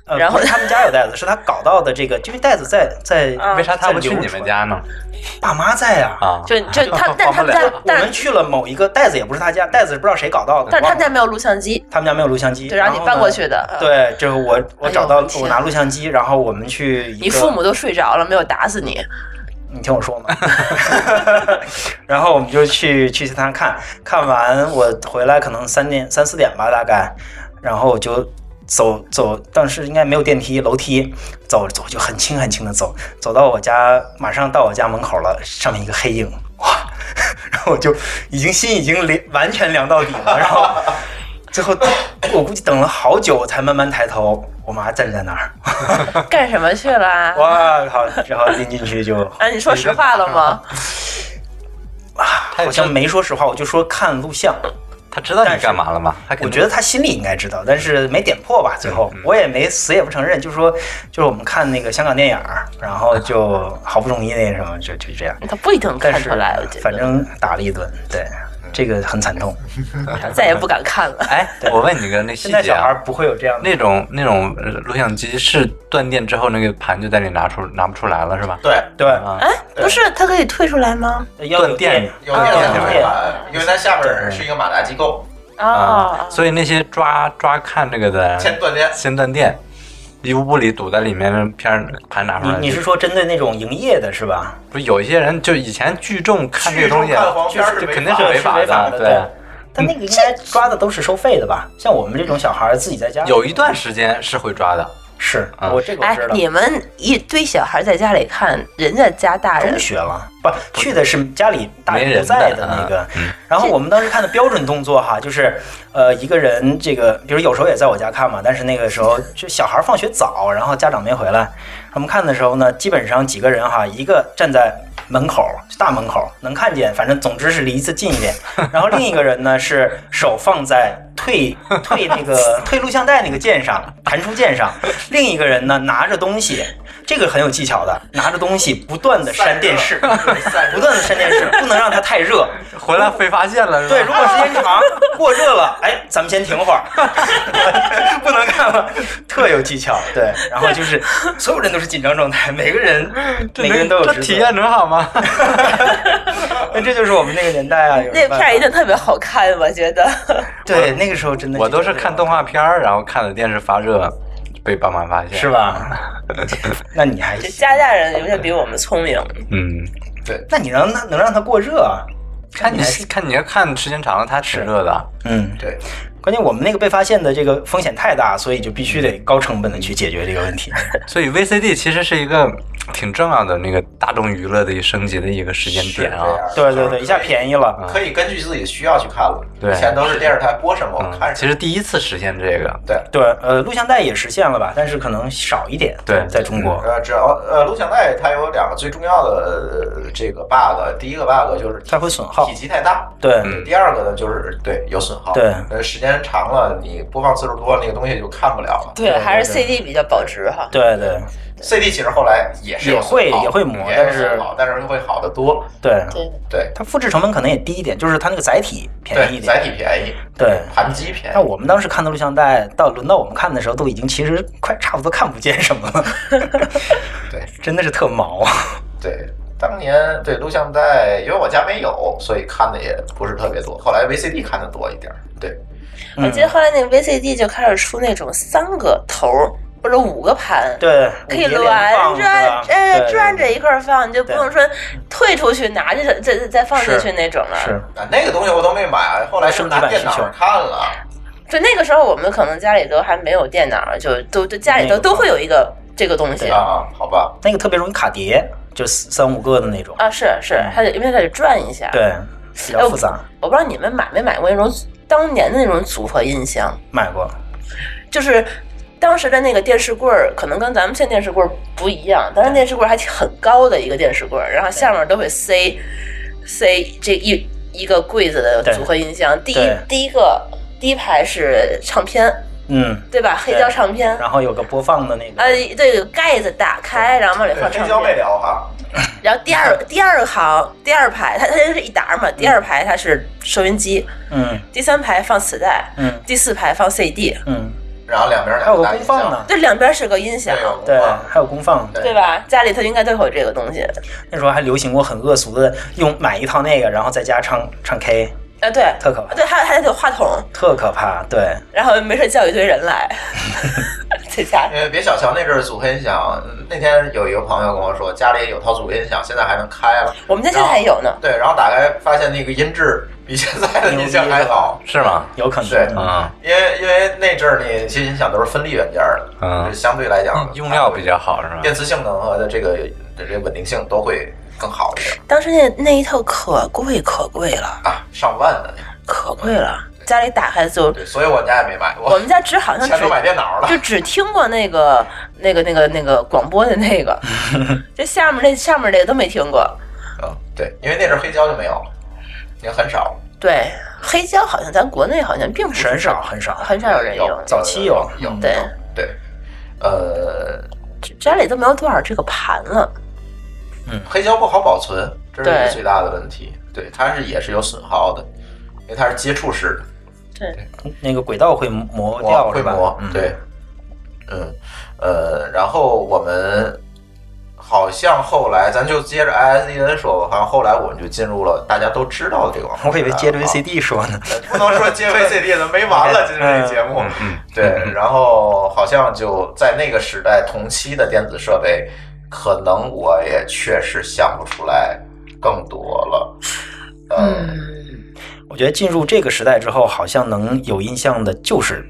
[SPEAKER 4] 呃
[SPEAKER 2] 然后
[SPEAKER 4] 不是他们家 有袋子，是他搞到的这个，因为袋子在在
[SPEAKER 2] 啊
[SPEAKER 3] 为啥他不去你们家呢？
[SPEAKER 4] 爸妈在呀、
[SPEAKER 3] 啊，
[SPEAKER 4] 啊。
[SPEAKER 2] 就就他，但他们
[SPEAKER 3] 啊
[SPEAKER 2] 家，
[SPEAKER 4] 我
[SPEAKER 2] 但
[SPEAKER 4] 们去了某一个袋子，也不是他家，袋子不知道谁搞到的。
[SPEAKER 2] 但是他
[SPEAKER 4] 忘
[SPEAKER 2] 们
[SPEAKER 4] 了
[SPEAKER 2] 家没有录像机，
[SPEAKER 4] 他们家没有录像机，
[SPEAKER 2] 对，然后你搬过去
[SPEAKER 4] 呢。
[SPEAKER 2] 的。嗯，
[SPEAKER 4] 对，就是我，我找到
[SPEAKER 2] 哎呦天
[SPEAKER 4] 我拿录像机，然后我们去一个。
[SPEAKER 2] 你父母都睡着了，没有打死 你。
[SPEAKER 4] 你听我说嘛， 然后我们就去去他那看看完，我回来可能三点三四点吧，大概，然后我就走走，当时应该没有电梯，楼梯走走就很轻很轻的走，走到我家，马上到我家门口了，上面一个黑影，哇， 然后我就已经心已经凉完全凉到底了，然后最后我估计等了好久，我才慢慢抬头，我妈站在那儿，
[SPEAKER 2] 干什么去了啊？
[SPEAKER 4] 哇靠，然后拎进去就。
[SPEAKER 2] 啊，你说实话了吗？
[SPEAKER 3] 他
[SPEAKER 4] 好像没说实话，我就说看录像。
[SPEAKER 3] 他知道
[SPEAKER 4] 但
[SPEAKER 3] 你
[SPEAKER 4] 是
[SPEAKER 3] 干嘛了吗？他肯
[SPEAKER 4] 我
[SPEAKER 3] 定
[SPEAKER 4] 觉得他嗯心里应该知道，但是没点破吧。最后我也没死也不承认，就说就是我们看那个香港电影儿，然后就好不容易那什么，就就这样。
[SPEAKER 2] 他不一定
[SPEAKER 4] 但
[SPEAKER 2] 看
[SPEAKER 4] 是
[SPEAKER 2] 出来，我觉
[SPEAKER 4] 反
[SPEAKER 2] 得
[SPEAKER 4] 正打了一顿，对，这个很惨 痛。
[SPEAKER 2] 再也不敢看了。
[SPEAKER 3] 哎，我问你个那细
[SPEAKER 4] 现在
[SPEAKER 3] 节
[SPEAKER 4] 小孩
[SPEAKER 3] 啊，
[SPEAKER 4] 儿不会有这样的。
[SPEAKER 3] 那种那种呃录像机是断电之后那个盘就在里拿出拿不出来了是吧？
[SPEAKER 1] 对，
[SPEAKER 4] 对，
[SPEAKER 3] 啊，
[SPEAKER 2] 哎，不是，他可以退出来吗？
[SPEAKER 4] 要有
[SPEAKER 3] 断电
[SPEAKER 4] 电，
[SPEAKER 1] 有那
[SPEAKER 4] 有
[SPEAKER 1] 个
[SPEAKER 4] 电
[SPEAKER 1] 门槛，因为它下边是一个马达机构，
[SPEAKER 3] 啊
[SPEAKER 2] 哦，
[SPEAKER 3] 所以那些抓抓看这个的
[SPEAKER 1] 先断电。
[SPEAKER 3] 先断电，一屋里堵在里面，片儿盘拿出
[SPEAKER 4] 你
[SPEAKER 3] 来。
[SPEAKER 4] 你是说针对那种营业的是吧？
[SPEAKER 3] 不是有一些人就以前聚众看这个东西
[SPEAKER 1] 聚众看黄片儿是
[SPEAKER 3] 就
[SPEAKER 1] 违
[SPEAKER 3] 肯定
[SPEAKER 1] 法
[SPEAKER 3] 是
[SPEAKER 1] 的
[SPEAKER 3] 违
[SPEAKER 4] 是违法
[SPEAKER 3] 的，
[SPEAKER 4] 的，对。但那个应该抓的都是收费的吧？像我们这种小孩儿自己在家
[SPEAKER 3] 有一段时间是会抓的，
[SPEAKER 4] 是
[SPEAKER 3] 啊
[SPEAKER 4] 我这个我
[SPEAKER 2] 哎
[SPEAKER 4] 知，道。
[SPEAKER 2] 你们一堆小孩在家里看，人家家大人
[SPEAKER 4] 中学了，不去的是家里大
[SPEAKER 3] 没
[SPEAKER 4] 人
[SPEAKER 3] 人
[SPEAKER 4] 不在
[SPEAKER 3] 的
[SPEAKER 4] 的那个。然后我们当时看的标准动作哈，就是呃一个人这个，比如有时候也在我家看嘛，但是那个时候就小孩放学早，然后家长没回来，我们看的时候呢，基本上几个人哈，一个站在。门口就大门口能看见，反正总之是离得近一点。然后另一个人呢是手放在 退退那个退录像带那个键上，弹出键上。另一个人呢拿着东西，这个很有技巧的，拿着东西不断的删 电视，不断的删电视，不能嗯让它太热。
[SPEAKER 3] 回来被发现了是吧？嗯
[SPEAKER 4] 对，如果时间 长过热了，哎，咱们先停会儿， 不能看了，特有技巧。对，然后就是所有人都是紧张状态，每个人
[SPEAKER 3] 这
[SPEAKER 4] 每个人都有
[SPEAKER 3] 能
[SPEAKER 4] 职
[SPEAKER 3] 这
[SPEAKER 4] 责
[SPEAKER 3] 体验能好吗？
[SPEAKER 4] 那这就是我们那个年代啊，有
[SPEAKER 2] 那
[SPEAKER 4] 人办
[SPEAKER 2] 片儿一定特别好看，我觉得。
[SPEAKER 4] 对那个时候真的，
[SPEAKER 3] 我都是看动画片儿，然后看的电视发热，被爸妈发现
[SPEAKER 4] 是？ 吧？那你还
[SPEAKER 2] 就家大人永远比我们聪 明。
[SPEAKER 3] 嗯，
[SPEAKER 4] 那你 能能让它过热啊？
[SPEAKER 3] 看你看你要看时间长了，它吃热的。
[SPEAKER 4] 嗯，
[SPEAKER 1] 对，
[SPEAKER 4] 关键我们那个被发现的这个风险太大，所以就必须得高成本的去解决这个问题。
[SPEAKER 3] 所以 VCD 其实是一个挺重要的那个大众娱乐的一个升级的一个时间点
[SPEAKER 1] 是这
[SPEAKER 3] 啊。嗯
[SPEAKER 1] 样
[SPEAKER 4] 对对对，一下便宜了。
[SPEAKER 1] 可以根据自己的需要去看了。
[SPEAKER 3] 对
[SPEAKER 1] 以前都是电视台播什么我
[SPEAKER 3] 嗯，
[SPEAKER 1] 看
[SPEAKER 3] 其
[SPEAKER 1] 什么。
[SPEAKER 3] 实第一次实现这个，
[SPEAKER 1] 对，
[SPEAKER 4] 对，呃，录像带也实现了吧，但是可能少一点。
[SPEAKER 3] 对
[SPEAKER 4] 在中国，
[SPEAKER 1] 呃，只要呃，录像带它有两个最重要的呃这个 bug，第一个 bug 就是体
[SPEAKER 4] 它会损耗
[SPEAKER 1] 体积太大。
[SPEAKER 4] 对，
[SPEAKER 3] 嗯
[SPEAKER 1] 第二个呢，就是对有损耗，
[SPEAKER 4] 对
[SPEAKER 1] 呃，时间长了，你播放次数多了，那个东西就看不了了。
[SPEAKER 2] 对，还是
[SPEAKER 4] 对
[SPEAKER 2] CD 比较保值哈。
[SPEAKER 4] 对对
[SPEAKER 1] CD 其实后来也是有损耗
[SPEAKER 4] 也会也会磨
[SPEAKER 1] 也
[SPEAKER 4] 但
[SPEAKER 1] 有
[SPEAKER 4] 是
[SPEAKER 1] 损耗，但是会好得多。
[SPEAKER 4] 对，
[SPEAKER 2] 对，
[SPEAKER 1] 对，
[SPEAKER 4] 它复制成本可能也低一点，就是它那个载体便
[SPEAKER 1] 对，
[SPEAKER 4] 宜一
[SPEAKER 1] 载
[SPEAKER 4] 点。
[SPEAKER 1] 体便宜，
[SPEAKER 4] 对
[SPEAKER 1] 盘机便
[SPEAKER 4] 那
[SPEAKER 1] 宜。
[SPEAKER 4] 我们当时看的录像带，到轮到我们看的时候，都已经其实快差不多看不见什么了。
[SPEAKER 1] 对，
[SPEAKER 4] 真的是特毛。
[SPEAKER 1] 对，当年对录像带，因为我家没有，所以看的也不是特别多。后来 VCD 看的多一点儿。对，
[SPEAKER 2] 我记得后来那个 VCD 就开始出那种三个头儿或者五个盘。。
[SPEAKER 4] 对，
[SPEAKER 2] 可以
[SPEAKER 4] 五碟连
[SPEAKER 2] 转
[SPEAKER 4] 放是吧
[SPEAKER 2] 转呃
[SPEAKER 4] 对
[SPEAKER 2] 转着一块儿放，你就不
[SPEAKER 4] 对
[SPEAKER 2] 用说退出去拿进去再再再放进去
[SPEAKER 4] 是
[SPEAKER 2] 那种了。
[SPEAKER 4] 是
[SPEAKER 1] 啊，那个东西我都没买，后来是拿电脑上看了。
[SPEAKER 2] 就那个时候我们可能家里都还没有电脑，就都都家里
[SPEAKER 4] 那
[SPEAKER 2] 头
[SPEAKER 4] 个
[SPEAKER 2] 都会有一个这个东西
[SPEAKER 1] 啊，好吧，
[SPEAKER 4] 那个特别容易卡碟，就三三五个的那种。
[SPEAKER 2] 啊，是是，它得因为它得转一下。，哎
[SPEAKER 4] 嗯对，
[SPEAKER 1] 啊
[SPEAKER 4] 比
[SPEAKER 1] 哦
[SPEAKER 4] 较复杂。
[SPEAKER 2] 我不知道你们买没买过那种当年的那种组合音箱，
[SPEAKER 4] 买过，
[SPEAKER 2] 就是当时的那个电视柜儿，可能跟咱们现在电视柜儿不一样，当时电视柜儿还挺很高的一个电视柜儿，然后下面都会塞塞这一一个柜子的组合音箱，第一
[SPEAKER 4] 对
[SPEAKER 2] 第一个第一排是唱片，
[SPEAKER 4] 嗯，
[SPEAKER 2] 对吧？黑胶唱片，
[SPEAKER 4] 然后有个播放的那个，
[SPEAKER 2] 呃，这个盖子打开，然后往里放唱
[SPEAKER 1] 黑胶没
[SPEAKER 2] 片。
[SPEAKER 1] 聊哈，
[SPEAKER 2] 然后第二第二行第二排，它它这是一沓嘛，第二排它是收音机，
[SPEAKER 4] 嗯
[SPEAKER 2] 第三排放磁带，
[SPEAKER 4] 嗯
[SPEAKER 2] 第四排放 CD，
[SPEAKER 4] 嗯，
[SPEAKER 1] 然后两边
[SPEAKER 4] 还
[SPEAKER 1] 两
[SPEAKER 4] 有个
[SPEAKER 1] 大
[SPEAKER 4] 功
[SPEAKER 1] 音
[SPEAKER 4] 放
[SPEAKER 1] 箱，
[SPEAKER 4] 呢，
[SPEAKER 2] 这两边是个音响
[SPEAKER 1] 对，，有功
[SPEAKER 4] 对，
[SPEAKER 1] 放
[SPEAKER 4] 还有功放。
[SPEAKER 1] 对
[SPEAKER 2] 对吧？家里头应该都有这个东西。
[SPEAKER 4] 那时候还流行过很恶俗的，用买一套那个，然后在家唱唱 K，
[SPEAKER 2] 啊，对，
[SPEAKER 4] 特可怕，
[SPEAKER 2] 对，还有还得有话筒，
[SPEAKER 4] 特可怕。对，
[SPEAKER 2] 然后没事叫一堆人来，在家
[SPEAKER 1] 因为别小瞧那阵儿组合音响，那天有一个朋友跟我说，家里有套组合音响，现在还能开了。
[SPEAKER 2] 我们家现在还有呢。
[SPEAKER 1] 对，然后打开发现那个音质比现在的音响还好，
[SPEAKER 3] 是吗？
[SPEAKER 4] 有可能。嗯
[SPEAKER 1] 对
[SPEAKER 3] 啊、
[SPEAKER 1] 因为因为那阵儿你其实音响都是分立元件儿的，
[SPEAKER 4] 啊
[SPEAKER 3] 嗯
[SPEAKER 1] 就相对来讲
[SPEAKER 3] 用料比较好是吧？
[SPEAKER 1] 电磁性能和的这个的这个稳定性都会更好一点
[SPEAKER 2] 当时那那一套可贵可贵了，
[SPEAKER 1] 啊，上万的那种。
[SPEAKER 2] 可贵了，家里打开就，
[SPEAKER 1] 对，所以我家也没买
[SPEAKER 2] 我
[SPEAKER 1] 过，
[SPEAKER 2] 们家只好像
[SPEAKER 1] 钱
[SPEAKER 2] 只
[SPEAKER 1] 都买电脑了
[SPEAKER 2] 就。只听过那个、那个、那个、那个广播的那 个，这下面那上面那个都没听过。
[SPEAKER 1] 嗯，对，因为那阵儿黑胶就没有了，也很少。
[SPEAKER 2] 对，黑胶好像咱国内好像并不是
[SPEAKER 4] 很少很少
[SPEAKER 2] 很少有人用，
[SPEAKER 4] 早期有
[SPEAKER 1] 有有
[SPEAKER 2] 对
[SPEAKER 1] 对，呃，
[SPEAKER 2] 家里都没有多少这个盘了。
[SPEAKER 3] 嗯
[SPEAKER 1] 黑胶不好保存，这是一
[SPEAKER 2] 对
[SPEAKER 1] 个最大的问题。对，它是也是有损耗的，因为它是接触式的。
[SPEAKER 4] 那个轨道会磨
[SPEAKER 1] 磨
[SPEAKER 4] 掉，
[SPEAKER 1] 会
[SPEAKER 4] 是吧
[SPEAKER 1] 磨？
[SPEAKER 4] 嗯，
[SPEAKER 1] 对，嗯呃，然后我们好像后来咱就接着哎 ISDN 说吧，好像后来我们就进入了大家都知道的这个网站了啊。
[SPEAKER 4] 我以为接着 VCD 说呢。
[SPEAKER 1] 呃 不能说接 VCD 的没完了，今天这节目。
[SPEAKER 3] 嗯
[SPEAKER 1] 对，然后好像就在那个时代同期的电子设备，可能我也确实想不出来更多了。嗯，
[SPEAKER 4] 我觉得进入这个时代之后，好像能有印象的就是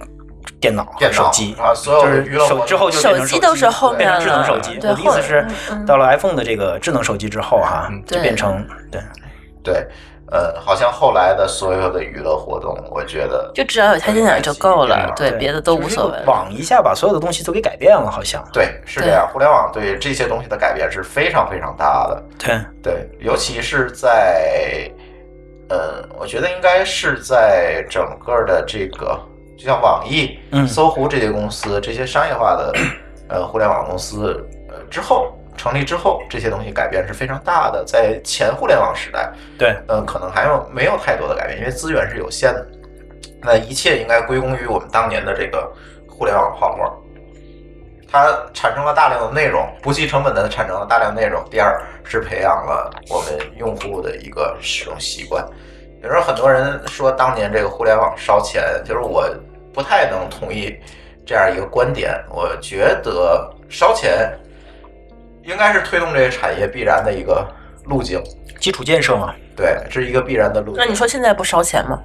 [SPEAKER 4] 电脑、和
[SPEAKER 1] 电脑
[SPEAKER 4] 手机
[SPEAKER 1] 啊所有的
[SPEAKER 4] 就是
[SPEAKER 1] 娱乐活
[SPEAKER 4] 手
[SPEAKER 1] 动
[SPEAKER 4] 之后就变
[SPEAKER 2] 手
[SPEAKER 4] 成
[SPEAKER 2] 机都是后面
[SPEAKER 4] 变
[SPEAKER 2] 了，
[SPEAKER 4] 成智能手机。
[SPEAKER 2] 对，
[SPEAKER 4] 我的意
[SPEAKER 2] 后
[SPEAKER 4] 思是
[SPEAKER 2] 嗯，嗯
[SPEAKER 4] 到了 iPhone 的这个智能手机之后哈，就
[SPEAKER 2] 对
[SPEAKER 4] 变成对
[SPEAKER 1] 对，呃，好像后来的所有的娱乐活动，我觉得
[SPEAKER 2] 就只要有台电脑就够了，
[SPEAKER 1] 对
[SPEAKER 2] 对，别的都无所谓
[SPEAKER 4] 就是
[SPEAKER 2] 了。
[SPEAKER 4] 这个网一下把所有的东西都给改变了，好像
[SPEAKER 1] 对，是这
[SPEAKER 2] 对
[SPEAKER 1] 样。互联网对这些东西的改变是非常非常大的，
[SPEAKER 4] 对，
[SPEAKER 1] 对，尤其是在，呃，我觉得应该是在整个的这个，就像网易、
[SPEAKER 4] 嗯
[SPEAKER 1] 搜狐这些公司，这些商业化 的呃互联网公司，呃之后成立之后，这些东西改变是非常大的。在前互联网时代，
[SPEAKER 4] 对，
[SPEAKER 1] 呃，可能还有没有太多的改变，因为资源是有限的。那一切应该归功于我们当年的这个互联网泡沫，它产生了大量的内容，不计成本的产生了大量内容。第二是培养了我们用户的一个使用习惯。有时候很多人说当年这个互联网烧钱，就是我不太能同意这样一个观点。我觉得烧钱应该是推动这个产业必然的一个路径。
[SPEAKER 4] 基础建设嘛，
[SPEAKER 1] 对，这是一个必然的路
[SPEAKER 2] 那
[SPEAKER 1] 径。
[SPEAKER 2] 你说现在不烧钱吗？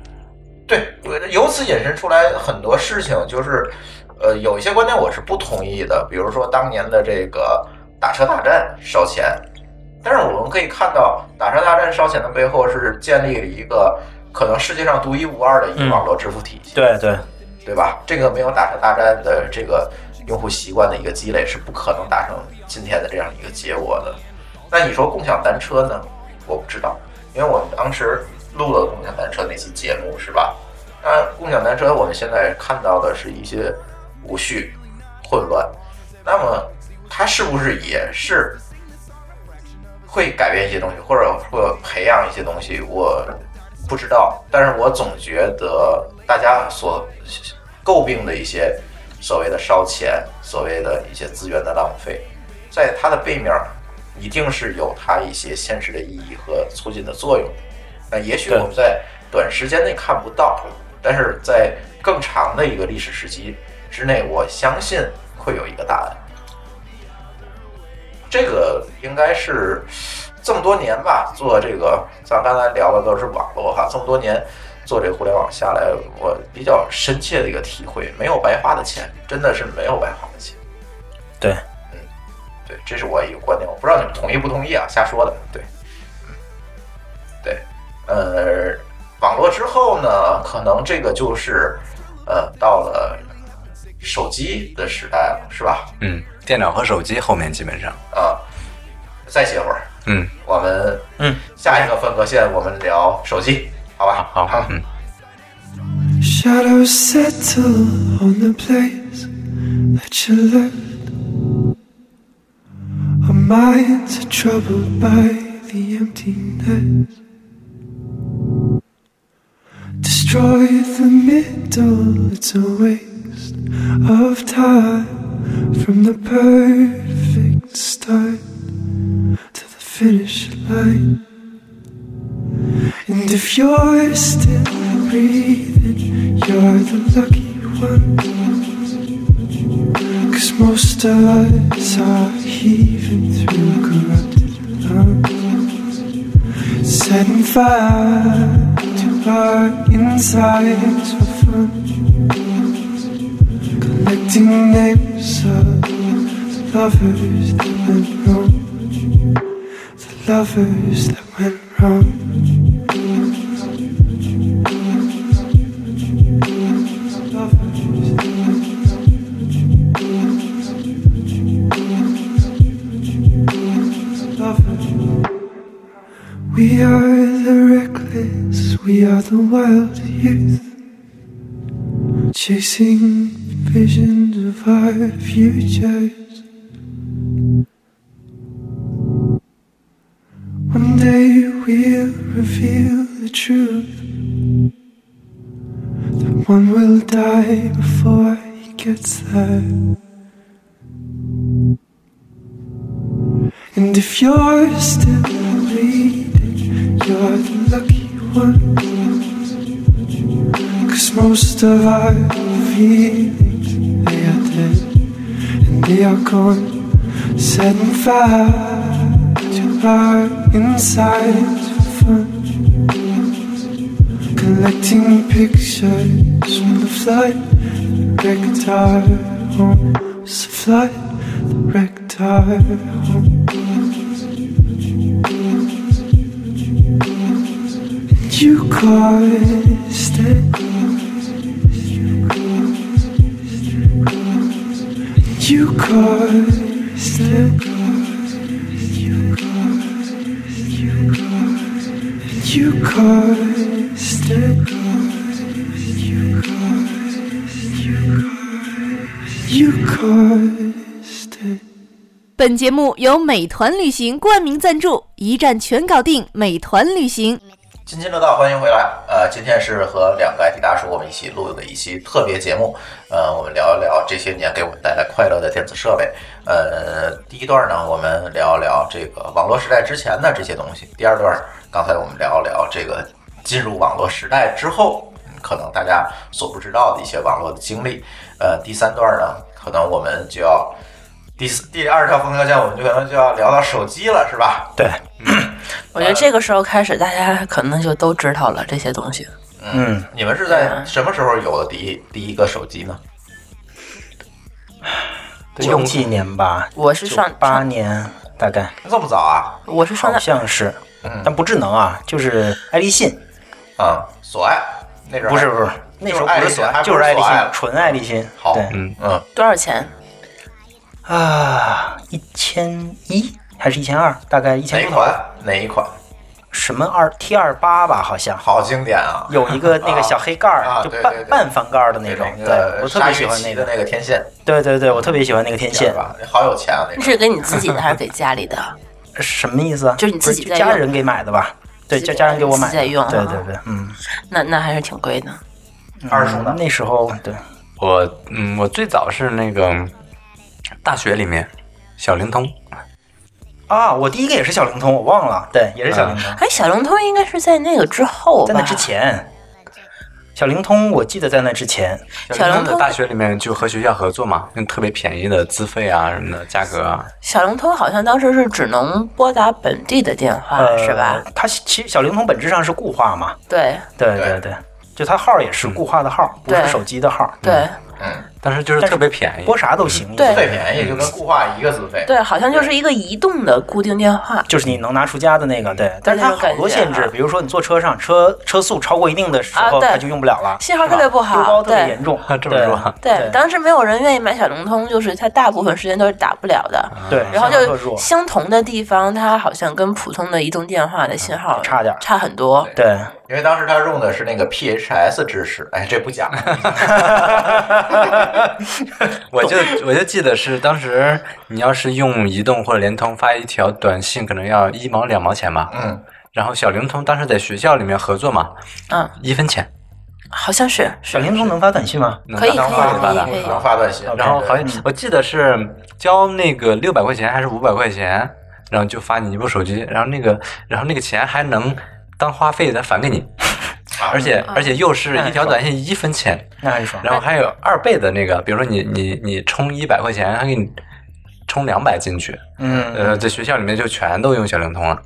[SPEAKER 1] 对，我由此引申出来很多事情，就是，呃，有一些观点我是不同意的，比如说当年的这个打车大战烧钱，但是我们可以看到，打车大战烧钱的背后是建立了一个可能世界上独一无二的一个
[SPEAKER 4] 嗯
[SPEAKER 1] 网络支付体系，
[SPEAKER 4] 对对，
[SPEAKER 1] 对吧？这个没有打车大战的这个用户习惯的一个积累，是不可能达成今天的这样一个结果的。那你说共享单车呢？我不知道，因为我们当时录了共享单车那期节目，是吧？那共享单车我们现在看到的是一些无序、混乱，那么它是不是也是会改变一些东西，或者会培养一些东西？我不知道，但是我总觉得大家所诟病的一些所谓的烧钱、所谓的一些资源的浪费，在它的背面儿一定是有它一些现实的意义和促进的作用。那也许
[SPEAKER 4] 对
[SPEAKER 1] 我们在短时间内看不到，但是在更长的一个历史时期之内，我相信会有一个答案。这个应该是这么多年吧，做这个，咱刚才聊的都是网络哈，这么多年做这个互联网下来，我比较深切的一个体会，没有白花的钱，真的是没有白花的钱。
[SPEAKER 4] 对，
[SPEAKER 1] 嗯，对，这是我一个观点，我不知道你们同意不同意啊，瞎说的，对，嗯，对，呃，网络之后呢，可能这个就是，呃，到了手机的时代了，是吧？
[SPEAKER 3] 嗯，电脑和手机后面基本上，
[SPEAKER 1] 啊、再歇会儿，
[SPEAKER 3] 嗯，
[SPEAKER 1] 我们
[SPEAKER 4] 嗯，
[SPEAKER 1] 下一个分割线我们聊手机，好吧？
[SPEAKER 3] 好，嗯。
[SPEAKER 5] Shine Shadows settle on the place that you left. Our minds are troubled by the emptiness. Destroy the middle, it's a waste of time from the perfect start to the finish line. And if you're still breathing, you're the lucky one. Cause most of us are heaving through corrupted lungs. Setting fire to our insides for fun. Collecting names of lovers that went wrong. The lovers that went wrong. We are the reckless, we are the wild youth, chasing visions of our futures. One day we'll reveal the truth that one will die before he gets there. And if you're still bleeding, you're the lucky one. Cause most of our feelings, they are dead and they are gone. Setting fire to our insides for fun. Collecting pictures from the flood that wrecked our home. It was the flood that wrecked our home. You caused it. You caused it. You caused it. You caused it.
[SPEAKER 7] 本节目由美团旅行冠名赞助，一站全搞定，美团旅行。
[SPEAKER 1] 津津乐道，欢迎回来。呃，今天是和两个 IT 大叔我们一起录的一期特别节目。呃，我们聊一聊这些年给我们带来快乐的电子设备。呃，第一段呢，我们聊一聊这个网络时代之前的这些东西。第二段，刚才我们聊一聊这个进入网络时代之后，嗯可能大家所不知道的一些网络的经历。呃，第三段呢，可能我们就要第四第二条风格线，我们就可能就要聊到手机了，是吧？
[SPEAKER 4] 对，
[SPEAKER 2] 我觉得这个时候开始，大家可能就都知道了这些东西。
[SPEAKER 4] 嗯，
[SPEAKER 1] 你们是在什么时候有的第一第一个手机呢？
[SPEAKER 4] 九几年吧，
[SPEAKER 2] 我是
[SPEAKER 4] 九
[SPEAKER 2] 上
[SPEAKER 4] 八年大概，
[SPEAKER 1] 这么早啊？
[SPEAKER 2] 我是上
[SPEAKER 4] 好
[SPEAKER 2] 大
[SPEAKER 4] 像是
[SPEAKER 1] 嗯，
[SPEAKER 4] 但不智能啊，就是爱立信，
[SPEAKER 1] 啊、索爱那阵儿
[SPEAKER 4] 不是不是，那时候不是索爱，就是爱立
[SPEAKER 1] 索
[SPEAKER 4] 信
[SPEAKER 1] 爱，了
[SPEAKER 4] 纯爱立信，
[SPEAKER 1] 好，
[SPEAKER 4] 对
[SPEAKER 1] 嗯嗯，
[SPEAKER 2] 多少钱？
[SPEAKER 4] 啊，一千一还是一千二，大概一
[SPEAKER 1] 哪
[SPEAKER 4] 千
[SPEAKER 1] 一
[SPEAKER 4] 出头，
[SPEAKER 1] 款？哪一款？
[SPEAKER 4] 什么二 T 二八吧，好像
[SPEAKER 1] 好经典啊！
[SPEAKER 4] 有一个那个小黑盖儿、
[SPEAKER 1] 啊
[SPEAKER 4] 就
[SPEAKER 1] 对
[SPEAKER 4] 半
[SPEAKER 1] 对对
[SPEAKER 4] 半翻盖儿的那种，
[SPEAKER 1] 那
[SPEAKER 4] 对
[SPEAKER 1] 个
[SPEAKER 4] 我特别喜
[SPEAKER 1] 鲨鱼
[SPEAKER 4] 欢
[SPEAKER 1] 鳍
[SPEAKER 4] 那
[SPEAKER 1] 的
[SPEAKER 4] 个，
[SPEAKER 1] 那个天线，
[SPEAKER 4] 对对对，我特别喜欢那个天线
[SPEAKER 1] 是，吧？好有钱啊！那
[SPEAKER 2] 那
[SPEAKER 1] 个
[SPEAKER 2] 是给你自己的还是给家里的？
[SPEAKER 4] 什么意思啊？
[SPEAKER 2] 就是你自己
[SPEAKER 4] 不
[SPEAKER 2] 在
[SPEAKER 4] 就家
[SPEAKER 2] 用
[SPEAKER 4] 人给买的吧？对，
[SPEAKER 2] 自
[SPEAKER 4] 家
[SPEAKER 2] 己
[SPEAKER 4] 家人给我买
[SPEAKER 2] 自己在
[SPEAKER 4] 的，
[SPEAKER 2] 用啊
[SPEAKER 4] 对对对，嗯，
[SPEAKER 2] 那那还是挺贵的。
[SPEAKER 1] 二叔呢？
[SPEAKER 4] 那时候对，
[SPEAKER 3] 我嗯，我最早是那个大学里面小灵通，
[SPEAKER 4] 啊，我第一个也是小灵通，我忘了，对，也是小灵通，
[SPEAKER 2] 哎，小灵通应该是在那个之后吧？
[SPEAKER 4] 在那之前，小灵通我记得在那之前，
[SPEAKER 2] 小灵
[SPEAKER 3] 的
[SPEAKER 2] 通
[SPEAKER 3] 大学里面就和学校合作嘛，用特别便宜的资费啊什么的价格啊，
[SPEAKER 2] 小灵通好像当时是只能拨打本地的电话，
[SPEAKER 4] 呃，
[SPEAKER 2] 是吧？？
[SPEAKER 4] 它其实小灵通本质上是固话嘛，
[SPEAKER 2] 对
[SPEAKER 4] 对
[SPEAKER 1] 对
[SPEAKER 4] 对对，就它号儿也是固话的号儿，不
[SPEAKER 2] 对
[SPEAKER 4] 是手机的号儿，
[SPEAKER 2] 对
[SPEAKER 1] 嗯，
[SPEAKER 3] 当时就是
[SPEAKER 4] 但是
[SPEAKER 3] 特别便宜，，
[SPEAKER 4] 拨啥都行，
[SPEAKER 2] 对
[SPEAKER 1] 最便宜就跟固话一个资费。
[SPEAKER 2] 对，好像就是一个移动的固定电话。
[SPEAKER 4] 就是你能拿出家的那个，对，但是
[SPEAKER 2] 那
[SPEAKER 4] 它
[SPEAKER 2] 种感
[SPEAKER 4] 好多
[SPEAKER 2] 觉
[SPEAKER 4] 限制
[SPEAKER 2] 啊，
[SPEAKER 4] 比如说你坐车上，车车速超过一定的时
[SPEAKER 2] 啊
[SPEAKER 4] 候，
[SPEAKER 2] 对
[SPEAKER 4] 它就用不了了，
[SPEAKER 2] 信号
[SPEAKER 4] 是吧
[SPEAKER 2] 特别不好
[SPEAKER 4] 丢包特
[SPEAKER 2] 对
[SPEAKER 4] 别严重
[SPEAKER 3] 这么说啊
[SPEAKER 2] 对，
[SPEAKER 4] 对
[SPEAKER 2] 当时没有人愿意买小灵通，就是它大部分时间都是打不了的。
[SPEAKER 4] 对，
[SPEAKER 2] 然后
[SPEAKER 4] 信号特
[SPEAKER 2] 就
[SPEAKER 4] 弱，
[SPEAKER 2] 相同的地方，它好像跟普通的移动电话的信号
[SPEAKER 4] 差点儿
[SPEAKER 2] 差很多。
[SPEAKER 4] 对，
[SPEAKER 1] 因为当时他用的是那个 PHS 知识，哎，这不 讲了。
[SPEAKER 3] 我就我就记得是当时你要是用移动或者联通发一条短信，可能要一毛两毛钱吧。
[SPEAKER 1] 嗯，
[SPEAKER 3] 然后小灵通当时在学校里面合作嘛，
[SPEAKER 2] 嗯，
[SPEAKER 3] 一分钱
[SPEAKER 2] 好像是
[SPEAKER 4] 小灵通能发短信吗？
[SPEAKER 3] 能
[SPEAKER 2] 可以可以
[SPEAKER 3] 当发的
[SPEAKER 2] 可
[SPEAKER 3] 发
[SPEAKER 2] 以
[SPEAKER 3] 的
[SPEAKER 2] 可。以
[SPEAKER 1] 能发短信，
[SPEAKER 3] 然后好像
[SPEAKER 4] 嗯
[SPEAKER 3] 我记得是交那个六百块钱还是五百块钱，然后就发你一部手机，然后那个然后那个钱还能当话费再返给你，而
[SPEAKER 2] 嗯
[SPEAKER 3] 且而且又是一条短信一分钱，
[SPEAKER 4] 啊那很爽。
[SPEAKER 3] 然后还有二倍的那个，比如说你你你充一百块钱，他给你充两百进去，
[SPEAKER 4] 嗯，
[SPEAKER 3] 呃，在学校里面就全都用小灵通了，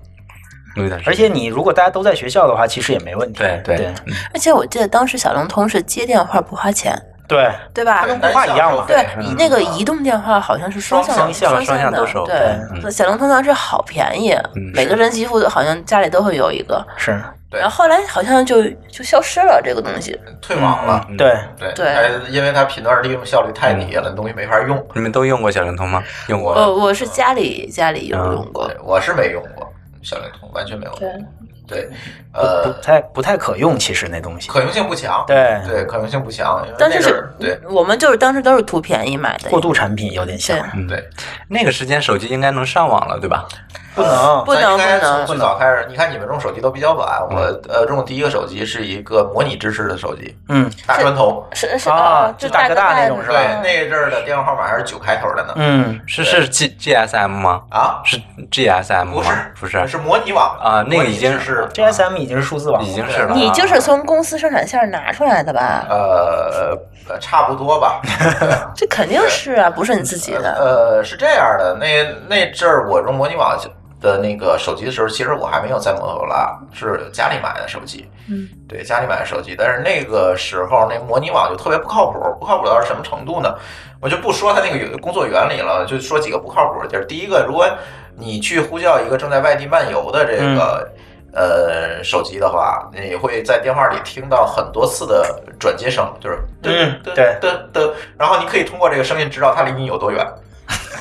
[SPEAKER 3] 有一段时
[SPEAKER 4] 而
[SPEAKER 3] 间
[SPEAKER 4] 且你如果大家都在学校的话，其实也没问题。
[SPEAKER 3] 对
[SPEAKER 4] 对
[SPEAKER 3] 对
[SPEAKER 2] 而且我记得当时小灵通是接电话不花钱，
[SPEAKER 4] 对
[SPEAKER 2] 对吧？
[SPEAKER 4] 跟国话一样嘛
[SPEAKER 2] 对，
[SPEAKER 1] 嗯
[SPEAKER 2] 那个移动电话好像是双向
[SPEAKER 4] 双向嗯
[SPEAKER 2] 双
[SPEAKER 3] 双向
[SPEAKER 2] 的
[SPEAKER 3] 都收
[SPEAKER 2] 对
[SPEAKER 4] 对，
[SPEAKER 2] 那小灵通当时好便宜，
[SPEAKER 3] 嗯
[SPEAKER 2] 每个人几乎好像家里都会有一个。
[SPEAKER 4] 是，
[SPEAKER 1] 对
[SPEAKER 2] 然后后来好像就就消失了这个东西。
[SPEAKER 1] 退网了。
[SPEAKER 4] 嗯对，
[SPEAKER 1] 对
[SPEAKER 2] 对
[SPEAKER 1] 哎因为它频段利用效率太低了，东西没法用。
[SPEAKER 3] 你们都用过小灵通吗？用过。
[SPEAKER 2] 呃，我是家里家里有
[SPEAKER 3] 嗯
[SPEAKER 2] 用过
[SPEAKER 1] 对，，我是没用过小灵通，完全没有用。对，
[SPEAKER 4] 不不
[SPEAKER 1] 呃，
[SPEAKER 4] 太不太可用，其实那东西。
[SPEAKER 1] 可用性不强。
[SPEAKER 4] 对
[SPEAKER 1] 对，可用性不强。因为
[SPEAKER 2] 但是
[SPEAKER 1] 那阵
[SPEAKER 2] 是
[SPEAKER 1] 儿对
[SPEAKER 2] 我们就是当时都是图便宜买的，
[SPEAKER 4] 过渡产品有点像
[SPEAKER 2] 对，，
[SPEAKER 1] 对，
[SPEAKER 3] 那个时间手机应该能上网了，对吧？
[SPEAKER 4] 不能
[SPEAKER 2] 不能
[SPEAKER 1] 咱应该
[SPEAKER 2] 不能
[SPEAKER 1] 从最早开始，你看你们用手机都比较晚，我呃用的第一个手机是一个模拟支持的手机，
[SPEAKER 4] 嗯
[SPEAKER 1] 大砖头。
[SPEAKER 2] 是是
[SPEAKER 4] 啊
[SPEAKER 2] 哦
[SPEAKER 4] 就
[SPEAKER 2] 就
[SPEAKER 4] 大哥
[SPEAKER 2] 哥
[SPEAKER 4] 大那
[SPEAKER 2] 的
[SPEAKER 4] 种是吧
[SPEAKER 1] 对，那阵儿的电话号码还是九开头的呢。
[SPEAKER 4] 嗯，
[SPEAKER 3] 是是 G GSM 吗？
[SPEAKER 1] 啊，
[SPEAKER 3] 是 GSM 吗？
[SPEAKER 1] 不是
[SPEAKER 3] 不是，
[SPEAKER 1] 是模拟网
[SPEAKER 3] 啊那个
[SPEAKER 1] 模拟
[SPEAKER 3] 已经
[SPEAKER 1] 支持
[SPEAKER 4] GSM 已经是数字网
[SPEAKER 3] 已
[SPEAKER 4] 了，
[SPEAKER 3] 经是了啊。
[SPEAKER 2] 你就是从公司生产线拿出来的吧？
[SPEAKER 1] 呃呃差不多吧。
[SPEAKER 2] 这肯定是啊，不是你自己的。
[SPEAKER 1] 呃，是这样的，那那阵儿我用模拟网的那个手机的时候，其实我还没有在摩托罗拉，是家里买的手机。
[SPEAKER 2] 嗯，
[SPEAKER 1] 对，家里买的手机，但是那个时候那模拟网就特别不靠谱，不靠谱到什么程度呢？我就不说它那个工作原理了，就说几个不靠谱的地儿。第一个，如果你去呼叫一个正在外地漫游的这个。呃，手机的话，你会在电话里听到很多次的转接声，就是
[SPEAKER 4] 嗯
[SPEAKER 1] 噔
[SPEAKER 4] 对
[SPEAKER 1] 噔噔噔，然后你可以通过这个声音知道它离你有多远，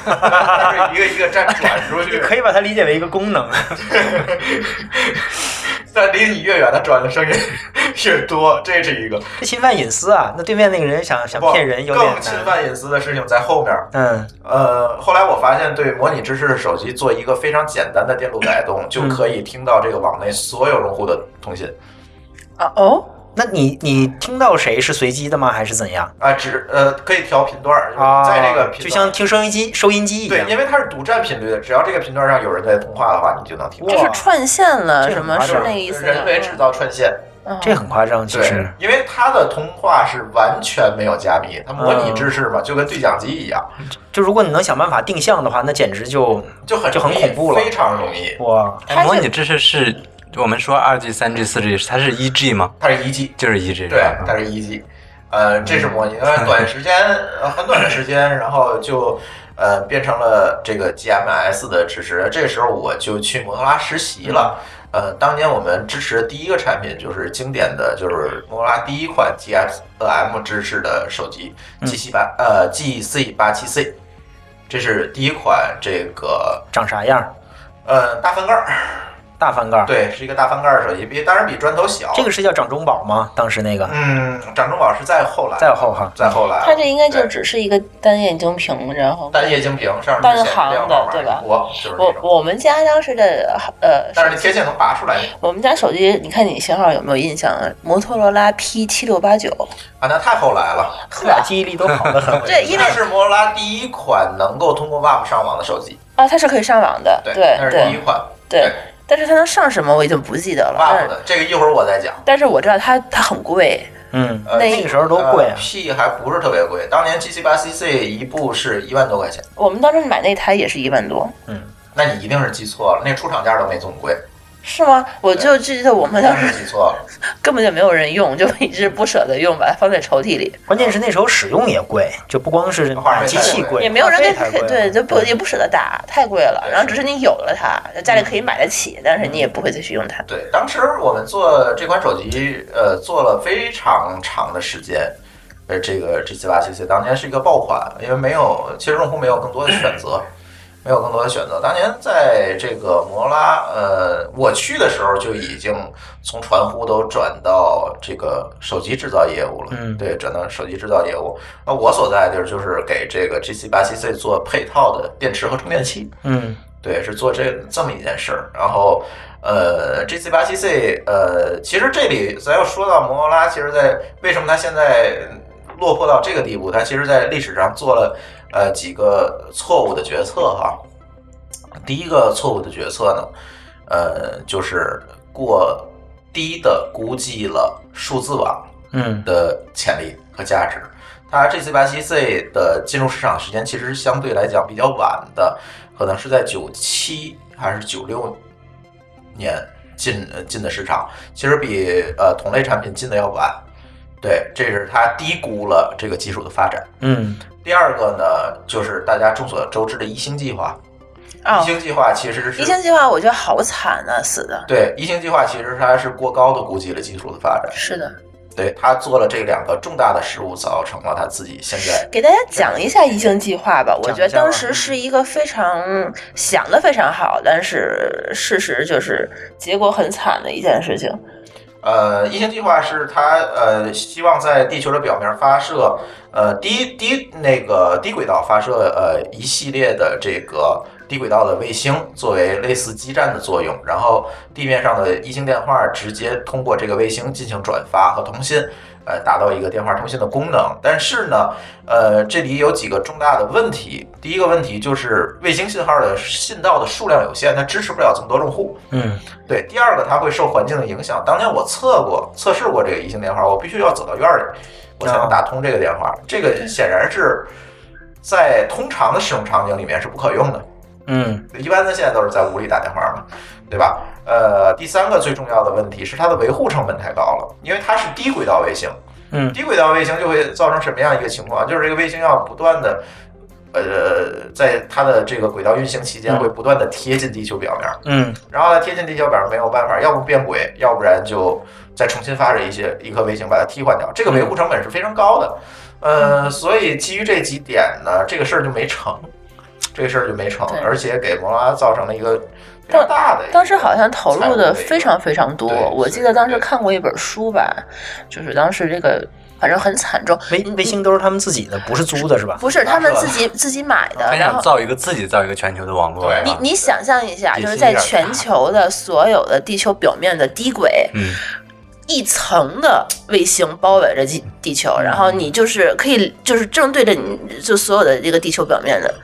[SPEAKER 1] 它是一个一个站转出
[SPEAKER 4] 你
[SPEAKER 1] 去，
[SPEAKER 4] 可以把它理解为一个功 能。
[SPEAKER 1] 但离你越远，它转的声音越多，这是一个。
[SPEAKER 4] 这侵犯隐私啊！那对面那个人想想
[SPEAKER 1] 不
[SPEAKER 4] 骗人有点
[SPEAKER 1] 更侵
[SPEAKER 4] 难。
[SPEAKER 1] 犯隐私的事情在后面。
[SPEAKER 4] 嗯，
[SPEAKER 1] 呃，后来我发现，对模拟支持手机做一个非常简单的电路改动，就
[SPEAKER 4] 嗯
[SPEAKER 1] 可以听到这个网内所有用户的通信
[SPEAKER 2] 啊哦，
[SPEAKER 4] 那你你听到谁是随机的吗？还是怎样
[SPEAKER 1] 啊，只呃可以调频段儿，就是
[SPEAKER 4] 啊？
[SPEAKER 1] 在这个频
[SPEAKER 4] 就
[SPEAKER 1] 段
[SPEAKER 4] 像听收音机收音机一
[SPEAKER 1] 对，
[SPEAKER 4] 样。
[SPEAKER 1] 因为它是独占频率的，只要这个频段上有人在通话的话，你就能听到
[SPEAKER 4] 哇
[SPEAKER 2] 这。是串线了，
[SPEAKER 4] 这
[SPEAKER 2] 什么
[SPEAKER 4] 很
[SPEAKER 2] 是
[SPEAKER 4] 麻烦
[SPEAKER 2] 那个意思吗？
[SPEAKER 1] 人为制造串线，
[SPEAKER 2] 嗯，
[SPEAKER 4] 这很夸张，其
[SPEAKER 1] 对
[SPEAKER 4] 实，
[SPEAKER 1] 因为它的通话是完全没有加密，它模
[SPEAKER 4] 嗯
[SPEAKER 1] 拟支持嘛，就跟对讲机一样，
[SPEAKER 4] 就如果你能想办法定向的话，那简直就
[SPEAKER 1] 就很
[SPEAKER 4] 就很
[SPEAKER 1] 容易
[SPEAKER 4] 恐怖了
[SPEAKER 1] 非常容易。
[SPEAKER 4] 哇！
[SPEAKER 3] 哎
[SPEAKER 2] 它
[SPEAKER 3] 模
[SPEAKER 2] 是
[SPEAKER 3] 拟支持是我们说二 G、三 G、四 G，它是一 G 吗？
[SPEAKER 1] 它是一 G，
[SPEAKER 3] 就是一 G 是
[SPEAKER 1] 对
[SPEAKER 3] 吧，
[SPEAKER 1] 它是一 G，呃，这是模拟，呃，短时间，呃，很短的时间，然后就呃变成了这个 GMS 的支持。这时候我就去摩托拉实习了。呃，当年我们支持的第一个产品就是经典的就是摩托拉第一款 GSM 支持的手机 G 七八呃 GC 八七 C，这是第一款这个
[SPEAKER 4] 长啥样？
[SPEAKER 1] 呃大翻盖儿，
[SPEAKER 4] 大翻盖儿。
[SPEAKER 1] 对，是一个大翻盖儿手机，比当然比砖头小。
[SPEAKER 4] 这个是叫掌中宝吗？当时那个
[SPEAKER 1] 嗯，掌中宝是在后来，
[SPEAKER 4] 再后哈，
[SPEAKER 1] 再后来，
[SPEAKER 2] 它这应该就
[SPEAKER 1] 对
[SPEAKER 2] 只是一个单液晶屏，然后
[SPEAKER 1] 单液晶屏上面
[SPEAKER 2] 单
[SPEAKER 1] 显示
[SPEAKER 2] 行
[SPEAKER 1] 电
[SPEAKER 2] 的
[SPEAKER 1] 话号码
[SPEAKER 2] 对吧
[SPEAKER 1] 我就是
[SPEAKER 2] 我
[SPEAKER 1] 这种，
[SPEAKER 2] 我们家当时的呃，
[SPEAKER 1] 但是你天线能拔出来
[SPEAKER 2] 我们家手机，你看你型号有没有印象？啊？摩托罗拉 P 七六八九，
[SPEAKER 1] 啊，那太后来了。
[SPEAKER 4] 这俩记忆力都好的很。
[SPEAKER 2] 对，因为
[SPEAKER 1] 它是摩托罗拉第一款能够通过 WAP 上网的手机，
[SPEAKER 2] 啊，它是可以上网的，对
[SPEAKER 1] 那是第一
[SPEAKER 2] 对
[SPEAKER 1] 款
[SPEAKER 2] 对，但是它能上什么我已经不记得了。但
[SPEAKER 1] WAP
[SPEAKER 2] 是
[SPEAKER 1] 的。这个一会儿我再讲。
[SPEAKER 2] 但是我知道它它很贵，
[SPEAKER 4] 嗯，
[SPEAKER 1] 呃，
[SPEAKER 2] 那
[SPEAKER 4] 那个时候多贵啊！
[SPEAKER 1] ！P 还不是特别贵，当年 G 七八 CC 一部是一万多块钱，
[SPEAKER 2] 我们当时买那台也是一万多，
[SPEAKER 1] 那你一定是记错了，那出厂价都没这么贵，
[SPEAKER 2] 是吗？我就记得我
[SPEAKER 1] 那
[SPEAKER 2] 们当
[SPEAKER 1] 是
[SPEAKER 2] 时
[SPEAKER 1] 记错了。
[SPEAKER 2] 根本就没有人用，就 一直不舍得用，把它放在抽屉里，
[SPEAKER 4] 关键是那时候使用也贵，就不光是
[SPEAKER 1] 花费
[SPEAKER 4] 买机器哦贵，
[SPEAKER 2] 也没有人给
[SPEAKER 4] 花费太贵了
[SPEAKER 2] 对，就不也不舍得打，太贵了。
[SPEAKER 1] 对
[SPEAKER 2] 然后只是你有了它，家里可以买得起，但是你也不会再去用它。
[SPEAKER 1] 对，当时我们做这款手机，呃，做了非常长的时间。呃，这个 G 七八 CC 当年是一个爆款，因为没有，其实用户没有更多的选择。没有更多的选择。当年在这个摩拉，呃，我去的时候就已经从传呼都转到这个手机制造业务了，
[SPEAKER 4] 嗯
[SPEAKER 1] 对，转到手机制造业务。那我所在的地儿就是给这个 GC 八七 C 做配套的电池和充电器，
[SPEAKER 4] 嗯
[SPEAKER 1] 对，是做这这么一件事儿。然后，呃，GC 八七 C，呃，其实这里咱要说到摩托罗拉，其实在为什么它现在落魄到这个地步，它其实在历史上做了呃几个错误的决策哈。第一个错误的决策呢，呃，就是过低的估计了数字网
[SPEAKER 4] 嗯
[SPEAKER 1] 的潜力和价值。它 GC 八七 C 的进入市场时间其实相对来讲比较晚的，可能是在九七还是九六年进呃进的市场，其实比呃同类产品进的要晚。对，这是它低估了这个技术的发展。
[SPEAKER 4] 嗯
[SPEAKER 1] 第二个呢，就是大家众所周知的一星计划。
[SPEAKER 2] 啊
[SPEAKER 1] 一。星计划其
[SPEAKER 4] 嗯
[SPEAKER 1] 实是
[SPEAKER 2] 一星计划我觉得好惨啊，死的。
[SPEAKER 1] 对一星计划其实它是过高的估计了技术的发展。
[SPEAKER 2] 是的，
[SPEAKER 1] 对，它做了这两个重大的失误，造成了它自己现在
[SPEAKER 2] 给大家讲一下一星计划吧。我觉得
[SPEAKER 4] 讲一下吧
[SPEAKER 2] 当时是一个非常想的非常好，但是事实就是结果很惨的一件事情。
[SPEAKER 1] 呃，一星计划是它呃希望在地球的表面发射呃低低那个低轨道发射呃一系列的这个低轨道的卫星，作为类似基站的作用，然后地面上的一星电话直接通过这个卫星进行转发和通信。呃，达到一个电话通信的功能，但是呢，呃，这里有几个重大的问题。第一个问题就是卫星信号的信道的数量有限，它支持不了这么多用户。
[SPEAKER 4] 嗯
[SPEAKER 1] 对，第二个它会受环境的影响。当年我测过、测试过这个移星电话，我必须要走到院儿里，我才能打通这个电
[SPEAKER 4] 哦
[SPEAKER 1] 话。这个显然是在通常的使用场景里面是不可用的。
[SPEAKER 4] 嗯
[SPEAKER 1] 一般的现在都是在屋里打电话嘛，对吧？呃，第三个最重要的问题是它的维护成本太高了，因为它是低轨道卫星。
[SPEAKER 4] 嗯
[SPEAKER 1] 低轨道卫星就会造成什么样一个情况？就是这个卫星要不断的，呃，在它的这个轨道运行期间
[SPEAKER 4] 嗯
[SPEAKER 1] 会不断的贴近地球表面。
[SPEAKER 4] 嗯
[SPEAKER 1] 然后呢，贴近地球表没有办法，要不变轨，要不然就再重新发射一些一颗卫星把它替换掉，这个维护成本是非常高的。呃，所以基于这几点呢，这个事儿就没成，这个事儿就没成
[SPEAKER 2] 对，
[SPEAKER 1] 而且给摩拉造成了一个非常大的一个
[SPEAKER 2] 当时好像投入的非常非常多
[SPEAKER 1] 对，
[SPEAKER 2] 我记得当时看过一本书吧，就是当时这个反正很惨重，嗯
[SPEAKER 4] 卫卫星都是他们自己的，不是租的是吧？
[SPEAKER 2] 不是他们自己自己买的，
[SPEAKER 3] 很
[SPEAKER 2] 然
[SPEAKER 3] 想
[SPEAKER 2] 后。
[SPEAKER 3] 造一个自己造一个全球的网络啊呀。
[SPEAKER 1] 对
[SPEAKER 2] 你你想象一下，
[SPEAKER 1] 野心
[SPEAKER 2] 就是在
[SPEAKER 1] 有点
[SPEAKER 2] 全
[SPEAKER 1] 大
[SPEAKER 2] 球的所有的地球表面的低轨，
[SPEAKER 3] 嗯，
[SPEAKER 2] 一层的卫星包围着地地球，然后你就是可以就是正对着你就所有的这个地球表面的，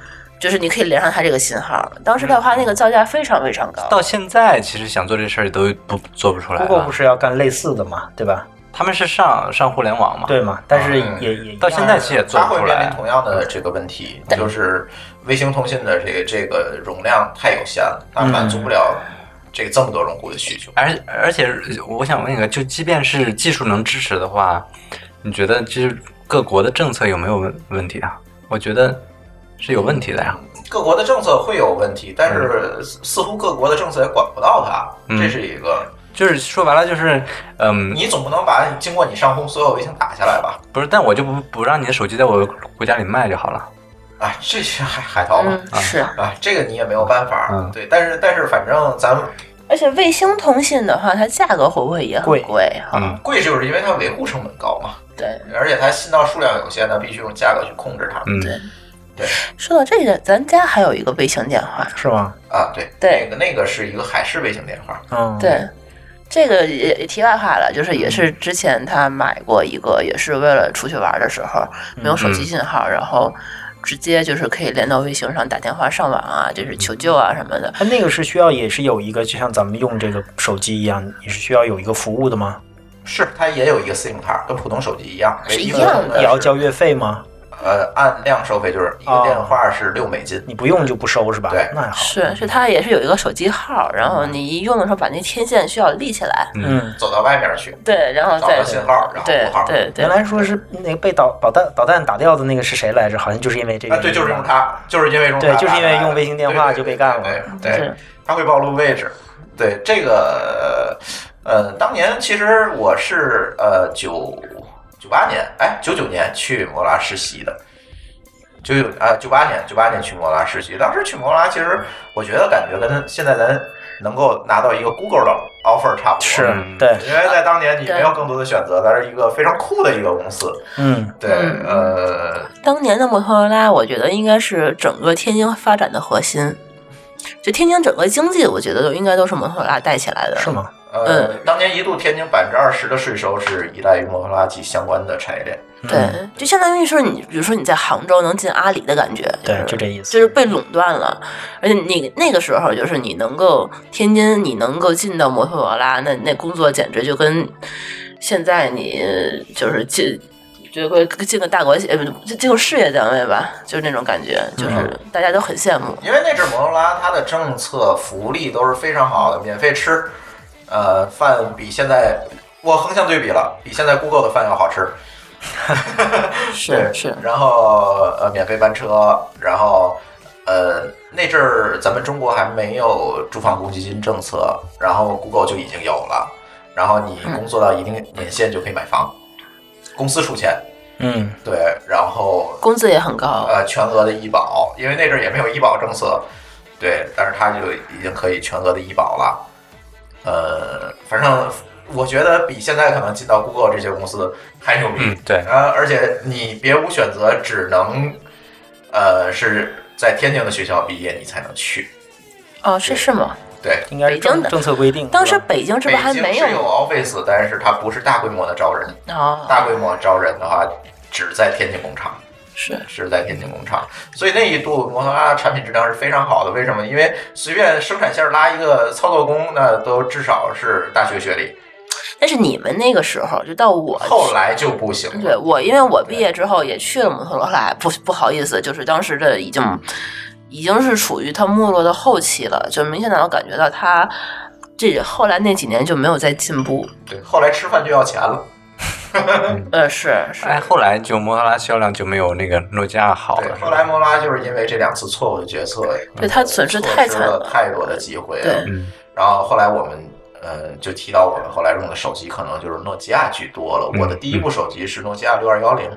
[SPEAKER 2] 就是你可以连上它这个信号。当时的话，那个造价非常非常高。
[SPEAKER 3] 到现在其实想做这事儿都不做不出来
[SPEAKER 4] Google 不
[SPEAKER 3] 了。
[SPEAKER 4] 是要干类似的嘛，对吧？
[SPEAKER 3] 他们是上上互联网嘛？
[SPEAKER 4] 对嘛？但是
[SPEAKER 1] 嗯
[SPEAKER 4] 也也一
[SPEAKER 3] 到
[SPEAKER 4] 样
[SPEAKER 3] 现在其实也做
[SPEAKER 1] 它
[SPEAKER 3] 不
[SPEAKER 1] 会
[SPEAKER 3] 出
[SPEAKER 1] 面临
[SPEAKER 3] 来。啊
[SPEAKER 1] 同样的这个问题，就是卫星通信的这个这个容量太有限了，它满足不了这个这么多用户的需求。
[SPEAKER 3] 而而且我想问一个，就即便是技术能支持的话，你觉得就是各国的政策有没有问问题啊？我觉得是有问题的呀。
[SPEAKER 1] 各国的政策会有问题，但是似乎各国的政策也管不到它，
[SPEAKER 3] 嗯
[SPEAKER 1] 这是一个。
[SPEAKER 3] 就是说白了，就是嗯，
[SPEAKER 1] 你总不能把经过你上空所有卫星打下来吧？
[SPEAKER 3] 不是，但我就不不让你的手机在我国家里卖就好了。
[SPEAKER 1] 啊，这是海海淘嘛
[SPEAKER 2] 嗯，，是，
[SPEAKER 1] 啊，这个你也没有办法。
[SPEAKER 3] 嗯
[SPEAKER 1] 对，但是但是反正咱们
[SPEAKER 2] 而且卫星通信的话，它价格会不会也很
[SPEAKER 4] 贵
[SPEAKER 2] 贵啊哈？
[SPEAKER 3] 嗯，
[SPEAKER 1] 贵就是因为它维护成本高嘛，
[SPEAKER 2] 对，
[SPEAKER 1] 而且它信道数量有限，它必须用价格去控制它。
[SPEAKER 3] 嗯
[SPEAKER 2] 对
[SPEAKER 1] 对
[SPEAKER 2] 说到这个，咱家还有一个卫星电话，
[SPEAKER 4] 是吗？
[SPEAKER 1] 啊，对，
[SPEAKER 2] 对
[SPEAKER 1] 那个那个是一个海事卫星电话，
[SPEAKER 4] 嗯，
[SPEAKER 2] 对。这个也也题外话了，就是也是之前他买过一个，也是为了出去玩的时候没有手机信号，然后直接就是可以连到卫星上打电话上网啊，就是求救啊什么的。
[SPEAKER 4] 它那个是需要也是有一个，就像咱们用这个手机一样，也是需要有一个服务的吗？
[SPEAKER 1] 是它也有一个 SIM 卡，跟普通手机一样，
[SPEAKER 2] 是
[SPEAKER 1] 唯一
[SPEAKER 2] 一样的
[SPEAKER 1] 的
[SPEAKER 4] 也要交月费吗？
[SPEAKER 1] 呃按量收费，就是一个
[SPEAKER 4] 哦
[SPEAKER 1] 电话是六美金。
[SPEAKER 4] 你不用就不收是吧？
[SPEAKER 1] 对
[SPEAKER 4] 那还好。
[SPEAKER 2] 是是，它也是有一个手机号，然后你一用的时候把那天线需要立起来，
[SPEAKER 4] 嗯，
[SPEAKER 1] 走到外面去，
[SPEAKER 2] 对，然后
[SPEAKER 1] 找
[SPEAKER 2] 再
[SPEAKER 1] 到信号，然后
[SPEAKER 2] 对
[SPEAKER 1] 拨号。
[SPEAKER 2] 对对
[SPEAKER 4] 原，来说是那个被导导弹导弹打掉的那个是谁来着？好像就是因为这个。
[SPEAKER 1] 啊，对，就是用。它，就是因为用它
[SPEAKER 4] 对
[SPEAKER 1] 打的，
[SPEAKER 4] 就是因为用卫星电话就被干了
[SPEAKER 1] 对，对对对
[SPEAKER 2] 是
[SPEAKER 1] 对，它会暴露位置。对这个，呃，当年其实我是呃九九八年，哎，九九年去摩拉实习的，就有啊，九八年九八年去摩拉实习，当时去摩拉，其实我觉得感觉跟现在咱能够拿到一个 Google 的 offer 差不多，嗯
[SPEAKER 4] 是对，
[SPEAKER 1] 因为在当年你
[SPEAKER 2] 对
[SPEAKER 1] 没有更多的选择，它是一个非常酷的一个公司，
[SPEAKER 4] 嗯，
[SPEAKER 1] 对，呃，
[SPEAKER 2] 当年的摩托罗拉，我觉得应该是整个天津发展的核心。就天津整个经济，我觉得都应该都是摩托罗拉带起来的。
[SPEAKER 4] 是？吗？
[SPEAKER 1] 呃，当年一度天津百分之二十的税收是依赖于摩托罗拉及相关的产业链。
[SPEAKER 2] 对，
[SPEAKER 4] 嗯
[SPEAKER 2] 就相当于是你，比如说你在杭州能进阿里的感觉，
[SPEAKER 4] 对，
[SPEAKER 2] 就
[SPEAKER 4] 就是这意思。
[SPEAKER 2] 就是被垄断了。而且你那个时候，就是你能够天津，你能够进到摩托罗拉，那那工作简直就跟现在你就是进。就会进个大国企，呃，不进进个事业单位吧，就是那种感觉，
[SPEAKER 4] 嗯
[SPEAKER 2] 就是大家都很羡慕。
[SPEAKER 1] 因为那阵摩托罗拉它的政策福利都是非常好的，免费吃，呃，饭比现在我横向对比了，比现在 Google 的饭要好吃。
[SPEAKER 2] 是是，
[SPEAKER 1] 然后呃，免费班车，然后呃，那阵儿咱们中国还没有住房公积金政策，然后 Google 就已经有了，然后
[SPEAKER 2] 嗯
[SPEAKER 1] 你工作到一定年限就可以买房，公司出钱，
[SPEAKER 4] 嗯，
[SPEAKER 1] 对，然后
[SPEAKER 2] 工资也很高。
[SPEAKER 1] 呃全额的医保，因为那阵儿也没有医保政策，对，但是他就已经可以全额的医保了。呃，反正我觉得比现在可能进到 Google 这些公司还牛逼。
[SPEAKER 3] 嗯对
[SPEAKER 1] 啊，而且你别无选择，只能呃是在天津的学校毕业你才能去。
[SPEAKER 2] 哦，是是吗？
[SPEAKER 1] 对，
[SPEAKER 4] 应该是
[SPEAKER 2] 北京
[SPEAKER 4] 政
[SPEAKER 2] 的
[SPEAKER 4] 政策规定。
[SPEAKER 2] 当时
[SPEAKER 4] 是吧
[SPEAKER 2] 北京是
[SPEAKER 1] 北
[SPEAKER 2] 不是还
[SPEAKER 1] 京
[SPEAKER 2] 没
[SPEAKER 1] 是有 office，但是它不是大规模的招人。
[SPEAKER 2] 哦，
[SPEAKER 1] 大规模招人的话，只在天津工厂。
[SPEAKER 2] 是
[SPEAKER 1] 是在天津工厂，所以那一度摩托罗拉产品质量是非常好的。为什么？因为随便生产线拉一个操作工，那都至少是大学学历。
[SPEAKER 2] 但是你们那个时候，就到我
[SPEAKER 1] 后来就不行了。
[SPEAKER 2] 对我，因为我毕业之后也去了摩托罗拉，不不好意思，就是当时的已经已经是处于它没落的后期了，就明显能感觉到它这后来那几年就没有再进步。
[SPEAKER 1] 对，后来吃饭就要钱了。
[SPEAKER 4] 嗯
[SPEAKER 2] 呃，是是，
[SPEAKER 3] 哎，后来就摩托罗拉销量就没有那个诺基亚好
[SPEAKER 1] 对
[SPEAKER 3] 了，，是
[SPEAKER 1] 后
[SPEAKER 3] 吧
[SPEAKER 1] 来摩托罗拉就是因为这两次错误的决策，
[SPEAKER 2] 嗯对它损失太惨
[SPEAKER 1] 了
[SPEAKER 2] 了，
[SPEAKER 1] 太多的机会了
[SPEAKER 2] 对。
[SPEAKER 3] 嗯
[SPEAKER 1] 然后后来我们。呃，就提到我们后来用的手机可能就是诺基亚居多了。
[SPEAKER 3] 嗯
[SPEAKER 1] 我的第一部手机是诺基亚六二幺零，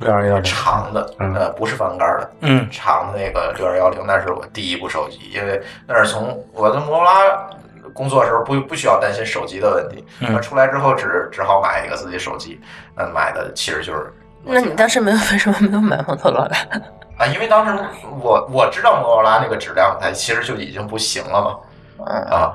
[SPEAKER 3] 六二幺零，
[SPEAKER 1] 长的，
[SPEAKER 3] 嗯
[SPEAKER 1] 呃，不是翻盖儿的，
[SPEAKER 4] 嗯，
[SPEAKER 1] 长的那个六二幺零，那是我第一部手机，因为那是从我在摩托罗拉工作的时候不不需要担心手机的问题，那、出来之后只只好买一个自己手机，那买的其实就是诺
[SPEAKER 2] 那
[SPEAKER 1] 基亚。
[SPEAKER 2] 你当时没有 为什么没有买摩托 罗拉？
[SPEAKER 1] 啊，因为当时我我知道摩托罗拉那个质量，它哎其实就已经不行了嘛，啊，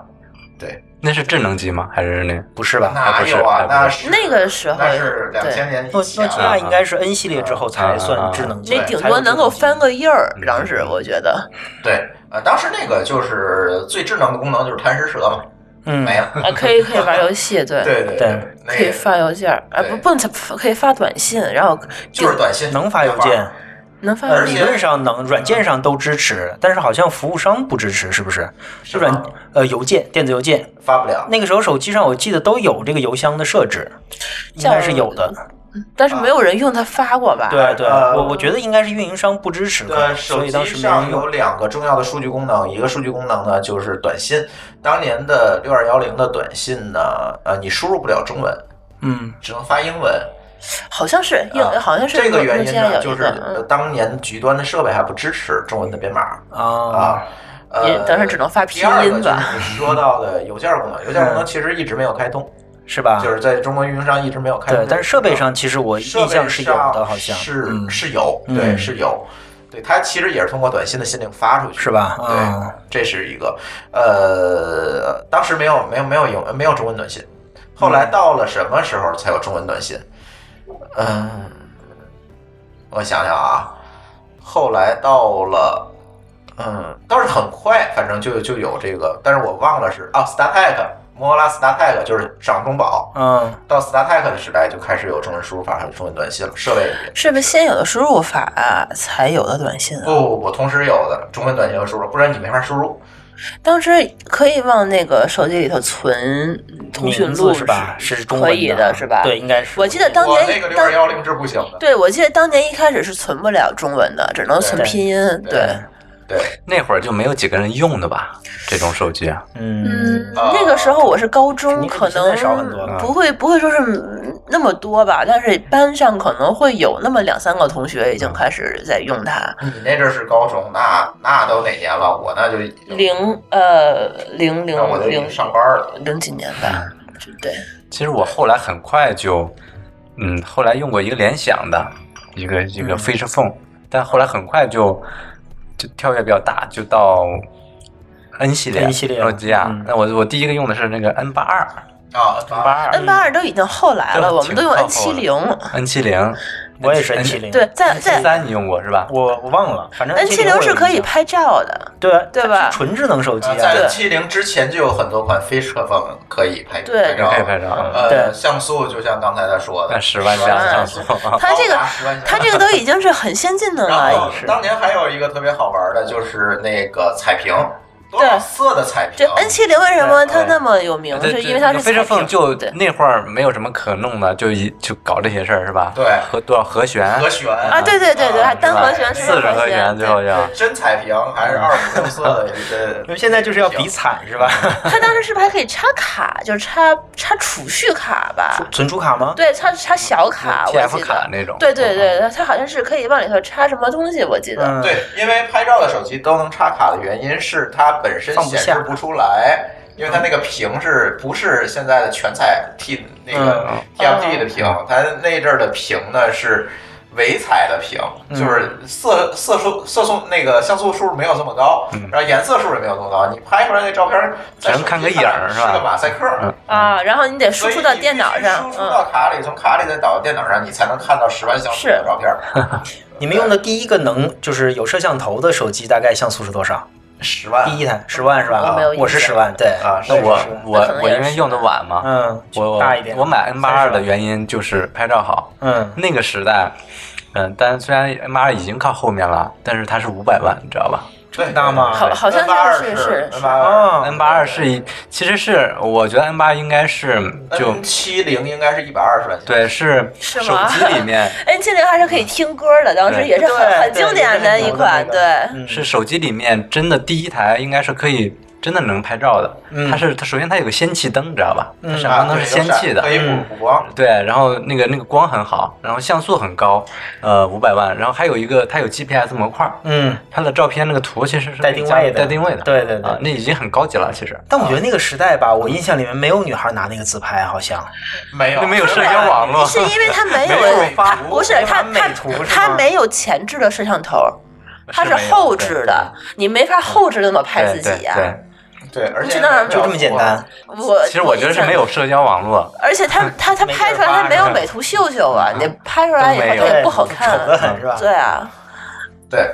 [SPEAKER 3] 那是智能机吗？还是那？
[SPEAKER 4] 不是吧？
[SPEAKER 1] 哪
[SPEAKER 3] 不是
[SPEAKER 1] 有啊
[SPEAKER 3] 还？不
[SPEAKER 1] 那
[SPEAKER 3] 是
[SPEAKER 1] 是
[SPEAKER 2] 那个时候
[SPEAKER 1] 那是两千
[SPEAKER 2] 对，
[SPEAKER 1] 年
[SPEAKER 4] 诺
[SPEAKER 1] 以
[SPEAKER 4] 诺
[SPEAKER 1] 前
[SPEAKER 4] 基
[SPEAKER 1] 啊，
[SPEAKER 4] 亚应该是 N 系列之后
[SPEAKER 3] 啊
[SPEAKER 4] 才算智能机，
[SPEAKER 2] 那顶多能够翻个页儿，当时我 觉得
[SPEAKER 1] 对，呃，当时那个就是最智能的功能就是贪食蛇嘛，
[SPEAKER 4] 嗯，
[SPEAKER 1] 没了，
[SPEAKER 2] 啊，可以可以玩游戏，对
[SPEAKER 1] 对对
[SPEAKER 4] 对，
[SPEAKER 1] 那
[SPEAKER 2] 可以
[SPEAKER 1] 个
[SPEAKER 2] 发邮件儿，啊，不
[SPEAKER 1] 对
[SPEAKER 2] 不能发可以发短信，然后
[SPEAKER 1] 就是短信
[SPEAKER 4] 能发邮
[SPEAKER 1] 对
[SPEAKER 4] 件
[SPEAKER 1] 吧，
[SPEAKER 2] 能发
[SPEAKER 4] 呃，
[SPEAKER 1] 而
[SPEAKER 2] 邮
[SPEAKER 1] 且
[SPEAKER 4] 理
[SPEAKER 2] 件。
[SPEAKER 4] 论上能，软件上都支持，但是好像服务商不支持，是不是？
[SPEAKER 1] 是
[SPEAKER 4] 软
[SPEAKER 1] 吧
[SPEAKER 4] 呃邮件电子邮件，
[SPEAKER 1] 发不了。
[SPEAKER 4] 那个时候手机上我记得都有这个邮箱的设置，应
[SPEAKER 2] 叫
[SPEAKER 4] 该是有的。
[SPEAKER 2] 但是
[SPEAKER 1] 啊
[SPEAKER 2] 没有人用它发过吧？
[SPEAKER 4] 对对，
[SPEAKER 1] 呃
[SPEAKER 4] 我我觉得应该是运营商不支持可
[SPEAKER 1] 呃，
[SPEAKER 4] 能，
[SPEAKER 1] 手
[SPEAKER 4] 所
[SPEAKER 1] 机
[SPEAKER 4] 以当时没
[SPEAKER 1] 上
[SPEAKER 4] 人
[SPEAKER 1] 有
[SPEAKER 4] 用。
[SPEAKER 1] 两个重要的数据功能，一个数据功能呢就是短信。当年的六二幺零的短信呢，呃，你输入不了中文，
[SPEAKER 4] 嗯，
[SPEAKER 1] 只能发英文。
[SPEAKER 2] 好像是，应
[SPEAKER 1] 啊
[SPEAKER 2] 好像是
[SPEAKER 1] 这个
[SPEAKER 2] 诺
[SPEAKER 1] 原因
[SPEAKER 2] 诺基亚
[SPEAKER 1] 呢，
[SPEAKER 2] 有
[SPEAKER 1] 就
[SPEAKER 2] 一
[SPEAKER 1] 是
[SPEAKER 2] 个
[SPEAKER 1] 呃当年局端的设备还不支持中文的编码
[SPEAKER 4] 嗯啊
[SPEAKER 1] 啊。呃
[SPEAKER 2] 也，当然只能发
[SPEAKER 1] 第二
[SPEAKER 2] 拼
[SPEAKER 1] 个
[SPEAKER 2] 音
[SPEAKER 1] 就
[SPEAKER 2] 吧
[SPEAKER 1] 是你说到的邮件 功能，邮件功能
[SPEAKER 4] 嗯
[SPEAKER 1] 其实一直没有开通，
[SPEAKER 4] 是吧？
[SPEAKER 1] 就是在中国运营商一直没有开通
[SPEAKER 4] 对
[SPEAKER 1] 这，个功能。
[SPEAKER 4] 但是设备上其实我
[SPEAKER 1] 设
[SPEAKER 4] 印
[SPEAKER 1] 备上
[SPEAKER 4] 象是有的，好像
[SPEAKER 1] 是、
[SPEAKER 4] 嗯
[SPEAKER 1] 是有，对、
[SPEAKER 4] 嗯
[SPEAKER 1] 是有，对它其实也是通过短信的信令发出去，
[SPEAKER 4] 是吧
[SPEAKER 1] 对，
[SPEAKER 4] 嗯
[SPEAKER 1] 这是一个呃，当时没有没有没有有没有中文短信，后
[SPEAKER 4] 嗯
[SPEAKER 1] 来到了什么时候才有中文短信？嗯、我想想啊，后来到了。嗯，倒是很快，反正就就有这个，但是我忘了是啊，StarTech 摩托罗拉 StarTech 就是掌中宝，
[SPEAKER 4] 嗯，
[SPEAKER 1] 到 StarTech 的时代就开始有中文输入法还有中文短信了，设备也
[SPEAKER 2] 是不是先有的输入法才有的短信啊？
[SPEAKER 1] 不不不，同时有的中文短信和输入，不然你没法输入。
[SPEAKER 2] 当时可以往那个手机里头存通讯
[SPEAKER 4] 名字
[SPEAKER 2] 录
[SPEAKER 4] 是吧？是中
[SPEAKER 2] 可
[SPEAKER 4] 文
[SPEAKER 2] 以
[SPEAKER 4] 的
[SPEAKER 2] 是吧？
[SPEAKER 4] 对，，应该是。
[SPEAKER 2] 我记得当
[SPEAKER 1] 我那
[SPEAKER 2] 年
[SPEAKER 1] 个六
[SPEAKER 2] 当
[SPEAKER 1] 二幺零是不行的，
[SPEAKER 2] 对，我记得当年一开始是存不了中文的，只能存
[SPEAKER 4] 对
[SPEAKER 2] 拼音。
[SPEAKER 1] 对
[SPEAKER 2] 对，
[SPEAKER 1] 对，
[SPEAKER 3] 那会儿就没有几个人用的吧？这种手机啊，
[SPEAKER 4] 嗯
[SPEAKER 2] 嗯，那个时候我是高中，
[SPEAKER 4] 你
[SPEAKER 2] 可
[SPEAKER 4] 现在少很多
[SPEAKER 3] 了
[SPEAKER 2] 能不会不会说是嗯那么多吧，但是班上可能会有那么两三个同学已经开始在用它。
[SPEAKER 1] 你那阵儿是高中，那那都哪年了？我那就
[SPEAKER 2] 零呃零零
[SPEAKER 1] 那我都已
[SPEAKER 2] 零
[SPEAKER 1] 经上班了。
[SPEAKER 2] 零几年吧，对，
[SPEAKER 3] 其实我后来很快就，嗯，后来用过一个联想的一个一
[SPEAKER 4] 嗯
[SPEAKER 3] 个 Fish Phone，、但后来很快就就跳跃比较大，就到 N 系列
[SPEAKER 4] N 系列
[SPEAKER 3] 诺基亚
[SPEAKER 4] 嗯。
[SPEAKER 3] 那、我我第一个用的是那个 N 八二
[SPEAKER 2] 哦
[SPEAKER 1] 啊，
[SPEAKER 3] ，N 八二
[SPEAKER 2] N 八二都已经后来了，
[SPEAKER 3] 嗯
[SPEAKER 2] 我们都用
[SPEAKER 3] 挺靠
[SPEAKER 2] N
[SPEAKER 3] 后
[SPEAKER 2] 七
[SPEAKER 3] 了
[SPEAKER 2] 零。
[SPEAKER 3] N 七零，
[SPEAKER 4] 我也是 N 七零，
[SPEAKER 2] 对，，在在
[SPEAKER 3] 三你用过是吧？
[SPEAKER 4] 我我忘了，
[SPEAKER 3] 嗯
[SPEAKER 4] 反正
[SPEAKER 2] N 七
[SPEAKER 4] 70
[SPEAKER 2] 零
[SPEAKER 4] 我有
[SPEAKER 2] 是可以
[SPEAKER 4] 印象
[SPEAKER 2] 拍照的，
[SPEAKER 4] 对啊
[SPEAKER 2] 对吧
[SPEAKER 4] 它是纯智能手机
[SPEAKER 1] 呃
[SPEAKER 4] 啊，
[SPEAKER 1] 在七零之前就有很多款飞车风可以拍
[SPEAKER 2] 对
[SPEAKER 1] 拍照，
[SPEAKER 3] 可以拍照
[SPEAKER 1] 呃，
[SPEAKER 4] 对
[SPEAKER 1] 像素就像刚才他说
[SPEAKER 3] 那
[SPEAKER 1] 的，
[SPEAKER 3] 十万加像素，
[SPEAKER 2] 它嗯这个
[SPEAKER 1] 高达10万像素
[SPEAKER 2] 它这个都已经是很先进的
[SPEAKER 1] 然
[SPEAKER 3] 啊
[SPEAKER 1] 后
[SPEAKER 2] 了。
[SPEAKER 1] 哎当年还有一个特别好玩的，就是那个彩屏，多
[SPEAKER 2] 对
[SPEAKER 1] 少色的彩
[SPEAKER 2] 这
[SPEAKER 1] 屏。
[SPEAKER 2] N 七零为什么它
[SPEAKER 3] 对
[SPEAKER 2] 那么有名？是因为它是
[SPEAKER 3] 飞车
[SPEAKER 2] 彩屏
[SPEAKER 3] 凤就
[SPEAKER 2] 对
[SPEAKER 3] 那会儿没有什么可弄的，就一就搞这些事儿是吧？
[SPEAKER 1] 对
[SPEAKER 3] 和多少和弦
[SPEAKER 1] 和弦
[SPEAKER 2] 啊，对对对对，
[SPEAKER 1] 啊
[SPEAKER 2] 还单和弦，
[SPEAKER 3] 四十和弦，最后就
[SPEAKER 1] 对真彩屏还是二五六色的一个
[SPEAKER 4] 因为现在就是要比惨是吧？
[SPEAKER 2] 他当时是不是还可以插卡，就是插插储蓄卡吧？
[SPEAKER 4] 存储
[SPEAKER 3] 啊
[SPEAKER 4] 卡吗？
[SPEAKER 2] 对，插插小卡，我
[SPEAKER 3] TF
[SPEAKER 2] 记
[SPEAKER 3] 卡
[SPEAKER 2] 得。
[SPEAKER 3] 那种。嗯
[SPEAKER 2] 对对对，它好像是可以往里头插什么东西，我记得。
[SPEAKER 4] 嗯，
[SPEAKER 1] 对，因为拍照的手机都能插卡的原因是它本身
[SPEAKER 4] 放不
[SPEAKER 1] 显
[SPEAKER 4] 下
[SPEAKER 1] 示不出来，因为它那个屏是不是现在的全彩 T 那个
[SPEAKER 4] 嗯
[SPEAKER 1] TFT 的屏，它那阵儿的屏呢是。微彩的屏
[SPEAKER 2] 嗯
[SPEAKER 1] 就是色色素色素那个像素数没有这么高，然后颜色数也没有这么高，你拍出来那照片在
[SPEAKER 3] 只能
[SPEAKER 1] 手机
[SPEAKER 3] 嗯看个影儿是
[SPEAKER 1] 上
[SPEAKER 3] 吧
[SPEAKER 1] 个马赛克，
[SPEAKER 3] 嗯
[SPEAKER 2] 啊，然后你得输
[SPEAKER 1] 所以
[SPEAKER 2] 出到
[SPEAKER 1] 你
[SPEAKER 2] 电脑
[SPEAKER 1] 必须
[SPEAKER 2] 上，
[SPEAKER 1] 输出
[SPEAKER 2] 嗯，
[SPEAKER 1] 到卡里，从卡里再导到电脑上，你才能看到十万像素的
[SPEAKER 2] 是
[SPEAKER 1] 照片。
[SPEAKER 4] 你们用的第一个能就是有摄像头的手机，大概像素是多少？
[SPEAKER 1] 十万
[SPEAKER 4] 第一台十万是
[SPEAKER 2] 我没
[SPEAKER 4] 吧
[SPEAKER 2] 有？印
[SPEAKER 4] 我是
[SPEAKER 2] 象
[SPEAKER 4] 十万，对
[SPEAKER 1] 啊
[SPEAKER 4] 那
[SPEAKER 1] 是
[SPEAKER 4] 我
[SPEAKER 1] 是
[SPEAKER 3] 我
[SPEAKER 2] 可能
[SPEAKER 3] 我
[SPEAKER 2] 也
[SPEAKER 3] 因为
[SPEAKER 2] 是
[SPEAKER 3] 用的晚嘛，
[SPEAKER 4] 嗯，
[SPEAKER 3] 我
[SPEAKER 4] 大一点，
[SPEAKER 3] 我买 N 八二的
[SPEAKER 4] 30万
[SPEAKER 3] 原因就是拍照好。
[SPEAKER 4] 嗯，
[SPEAKER 3] 那个时代，嗯，但虽然 N 八二已经靠后面了，但是它是五百万，你知道吧？
[SPEAKER 1] 这么
[SPEAKER 4] 大吗
[SPEAKER 2] 好好像
[SPEAKER 1] 八啊二
[SPEAKER 2] 是是是
[SPEAKER 1] 八二
[SPEAKER 4] 哦
[SPEAKER 3] N 八二是一，其实是我觉得 N 八应该是就
[SPEAKER 1] ，N 七零应该是一百二十万像素。
[SPEAKER 3] 对是
[SPEAKER 2] 是
[SPEAKER 3] 手
[SPEAKER 2] 吗
[SPEAKER 3] 机里 面
[SPEAKER 2] N 七零还是可以听歌的，当时也是
[SPEAKER 4] 对
[SPEAKER 2] 很很经典的一款，
[SPEAKER 4] 对
[SPEAKER 2] 对。
[SPEAKER 4] 嗯
[SPEAKER 3] 是手机里面真的第一台应该是可以真的能拍照的。
[SPEAKER 4] 嗯
[SPEAKER 3] 它是它首先它有个氙气灯，你知道吧？
[SPEAKER 4] 嗯
[SPEAKER 3] 它闪
[SPEAKER 1] 啊，
[SPEAKER 3] 光灯是氙气的嗯
[SPEAKER 1] 可，以
[SPEAKER 2] 嗯
[SPEAKER 1] 补补光。
[SPEAKER 3] 对，然后那个那个光很好，然后像素很高，呃，五百万，然后还有一个它有 GPS 模块，
[SPEAKER 4] 嗯，
[SPEAKER 3] 它的照片那个图其实是
[SPEAKER 4] 带定位的
[SPEAKER 3] 带定位的，
[SPEAKER 4] 对对对
[SPEAKER 3] 啊，那已经很高级了，其实。
[SPEAKER 4] 但我觉得那个时代吧，我印象里面没有女孩拿那个自拍，好像
[SPEAKER 1] 没有
[SPEAKER 3] 那没有社交网络，
[SPEAKER 2] 是因为它没
[SPEAKER 3] 没有
[SPEAKER 2] 有，它
[SPEAKER 3] 发
[SPEAKER 2] 不是
[SPEAKER 4] 没有
[SPEAKER 2] 它
[SPEAKER 4] 美
[SPEAKER 2] 它
[SPEAKER 4] 图是吗
[SPEAKER 2] 它没有前置的摄像头，它
[SPEAKER 3] 是
[SPEAKER 2] 是
[SPEAKER 3] 没有嗯
[SPEAKER 2] 后置的，你没法后置那么拍
[SPEAKER 3] 对
[SPEAKER 2] 自己
[SPEAKER 3] 对
[SPEAKER 2] 呀。
[SPEAKER 3] 对，
[SPEAKER 1] 对，而且
[SPEAKER 2] 就那样
[SPEAKER 4] 就这么简单。。
[SPEAKER 2] 我
[SPEAKER 3] 其实我觉得是没有，社交网络，
[SPEAKER 2] 而且 它它它
[SPEAKER 4] 没地儿
[SPEAKER 2] 拍出来
[SPEAKER 4] 发
[SPEAKER 2] 它没有
[SPEAKER 4] 是吧
[SPEAKER 2] 美图秀秀啊，你拍出来以
[SPEAKER 3] 都
[SPEAKER 2] 后它
[SPEAKER 3] 没有
[SPEAKER 2] 也不好看
[SPEAKER 4] 丑。得很是吧？
[SPEAKER 2] 对啊，
[SPEAKER 1] 对，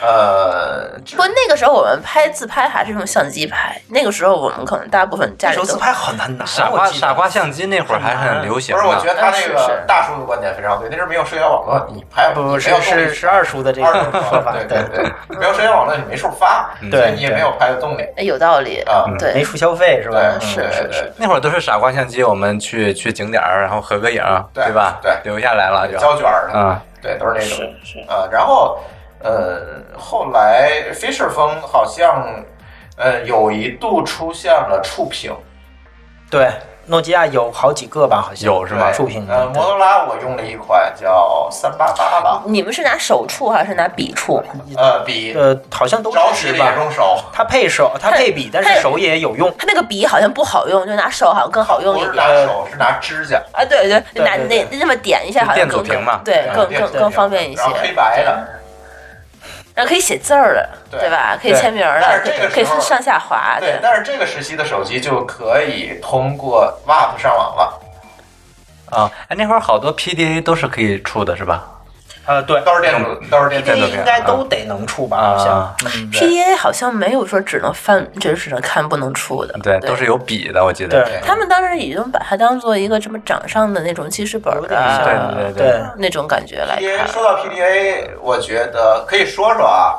[SPEAKER 1] 呃，
[SPEAKER 2] 不过那个时候我们拍自拍还是用相机拍，那个时候我们可能大部分家
[SPEAKER 4] 那
[SPEAKER 2] 里
[SPEAKER 4] 时
[SPEAKER 2] 都
[SPEAKER 4] 候自拍很难拿，
[SPEAKER 3] 傻
[SPEAKER 4] 我
[SPEAKER 3] 瓜
[SPEAKER 4] 嗯记得嗯
[SPEAKER 3] 傻瓜相机那会儿还很流行
[SPEAKER 1] 不是，我觉
[SPEAKER 3] 呢。
[SPEAKER 1] 得他那
[SPEAKER 2] 嗯是是
[SPEAKER 1] 个大叔的观点非常对，那是没有社交网络，你拍
[SPEAKER 4] 哎不
[SPEAKER 1] 你
[SPEAKER 4] 不
[SPEAKER 1] 没有
[SPEAKER 4] 是
[SPEAKER 1] 动力
[SPEAKER 4] 是是二叔的这个
[SPEAKER 1] 二十
[SPEAKER 4] 说法，
[SPEAKER 1] 对对对，没有社交网络你没处发，
[SPEAKER 3] 嗯
[SPEAKER 4] 对
[SPEAKER 1] 所以你也
[SPEAKER 4] 对
[SPEAKER 1] 没有拍的动力
[SPEAKER 2] 哎有道理
[SPEAKER 1] 啊。
[SPEAKER 4] 没
[SPEAKER 2] 对，
[SPEAKER 4] 处消费是吧？
[SPEAKER 1] 对，
[SPEAKER 4] 嗯
[SPEAKER 1] 对对对。
[SPEAKER 3] 那会儿都是傻瓜相机，我们去去景点儿，然后合个影，
[SPEAKER 1] 对
[SPEAKER 3] 对吧？
[SPEAKER 1] 对
[SPEAKER 3] 留下来了就。
[SPEAKER 1] 胶卷儿的，
[SPEAKER 3] 啊
[SPEAKER 1] 对，都是那种，呃，然后呃，后来 Fisher 风好像呃有一度出现了触屏，
[SPEAKER 4] 对，诺基亚有好几个吧，好像
[SPEAKER 3] 有是吗
[SPEAKER 4] 对触屏
[SPEAKER 1] 呃，
[SPEAKER 4] 的，
[SPEAKER 1] 摩托罗拉我用了一款叫三八八吧，
[SPEAKER 2] 你们是拿手触还是拿笔触？
[SPEAKER 1] 呃，比
[SPEAKER 4] 呃，好像都支
[SPEAKER 1] 着急
[SPEAKER 4] 持
[SPEAKER 1] 了也
[SPEAKER 4] 吧。
[SPEAKER 1] 用手，
[SPEAKER 4] 它配手，它配笔，但是手也有用。
[SPEAKER 2] 它那个笔好像不好用，就拿手好像更好用
[SPEAKER 1] 不
[SPEAKER 2] 一
[SPEAKER 4] 呃
[SPEAKER 1] 是
[SPEAKER 2] 点
[SPEAKER 1] 拿。手是拿指甲，
[SPEAKER 2] 啊，对对，
[SPEAKER 4] 对
[SPEAKER 2] 拿
[SPEAKER 4] 对
[SPEAKER 2] 那那么点一下，好像
[SPEAKER 3] 电子
[SPEAKER 2] 更
[SPEAKER 3] 屏嘛嗯
[SPEAKER 2] 对，更
[SPEAKER 1] 电子
[SPEAKER 2] 更
[SPEAKER 1] 屏
[SPEAKER 2] 更方便一些
[SPEAKER 1] 然，后黑白的，
[SPEAKER 2] 然后可以写字儿了，
[SPEAKER 1] 对
[SPEAKER 2] 对吧？可以
[SPEAKER 4] 对
[SPEAKER 2] 签名儿
[SPEAKER 1] 但
[SPEAKER 2] 了
[SPEAKER 1] 是这个，
[SPEAKER 2] 可以
[SPEAKER 1] 时候
[SPEAKER 2] 上下滑，
[SPEAKER 1] 对，但是这个时期的手机就可以通过 WAP 上网了。
[SPEAKER 3] 啊，哎，那会儿好多 PDA 都是可以出的，是吧？
[SPEAKER 4] 呃，对
[SPEAKER 1] 都是电子，都是电子
[SPEAKER 3] 电子
[SPEAKER 1] 屏
[SPEAKER 3] 屏
[SPEAKER 4] 应该都得能触吧，好
[SPEAKER 3] 啊
[SPEAKER 4] 像。嗯，
[SPEAKER 2] PDA 好像没有说只能翻，就是只能看不能出的，
[SPEAKER 3] 对，都是有笔的，我记得。
[SPEAKER 4] 对，
[SPEAKER 2] 他们当时已经把它当做一个什么掌上的那种记事本儿
[SPEAKER 4] 有点像
[SPEAKER 2] 啊，
[SPEAKER 3] 对对
[SPEAKER 4] 对
[SPEAKER 2] 那种感觉来
[SPEAKER 3] uh,
[SPEAKER 1] PDA
[SPEAKER 2] 看。
[SPEAKER 1] 说到 PDA，我觉得可以说说啊。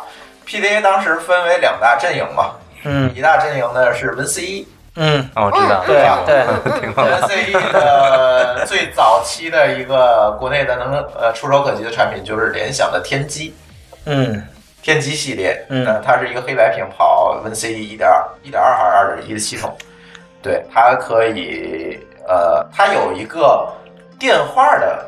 [SPEAKER 1] PDA 当时分为两大阵营嘛，
[SPEAKER 4] 嗯
[SPEAKER 1] 一大阵营呢是 WinCE，
[SPEAKER 4] 嗯，
[SPEAKER 1] 哦
[SPEAKER 3] 啊，我知道，
[SPEAKER 4] 对对，
[SPEAKER 3] 挺好的。
[SPEAKER 1] WinCE 的最早期的一个国内的能呃触手可及的产品就是联想的天玑，
[SPEAKER 4] 嗯，
[SPEAKER 1] 天玑系列，
[SPEAKER 4] 嗯
[SPEAKER 1] 呃它是一个黑白屏跑 WinCE 一点二、一点二还是二点一的系统，对，它可以呃，它有一个电话的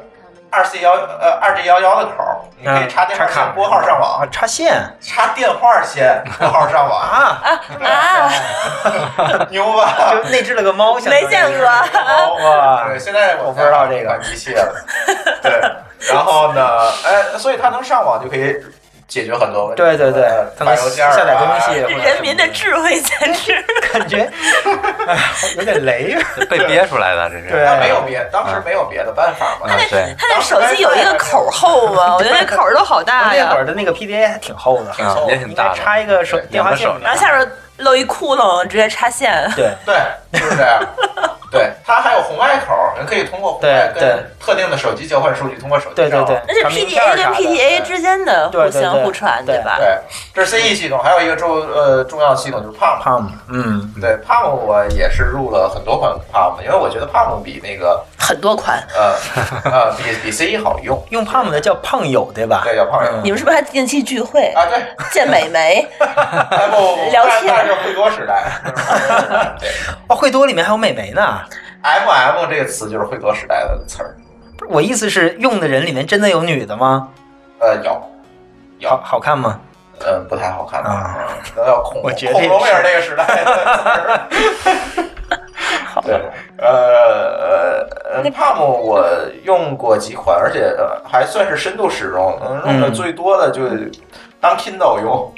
[SPEAKER 1] 二 C 幺呃二 G 幺幺的口儿，你可以插电话
[SPEAKER 4] 嗯插卡
[SPEAKER 1] 线拨号上网
[SPEAKER 4] 啊，，插线
[SPEAKER 1] 插电话线 拨号上网，
[SPEAKER 4] 啊，
[SPEAKER 2] 啊，
[SPEAKER 1] 牛吧？
[SPEAKER 4] 就内置了个猫，相当于
[SPEAKER 2] 没见过
[SPEAKER 4] 哇
[SPEAKER 1] 对，现在
[SPEAKER 4] 我不知道这个
[SPEAKER 1] 款机器了。对，然后呢，哎，所以它能上网就可以解决很多问题。
[SPEAKER 4] 对对对
[SPEAKER 1] 呃，
[SPEAKER 4] 它能
[SPEAKER 1] 打邮件儿啊
[SPEAKER 4] 下载东西或者
[SPEAKER 2] 人民的智慧在这儿。
[SPEAKER 4] 感觉哎呀有点雷。啊
[SPEAKER 3] 被憋出来的，这是。
[SPEAKER 4] 对
[SPEAKER 1] 那没有别，当时没有别的办法嘛。
[SPEAKER 3] 啊，对，
[SPEAKER 2] 他那手机有一个口儿厚吗？我觉得那口儿都好大
[SPEAKER 4] 那会
[SPEAKER 2] 呀。
[SPEAKER 4] 儿的那个 PDA 还挺厚的，
[SPEAKER 3] 啊，也挺
[SPEAKER 4] 应
[SPEAKER 3] 大
[SPEAKER 4] 该
[SPEAKER 3] 的。
[SPEAKER 4] 插一个手
[SPEAKER 1] 对
[SPEAKER 4] 电话线
[SPEAKER 3] 两个手。
[SPEAKER 2] 然后下边露一窟窿，直接插线。
[SPEAKER 4] 对，
[SPEAKER 1] 对，就是这样。对，它还有红外口，你可以通过红外
[SPEAKER 4] 对对
[SPEAKER 1] 跟特定的手机交换数据，通过手机
[SPEAKER 4] 对
[SPEAKER 1] 上
[SPEAKER 4] 对
[SPEAKER 1] 网。
[SPEAKER 4] 对，
[SPEAKER 2] 那是
[SPEAKER 4] 传名片
[SPEAKER 2] PDA
[SPEAKER 4] 儿
[SPEAKER 2] 跟
[SPEAKER 4] 啥的
[SPEAKER 2] PDA 之间的
[SPEAKER 4] 对
[SPEAKER 2] 互
[SPEAKER 4] 对
[SPEAKER 2] 相
[SPEAKER 4] 对
[SPEAKER 2] 互传，
[SPEAKER 4] 对
[SPEAKER 2] 吧？
[SPEAKER 1] 对，这是 CE 系统，还有一个重呃重要系统就是 PAM。
[SPEAKER 4] Palm
[SPEAKER 3] 嗯，
[SPEAKER 1] 对 PAM 我也是入了很多款 PAM，因为我觉得 PAM 比那个
[SPEAKER 2] 很多款。
[SPEAKER 1] 呃呃比比 CE 好用。
[SPEAKER 4] 用 Palm 的叫胖友对吧？嗯
[SPEAKER 1] 对，叫 PAM
[SPEAKER 2] 你们是不是还定期聚会
[SPEAKER 1] 啊，对，
[SPEAKER 2] 见美眉？
[SPEAKER 1] 哎不不不，
[SPEAKER 2] 聊
[SPEAKER 1] 那
[SPEAKER 2] 天
[SPEAKER 1] 那是回国时代。对
[SPEAKER 4] 哦，惠多里面还有美眉呢。
[SPEAKER 1] ，MM 这个词就是回国时代的词儿。
[SPEAKER 4] 不是我意思是，用的人里面真的有女的吗？
[SPEAKER 1] 呃，有有
[SPEAKER 4] 好好看吗？
[SPEAKER 1] 嗯，不太好看
[SPEAKER 4] 啊，
[SPEAKER 1] 都要恐
[SPEAKER 4] 我
[SPEAKER 1] 恐
[SPEAKER 4] 觉得也是
[SPEAKER 1] 龙也是这个时代的词 儿。对，呃呃，Palm 我用过几款，而且呃还算是深度使用，嗯用的
[SPEAKER 4] 嗯
[SPEAKER 1] 最多的就当 Kindle 用，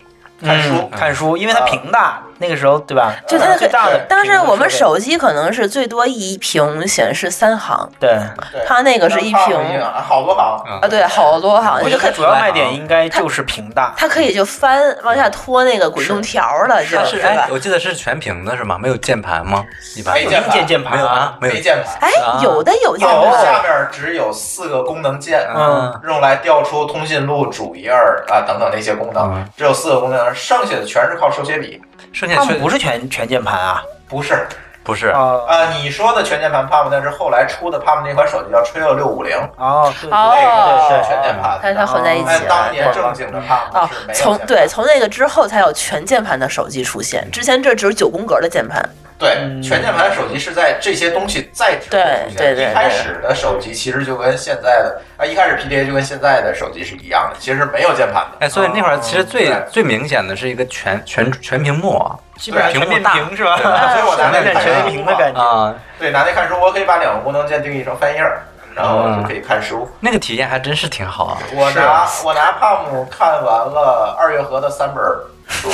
[SPEAKER 1] 看书
[SPEAKER 4] 嗯。看书，因为它屏大，那个时候对吧？
[SPEAKER 2] 就
[SPEAKER 4] 它
[SPEAKER 2] 它
[SPEAKER 4] 最大的屏幕设备，
[SPEAKER 2] 当时我们手机可能是最多一屏显示三行，
[SPEAKER 4] 对
[SPEAKER 1] 对
[SPEAKER 2] 它那个是一
[SPEAKER 1] 当 Palm
[SPEAKER 2] 屏
[SPEAKER 1] 样好多行。
[SPEAKER 2] 啊，对，好多行，
[SPEAKER 4] 我
[SPEAKER 2] 它
[SPEAKER 4] 觉
[SPEAKER 2] 就
[SPEAKER 4] 得
[SPEAKER 2] 可
[SPEAKER 4] 它
[SPEAKER 2] 以
[SPEAKER 4] 主要卖点应该就是屏 大，
[SPEAKER 2] 它可以就翻往下拖那个滚动条了，就
[SPEAKER 3] 它是哎
[SPEAKER 2] 吧，？
[SPEAKER 3] 我记得是全屏的是吗？没有键盘吗？一般
[SPEAKER 1] 没
[SPEAKER 4] 有
[SPEAKER 1] 键
[SPEAKER 4] 硬
[SPEAKER 1] 盘
[SPEAKER 4] 件键盘
[SPEAKER 3] 没有啊，没有
[SPEAKER 1] 没键盘。
[SPEAKER 2] 哎，有的有键
[SPEAKER 1] 它
[SPEAKER 2] 盘，
[SPEAKER 1] 下面只有四个功能键，
[SPEAKER 4] 嗯，
[SPEAKER 1] 用来调出通讯录、主页儿啊等等那些功能
[SPEAKER 3] 嗯，
[SPEAKER 1] 只有四个功能，剩下的全是靠手写笔。
[SPEAKER 3] 剩下
[SPEAKER 4] 它
[SPEAKER 3] 确
[SPEAKER 4] 们不是全全键盘啊。
[SPEAKER 1] 不是
[SPEAKER 3] 不是
[SPEAKER 4] 哦
[SPEAKER 1] 啊，你说的全键盘 Palm，那是后来出的 Palm 那款手机叫 Trio 六五零，
[SPEAKER 4] 哦，对
[SPEAKER 2] 哦
[SPEAKER 1] 那
[SPEAKER 4] 对
[SPEAKER 1] 个
[SPEAKER 4] 对嗯
[SPEAKER 1] 是全键盘
[SPEAKER 2] 但是它
[SPEAKER 1] 的。
[SPEAKER 2] 混在一
[SPEAKER 1] 哎
[SPEAKER 2] 起，
[SPEAKER 1] 当
[SPEAKER 2] 了。
[SPEAKER 1] 年正经的 Palm
[SPEAKER 2] 哦
[SPEAKER 1] 是，没有
[SPEAKER 2] 从
[SPEAKER 1] 键盘
[SPEAKER 2] 对从那个之后才有全键盘的手机出现，之前这只有九宫格的键盘。
[SPEAKER 1] 对
[SPEAKER 4] 嗯
[SPEAKER 1] 全键盘的手机是在这些东西在之后
[SPEAKER 2] 对
[SPEAKER 1] 出现的
[SPEAKER 2] 对对
[SPEAKER 1] 一开始的手机其实就跟现在的啊，一开始 PDA 就跟现在的手机是一样的，其实没有键盘的。
[SPEAKER 3] 哎，所以那会儿其实最
[SPEAKER 1] 哦对
[SPEAKER 3] 最明显的是一个全全全屏幕啊
[SPEAKER 4] 基本上全面屏是吧？
[SPEAKER 1] 所以我拿
[SPEAKER 4] 有
[SPEAKER 1] 那
[SPEAKER 4] 点
[SPEAKER 1] 个
[SPEAKER 4] 全面屏的感觉。
[SPEAKER 3] 啊，
[SPEAKER 1] 对，拿那看书，我可以把两个功能键定义成翻页儿，然后就可以看书。
[SPEAKER 4] 嗯
[SPEAKER 3] 那个体验还真是挺好啊。
[SPEAKER 1] 我拿我拿 Palm 看完了二月河的三本儿书，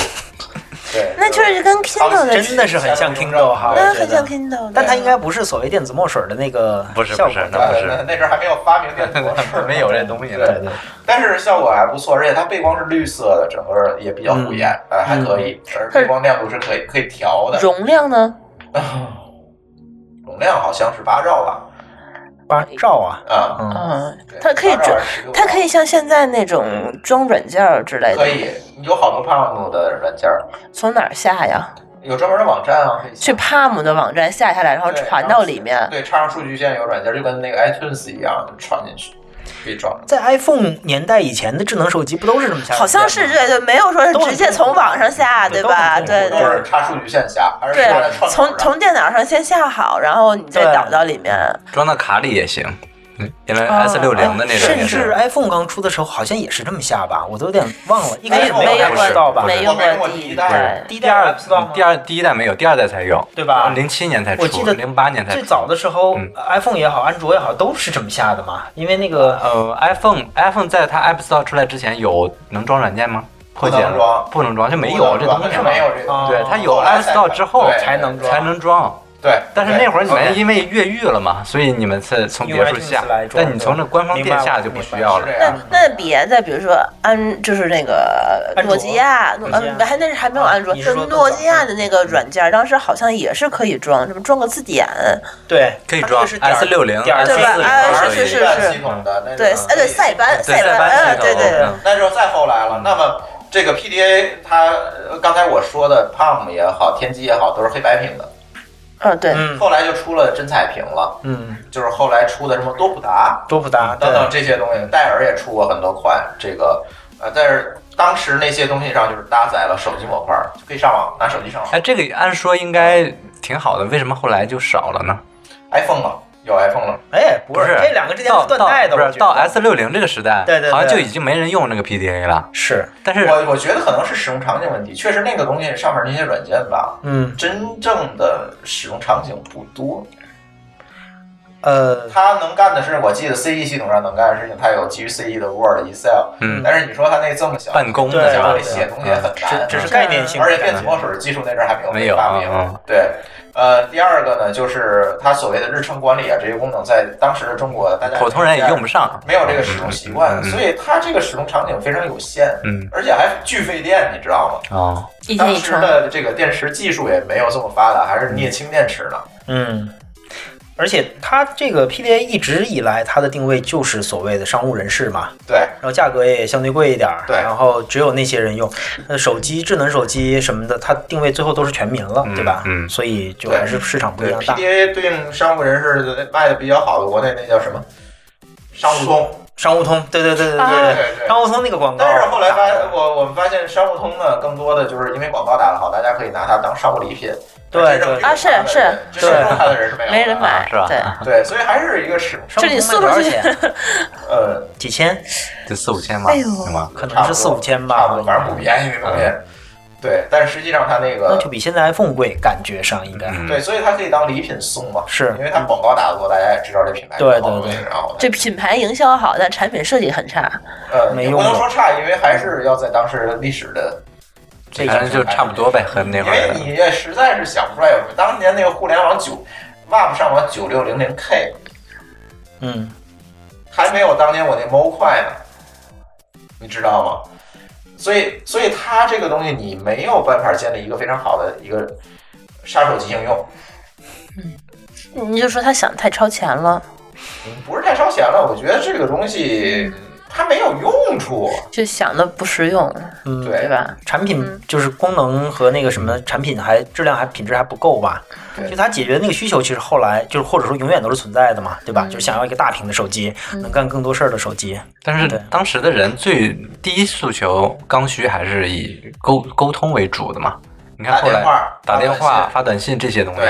[SPEAKER 1] 对，
[SPEAKER 2] 那确实是跟 Kindle 的，
[SPEAKER 4] 真的是很像 Kindle 哈，
[SPEAKER 2] 那
[SPEAKER 4] 我觉
[SPEAKER 2] 很像
[SPEAKER 4] 得。
[SPEAKER 2] Kindle 的。
[SPEAKER 4] 但它应该不是所谓电子墨水的那个
[SPEAKER 3] 不是
[SPEAKER 4] 效
[SPEAKER 3] 不
[SPEAKER 4] 果
[SPEAKER 3] 是，
[SPEAKER 1] 对。
[SPEAKER 3] 那不
[SPEAKER 1] 那
[SPEAKER 3] 是，，
[SPEAKER 1] 那阵儿还没有发明电子墨水
[SPEAKER 3] 没有这东西呢。
[SPEAKER 1] 对但是效果还不错，而且它背光是绿色的，整个也比较
[SPEAKER 3] 嗯
[SPEAKER 1] 护眼，呃，还可以，
[SPEAKER 2] 嗯
[SPEAKER 1] 而背光亮度是可以可以调的，
[SPEAKER 2] 容量呢？
[SPEAKER 1] 容量好像是八兆吧，
[SPEAKER 4] 八兆啊，
[SPEAKER 1] 啊，
[SPEAKER 4] 嗯，
[SPEAKER 2] 嗯
[SPEAKER 1] 对，
[SPEAKER 2] 它可以
[SPEAKER 1] 八兆
[SPEAKER 2] 转
[SPEAKER 1] 还是16，
[SPEAKER 2] 它可以像现在那种装软件儿之类
[SPEAKER 1] 可
[SPEAKER 2] 的，
[SPEAKER 1] 以，有好多 Palm 的软件儿，
[SPEAKER 2] 从哪儿下呀？
[SPEAKER 1] 有专门的网站啊，可以下
[SPEAKER 2] 去 Palm 的网站下下来，然后
[SPEAKER 1] 对
[SPEAKER 2] 传到里面。
[SPEAKER 1] 对，插上数据线有软件，就跟那个 iTunes 一样，传进去可以装。
[SPEAKER 4] 在 iPhone 年代以前的智能手机不都是这么下载的吗？
[SPEAKER 2] 好像是对对，没有说是
[SPEAKER 4] 都很
[SPEAKER 2] 直接从网上下，
[SPEAKER 4] 对
[SPEAKER 2] 对吧？
[SPEAKER 4] 都
[SPEAKER 2] 对
[SPEAKER 4] 很痛苦
[SPEAKER 1] 都
[SPEAKER 2] 对
[SPEAKER 1] 是插数据线下，还是插在
[SPEAKER 2] 对，
[SPEAKER 1] 串
[SPEAKER 2] 从
[SPEAKER 1] 口上？
[SPEAKER 2] 从电脑上先下好，然后你再
[SPEAKER 4] 对
[SPEAKER 2] 导到里面。
[SPEAKER 1] 嗯
[SPEAKER 3] 装到卡里也行。嗯，原来
[SPEAKER 2] 啊
[SPEAKER 3] S 六零的那种
[SPEAKER 4] 甚
[SPEAKER 3] 也
[SPEAKER 4] 至
[SPEAKER 3] 是。
[SPEAKER 4] iPhone 刚出的时候，好像也是这么下吧，我都有点忘了，
[SPEAKER 3] 哎
[SPEAKER 4] 应该是
[SPEAKER 2] 没
[SPEAKER 4] 有
[SPEAKER 2] 没用
[SPEAKER 4] 不知道
[SPEAKER 2] 过，
[SPEAKER 4] 吧？
[SPEAKER 2] 没用
[SPEAKER 1] 我没
[SPEAKER 2] 过
[SPEAKER 1] 用过
[SPEAKER 2] 第
[SPEAKER 1] 第
[SPEAKER 2] 一
[SPEAKER 1] 一代
[SPEAKER 2] 代。
[SPEAKER 4] 第一
[SPEAKER 3] 第
[SPEAKER 4] 代
[SPEAKER 3] 二
[SPEAKER 4] App Store 吗
[SPEAKER 3] 第二第一代没有，第二代才有，
[SPEAKER 4] 对吧
[SPEAKER 3] 零七年才
[SPEAKER 4] 我记
[SPEAKER 3] 出，
[SPEAKER 4] 得
[SPEAKER 3] 零八年才出。
[SPEAKER 4] 最早的时候、
[SPEAKER 3] 嗯
[SPEAKER 4] i p h o n e 也好，安卓也好，都是这么下的嘛，因为那个
[SPEAKER 3] 呃，iPhone iPhone 在它 App Store 出来之前有能装软件吗？破解了
[SPEAKER 1] 不能装
[SPEAKER 3] 不能装就没
[SPEAKER 1] 不
[SPEAKER 3] 有
[SPEAKER 1] 能
[SPEAKER 3] 这
[SPEAKER 1] 装
[SPEAKER 3] 东西
[SPEAKER 1] 是
[SPEAKER 3] 嘛
[SPEAKER 1] 没有这
[SPEAKER 4] 啊
[SPEAKER 1] 个，
[SPEAKER 3] 对，它有
[SPEAKER 1] 后来
[SPEAKER 3] App
[SPEAKER 1] 才
[SPEAKER 3] Store 之后
[SPEAKER 1] 对
[SPEAKER 4] 才能装
[SPEAKER 3] 才能装。
[SPEAKER 1] 对。
[SPEAKER 3] 但是那会儿你们
[SPEAKER 1] OK，
[SPEAKER 3] 因为越狱了嘛，所以你们是从别处下
[SPEAKER 4] iTunes 来，装
[SPEAKER 3] 但你从那官方店下就不需要
[SPEAKER 1] 是
[SPEAKER 3] 了
[SPEAKER 1] 这。
[SPEAKER 2] 那
[SPEAKER 1] 样。
[SPEAKER 2] 那别的，比如说安，就是那个
[SPEAKER 4] 安卓
[SPEAKER 2] 诺基亚，诺
[SPEAKER 4] 诺基亚
[SPEAKER 2] 嗯，还那是还没有
[SPEAKER 4] 啊
[SPEAKER 2] 安卓，
[SPEAKER 4] 你
[SPEAKER 2] 就是是
[SPEAKER 4] 说嗯
[SPEAKER 2] 诺基亚的那个软件，当时好像也是可以装，什么装个字典，
[SPEAKER 4] 对
[SPEAKER 3] 可以
[SPEAKER 4] 它那
[SPEAKER 3] 装
[SPEAKER 4] 个是点
[SPEAKER 3] S 六零、
[SPEAKER 4] 点儿
[SPEAKER 3] S
[SPEAKER 2] 对吧
[SPEAKER 3] 四
[SPEAKER 2] 哎
[SPEAKER 3] 零都可
[SPEAKER 2] 是
[SPEAKER 3] 以
[SPEAKER 2] 是。
[SPEAKER 1] 这个系统的那
[SPEAKER 2] 对，
[SPEAKER 1] 种
[SPEAKER 2] 哎对，塞班，
[SPEAKER 3] 对塞
[SPEAKER 2] 班，
[SPEAKER 3] 班
[SPEAKER 2] 哎
[SPEAKER 3] 系
[SPEAKER 2] 对
[SPEAKER 3] 统，
[SPEAKER 2] 对，
[SPEAKER 3] 嗯
[SPEAKER 1] 那就再后来了。那么这个 PDA，它呃刚才我说的 Palm 也好，天玑也好，都是黑白屏的。
[SPEAKER 2] 嗯对，
[SPEAKER 3] 哦
[SPEAKER 4] 嗯
[SPEAKER 1] 后来就出了真彩屏了，
[SPEAKER 4] 嗯，
[SPEAKER 1] 就是后来出的什么多普达
[SPEAKER 4] 多普达
[SPEAKER 1] 等
[SPEAKER 4] 对
[SPEAKER 1] 等这些东西，戴尔也出过很多款这个。呃，但是当时那些东西上就是搭载了手机模块，就可以上网，拿手机上网
[SPEAKER 3] 哎，这个按说应该挺好的，为什么后来就少了呢？
[SPEAKER 1] ，iPhone 了，有 iPhone 了。
[SPEAKER 4] 哎，不
[SPEAKER 3] 不是
[SPEAKER 4] 这两个之间
[SPEAKER 3] 到
[SPEAKER 4] 是断代
[SPEAKER 3] 到
[SPEAKER 4] 的，我
[SPEAKER 3] 不
[SPEAKER 4] 觉
[SPEAKER 3] 是
[SPEAKER 4] 得
[SPEAKER 3] 到 S 六零这个时代，
[SPEAKER 4] 对对对
[SPEAKER 3] 好像就已经没人用那个 PDA 了。
[SPEAKER 4] 是，
[SPEAKER 3] 但是
[SPEAKER 1] 我我觉得可能是使用场景问题，确实那个东西上面那些软件吧，
[SPEAKER 4] 嗯
[SPEAKER 1] 真正的使用场景不多。
[SPEAKER 4] 呃，
[SPEAKER 1] 它能干的是，我记得 CE 系统上能干的事情，它有基于 CE 的 Word、Excel，
[SPEAKER 3] 嗯
[SPEAKER 1] 但是你说它那这么小，
[SPEAKER 3] 办公
[SPEAKER 4] 对
[SPEAKER 3] 的
[SPEAKER 1] 想
[SPEAKER 3] 话
[SPEAKER 1] 往里
[SPEAKER 4] 对
[SPEAKER 1] 写东西也很难，
[SPEAKER 4] 只是
[SPEAKER 2] 嗯
[SPEAKER 4] 概念性的
[SPEAKER 1] 而且
[SPEAKER 4] 可
[SPEAKER 1] 电
[SPEAKER 4] 能，
[SPEAKER 1] 子墨水技术那阵儿还没有
[SPEAKER 3] 没
[SPEAKER 1] 被
[SPEAKER 3] 有
[SPEAKER 1] 发明。
[SPEAKER 3] 嗯嗯
[SPEAKER 1] 对，呃，第二个呢，就是它所谓的日程管理啊这些功能，在当时的中国大家
[SPEAKER 3] 普通人也用不上，
[SPEAKER 1] 没有这个使用习惯，
[SPEAKER 3] 嗯
[SPEAKER 1] 所以它这个使用场景非常有限，
[SPEAKER 3] 嗯
[SPEAKER 1] 而且还巨费电，你知道吗？
[SPEAKER 3] 哦，
[SPEAKER 2] 一天
[SPEAKER 1] 当
[SPEAKER 2] 一
[SPEAKER 1] 时
[SPEAKER 2] 充，
[SPEAKER 1] 的这个电池技术也没有这么发达，还是镍氢电池呢。
[SPEAKER 4] 嗯，而且它这个 PDA 一直以来它的定位就是所谓的商务人士嘛，
[SPEAKER 1] 对，
[SPEAKER 4] 然后价格也相对贵一点儿，
[SPEAKER 1] 对
[SPEAKER 4] 然后只有那些人用。那手机、智能手机什么的，它定位最后都是全民了，
[SPEAKER 3] 嗯
[SPEAKER 4] 对吧？
[SPEAKER 3] 嗯
[SPEAKER 4] 所以就还是市场不一
[SPEAKER 1] 对
[SPEAKER 4] 样大。
[SPEAKER 1] ，PDA 对应商务人士的卖的比较好的国内那叫什么？商务通。
[SPEAKER 4] 商务通，对对对对
[SPEAKER 1] 对
[SPEAKER 4] 对
[SPEAKER 1] 对对
[SPEAKER 4] 商务通那个广告，
[SPEAKER 1] 但是后来发现，我我们发现商务通呢，更多的就是因为广告打得好，大家可以拿它当商务礼品。
[SPEAKER 4] 对
[SPEAKER 1] 但真正
[SPEAKER 4] 对
[SPEAKER 1] 用它的
[SPEAKER 2] 啊是
[SPEAKER 1] 人
[SPEAKER 4] 是
[SPEAKER 1] 真正用它的人是没有的
[SPEAKER 2] 没人
[SPEAKER 4] 啊
[SPEAKER 2] 买，
[SPEAKER 3] 是吧
[SPEAKER 2] 对，
[SPEAKER 1] 对，所以还是一个使用
[SPEAKER 4] 商务
[SPEAKER 2] 这里
[SPEAKER 4] 通
[SPEAKER 2] 速
[SPEAKER 4] 卖多
[SPEAKER 2] 度
[SPEAKER 4] 少
[SPEAKER 2] 去
[SPEAKER 4] 钱？
[SPEAKER 1] 呃，
[SPEAKER 4] 几千，
[SPEAKER 3] 嗯就四五
[SPEAKER 4] 哎
[SPEAKER 3] 千吧，是吗？
[SPEAKER 4] 可能
[SPEAKER 1] 差不多
[SPEAKER 4] 是四五千
[SPEAKER 1] 差不
[SPEAKER 4] 吧
[SPEAKER 1] 啊多，，反正不便宜那东西。对，但实际上它那
[SPEAKER 4] 嗯那
[SPEAKER 1] 个
[SPEAKER 4] 就比现在 iPhone 贵，感觉上应该。
[SPEAKER 1] 对，所以它可以当礼品送嘛，
[SPEAKER 4] 是
[SPEAKER 1] 嗯因为它广告打得多，大家也知道这品牌
[SPEAKER 4] 对
[SPEAKER 1] 是好
[SPEAKER 4] 对
[SPEAKER 1] 东西
[SPEAKER 4] 对
[SPEAKER 1] 然后呢
[SPEAKER 2] 这品牌营销好，但产品设计很差。
[SPEAKER 1] 呃，
[SPEAKER 4] 没
[SPEAKER 1] 也
[SPEAKER 4] 用
[SPEAKER 1] 不能
[SPEAKER 4] 过
[SPEAKER 1] 说差，因为还是要在当时历史的这个
[SPEAKER 3] 反正就差不多呗，和那
[SPEAKER 1] 因
[SPEAKER 3] 会儿
[SPEAKER 1] 为
[SPEAKER 3] 的。
[SPEAKER 1] 你也实在是想不出来有什么。当年那个互联网九，Web 上网九六零零 K，
[SPEAKER 4] 嗯，
[SPEAKER 1] 还没有当年我那 MO 快呢，你知道吗？所以，所以它这个东西你没有办法建立一个非常好的一个杀手级应用，
[SPEAKER 2] 你就说他想太超前了，
[SPEAKER 1] 不是太烧钱了。我觉得这个东西它没有用处，
[SPEAKER 2] 就想的不实用，对
[SPEAKER 1] 对嗯
[SPEAKER 2] 吧？
[SPEAKER 4] 嗯
[SPEAKER 2] 嗯
[SPEAKER 4] 产品就是功能和那个什么产品还质量还品质还不够吧？
[SPEAKER 1] 对
[SPEAKER 4] 就它解决的那个
[SPEAKER 2] 嗯
[SPEAKER 4] 需求，其实后来就是或者说永远都是存在的嘛，对吧？就是想要一个大屏的手机，
[SPEAKER 2] 嗯
[SPEAKER 4] 能干更多事儿的手机。
[SPEAKER 3] 但是
[SPEAKER 4] 对
[SPEAKER 3] 当时的人最第一诉求刚需还是以沟沟通为主的嘛。你看
[SPEAKER 1] 打
[SPEAKER 3] 后
[SPEAKER 1] 电
[SPEAKER 3] 来
[SPEAKER 1] 话
[SPEAKER 3] 打电
[SPEAKER 1] 发短
[SPEAKER 3] 话、
[SPEAKER 1] 信
[SPEAKER 3] 发短信这些东西
[SPEAKER 1] 对，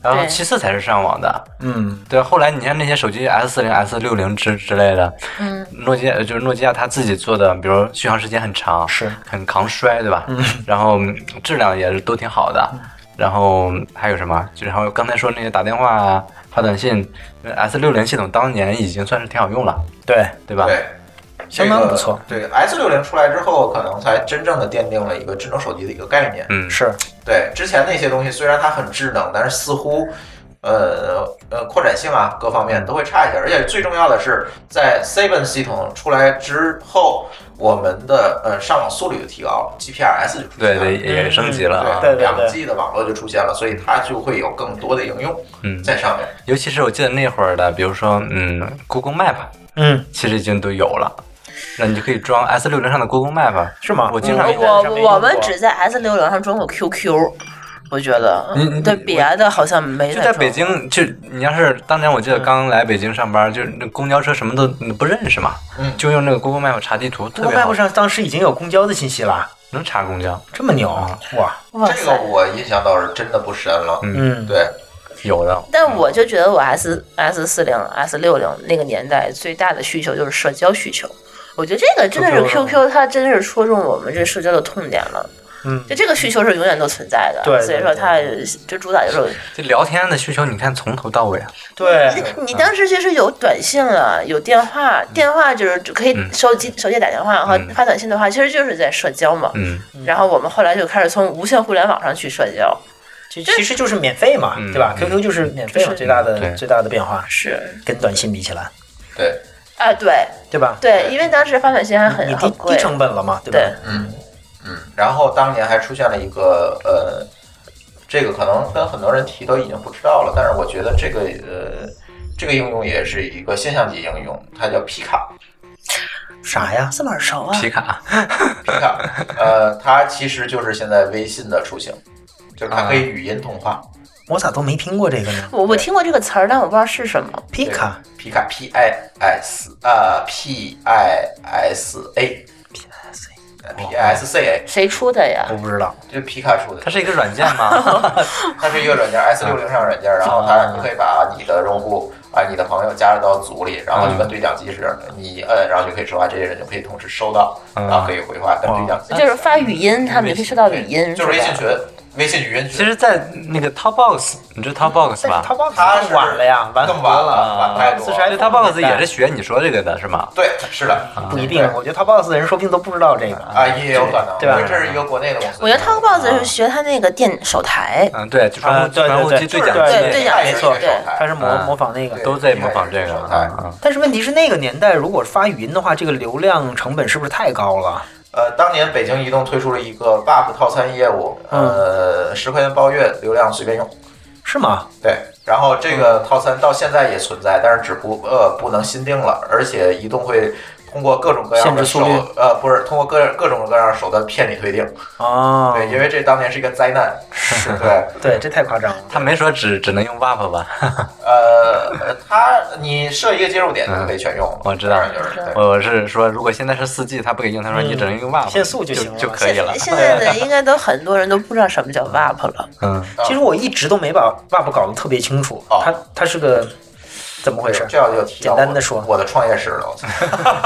[SPEAKER 3] 然后
[SPEAKER 2] 对
[SPEAKER 3] 其次才是上网的。
[SPEAKER 4] 嗯，
[SPEAKER 3] 对，后来你看那些手机 S 四零、S 六零之之类的，
[SPEAKER 2] 嗯，
[SPEAKER 3] 诺基亚就是诺基亚它自己做的，比如续航时间很长，
[SPEAKER 4] 是
[SPEAKER 3] 很抗摔，对吧？嗯，然后嗯质量也是都挺好的。然后嗯还有什么？就然后刚才说那个打电话啊、发短信，S 呃六零系统当年已经算是挺好用了，
[SPEAKER 4] 对，
[SPEAKER 3] 对吧？
[SPEAKER 1] 对。
[SPEAKER 4] 相当不错
[SPEAKER 1] 这个。对 S 六零出来之后，可能才真正的奠定了一个智能手机的一个概念。
[SPEAKER 3] 嗯，
[SPEAKER 4] 是
[SPEAKER 1] 对，之前那些东西虽然它很智能，但是似乎，呃呃，扩展性啊各方面都会差一些。而且最重要的是，在 Seven 系统出来之后，我们的呃上网速率就提高了，GPRS 就出现
[SPEAKER 3] 对
[SPEAKER 1] 了。
[SPEAKER 3] 对，也升级了啊。
[SPEAKER 4] 对对对
[SPEAKER 1] 两 G 的网络就出现了，所以它就会有更多的应用
[SPEAKER 3] 嗯，
[SPEAKER 1] 在上面。
[SPEAKER 3] 尤其是我记得那会儿的，比如说嗯，Google Map
[SPEAKER 4] 嗯，
[SPEAKER 3] 其实已经都有了，那你就可以装 S 六零上的 Google Map。
[SPEAKER 4] 是吗？
[SPEAKER 3] 我经常
[SPEAKER 2] 嗯我
[SPEAKER 4] 上面用
[SPEAKER 2] 我
[SPEAKER 4] 过
[SPEAKER 2] 我们只在 S 六零上装过 QQ，我觉得
[SPEAKER 4] 嗯
[SPEAKER 3] 你你，
[SPEAKER 2] 对别的好像没
[SPEAKER 3] 就
[SPEAKER 2] 装
[SPEAKER 3] 在北京，就你要是当年我记
[SPEAKER 4] 嗯
[SPEAKER 3] 得刚来北京上班，就是那公交车什么都不认识嘛，
[SPEAKER 1] 嗯
[SPEAKER 3] 就用那个 Google Map 查地图，特别
[SPEAKER 4] Google
[SPEAKER 3] 好
[SPEAKER 4] Map，上当时已经有公交的信息了，
[SPEAKER 3] 能查公交，嗯
[SPEAKER 4] 这么牛哇！
[SPEAKER 2] 哇
[SPEAKER 1] 这个
[SPEAKER 2] 塞！
[SPEAKER 1] 我印象倒是真的不深了。
[SPEAKER 4] 嗯，
[SPEAKER 1] 对，
[SPEAKER 3] 有的。
[SPEAKER 2] 但我就觉得我 S S 四零、S 六零那个年代最大的需求就是社交需求。我觉得这个真的是
[SPEAKER 4] QQ
[SPEAKER 2] QQ，它真是戳中我们这社交的痛点了。
[SPEAKER 4] 嗯
[SPEAKER 2] 就这个需求是永远都存在的，
[SPEAKER 4] 对对
[SPEAKER 2] 所以说它就主打就是
[SPEAKER 3] 这聊天的需求，你看从头到尾啊，
[SPEAKER 4] 对，
[SPEAKER 2] 你当时就是有短信了，有电
[SPEAKER 1] 嗯
[SPEAKER 2] 话，电话就是可以
[SPEAKER 3] 嗯
[SPEAKER 2] 手机手机打电话和
[SPEAKER 3] 嗯
[SPEAKER 2] 发短信的话，其实就是在社交嘛。
[SPEAKER 3] 嗯，
[SPEAKER 2] 然后我们后来就开始从无线互联网上去社交，
[SPEAKER 4] 其其实就是免费嘛，
[SPEAKER 3] 嗯
[SPEAKER 4] 对吧
[SPEAKER 3] 嗯
[SPEAKER 4] ？QQ 就是免费嘛，
[SPEAKER 2] 是
[SPEAKER 4] 最大的
[SPEAKER 3] 对
[SPEAKER 4] 最大的变化
[SPEAKER 2] 是
[SPEAKER 4] 跟短信比起来，
[SPEAKER 1] 对，
[SPEAKER 2] 啊，对
[SPEAKER 4] 对吧？
[SPEAKER 2] 对，因为当时发短信还很
[SPEAKER 4] 你低
[SPEAKER 2] 很
[SPEAKER 4] 低
[SPEAKER 2] 哎贵，
[SPEAKER 4] 成本了嘛，对吧？
[SPEAKER 2] 对
[SPEAKER 1] 嗯，然后当年还出现了一个呃，这个可能跟很多人提都已经不知道了，但是我觉得这个呃，这个应用也是一个现象级应用，它叫皮卡。
[SPEAKER 4] 啥呀？
[SPEAKER 2] 这么耳熟啊？
[SPEAKER 3] 皮卡，
[SPEAKER 1] 皮卡，呃，它其实就是现在微信的雏形，就是它可以语音通话。
[SPEAKER 4] 我咋都没听过这个 呢？
[SPEAKER 2] 我我听过这个词儿，但我不知道是什么。
[SPEAKER 4] 皮卡，
[SPEAKER 1] 皮卡呃 P I S 啊、P I S A PSCA，
[SPEAKER 2] 谁出的呀
[SPEAKER 4] 我？不知道，
[SPEAKER 1] 就皮卡丘的
[SPEAKER 3] 它，是一个软件吗？
[SPEAKER 1] 它是一个软件 S 六零上软件，然后它
[SPEAKER 3] 哦
[SPEAKER 1] 你可以把你的用户啊、你的朋友加入到组里，然后
[SPEAKER 3] 嗯
[SPEAKER 1] 就跟对讲机似的，你一摁，然后就可以说话，这些人就可以同时收到，
[SPEAKER 3] 嗯
[SPEAKER 1] 然后可以回话，跟对讲机，
[SPEAKER 2] 哦就是发语音，他们就可以收到语音，
[SPEAKER 1] 嗯就是微信
[SPEAKER 2] 吧
[SPEAKER 1] 群，微信语音
[SPEAKER 3] 其
[SPEAKER 1] 群。
[SPEAKER 3] 实，在那个 Topbox，你知道 Topbox 哦吧？
[SPEAKER 4] 淘宝
[SPEAKER 1] 它
[SPEAKER 4] 更
[SPEAKER 1] 是
[SPEAKER 4] 晚了呀，晚
[SPEAKER 1] 更
[SPEAKER 4] 很多
[SPEAKER 1] 晚了，晚太
[SPEAKER 4] 四
[SPEAKER 1] 多
[SPEAKER 4] 十
[SPEAKER 1] 了。
[SPEAKER 3] 对 Topbox 也是
[SPEAKER 4] 是
[SPEAKER 3] 学你说这个的是吗？啊
[SPEAKER 1] 对，是的，
[SPEAKER 4] 不一定，我觉得淘宝的人说不定都不知道这个。
[SPEAKER 1] 啊，也有可能，
[SPEAKER 4] 对吧
[SPEAKER 1] 因为这是一个国内的公司。
[SPEAKER 2] 我觉得
[SPEAKER 1] 啊
[SPEAKER 2] Talkbox 是学他那个电手台，
[SPEAKER 3] 嗯，对，就传呼
[SPEAKER 4] 啊对对
[SPEAKER 3] 传呼
[SPEAKER 4] 对
[SPEAKER 3] 机
[SPEAKER 4] 就
[SPEAKER 3] 对
[SPEAKER 4] 是
[SPEAKER 3] 讲
[SPEAKER 4] 对
[SPEAKER 3] 机
[SPEAKER 2] 对
[SPEAKER 1] 它也是一个
[SPEAKER 2] 对
[SPEAKER 1] 手台
[SPEAKER 4] 它是模
[SPEAKER 3] 嗯
[SPEAKER 4] 模仿那个
[SPEAKER 1] 对，
[SPEAKER 3] 都在模仿这个
[SPEAKER 1] 手台
[SPEAKER 3] 啊。啊
[SPEAKER 4] 但是问题是那个年代，如果发语音的话，这个流量成本是不是太高了？
[SPEAKER 1] 呃，当年北京移动推出了一个 buff 套餐业务，
[SPEAKER 3] 嗯
[SPEAKER 1] 呃，十块钱包月，流量随便用。
[SPEAKER 4] 是吗？
[SPEAKER 1] 对，然后这个套餐到现在也存在，但是只不呃不能新定了，而且移动会通过各种各样
[SPEAKER 4] 限
[SPEAKER 1] 的
[SPEAKER 4] 制速
[SPEAKER 1] 手
[SPEAKER 4] 率
[SPEAKER 1] 呃不是通过各各种各样的手段骗你退订。
[SPEAKER 4] 哦，
[SPEAKER 1] 对，因为这当年是一个灾难。是对，
[SPEAKER 4] 对，这太夸张了。
[SPEAKER 3] 他没说只只能用 WAP 吧？
[SPEAKER 1] 呃，呃它你设一个接入点就可以全用了。
[SPEAKER 3] 我知道
[SPEAKER 1] 当然就是对
[SPEAKER 3] 我是说，如果现在是四 G，他不给用，他说你只能用 WAP，
[SPEAKER 4] 嗯限速就
[SPEAKER 3] 就
[SPEAKER 4] 行了
[SPEAKER 3] 就可以了。
[SPEAKER 2] 现在的应该都很多人都不知道什么叫 WAP 了，
[SPEAKER 3] 嗯，
[SPEAKER 4] 其实我一直都没把 WAP 搞得特别清楚，
[SPEAKER 1] 哦
[SPEAKER 4] 它它是个怎么回事？
[SPEAKER 1] 这样就提到
[SPEAKER 4] 简单
[SPEAKER 1] 我
[SPEAKER 4] 地说
[SPEAKER 1] 我的创业史了。我操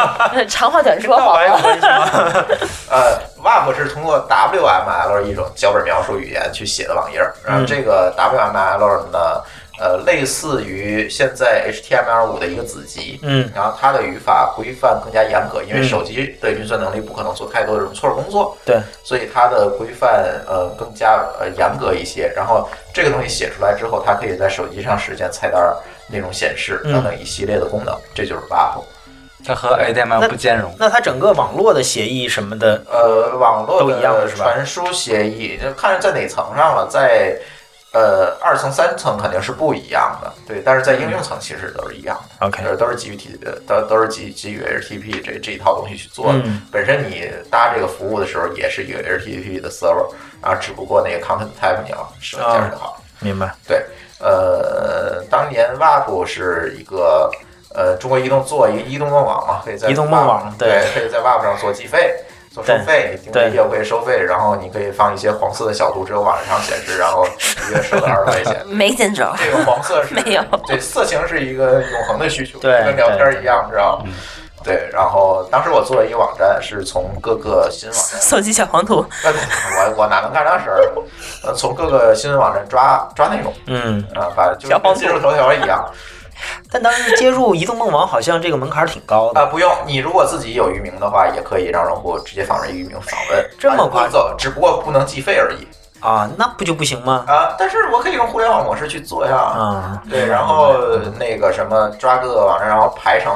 [SPEAKER 2] 长话短说，好
[SPEAKER 4] 玩意
[SPEAKER 2] 吧？。
[SPEAKER 4] 儿
[SPEAKER 1] 呃，WAP 是通过 WML 一种脚本描述语言去写的网页儿，然后
[SPEAKER 4] 嗯
[SPEAKER 1] 这个 WML 呢，呃，类似于现在 HTML5 的一个子集，
[SPEAKER 4] 嗯，
[SPEAKER 1] 然后它的语法规范更加严格，因为
[SPEAKER 4] 嗯
[SPEAKER 1] 手机的运算能力不可能做太多的容错工作，
[SPEAKER 4] 对，
[SPEAKER 1] 所以它的规范呃更加呃严格一些。然后这个东西写出来之后，它可以在手机上实现菜单儿内容显示
[SPEAKER 4] 嗯
[SPEAKER 1] 等等一系列的功能，这就是 WAP。
[SPEAKER 3] 它和 HTML 不兼容。
[SPEAKER 4] 那它整个网络的协议什么的，
[SPEAKER 1] 呃，网络
[SPEAKER 4] 都一样的
[SPEAKER 1] 的
[SPEAKER 4] 是吧
[SPEAKER 1] 传输协议，就看在哪层上了，在呃二层、三层肯定是不一样的，对，但是在应用层其实都是一样的。
[SPEAKER 4] 嗯 OK
[SPEAKER 1] 就是都是基于 T 呃都都是基基于 HTTP 这这一套东西去做的。
[SPEAKER 4] 嗯
[SPEAKER 1] 本身你搭这个服务的时候也是一个 HTTP 的 server，然后只不过那个 content type 你要设计
[SPEAKER 4] 啊
[SPEAKER 1] 就好。
[SPEAKER 4] 明白？
[SPEAKER 1] 对，呃，当年 WAP 是一个呃中国移动做一个移动梦网嘛，可以在
[SPEAKER 4] 移动梦
[SPEAKER 1] WAP
[SPEAKER 4] 网对
[SPEAKER 1] 对，可以在 WAP 上做计费。做收费，你订
[SPEAKER 4] 对
[SPEAKER 1] 阅业务可以收费，然后你可以放一些黄色的小度，只有晚上显示，然后一个月收个二十块 钱
[SPEAKER 2] 没见着，
[SPEAKER 1] 这个黄色是
[SPEAKER 2] 没有
[SPEAKER 1] 对色情是一个永恒的需求，
[SPEAKER 4] 对嗯
[SPEAKER 1] 就跟聊天一样，知道吗？对，然后当时我做了一个网站，是从各个新网站
[SPEAKER 2] 搜集小黄图，
[SPEAKER 1] 那 我我哪能干那事儿？呃，从各个新闻网站抓抓内容，
[SPEAKER 4] 嗯，
[SPEAKER 1] 啊，把就
[SPEAKER 2] 小
[SPEAKER 1] 跟
[SPEAKER 2] 黄
[SPEAKER 1] 今日头条一样
[SPEAKER 4] 但当时接入移动梦网好像这个门槛儿挺高的，
[SPEAKER 1] 啊，不用你如果自己有域名的话，也可以让用户直接访问域名访问，
[SPEAKER 4] 这么快
[SPEAKER 1] 快走，只不过不能计费而已
[SPEAKER 4] 啊，那不就不行吗？
[SPEAKER 1] 啊。但是我可以用互联网模式去做呀。
[SPEAKER 4] 啊，
[SPEAKER 1] 对，然后那个什么抓各个网站，然后排成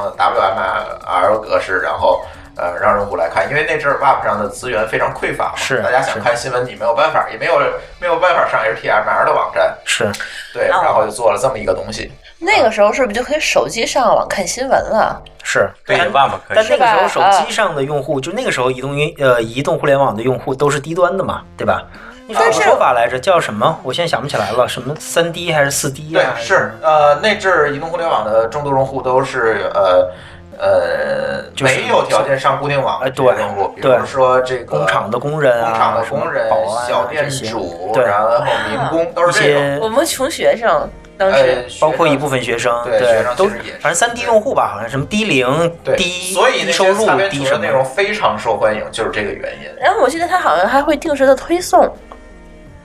[SPEAKER 1] WML 格式，然后呃让用户来看，因为那阵儿 Web 上的资源非常匮乏嘛，
[SPEAKER 4] 是
[SPEAKER 1] 大家想
[SPEAKER 4] 是
[SPEAKER 1] 看新闻你没有办法，也没有没有办法上 HTML 的网站，
[SPEAKER 4] 是
[SPEAKER 1] 对，
[SPEAKER 2] 哦
[SPEAKER 1] 然后就做了这么一个东西。
[SPEAKER 2] 那个时候是不是就可以手机上网看新闻了？
[SPEAKER 4] 是，
[SPEAKER 3] 对
[SPEAKER 4] 但
[SPEAKER 3] WAP 可
[SPEAKER 4] 但
[SPEAKER 3] 以。
[SPEAKER 4] 那个时候
[SPEAKER 2] 是吧
[SPEAKER 4] 手机上的用户，就那个时候移动云呃移动互联网的用户都是低端的嘛，对吧？你说有
[SPEAKER 2] 但
[SPEAKER 4] 个
[SPEAKER 2] 是
[SPEAKER 4] 说法来着，叫什么？我现在想不起来了，什么三 D 还是四 D 啊
[SPEAKER 1] 对
[SPEAKER 4] 呀？，
[SPEAKER 1] 是呃，那阵儿移动互联网的众多用户都是呃呃、
[SPEAKER 4] 就是
[SPEAKER 1] 没有条件上固定网
[SPEAKER 4] 哎
[SPEAKER 1] 的
[SPEAKER 4] 对
[SPEAKER 1] 用户，比
[SPEAKER 4] 对
[SPEAKER 1] 如说这个
[SPEAKER 4] 工厂的工人啊，
[SPEAKER 1] 工厂的工人
[SPEAKER 4] 什么保、安啊
[SPEAKER 1] 小店
[SPEAKER 4] 这些
[SPEAKER 1] 主，
[SPEAKER 4] 对
[SPEAKER 1] 然后民工都
[SPEAKER 4] 一
[SPEAKER 1] 是这种。
[SPEAKER 4] 些
[SPEAKER 2] 我们穷学生当时
[SPEAKER 1] 呃，学
[SPEAKER 4] 包括
[SPEAKER 1] 生
[SPEAKER 4] 一部分学生，
[SPEAKER 1] 对学生
[SPEAKER 4] 都
[SPEAKER 1] 其实也是
[SPEAKER 4] 反正三低用户吧，好像什么低龄、
[SPEAKER 1] 对，
[SPEAKER 4] 低
[SPEAKER 1] 所以那
[SPEAKER 4] 低收
[SPEAKER 1] 些
[SPEAKER 4] 入
[SPEAKER 1] 擦边、
[SPEAKER 4] 低
[SPEAKER 1] 球
[SPEAKER 4] 什
[SPEAKER 1] 的
[SPEAKER 4] 么
[SPEAKER 1] 内容非常受欢迎，就是这个原因。
[SPEAKER 2] 然后我记得他好像还会定时的推送，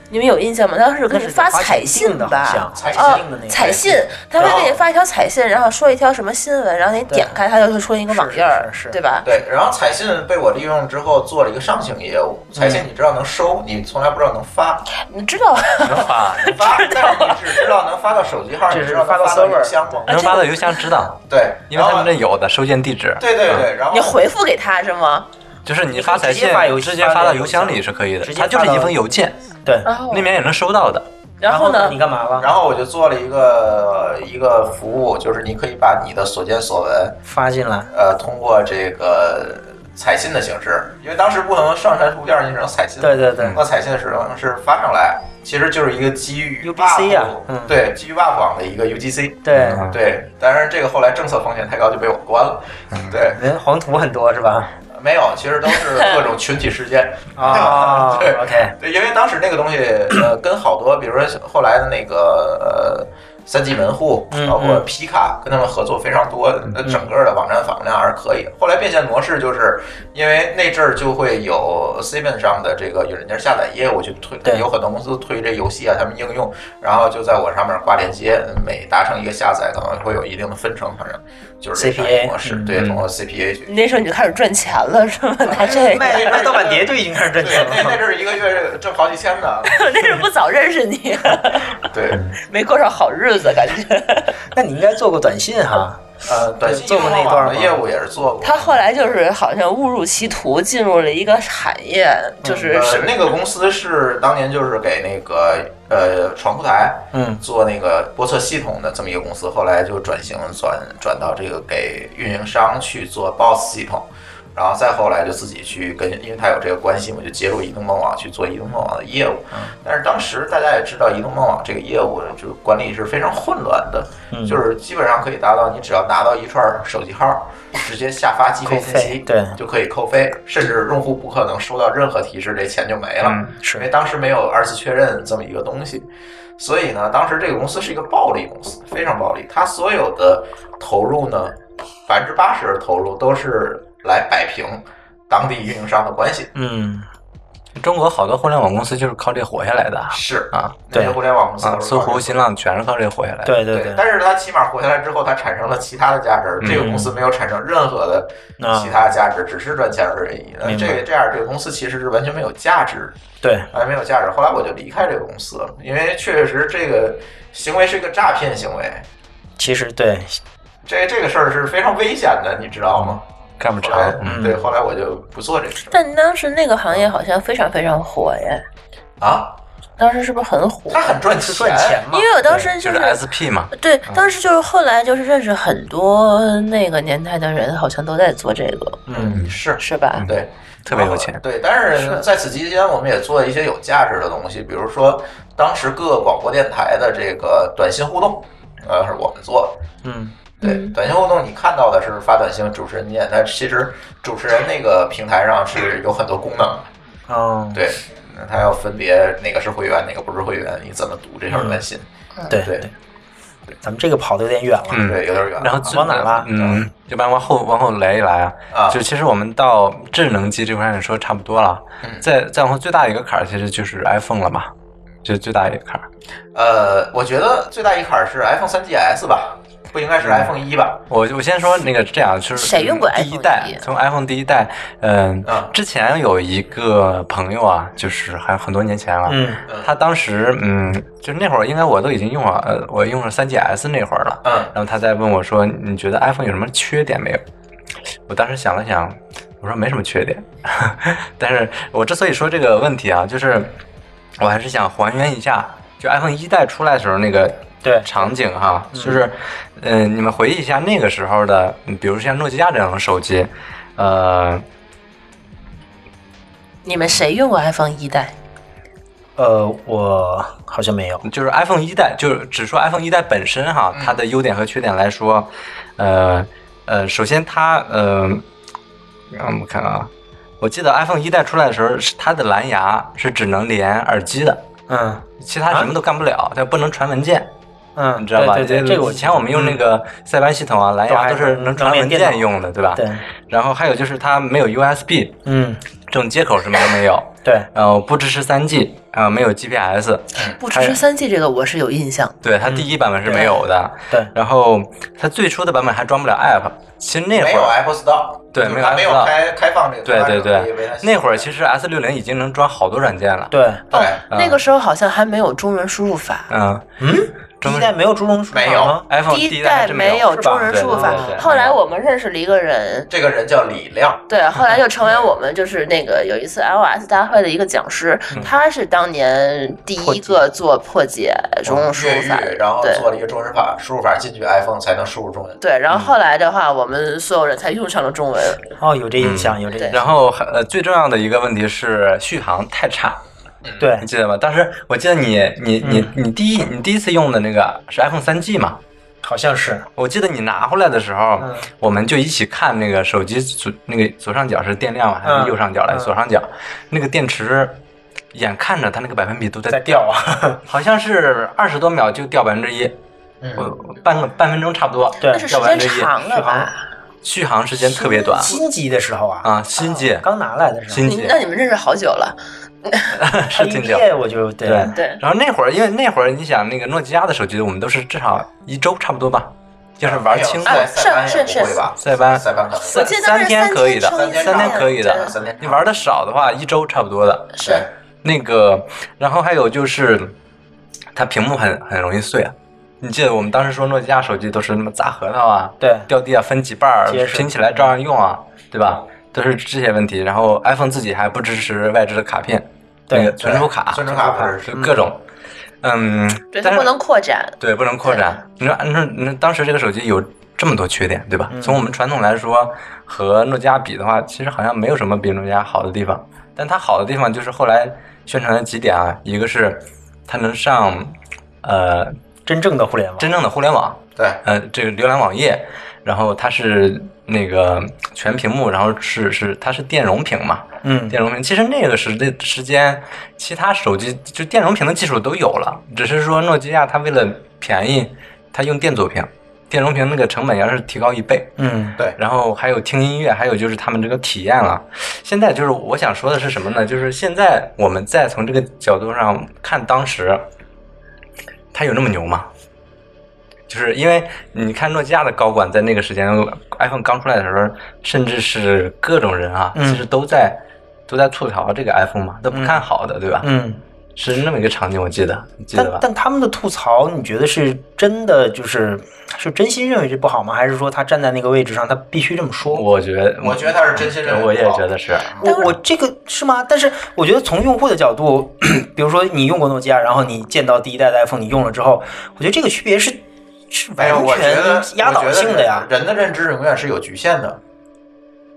[SPEAKER 2] 你们有印象吗？当时是给
[SPEAKER 4] 那
[SPEAKER 2] 你
[SPEAKER 4] 是
[SPEAKER 2] 发
[SPEAKER 4] 花
[SPEAKER 2] 彩
[SPEAKER 4] 钱订
[SPEAKER 2] 信
[SPEAKER 4] 的，好
[SPEAKER 2] 吧
[SPEAKER 4] 像？彩
[SPEAKER 2] 啊
[SPEAKER 4] 信的那个，
[SPEAKER 2] 彩信，他会给你发一条彩信，然后说一条什么新闻，然后你点开，它就会出现一个网页儿
[SPEAKER 4] 是是是，
[SPEAKER 2] 对吧？
[SPEAKER 1] 对，然后彩信被我利用之后做了一个上行业务。彩
[SPEAKER 4] 嗯
[SPEAKER 1] 信你知道能收，你从来不知道能发，
[SPEAKER 2] 你知道，
[SPEAKER 1] 能发，能发，但是你只知道能发到手机号，
[SPEAKER 4] 这
[SPEAKER 1] 你
[SPEAKER 4] 是
[SPEAKER 1] 知道
[SPEAKER 4] 发
[SPEAKER 1] 能
[SPEAKER 4] 到
[SPEAKER 1] 发到
[SPEAKER 4] server
[SPEAKER 1] 邮箱吗？
[SPEAKER 3] 能发到邮箱知道，
[SPEAKER 1] 对，
[SPEAKER 3] 因为他们
[SPEAKER 1] 这
[SPEAKER 3] 这有的收件地址，嗯
[SPEAKER 1] 对对对，然后
[SPEAKER 2] 你回复给他是吗？
[SPEAKER 3] 就是你发
[SPEAKER 4] 直
[SPEAKER 3] 彩
[SPEAKER 4] 接
[SPEAKER 3] 信
[SPEAKER 4] 发邮
[SPEAKER 3] 直接
[SPEAKER 4] 发
[SPEAKER 3] 发
[SPEAKER 4] 到
[SPEAKER 3] 到
[SPEAKER 4] 邮
[SPEAKER 3] 邮箱
[SPEAKER 4] 箱
[SPEAKER 3] 里是可以的
[SPEAKER 4] 直，接
[SPEAKER 3] 它就
[SPEAKER 4] 发
[SPEAKER 3] 是一
[SPEAKER 4] 到
[SPEAKER 3] 封邮件，
[SPEAKER 4] 对。
[SPEAKER 2] 然后
[SPEAKER 3] 那边也能收到的。
[SPEAKER 2] 然后呢
[SPEAKER 4] 你？干嘛了？
[SPEAKER 1] 然后我就做了一个一个服务，就是你可以把你的所见所闻，
[SPEAKER 4] 发进来，
[SPEAKER 1] 呃，通过这个彩信的形式，因为当时不能上传图片，你只能彩信。
[SPEAKER 4] 对对对
[SPEAKER 1] 通过彩信的时候是发上来，其实就是一个基于
[SPEAKER 4] UBC 呀
[SPEAKER 1] WAP
[SPEAKER 4] 嗯
[SPEAKER 1] 对，基于 WAP 网的一个 UGC。
[SPEAKER 4] 对，
[SPEAKER 3] 嗯
[SPEAKER 1] 对，当然这个后来政策风险太高就被我关了。对，
[SPEAKER 4] 人黄图很多是吧？
[SPEAKER 1] 没有，其实都是各种群体事件
[SPEAKER 4] 啊
[SPEAKER 1] 对
[SPEAKER 4] ，OK，
[SPEAKER 1] 对，因为当时那个东西，呃，跟好多，比如说后来的那个呃三季门户，
[SPEAKER 4] 嗯
[SPEAKER 1] 包括
[SPEAKER 4] 嗯
[SPEAKER 1] 皮卡，跟他们合作非常多，呃整个的网站访问量还是可以。后来变现模式就是因为那阵儿就会有 C n 上的这个软件下载业务去推
[SPEAKER 4] 对，
[SPEAKER 1] 有很多公司推这游戏啊，他们应用，然后就在我上面挂链接，每达成一个下载，可能会有一定的分成，反正就是这
[SPEAKER 4] CPA
[SPEAKER 1] 商业模式，
[SPEAKER 4] 嗯
[SPEAKER 1] 对，
[SPEAKER 3] 嗯
[SPEAKER 1] 通过 CPA 去。
[SPEAKER 2] 你那时候你就开始赚钱了是吗？拿这 个，
[SPEAKER 4] 卖卖盗版碟就已经开始
[SPEAKER 1] 对
[SPEAKER 4] 赚钱，
[SPEAKER 1] 那那
[SPEAKER 4] 了。
[SPEAKER 1] 阵儿一个月挣好几千呢，
[SPEAKER 2] 那是不早认识你，
[SPEAKER 1] 对，
[SPEAKER 2] 没过上好日子感觉。
[SPEAKER 4] 那你应该做过短信哈，
[SPEAKER 1] 呃，短信
[SPEAKER 4] 做过那段吗
[SPEAKER 1] 的业务也是做过。
[SPEAKER 2] 他后来就是好像误入歧途，进入了一个产业，
[SPEAKER 3] 嗯
[SPEAKER 2] 就是
[SPEAKER 1] 呃
[SPEAKER 2] 什，么
[SPEAKER 1] 那个公司是当年就是给那个呃床铺台
[SPEAKER 4] 嗯
[SPEAKER 1] 做那个播测系统的这么一个公司，后来就转型转转到这个给运营商去做 BOSS 系统，然后再后来就自己去跟，因为他有这个关系嘛，就接入移动梦网去做移动梦网的业务。
[SPEAKER 2] 嗯
[SPEAKER 1] 但是当时大家也知道，移动梦网这个业务就是管理是非常混乱的，
[SPEAKER 2] 嗯
[SPEAKER 1] 就是基本上可以达到你只要拿到一串手机号，直接下发计费信
[SPEAKER 4] 扣费
[SPEAKER 1] 息，
[SPEAKER 4] 对
[SPEAKER 1] 就可以扣费，甚至用户不可能收到任何提示，这钱就没了，
[SPEAKER 4] 嗯是
[SPEAKER 1] 因为当时没有二次确认这么一个东西。所以呢，当时这个公司是一个暴利公司，非常暴利。它所有的投入呢，百分之八十的投入都是来摆平当地运营商的关系。
[SPEAKER 4] 嗯，
[SPEAKER 3] 中国好多互联网公司就是靠这活下来的啊
[SPEAKER 1] 是
[SPEAKER 3] 啊，
[SPEAKER 1] 那些
[SPEAKER 4] 对
[SPEAKER 1] 互联网公司
[SPEAKER 3] 啊，
[SPEAKER 1] 都是
[SPEAKER 3] 搜
[SPEAKER 1] 靠这
[SPEAKER 3] 狐、
[SPEAKER 1] 个
[SPEAKER 3] 新浪全是靠这活下来的。
[SPEAKER 4] 对对嗯对，
[SPEAKER 1] 但是它起码活下来之后，它产生了其他的价值。这个公司没有产生任何的
[SPEAKER 4] 啊
[SPEAKER 1] 其他价值，只是赚钱而已。那
[SPEAKER 4] 明白
[SPEAKER 1] 这这样，这个公司其实是完全没有价值，
[SPEAKER 4] 对，
[SPEAKER 1] 完全没有价值。后来我就离开这个公司了，因为确实这个行为是一个诈骗行为，
[SPEAKER 4] 其实对，
[SPEAKER 1] 这这个事儿是非常危险的，你知道吗？
[SPEAKER 3] 干不
[SPEAKER 1] 后
[SPEAKER 3] 长
[SPEAKER 1] 来，
[SPEAKER 3] 嗯，
[SPEAKER 1] 对，后来我就不做这个事儿
[SPEAKER 2] 但当时那个行业好像非常非常火耶，
[SPEAKER 1] 啊。
[SPEAKER 2] 当时是不是很火？
[SPEAKER 1] 它很赚
[SPEAKER 4] 是
[SPEAKER 1] 钱，
[SPEAKER 4] 赚钱
[SPEAKER 2] 因，
[SPEAKER 4] 嘛
[SPEAKER 2] 为我当时
[SPEAKER 3] 就是
[SPEAKER 2] 是
[SPEAKER 3] SP 嘛，
[SPEAKER 2] 对，当时就是后来就是认识很多那个年代的人，好像都在做这个，
[SPEAKER 1] 嗯，是
[SPEAKER 2] 是吧？
[SPEAKER 1] 对，
[SPEAKER 3] 特别有钱
[SPEAKER 1] 呃。对，但是在此期间，我们也做了一些有价值的东西，比如说当时各个广播电台的这个短信互动，呃，是我们做的。
[SPEAKER 4] 嗯，
[SPEAKER 1] 对，短信互动你看到的是发短信，主持人念，但其实主持人那个平台 上是有很多功能的。
[SPEAKER 4] 哦，
[SPEAKER 1] 对，他要分别哪个是会员，哪个不是会员，你怎么读这条短信？
[SPEAKER 4] 对
[SPEAKER 1] 对
[SPEAKER 4] 对，咱们这个跑的有点远了，
[SPEAKER 3] 嗯，
[SPEAKER 1] 哦对，有点远。
[SPEAKER 3] 然后最
[SPEAKER 4] 往哪拉
[SPEAKER 3] 嗯，要不然往后往后来一来啊，
[SPEAKER 1] 啊
[SPEAKER 3] 就其实我们到智能机这块上说差不多了，
[SPEAKER 1] 嗯
[SPEAKER 3] 再再往后最大一个坎儿其实就是 iPhone 了嘛，就是最大一个坎儿。
[SPEAKER 1] 呃，我觉得最大一坎儿是 iPhone 3GS 吧，不应该是 iPhone 一吧？
[SPEAKER 3] 我我先说那个这样，就是
[SPEAKER 2] 谁用过
[SPEAKER 3] 第一
[SPEAKER 2] iPhone
[SPEAKER 3] 代
[SPEAKER 2] 一？啊
[SPEAKER 3] 从 iPhone 第一代，嗯、
[SPEAKER 1] 啊
[SPEAKER 3] 之前有一个朋友啊，就是还很多年前了，
[SPEAKER 4] 嗯
[SPEAKER 3] 他当时嗯，就是那会儿应该我都已经用了，呃，我用了 3GS 那会儿了，
[SPEAKER 1] 嗯
[SPEAKER 3] 然后他再问我说：“你觉得 iPhone 有什么缺点没有？”我当时想了想，我说没什么缺点。 但是我之所以说这个问题啊，就是我还是想还原一下，就 iPhone 一代出来的时候那个
[SPEAKER 4] 对
[SPEAKER 3] 场景哈，就是嗯、呃你们回忆一下那个时候的，嗯比如像诺基亚这种手机，呃，
[SPEAKER 2] 你们谁用过 iPhone 一代？
[SPEAKER 4] 呃，我好像没有，
[SPEAKER 3] 就是 iPhone 一代，就是只说 iPhone 一代本身哈，它的优点和缺点来说，呃呃，首先它呃，让我们看啊，我记得 iPhone 一代出来的时候，是它的蓝牙是只能连耳机的，
[SPEAKER 4] 嗯
[SPEAKER 3] 其他什么都干不了，它不能传文件，
[SPEAKER 4] 嗯，
[SPEAKER 3] 你知道吧？
[SPEAKER 4] 对对对，
[SPEAKER 3] 这
[SPEAKER 4] 这个我嗯
[SPEAKER 3] 以前我们用那个塞班系统啊，蓝牙都是能传文件用的，对吧？
[SPEAKER 4] 对。
[SPEAKER 3] 然后还有就是它没有 USB
[SPEAKER 4] 嗯
[SPEAKER 3] 这种接口什么都没有，
[SPEAKER 4] 对，
[SPEAKER 3] 然后不支持三 G 啊，没有 GPS，
[SPEAKER 2] 嗯不支持三 G 这个我是有印象，
[SPEAKER 3] 对，它第一版本是没有的。
[SPEAKER 4] 嗯对
[SPEAKER 3] 然后它最初的版本还装不了 App，其实那
[SPEAKER 1] 没
[SPEAKER 3] 会
[SPEAKER 1] 有
[SPEAKER 3] 儿。
[SPEAKER 1] Apple Store，
[SPEAKER 3] 对
[SPEAKER 1] 就是
[SPEAKER 3] 没有
[SPEAKER 1] 它没有
[SPEAKER 3] Apple Store
[SPEAKER 1] 开开放这个
[SPEAKER 3] 对
[SPEAKER 1] 开发
[SPEAKER 3] 对
[SPEAKER 1] 者可以为
[SPEAKER 3] 对
[SPEAKER 1] 它写，
[SPEAKER 3] 那会儿其实 S 六零已经能装好多软件了。啊
[SPEAKER 4] 对，
[SPEAKER 1] 对
[SPEAKER 2] 哦那个时候好像还没有中文输入法。
[SPEAKER 3] 嗯中
[SPEAKER 4] 一
[SPEAKER 3] 文
[SPEAKER 4] 代没有猪笼鼠
[SPEAKER 1] 没
[SPEAKER 4] 法
[SPEAKER 1] 有
[SPEAKER 4] 吗？
[SPEAKER 3] ，iPhone
[SPEAKER 2] 第
[SPEAKER 3] 一
[SPEAKER 2] 一
[SPEAKER 3] 代还
[SPEAKER 2] 代
[SPEAKER 3] 真
[SPEAKER 2] 没
[SPEAKER 3] 有
[SPEAKER 2] 有中文
[SPEAKER 3] 是吧
[SPEAKER 2] 输入法
[SPEAKER 3] 对对对，
[SPEAKER 2] 后来我们认识了一个人，
[SPEAKER 1] 这个人叫李亮，
[SPEAKER 2] 对，后来就成为我们就是那个有一次 iOS 大会的一个讲师，
[SPEAKER 4] 嗯
[SPEAKER 2] 他是当年第一个做破解
[SPEAKER 4] 哦
[SPEAKER 2] 中文输
[SPEAKER 1] 越
[SPEAKER 2] 入法的
[SPEAKER 1] 狱，，然后
[SPEAKER 2] 对
[SPEAKER 1] 做了一个中文法输入法进去 iPhone 才能输入中文。
[SPEAKER 2] 对，然后后来的话，我们所有人才用上了中文，
[SPEAKER 4] 嗯哦，有这印
[SPEAKER 1] 嗯
[SPEAKER 4] 象，有这印象，
[SPEAKER 3] 然后还呃，最重要的一个问题是续航太差，
[SPEAKER 4] 对嗯
[SPEAKER 3] 你记得吗？当时我记得你你你你第一你第一次用的那个是 iPhone 三 G 嘛？
[SPEAKER 4] 好像是，
[SPEAKER 3] 我记得你拿回来的时候，
[SPEAKER 4] 嗯
[SPEAKER 3] 我们就一起看那个手机左那个左上角是电量还
[SPEAKER 4] 嗯
[SPEAKER 3] 是右上角来？
[SPEAKER 4] 嗯
[SPEAKER 3] 左上角那个电池，眼看着它那个百分比都在
[SPEAKER 4] 在掉啊，
[SPEAKER 3] 好像是二十多秒就掉百分之一，我
[SPEAKER 4] 嗯，
[SPEAKER 3] 半个半分钟差不多。
[SPEAKER 4] 对
[SPEAKER 2] 那是时间长了吧？
[SPEAKER 3] 续航时间特别短
[SPEAKER 4] 新机的时候啊，
[SPEAKER 3] 啊，新机
[SPEAKER 4] 刚拿来的时候，
[SPEAKER 3] 新
[SPEAKER 2] 你
[SPEAKER 3] 机
[SPEAKER 2] 那你们认识好久 了？
[SPEAKER 3] 是
[SPEAKER 4] 一
[SPEAKER 3] 挺久。
[SPEAKER 4] 毕业我就对
[SPEAKER 3] 对
[SPEAKER 2] 对，
[SPEAKER 3] 然后那会儿，因为那会儿你想那个诺基亚的手机，我们都是至少一周差不多吧，要是玩清楚
[SPEAKER 1] 哎
[SPEAKER 2] 哎
[SPEAKER 1] 塞班
[SPEAKER 2] 是
[SPEAKER 1] 也
[SPEAKER 2] 是
[SPEAKER 1] 不会吧？
[SPEAKER 3] 塞班
[SPEAKER 1] 塞班可能
[SPEAKER 2] 我
[SPEAKER 3] 三
[SPEAKER 2] 记得当时
[SPEAKER 3] 三天可以的，
[SPEAKER 2] 三
[SPEAKER 1] 天
[SPEAKER 3] 三天
[SPEAKER 1] 上
[SPEAKER 3] 可以的
[SPEAKER 2] 对。
[SPEAKER 1] 三天
[SPEAKER 3] 你玩的少的话，一周差不多的。
[SPEAKER 2] 是
[SPEAKER 1] 对
[SPEAKER 3] 那个，然后还有就是，它屏幕很很容易碎啊。你记得我们当时说诺基亚手机都是什么砸核桃啊、
[SPEAKER 4] 对
[SPEAKER 3] 掉地啊、分几瓣儿
[SPEAKER 4] 结实
[SPEAKER 3] 拼起来照样用啊，对吧？都是这些问题。然后 iPhone 自己还不支持外置的卡片，
[SPEAKER 4] 对
[SPEAKER 3] 那个存储卡、
[SPEAKER 1] 存储卡不支持
[SPEAKER 3] 就各种，嗯，
[SPEAKER 2] 对，它
[SPEAKER 3] 但是
[SPEAKER 2] 不能扩展。
[SPEAKER 4] 嗯
[SPEAKER 3] 对，不能扩展。你说，你说，你说，当时这个手机有这么多缺点，对吧？
[SPEAKER 4] 嗯
[SPEAKER 3] 从我们传统来说，和诺基亚比的话，其实好像没有什么比诺基亚好的地方。但它好的地方就是后来宣传的几点啊，一个是它能上呃
[SPEAKER 4] 真正的互联网，
[SPEAKER 3] 真正的互联网，
[SPEAKER 1] 对，
[SPEAKER 3] 呃这个浏览网页，然后它是那个全屏幕，然后是是它是电容屏嘛，
[SPEAKER 4] 嗯，
[SPEAKER 3] 电容屏，其实那个时的时间，其他手机就电容屏的技术都有了，只是说诺基亚它为了便宜，它用电阻屏，电容屏那个成本要是提高一倍，
[SPEAKER 4] 嗯，
[SPEAKER 3] 然后还有听音乐，还有就是他们这个体验了。现在就是我想说的是什么呢？就是现在我们再从这个角度上看当时，它有那么牛吗？就是因为你看诺基亚的高管在那个时间，iPhone 刚出来的时候，甚至是各种人啊，
[SPEAKER 4] 嗯
[SPEAKER 3] 其实都在都在吐槽这个 iPhone 嘛，都不看好的，对吧？
[SPEAKER 4] 嗯，
[SPEAKER 3] 是那么一个场景，我记得，你记得
[SPEAKER 4] 但
[SPEAKER 3] 吧？
[SPEAKER 4] 但他们的吐槽，你觉得是真的就是是真心认为这不好吗？还是说他站在那个位置上，他必须这么说？
[SPEAKER 3] 我觉得，嗯
[SPEAKER 1] 我觉得他是真心认为
[SPEAKER 3] 我也
[SPEAKER 1] 不好
[SPEAKER 3] 觉得是，
[SPEAKER 4] 我我这个是吗？但是我觉得从用户的角度， 比如说你用过诺基亚，然后你见到第一代的 iPhone，你用了之后，我觉得这个区别是是
[SPEAKER 1] 哎呀，
[SPEAKER 4] 完
[SPEAKER 1] 我觉
[SPEAKER 4] 全
[SPEAKER 1] 得
[SPEAKER 4] 压倒性的呀
[SPEAKER 1] 我觉。得人的认知永远是有局限的，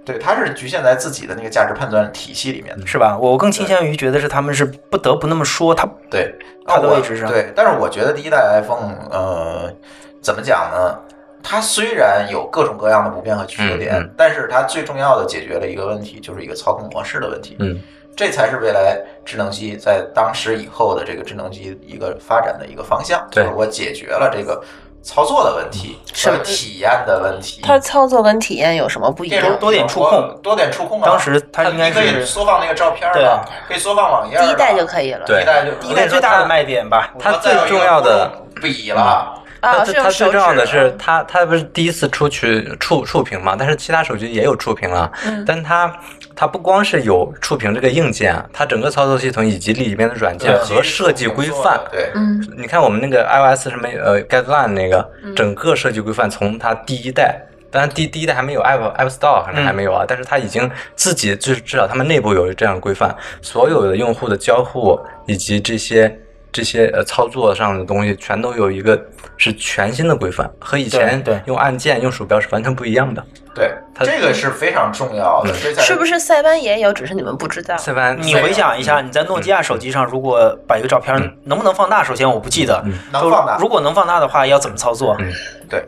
[SPEAKER 1] 对，他是局限在自己的那个价值判断体系里面的。
[SPEAKER 4] 是吧？我更倾向于觉得是他们是不得不那么说，他
[SPEAKER 1] 对，
[SPEAKER 4] 它的
[SPEAKER 1] 那我
[SPEAKER 4] 位置上
[SPEAKER 1] 对，但是我觉得第一代 iPhone，呃，怎么讲呢？它虽然有各种各样的不便和缺点，
[SPEAKER 3] 嗯嗯
[SPEAKER 1] 但是它最重要的解决了一个问题，就是一个操控模式的问题。
[SPEAKER 3] 嗯，
[SPEAKER 1] 这才是未来智能机在当时以后的这个智能机一个发展的一个方向。
[SPEAKER 3] 对
[SPEAKER 1] 就是我解决了这个操作的问
[SPEAKER 4] 嗯
[SPEAKER 1] 题
[SPEAKER 2] 是
[SPEAKER 1] 和体验的问题。
[SPEAKER 2] 它操作跟体验有什么不一
[SPEAKER 1] 电
[SPEAKER 2] 样
[SPEAKER 1] 容？
[SPEAKER 4] 多点触控，
[SPEAKER 1] 多点触控啊。
[SPEAKER 4] 当时它
[SPEAKER 1] 它
[SPEAKER 4] 应该
[SPEAKER 1] 你可以
[SPEAKER 4] 是
[SPEAKER 1] 缩放那个照片儿
[SPEAKER 4] 对啊
[SPEAKER 1] 可以缩放网页儿
[SPEAKER 2] 第一代
[SPEAKER 1] 了
[SPEAKER 2] 就可以了。
[SPEAKER 1] 第
[SPEAKER 3] 对
[SPEAKER 1] 一代就
[SPEAKER 4] 第一代最大的卖点吧。
[SPEAKER 3] 它最
[SPEAKER 1] 啊
[SPEAKER 3] 重要的
[SPEAKER 1] 比了，
[SPEAKER 2] 啊，
[SPEAKER 3] 它
[SPEAKER 2] 是
[SPEAKER 3] 它
[SPEAKER 2] 用
[SPEAKER 3] 它
[SPEAKER 2] 手指。嗯
[SPEAKER 3] 最重要的是，它它不是第一次出去触触屏嘛？但是其他手机也有触屏啊。
[SPEAKER 2] 嗯
[SPEAKER 3] 但它它不光是有触屏这个硬件啊，它整个操作系统以及里面的软件和设计规范。
[SPEAKER 1] 对，
[SPEAKER 2] 嗯，
[SPEAKER 3] 你看我们那个 iOS 什么呃 Guideline 那个
[SPEAKER 4] 嗯
[SPEAKER 3] 整个设计规范，从它第一代，当然第第一代还没有 App App Store 可能还没
[SPEAKER 4] 嗯
[SPEAKER 3] 有啊，但是它已经自己就是至少他们内部有这样的规范，所有的用户的交互以及这些这些呃操作上的东西，全都有一个是全新的规范，和以前
[SPEAKER 4] 对对
[SPEAKER 3] 用按键用鼠标是完全不一样的。嗯
[SPEAKER 1] 对，
[SPEAKER 3] 它
[SPEAKER 1] 这个
[SPEAKER 4] 嗯
[SPEAKER 1] 是非常重要的，这才
[SPEAKER 2] 是不是塞班也有？只是你们不知道。
[SPEAKER 3] 塞
[SPEAKER 1] 嗯
[SPEAKER 3] 班，
[SPEAKER 4] 你回想一下，你在诺基亚手机上如果把一个照片能不能放大？首先我不记得，
[SPEAKER 1] 嗯能
[SPEAKER 4] 就
[SPEAKER 1] 放大嗯
[SPEAKER 4] 如果能放大的话，要怎么操作？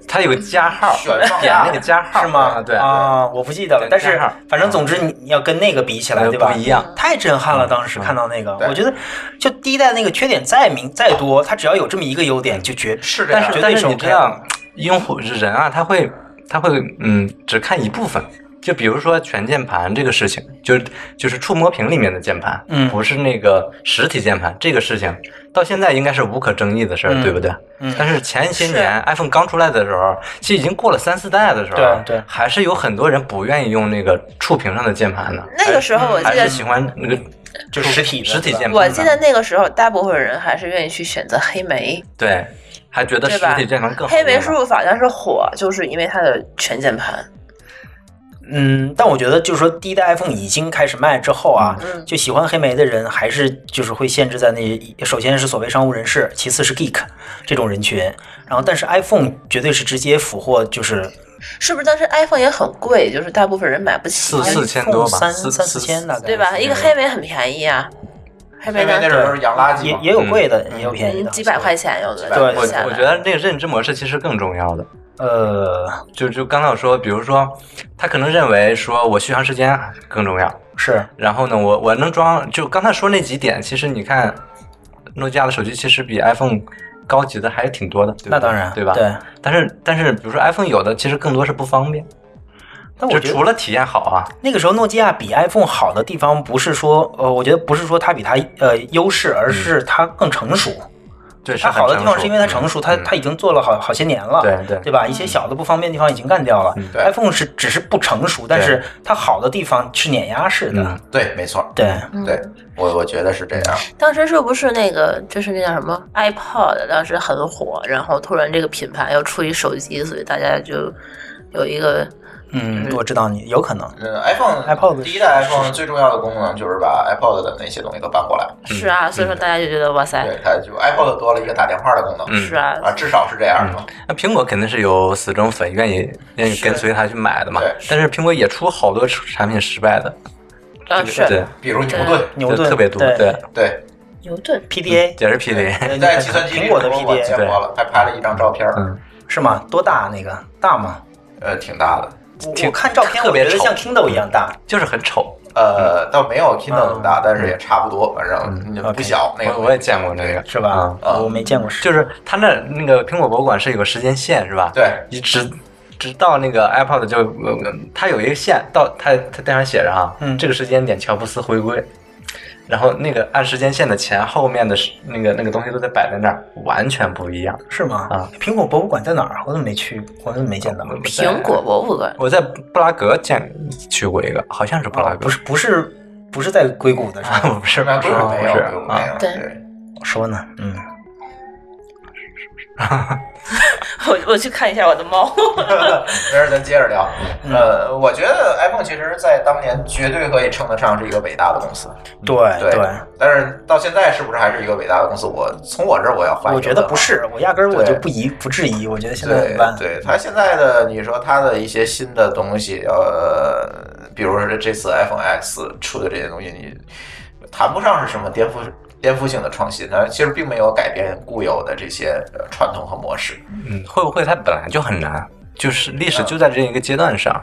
[SPEAKER 3] 它有个加号，
[SPEAKER 1] 选放
[SPEAKER 3] 点
[SPEAKER 1] 大
[SPEAKER 3] 那个加号
[SPEAKER 4] 是吗
[SPEAKER 3] 啊？对，
[SPEAKER 4] 啊，我不记得了。但是
[SPEAKER 3] 加号
[SPEAKER 4] 反正总之你你要跟那个比起来，
[SPEAKER 3] 呃
[SPEAKER 4] 对吧？
[SPEAKER 3] 不一样嗯
[SPEAKER 4] 太震撼了！当时看到那个，
[SPEAKER 1] 对
[SPEAKER 4] 我觉得就第一代那个缺点再明再多，它只要有这么一个优点，就绝
[SPEAKER 1] 是这
[SPEAKER 3] 但
[SPEAKER 1] 样
[SPEAKER 3] 是啊
[SPEAKER 4] 绝
[SPEAKER 3] 但
[SPEAKER 4] 对
[SPEAKER 3] 是
[SPEAKER 4] 是
[SPEAKER 3] 你
[SPEAKER 4] OK
[SPEAKER 3] 这样，用户人啊，他会他会嗯，只看一部分。就比如说全键盘这个事情，就是就是触摸屏里面的键盘，
[SPEAKER 4] 嗯
[SPEAKER 3] 不是那个实体键盘这个事情，到现在应该是无可争议的事儿，
[SPEAKER 4] 嗯
[SPEAKER 3] 对不对？
[SPEAKER 4] 嗯
[SPEAKER 3] 但是前些
[SPEAKER 2] 是啊
[SPEAKER 3] 年 iPhone 刚出来的时候，其实已经过了三四代的时候，
[SPEAKER 4] 对对
[SPEAKER 3] 还是有很多人不愿意用那个触屏上的键盘的，
[SPEAKER 2] 那个时候我记
[SPEAKER 3] 还
[SPEAKER 2] 得
[SPEAKER 3] 是喜欢那个
[SPEAKER 4] 就实体的
[SPEAKER 3] 实体
[SPEAKER 4] 对
[SPEAKER 3] 键
[SPEAKER 4] 吧
[SPEAKER 3] 盘的。
[SPEAKER 2] 我记得那个时候，大部分人还是愿意去选择黑莓，
[SPEAKER 3] 对，还觉得
[SPEAKER 2] 对
[SPEAKER 3] 实
[SPEAKER 2] 吧
[SPEAKER 3] 体键盘更好
[SPEAKER 2] 黑
[SPEAKER 3] 用
[SPEAKER 2] 莓
[SPEAKER 3] 呢
[SPEAKER 2] 输入法当时火，就是因为它的全键盘。
[SPEAKER 4] 嗯，但我觉得就是说，第一代 iPhone 已经开始卖之后啊，
[SPEAKER 2] 嗯
[SPEAKER 4] 就喜欢黑莓的人还是就是会限制在那，首先是所谓商务人士，其次是 geek 这种人群，然后但是 iPhone 绝对是直接俘获，就是
[SPEAKER 2] 是不是当时 iPhone 也很贵，就是大部分人买不起
[SPEAKER 3] 四，四千多吧，
[SPEAKER 4] 三
[SPEAKER 3] 四
[SPEAKER 4] 三四千大概
[SPEAKER 2] 对吧？一个黑莓很便宜啊，黑
[SPEAKER 1] 因
[SPEAKER 2] 白
[SPEAKER 1] 为那
[SPEAKER 2] 单
[SPEAKER 1] 时候
[SPEAKER 2] 对，
[SPEAKER 1] 养垃圾
[SPEAKER 4] 也
[SPEAKER 1] 嘛，
[SPEAKER 3] 嗯
[SPEAKER 4] 也有贵的，也有便宜
[SPEAKER 2] 嗯
[SPEAKER 4] 的，
[SPEAKER 2] 几百块钱有的。
[SPEAKER 1] 对
[SPEAKER 4] 对
[SPEAKER 2] 有
[SPEAKER 3] 我
[SPEAKER 2] 的下来
[SPEAKER 3] 我觉得那个认知模式其实更重要的。
[SPEAKER 4] 呃，
[SPEAKER 3] 就就刚才我说，比如说，他可能认为说我续航时间更重要，
[SPEAKER 4] 是
[SPEAKER 3] 然后呢，我我能装，就刚才说那几点，其实你看，诺基亚的手机其实比 iPhone 高级的还是挺多的，对不对
[SPEAKER 4] 那当然，
[SPEAKER 3] 对吧？
[SPEAKER 4] 对，
[SPEAKER 3] 但是但是，比如说 iPhone 有的其实更多是不方便，
[SPEAKER 4] 但我
[SPEAKER 3] 就
[SPEAKER 4] 觉得
[SPEAKER 3] 除了体验好啊，
[SPEAKER 4] 那个时候诺基亚比 iPhone 好的地方，不是说呃，我觉得不是说它比它呃优势，而是它更成熟。
[SPEAKER 3] 嗯对，是
[SPEAKER 4] 它好的地方是因为它
[SPEAKER 3] 它
[SPEAKER 4] 成熟，它它已经做了好好些年了，
[SPEAKER 3] 嗯对对嗯
[SPEAKER 4] 对吧？一些小的不方便的地方已经干掉了。
[SPEAKER 1] 嗯对
[SPEAKER 4] iPhone 是只是不成熟，但是它好的地方是碾压式的
[SPEAKER 3] 嗯。
[SPEAKER 1] 对，没错，
[SPEAKER 4] 对，
[SPEAKER 1] 对我我觉得是这样。
[SPEAKER 2] 当时是不是那个就是那叫什么 iPod，当时很火，然后突然这个品牌要出一手机，所以大家就有一个
[SPEAKER 4] 嗯，我知道你有可能。
[SPEAKER 1] 嗯，iPhone
[SPEAKER 4] iPod
[SPEAKER 1] 第一代 iPhone 最重要的功能就是把 iPod 的那些东西都搬过来，
[SPEAKER 4] 嗯
[SPEAKER 1] 嗯
[SPEAKER 2] 是啊，所以说大家就觉得哇塞，
[SPEAKER 1] 对，它就 iPod 多了一个打电话的功
[SPEAKER 3] 嗯
[SPEAKER 1] 能，
[SPEAKER 4] 嗯
[SPEAKER 2] 是啊，
[SPEAKER 1] 啊，至少是这样的。
[SPEAKER 3] 那苹果肯定是有死忠粉愿意愿意跟随它去买的嘛
[SPEAKER 1] 对，
[SPEAKER 3] 但是苹果也出好多产品失败的，
[SPEAKER 2] 啊
[SPEAKER 3] 对
[SPEAKER 2] 是，
[SPEAKER 1] 比如牛顿，
[SPEAKER 4] 牛
[SPEAKER 3] 就
[SPEAKER 4] 顿
[SPEAKER 3] 特别多，
[SPEAKER 4] 对
[SPEAKER 3] 对，
[SPEAKER 1] 对，
[SPEAKER 2] 牛顿
[SPEAKER 4] PDA
[SPEAKER 3] 嗯也是 PD。
[SPEAKER 4] 呃
[SPEAKER 1] 在计算机
[SPEAKER 4] 苹果的
[SPEAKER 1] 里头我见
[SPEAKER 4] PDA
[SPEAKER 1] 过了，还拍了一张照片儿，
[SPEAKER 3] 嗯
[SPEAKER 4] 是吗？多大那个大吗？
[SPEAKER 1] 呃，挺大的，
[SPEAKER 4] 我
[SPEAKER 3] 挺
[SPEAKER 4] 我看照片，
[SPEAKER 3] 特
[SPEAKER 4] 我
[SPEAKER 3] 别
[SPEAKER 4] 觉得
[SPEAKER 3] 丑
[SPEAKER 4] 像 Kindle 一样大。嗯
[SPEAKER 3] 就是很丑，
[SPEAKER 1] 呃，倒没有 Kindle 那么大，但是也差不多，反
[SPEAKER 3] 嗯
[SPEAKER 1] 正也不
[SPEAKER 4] OK
[SPEAKER 1] 小。那个
[SPEAKER 3] 我我也见过那个，啊
[SPEAKER 4] 是吧？
[SPEAKER 1] 啊
[SPEAKER 4] 我没见过是，
[SPEAKER 3] 就是它那那个苹果博物馆是有个时间线是吧？，
[SPEAKER 1] 对，
[SPEAKER 3] 一直直到那个 iPod 就呃它有一个线，到它它电上写着啊，
[SPEAKER 4] 嗯
[SPEAKER 3] 这个时间点乔布斯回归，然后那个按时间线的前后面的是那个那个东西都得摆在那儿，完全不一样。
[SPEAKER 4] 是吗？
[SPEAKER 3] 啊，
[SPEAKER 4] 苹果博物馆在哪儿？我怎么没去？我怎么没见到？
[SPEAKER 2] 苹果博物馆
[SPEAKER 3] 我在布拉格见去过一个，好像是布拉
[SPEAKER 4] 哦
[SPEAKER 3] 格，
[SPEAKER 4] 不是不是不是在硅谷的是吧？
[SPEAKER 3] 啊，不是
[SPEAKER 1] 那
[SPEAKER 3] 不
[SPEAKER 1] 不
[SPEAKER 3] 是
[SPEAKER 1] 是
[SPEAKER 3] 不
[SPEAKER 1] 没
[SPEAKER 3] 是
[SPEAKER 1] 有，不是没
[SPEAKER 3] 啊，
[SPEAKER 1] 有，
[SPEAKER 2] 对
[SPEAKER 1] 对，
[SPEAKER 4] 我说呢，嗯，
[SPEAKER 2] 我 我去看一下我的 猫。
[SPEAKER 1] 没事，咱接着聊。
[SPEAKER 4] 嗯
[SPEAKER 1] 呃，我觉得 iPhone 其实在当年绝对可以称得上是一个伟大的公司，
[SPEAKER 4] 对
[SPEAKER 1] 对。但是到现在是不是还是一个伟大的公司？我从我这儿我要怀疑。
[SPEAKER 4] 我觉得不。是，我压根儿我
[SPEAKER 1] 对
[SPEAKER 4] 就不疑不质疑，我觉得现在
[SPEAKER 1] 对啊
[SPEAKER 4] 很办？
[SPEAKER 1] 对，它现在的你说它的一些新的东西，呃，比如说这次 iPhone X 出的这些东西，你谈不上是什么颠覆颠覆性的创新，它其实并没有改变固有的这些呃传统和模式。
[SPEAKER 3] 嗯，会不会它本来就很难？就是历史就在这样一个阶段上，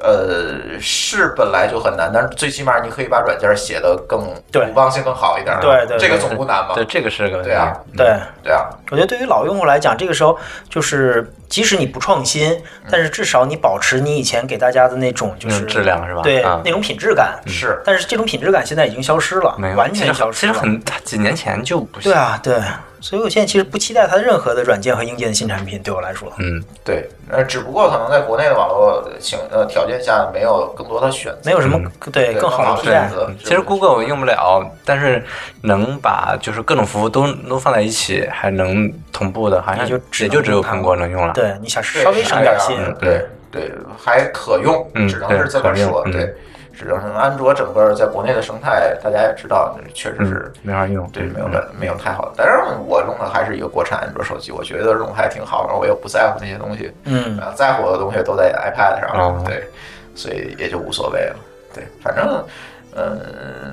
[SPEAKER 1] 呃，是本来就很难，但是最起码你可以把软件写得更
[SPEAKER 4] 对
[SPEAKER 1] 鲁棒性更好一点儿。
[SPEAKER 4] 对对
[SPEAKER 1] 这个
[SPEAKER 4] 对
[SPEAKER 1] 总不难吧？
[SPEAKER 3] 对，这个是个问题。
[SPEAKER 1] 对啊
[SPEAKER 4] 对
[SPEAKER 1] 对啊，
[SPEAKER 4] 我觉得对于老用户来讲，这个时候就是即使你不创新，但是至少你保持你以前给大家的那种就
[SPEAKER 3] 那
[SPEAKER 4] 是
[SPEAKER 3] 种质量是吧
[SPEAKER 4] 对
[SPEAKER 3] 啊，
[SPEAKER 4] 那种品质感。
[SPEAKER 1] 是
[SPEAKER 4] 但是这种品质感现在已经消失了
[SPEAKER 3] 没，有，
[SPEAKER 4] 完
[SPEAKER 3] 其实
[SPEAKER 4] 全消
[SPEAKER 3] 很
[SPEAKER 4] 失
[SPEAKER 3] 其实
[SPEAKER 4] 了。
[SPEAKER 3] 很它几年前就不行
[SPEAKER 4] 对。啊，对，所以我现在其实不期待它任何的软件和硬件的新产品，对我来说，
[SPEAKER 3] 嗯，
[SPEAKER 1] 对。呃，只不过可能在国内的网络情呃条件下，没有更多的选择。嗯
[SPEAKER 4] 没有什么对
[SPEAKER 1] 对
[SPEAKER 4] 更好的替
[SPEAKER 1] 更好的。
[SPEAKER 4] 代
[SPEAKER 1] 选择
[SPEAKER 3] 嗯其实 Google 我用不了，但是能把就是各种服务都都放在一起，还能同步的，好像
[SPEAKER 4] 也就只
[SPEAKER 3] 也
[SPEAKER 4] 能
[SPEAKER 3] 就只有苹果能用了。，
[SPEAKER 4] 对你想
[SPEAKER 1] 对
[SPEAKER 4] 稍微
[SPEAKER 1] 是
[SPEAKER 4] 省
[SPEAKER 1] 这
[SPEAKER 4] 点
[SPEAKER 1] 样
[SPEAKER 4] 心，
[SPEAKER 1] 的对对，还可用，
[SPEAKER 3] 嗯
[SPEAKER 1] 只能是这么
[SPEAKER 3] 对
[SPEAKER 1] 说
[SPEAKER 3] 可。用嗯
[SPEAKER 1] 对，只能是安卓整个在国内的生态，大家也知道，确实是
[SPEAKER 3] 嗯，没法用。
[SPEAKER 1] 对，没有的，没有太好的。但是我用的还是一个国产安卓手机，我觉得用的还挺好，然后我又不在乎那些东西，
[SPEAKER 4] 嗯
[SPEAKER 1] 啊，在乎的东西都在 iPad 上，
[SPEAKER 3] 哦
[SPEAKER 1] 对，所以也就无所谓了。对，反正，呃，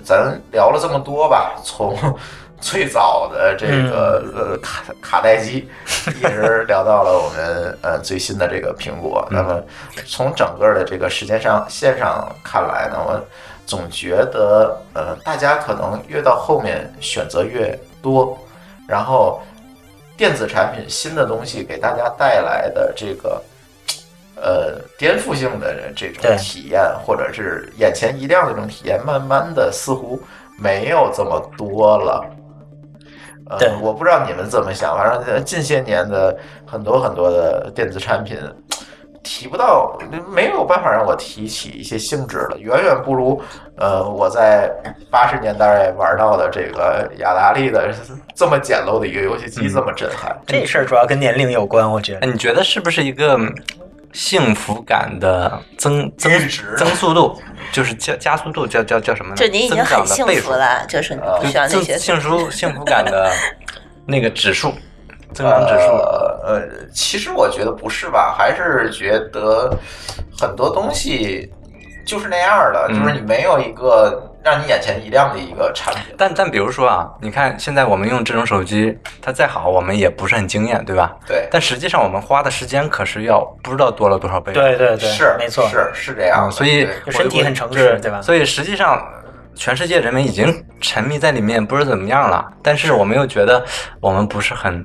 [SPEAKER 1] 咱聊了这么多吧，从 最早的这个、呃卡卡带机，一直聊到了我们呃最新的这个苹果。那么从整个的这个时间上线上看来呢，我总觉得呃大家可能越到后面选择越多，然后电子产品新的东西给大家带来的这个呃颠覆性的这种
[SPEAKER 4] 对
[SPEAKER 1] 体验，或者是眼前一亮的这种体验，慢慢的似乎没有这么多了。呃
[SPEAKER 4] 对，
[SPEAKER 1] 我不知道你们怎么想，反正呃近些年的很多很多的电子产品，提不到，没有办法让我提起一些兴致了，远远不如呃我在八十年代玩到的这个雅达利的这么简陋的一个游戏机这么震撼。
[SPEAKER 4] 嗯
[SPEAKER 1] 嗯
[SPEAKER 4] 这事儿主要跟年龄有关，我觉
[SPEAKER 3] 哎，
[SPEAKER 4] 得。
[SPEAKER 3] 你觉得是不是一个嗯幸福感的增增
[SPEAKER 1] 阈值
[SPEAKER 3] 增速度，就是加加速度叫叫叫什么呢？
[SPEAKER 2] 就你已经
[SPEAKER 3] 增长
[SPEAKER 2] 很
[SPEAKER 3] 的
[SPEAKER 2] 幸
[SPEAKER 3] 倍数
[SPEAKER 2] 福了，就是你不
[SPEAKER 3] 就
[SPEAKER 2] 需要那
[SPEAKER 3] 增
[SPEAKER 2] 些。
[SPEAKER 3] 幸福幸福感的那个指数，增长指数。
[SPEAKER 1] 呃呃，其实我觉得不是吧，还是觉得很多东西就是那样的，
[SPEAKER 3] 嗯
[SPEAKER 1] 就是你没有一个让你眼前一亮的一个产品。
[SPEAKER 3] 但但比如说啊，你看现在我们用这种手机，它再好，我们也不是很惊艳，对吧？
[SPEAKER 1] 对，
[SPEAKER 3] 但实际上我们花的时间可是要不知道多了多少倍。
[SPEAKER 4] 对对对，
[SPEAKER 1] 是
[SPEAKER 4] 没错，
[SPEAKER 1] 是是这
[SPEAKER 3] 啊，
[SPEAKER 1] 样的，
[SPEAKER 3] 所以
[SPEAKER 1] 对
[SPEAKER 4] 就身体很诚
[SPEAKER 3] 对
[SPEAKER 4] 实，对吧？
[SPEAKER 3] 所以实际上，全世界人民已经沉迷在里面，不知怎么样了。但是我们又觉得我们不是很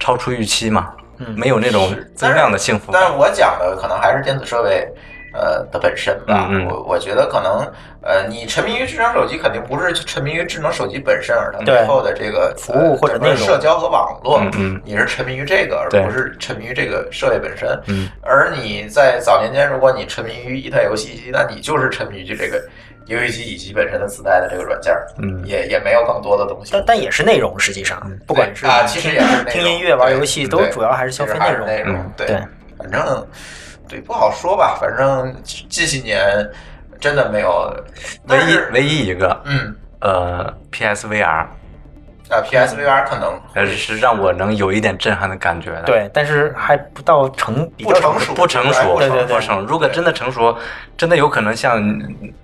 [SPEAKER 3] 超出预期嘛，
[SPEAKER 4] 嗯
[SPEAKER 3] 没有那种
[SPEAKER 1] 是
[SPEAKER 3] 增量的幸福
[SPEAKER 1] 但
[SPEAKER 3] 感。
[SPEAKER 1] 是我讲的可能还是电子设备。呃的本身吧，
[SPEAKER 3] 嗯嗯
[SPEAKER 1] 我我觉得可能，呃，你沉迷于智能手机，肯定不是沉迷于智能手机本身，而它
[SPEAKER 4] 对
[SPEAKER 1] 背后的这个
[SPEAKER 4] 服务或者
[SPEAKER 1] 呃整个
[SPEAKER 4] 内容
[SPEAKER 1] 社交和网络，
[SPEAKER 3] 嗯嗯
[SPEAKER 1] 你是沉迷于这个，而
[SPEAKER 3] 对
[SPEAKER 1] 不是沉迷于这个设备本身。
[SPEAKER 6] Mm.
[SPEAKER 3] 嗯，
[SPEAKER 1] 而你在早年间，如果你沉迷于一台游戏机，那你就是沉迷于这个游戏机以及本身的自带的这个软件，
[SPEAKER 3] 嗯
[SPEAKER 1] 也也没有更多的东西。
[SPEAKER 4] 但但也是内容，实际上不管是
[SPEAKER 1] 啊，其实也是内容
[SPEAKER 4] 听音乐、玩游戏，
[SPEAKER 1] 对
[SPEAKER 4] 都
[SPEAKER 1] 对
[SPEAKER 4] 主要还是消费
[SPEAKER 1] 其实还
[SPEAKER 4] 内
[SPEAKER 1] 是
[SPEAKER 4] 容。
[SPEAKER 1] 内
[SPEAKER 3] 嗯
[SPEAKER 1] 容，对
[SPEAKER 4] 对，
[SPEAKER 1] 反正对不好说吧，反正近些年真的没有，
[SPEAKER 3] 唯
[SPEAKER 1] 但
[SPEAKER 3] 一
[SPEAKER 1] 是
[SPEAKER 3] 唯一一个
[SPEAKER 1] 嗯
[SPEAKER 3] 呃 PSVR，
[SPEAKER 1] 啊，PSVR 可能
[SPEAKER 3] 呃是让我能有一点震撼的感觉的。。
[SPEAKER 4] 对，但是还不到成比
[SPEAKER 1] 不
[SPEAKER 4] 较
[SPEAKER 1] 成熟，
[SPEAKER 3] 不成熟，
[SPEAKER 1] 对
[SPEAKER 4] 对对
[SPEAKER 3] 不成熟。如果真的成熟，真的有可能像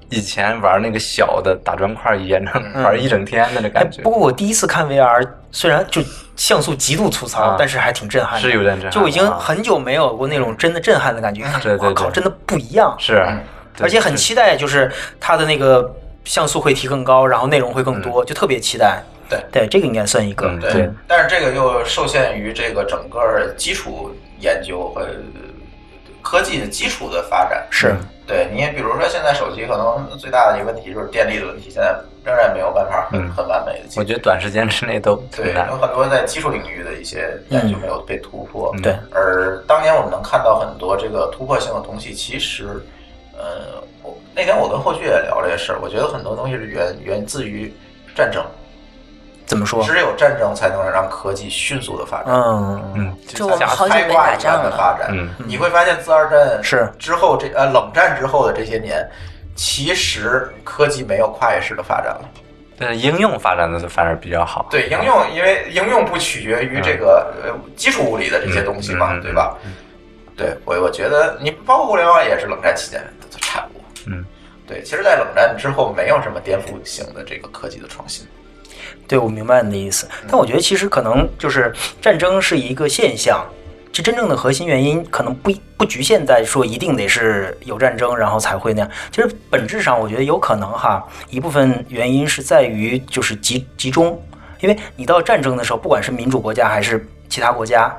[SPEAKER 3] 以前玩那个小的打砖块一样，
[SPEAKER 1] 嗯
[SPEAKER 3] 能玩一整天那种
[SPEAKER 4] 嗯哎
[SPEAKER 3] 感觉
[SPEAKER 4] 不。过我第一次看 VR，虽然就像素极度粗糙，
[SPEAKER 3] 啊
[SPEAKER 4] 但是还挺震撼的，
[SPEAKER 3] 是有点震撼
[SPEAKER 4] 就我已经
[SPEAKER 3] 啊
[SPEAKER 4] 很久没有过那种真的震撼的感觉，
[SPEAKER 3] 对对
[SPEAKER 4] 我靠，
[SPEAKER 3] 对
[SPEAKER 4] 真的不一样，嗯
[SPEAKER 3] 是，对
[SPEAKER 4] 而且很期待，就是它的那个像素会提更高，然后内容会更多，就特别期待。
[SPEAKER 1] 对
[SPEAKER 4] 对，这个应该算一个。
[SPEAKER 3] 嗯
[SPEAKER 1] 对
[SPEAKER 3] 对，
[SPEAKER 1] 但是这个又受限于这个整个基础研究和科技的基础的发展。
[SPEAKER 4] 是，
[SPEAKER 1] 对你也比如说，现在手机可能最大的一个问题就是电力的问题，现在仍然没有办法很
[SPEAKER 3] 嗯
[SPEAKER 1] 很完美的解决。
[SPEAKER 3] 我觉得短时间之内都
[SPEAKER 1] 对，
[SPEAKER 3] 很难
[SPEAKER 1] 有。很多在技术领域的一些研究没有被突破。
[SPEAKER 3] 嗯
[SPEAKER 4] 对，
[SPEAKER 1] 而当年我们能看到很多这个突破性的东西，其实，呃，我那天我跟后续也聊这个事儿，我觉得很多东西是源源自于战争，
[SPEAKER 4] 怎么说？
[SPEAKER 1] 只有战争才能让科技迅速的发展。
[SPEAKER 4] 嗯，
[SPEAKER 3] 嗯，
[SPEAKER 2] 就我们好久
[SPEAKER 1] 开
[SPEAKER 2] 没
[SPEAKER 1] 挂
[SPEAKER 2] 打
[SPEAKER 1] 一般
[SPEAKER 2] 仗
[SPEAKER 1] 的
[SPEAKER 2] 了，
[SPEAKER 1] 发展，
[SPEAKER 3] 嗯
[SPEAKER 1] 你会发现自二战
[SPEAKER 4] 是
[SPEAKER 1] 之后这呃冷战之后的这些年，其实科技没有跨越式的发展了。
[SPEAKER 3] 但是应用发展的反而比较好。
[SPEAKER 1] 对应用，因为应用不取决于这个呃基础物理的这些东西嘛，
[SPEAKER 3] 嗯嗯嗯嗯
[SPEAKER 1] 对吧？对我我觉得你包括互联网也是冷战期间的产物。
[SPEAKER 3] 嗯，
[SPEAKER 1] 对，其实，在冷战之后没有什么颠覆性的这个科技的创新。
[SPEAKER 4] 对，我明白你的意思。但我觉得其实可能就是战争是一个现象，这真正的核心原因可能不不局限在说一定得是有战争然后才会那样。其实本质上，我觉得有可能哈，一部分原因是在于就是集集中，因为你到战争的时候，不管是民主国家还是其他国家，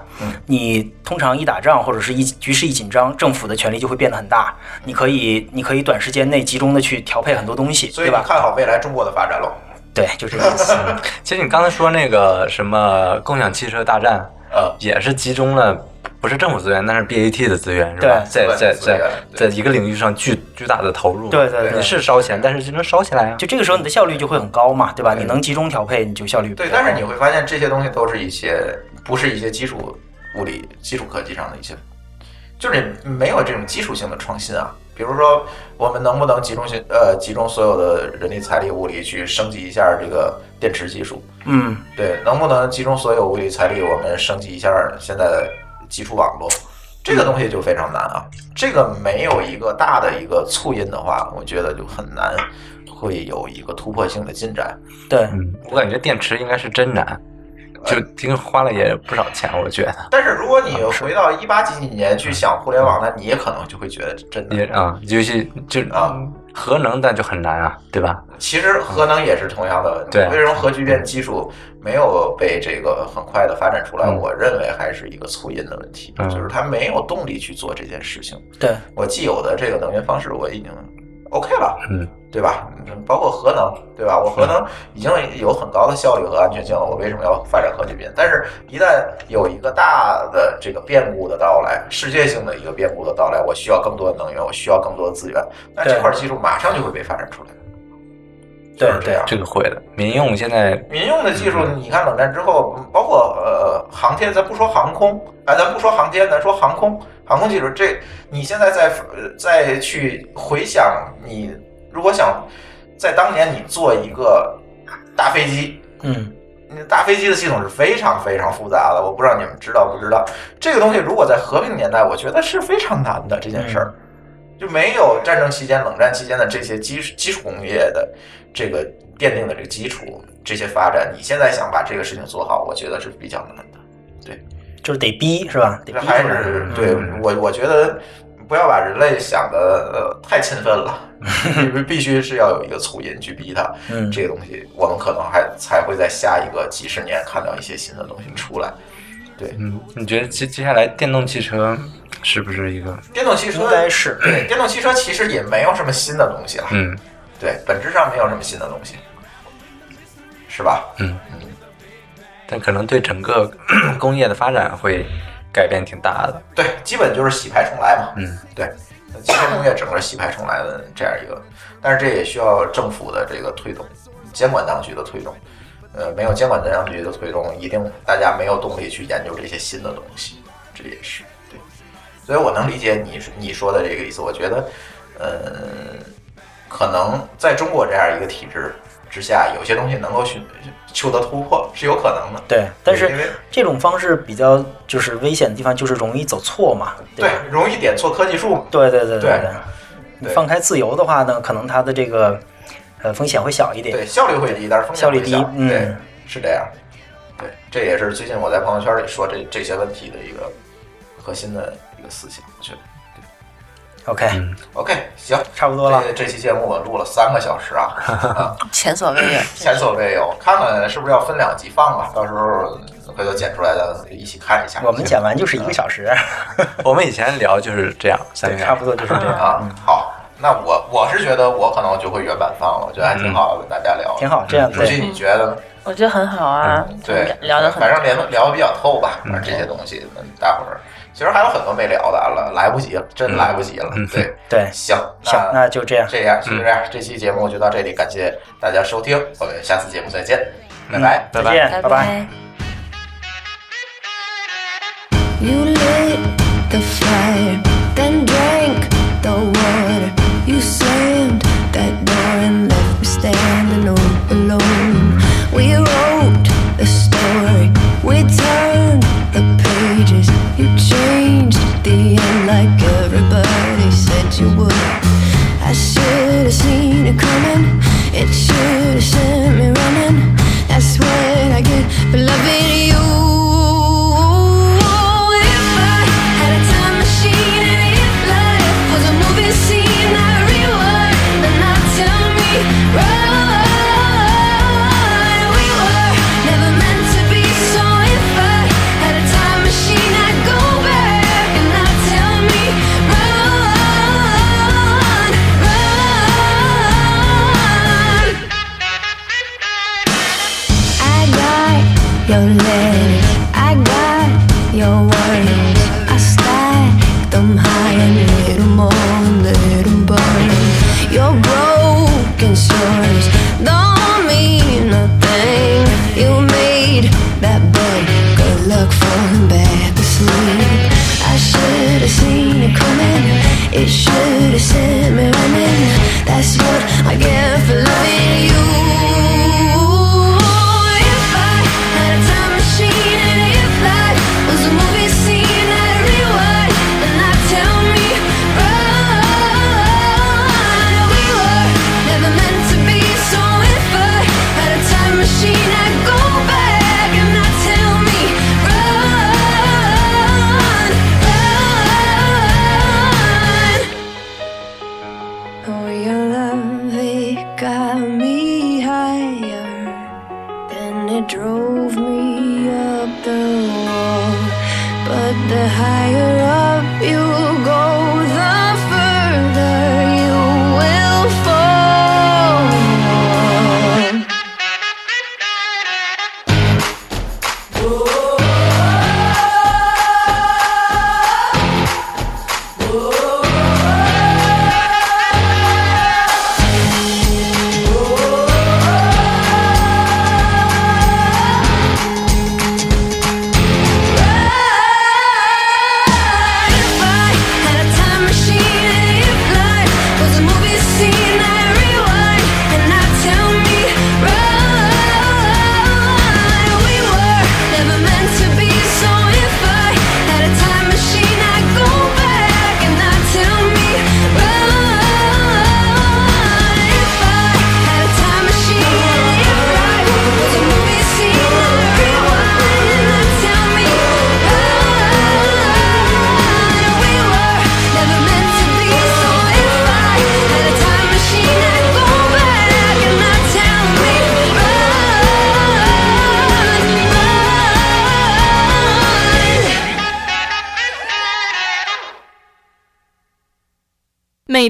[SPEAKER 4] 你通常一打仗或者是一局势一紧张，政府的权力就会变得很大。你可以你可以短时间内集中的去调配很多东西，
[SPEAKER 1] 所以
[SPEAKER 4] 对
[SPEAKER 1] 你
[SPEAKER 4] 吧？
[SPEAKER 1] 看好未来中国的发展喽？
[SPEAKER 4] 对，就这个意思。
[SPEAKER 3] 其实你刚才说那个什么共享汽车大战，
[SPEAKER 1] 呃，
[SPEAKER 3] 也是集中了不是政府资源，那是 BAT 的资源，是吧？在
[SPEAKER 1] 对
[SPEAKER 3] 在
[SPEAKER 1] 资源
[SPEAKER 3] 在在一个领域上巨巨大的投入。
[SPEAKER 4] 对对对
[SPEAKER 3] 你是烧钱，但是就能烧起来啊。
[SPEAKER 4] 就这个时候你的效率就会很高嘛，对吧？你能集中调配，你就效率比较
[SPEAKER 1] 对，
[SPEAKER 4] 高
[SPEAKER 1] 但是你会发现这些东西都是一些不是一些基础物理、基础科技上的一些，就是没有这种基础性的创新啊。比如说，我们能不能集中性呃集中所有的人力、财力、物力去升级一下这个电池技术？
[SPEAKER 4] 嗯，
[SPEAKER 1] 对，能不能集中所有物力、财力，我们升级一下现在的基础网络？这个东西就非常难啊。这个没有一个大的一个促进的话，我觉得就很难会有一个突破性的进展。
[SPEAKER 4] 对，
[SPEAKER 3] 嗯，我感觉电池应该是真难，就听花了也不少钱，我觉得
[SPEAKER 1] 但是如果你回
[SPEAKER 3] 啊
[SPEAKER 1] 到一八几几年去想互联网，那你也可能就会觉得真
[SPEAKER 3] 也
[SPEAKER 1] 的。
[SPEAKER 3] 啊，尤其就
[SPEAKER 1] 啊
[SPEAKER 3] 核能，但就很难啊，对吧？
[SPEAKER 1] 其实核能也是同样的问题
[SPEAKER 3] 对。
[SPEAKER 1] 为什么核聚变技术没有被这个很快的发展出来？
[SPEAKER 3] 嗯
[SPEAKER 1] 我认为还是一个促因的问题，
[SPEAKER 3] 嗯
[SPEAKER 1] 就是它没有动力去做这件事情。
[SPEAKER 4] 对，
[SPEAKER 1] 我既有的这个能源方式我已经 OK 了，
[SPEAKER 3] 嗯，
[SPEAKER 1] 对吧？嗯包括核能，对吧？我核能已经有很高的效率和安全性了，我为什么要发展核聚变？但是，一旦有一个大的这个变故的到来，世界性的一个变故的到来，我需要更多的能源，我需要更多的资源，那
[SPEAKER 4] 对
[SPEAKER 1] 这块技术马上就会被发展出来，
[SPEAKER 4] 对
[SPEAKER 1] 就是这样。
[SPEAKER 3] 这个会的，民用现在
[SPEAKER 1] 民用的技术，你看冷战之后，包括呃航天，咱不说航空，哎，咱不说航天，咱说航空，航空技术，这你现在再呃再去回想，你如果想在当年你做一个大飞机，
[SPEAKER 4] 嗯，
[SPEAKER 1] 那大飞机的系统是非常非常复杂的，我不知道你们知道不知道，这个东西如果在和平年代，我觉得是非常难的这件事儿。就没有战争期间、冷战期间的这些基础基础工业的这个奠定的这个基础，这些发展，你现在想把这个事情做好，我觉得是比较难的。
[SPEAKER 4] 就是得逼是吧？得
[SPEAKER 1] 这
[SPEAKER 4] 逼
[SPEAKER 1] 还
[SPEAKER 4] 出来嗯
[SPEAKER 1] 是对我，我觉得不要把人类想的呃太勤奋了， 必必须是要有一个促进去逼它。
[SPEAKER 4] 嗯，
[SPEAKER 1] 这个东西，我们可能还才会在下一个几十年看到一些新的东西出来。
[SPEAKER 3] 嗯，你觉得接接下来电动汽车是不是一个？
[SPEAKER 1] 电动汽车
[SPEAKER 4] 应该是
[SPEAKER 1] 对电动汽车其实也没有什么新的东西了，
[SPEAKER 3] 嗯，
[SPEAKER 1] 对，本质上没有什么新的东西，是吧？
[SPEAKER 3] 嗯但可能对整个 工业的发展会改变挺大的。
[SPEAKER 1] 对，基本就是洗牌重来嘛。
[SPEAKER 3] 嗯，
[SPEAKER 1] 对，汽车工业整个洗牌重来的这样一个，但是这也需要政府的这个推动，监管当局的推动。呃，没有监管当局的推动，一定大家没有动力去研究这些新的东西，这也是对。所以我能理解你你说的这个意思。我觉得，呃，可能在中国这样一个体制之下，有些东西能够寻求得突破是有可能的。
[SPEAKER 4] 对，但
[SPEAKER 1] 因为
[SPEAKER 4] 是这种方式比较就是危险的地方就是容易走错嘛，
[SPEAKER 1] 对
[SPEAKER 4] 吧？，
[SPEAKER 1] 容易点错科技树嘛。
[SPEAKER 4] 对对对
[SPEAKER 1] 对
[SPEAKER 4] 对，你
[SPEAKER 1] 对
[SPEAKER 4] 放开自由的话呢，可能它的这个呃风险会小一点。
[SPEAKER 1] 对，效率会低，但是风险
[SPEAKER 4] 效率
[SPEAKER 1] 会小
[SPEAKER 4] 低嗯
[SPEAKER 1] 对，是这样。对，这也是最近我在朋友圈里说这这些问题的一个核心的一个思想，我觉得。
[SPEAKER 4] OK，
[SPEAKER 1] OK，行，
[SPEAKER 4] 差不多了
[SPEAKER 1] 这这期节目我录了三个小时啊，啊
[SPEAKER 2] 前所未 有。
[SPEAKER 1] 前所未有，看看是不是要分两集放啊？到时候回头剪出来的一起看一下。
[SPEAKER 4] 我们讲完就是一个小时，
[SPEAKER 3] 我们以前聊就是这样，三个
[SPEAKER 4] 对，差不多就是这样，
[SPEAKER 1] 啊，好，那我我是觉得我可能就会原版放了，我觉得还挺好，跟大家聊，
[SPEAKER 4] 嗯挺。好。这样
[SPEAKER 1] 估计
[SPEAKER 4] 对，嗯
[SPEAKER 1] 你觉得呢？
[SPEAKER 2] 我觉得很好啊，
[SPEAKER 1] 嗯对，
[SPEAKER 2] 聊得很
[SPEAKER 1] 反正聊聊的比较透吧，反正这些东西，嗯大伙儿其实还有很多没聊的了，来不及了，真来不及
[SPEAKER 4] 嗯
[SPEAKER 1] 了。对，
[SPEAKER 4] 对
[SPEAKER 1] 行，
[SPEAKER 4] 行，那就这样，嗯
[SPEAKER 1] 这样就这样，这期节目就到这里，感谢大家收听，我们下次节目再见，拜拜。
[SPEAKER 3] 拜
[SPEAKER 4] 嗯再
[SPEAKER 3] 拜。
[SPEAKER 4] 见，拜拜。
[SPEAKER 8] You lit the fire, then drank the water. You slammed that door and left me standing all alone. We wrote the story, we turned the pages. You changed the end like everybody said you would. I should have seen it coming. It should have sent me running. That's what I get for loving you. If I had a time machine and if life was a movie scene, I'd rewind and I'd tell me right we were never meant to be. So if I had a time machine, I'd go back and I'd tell me run, run. I got your letters, I got your words. I stack them high and hit 'em on, lit 'em burn. Your broken stories don't mean a thing. You made that bed, good luck falling back asleep. I should have seen it coming, it should have sent me running. That's what I get for loving you. If I had a time machine and if life was a movie scene, I'd rewind and I'd tell me run. We were never meant to be, so if I had a time machine, I'd go back and I'd tell me run, run. Oh, your love, it got me higher. Then it drove me up the wall. But the higher up you go, the further you will fall. If I had a
[SPEAKER 7] 美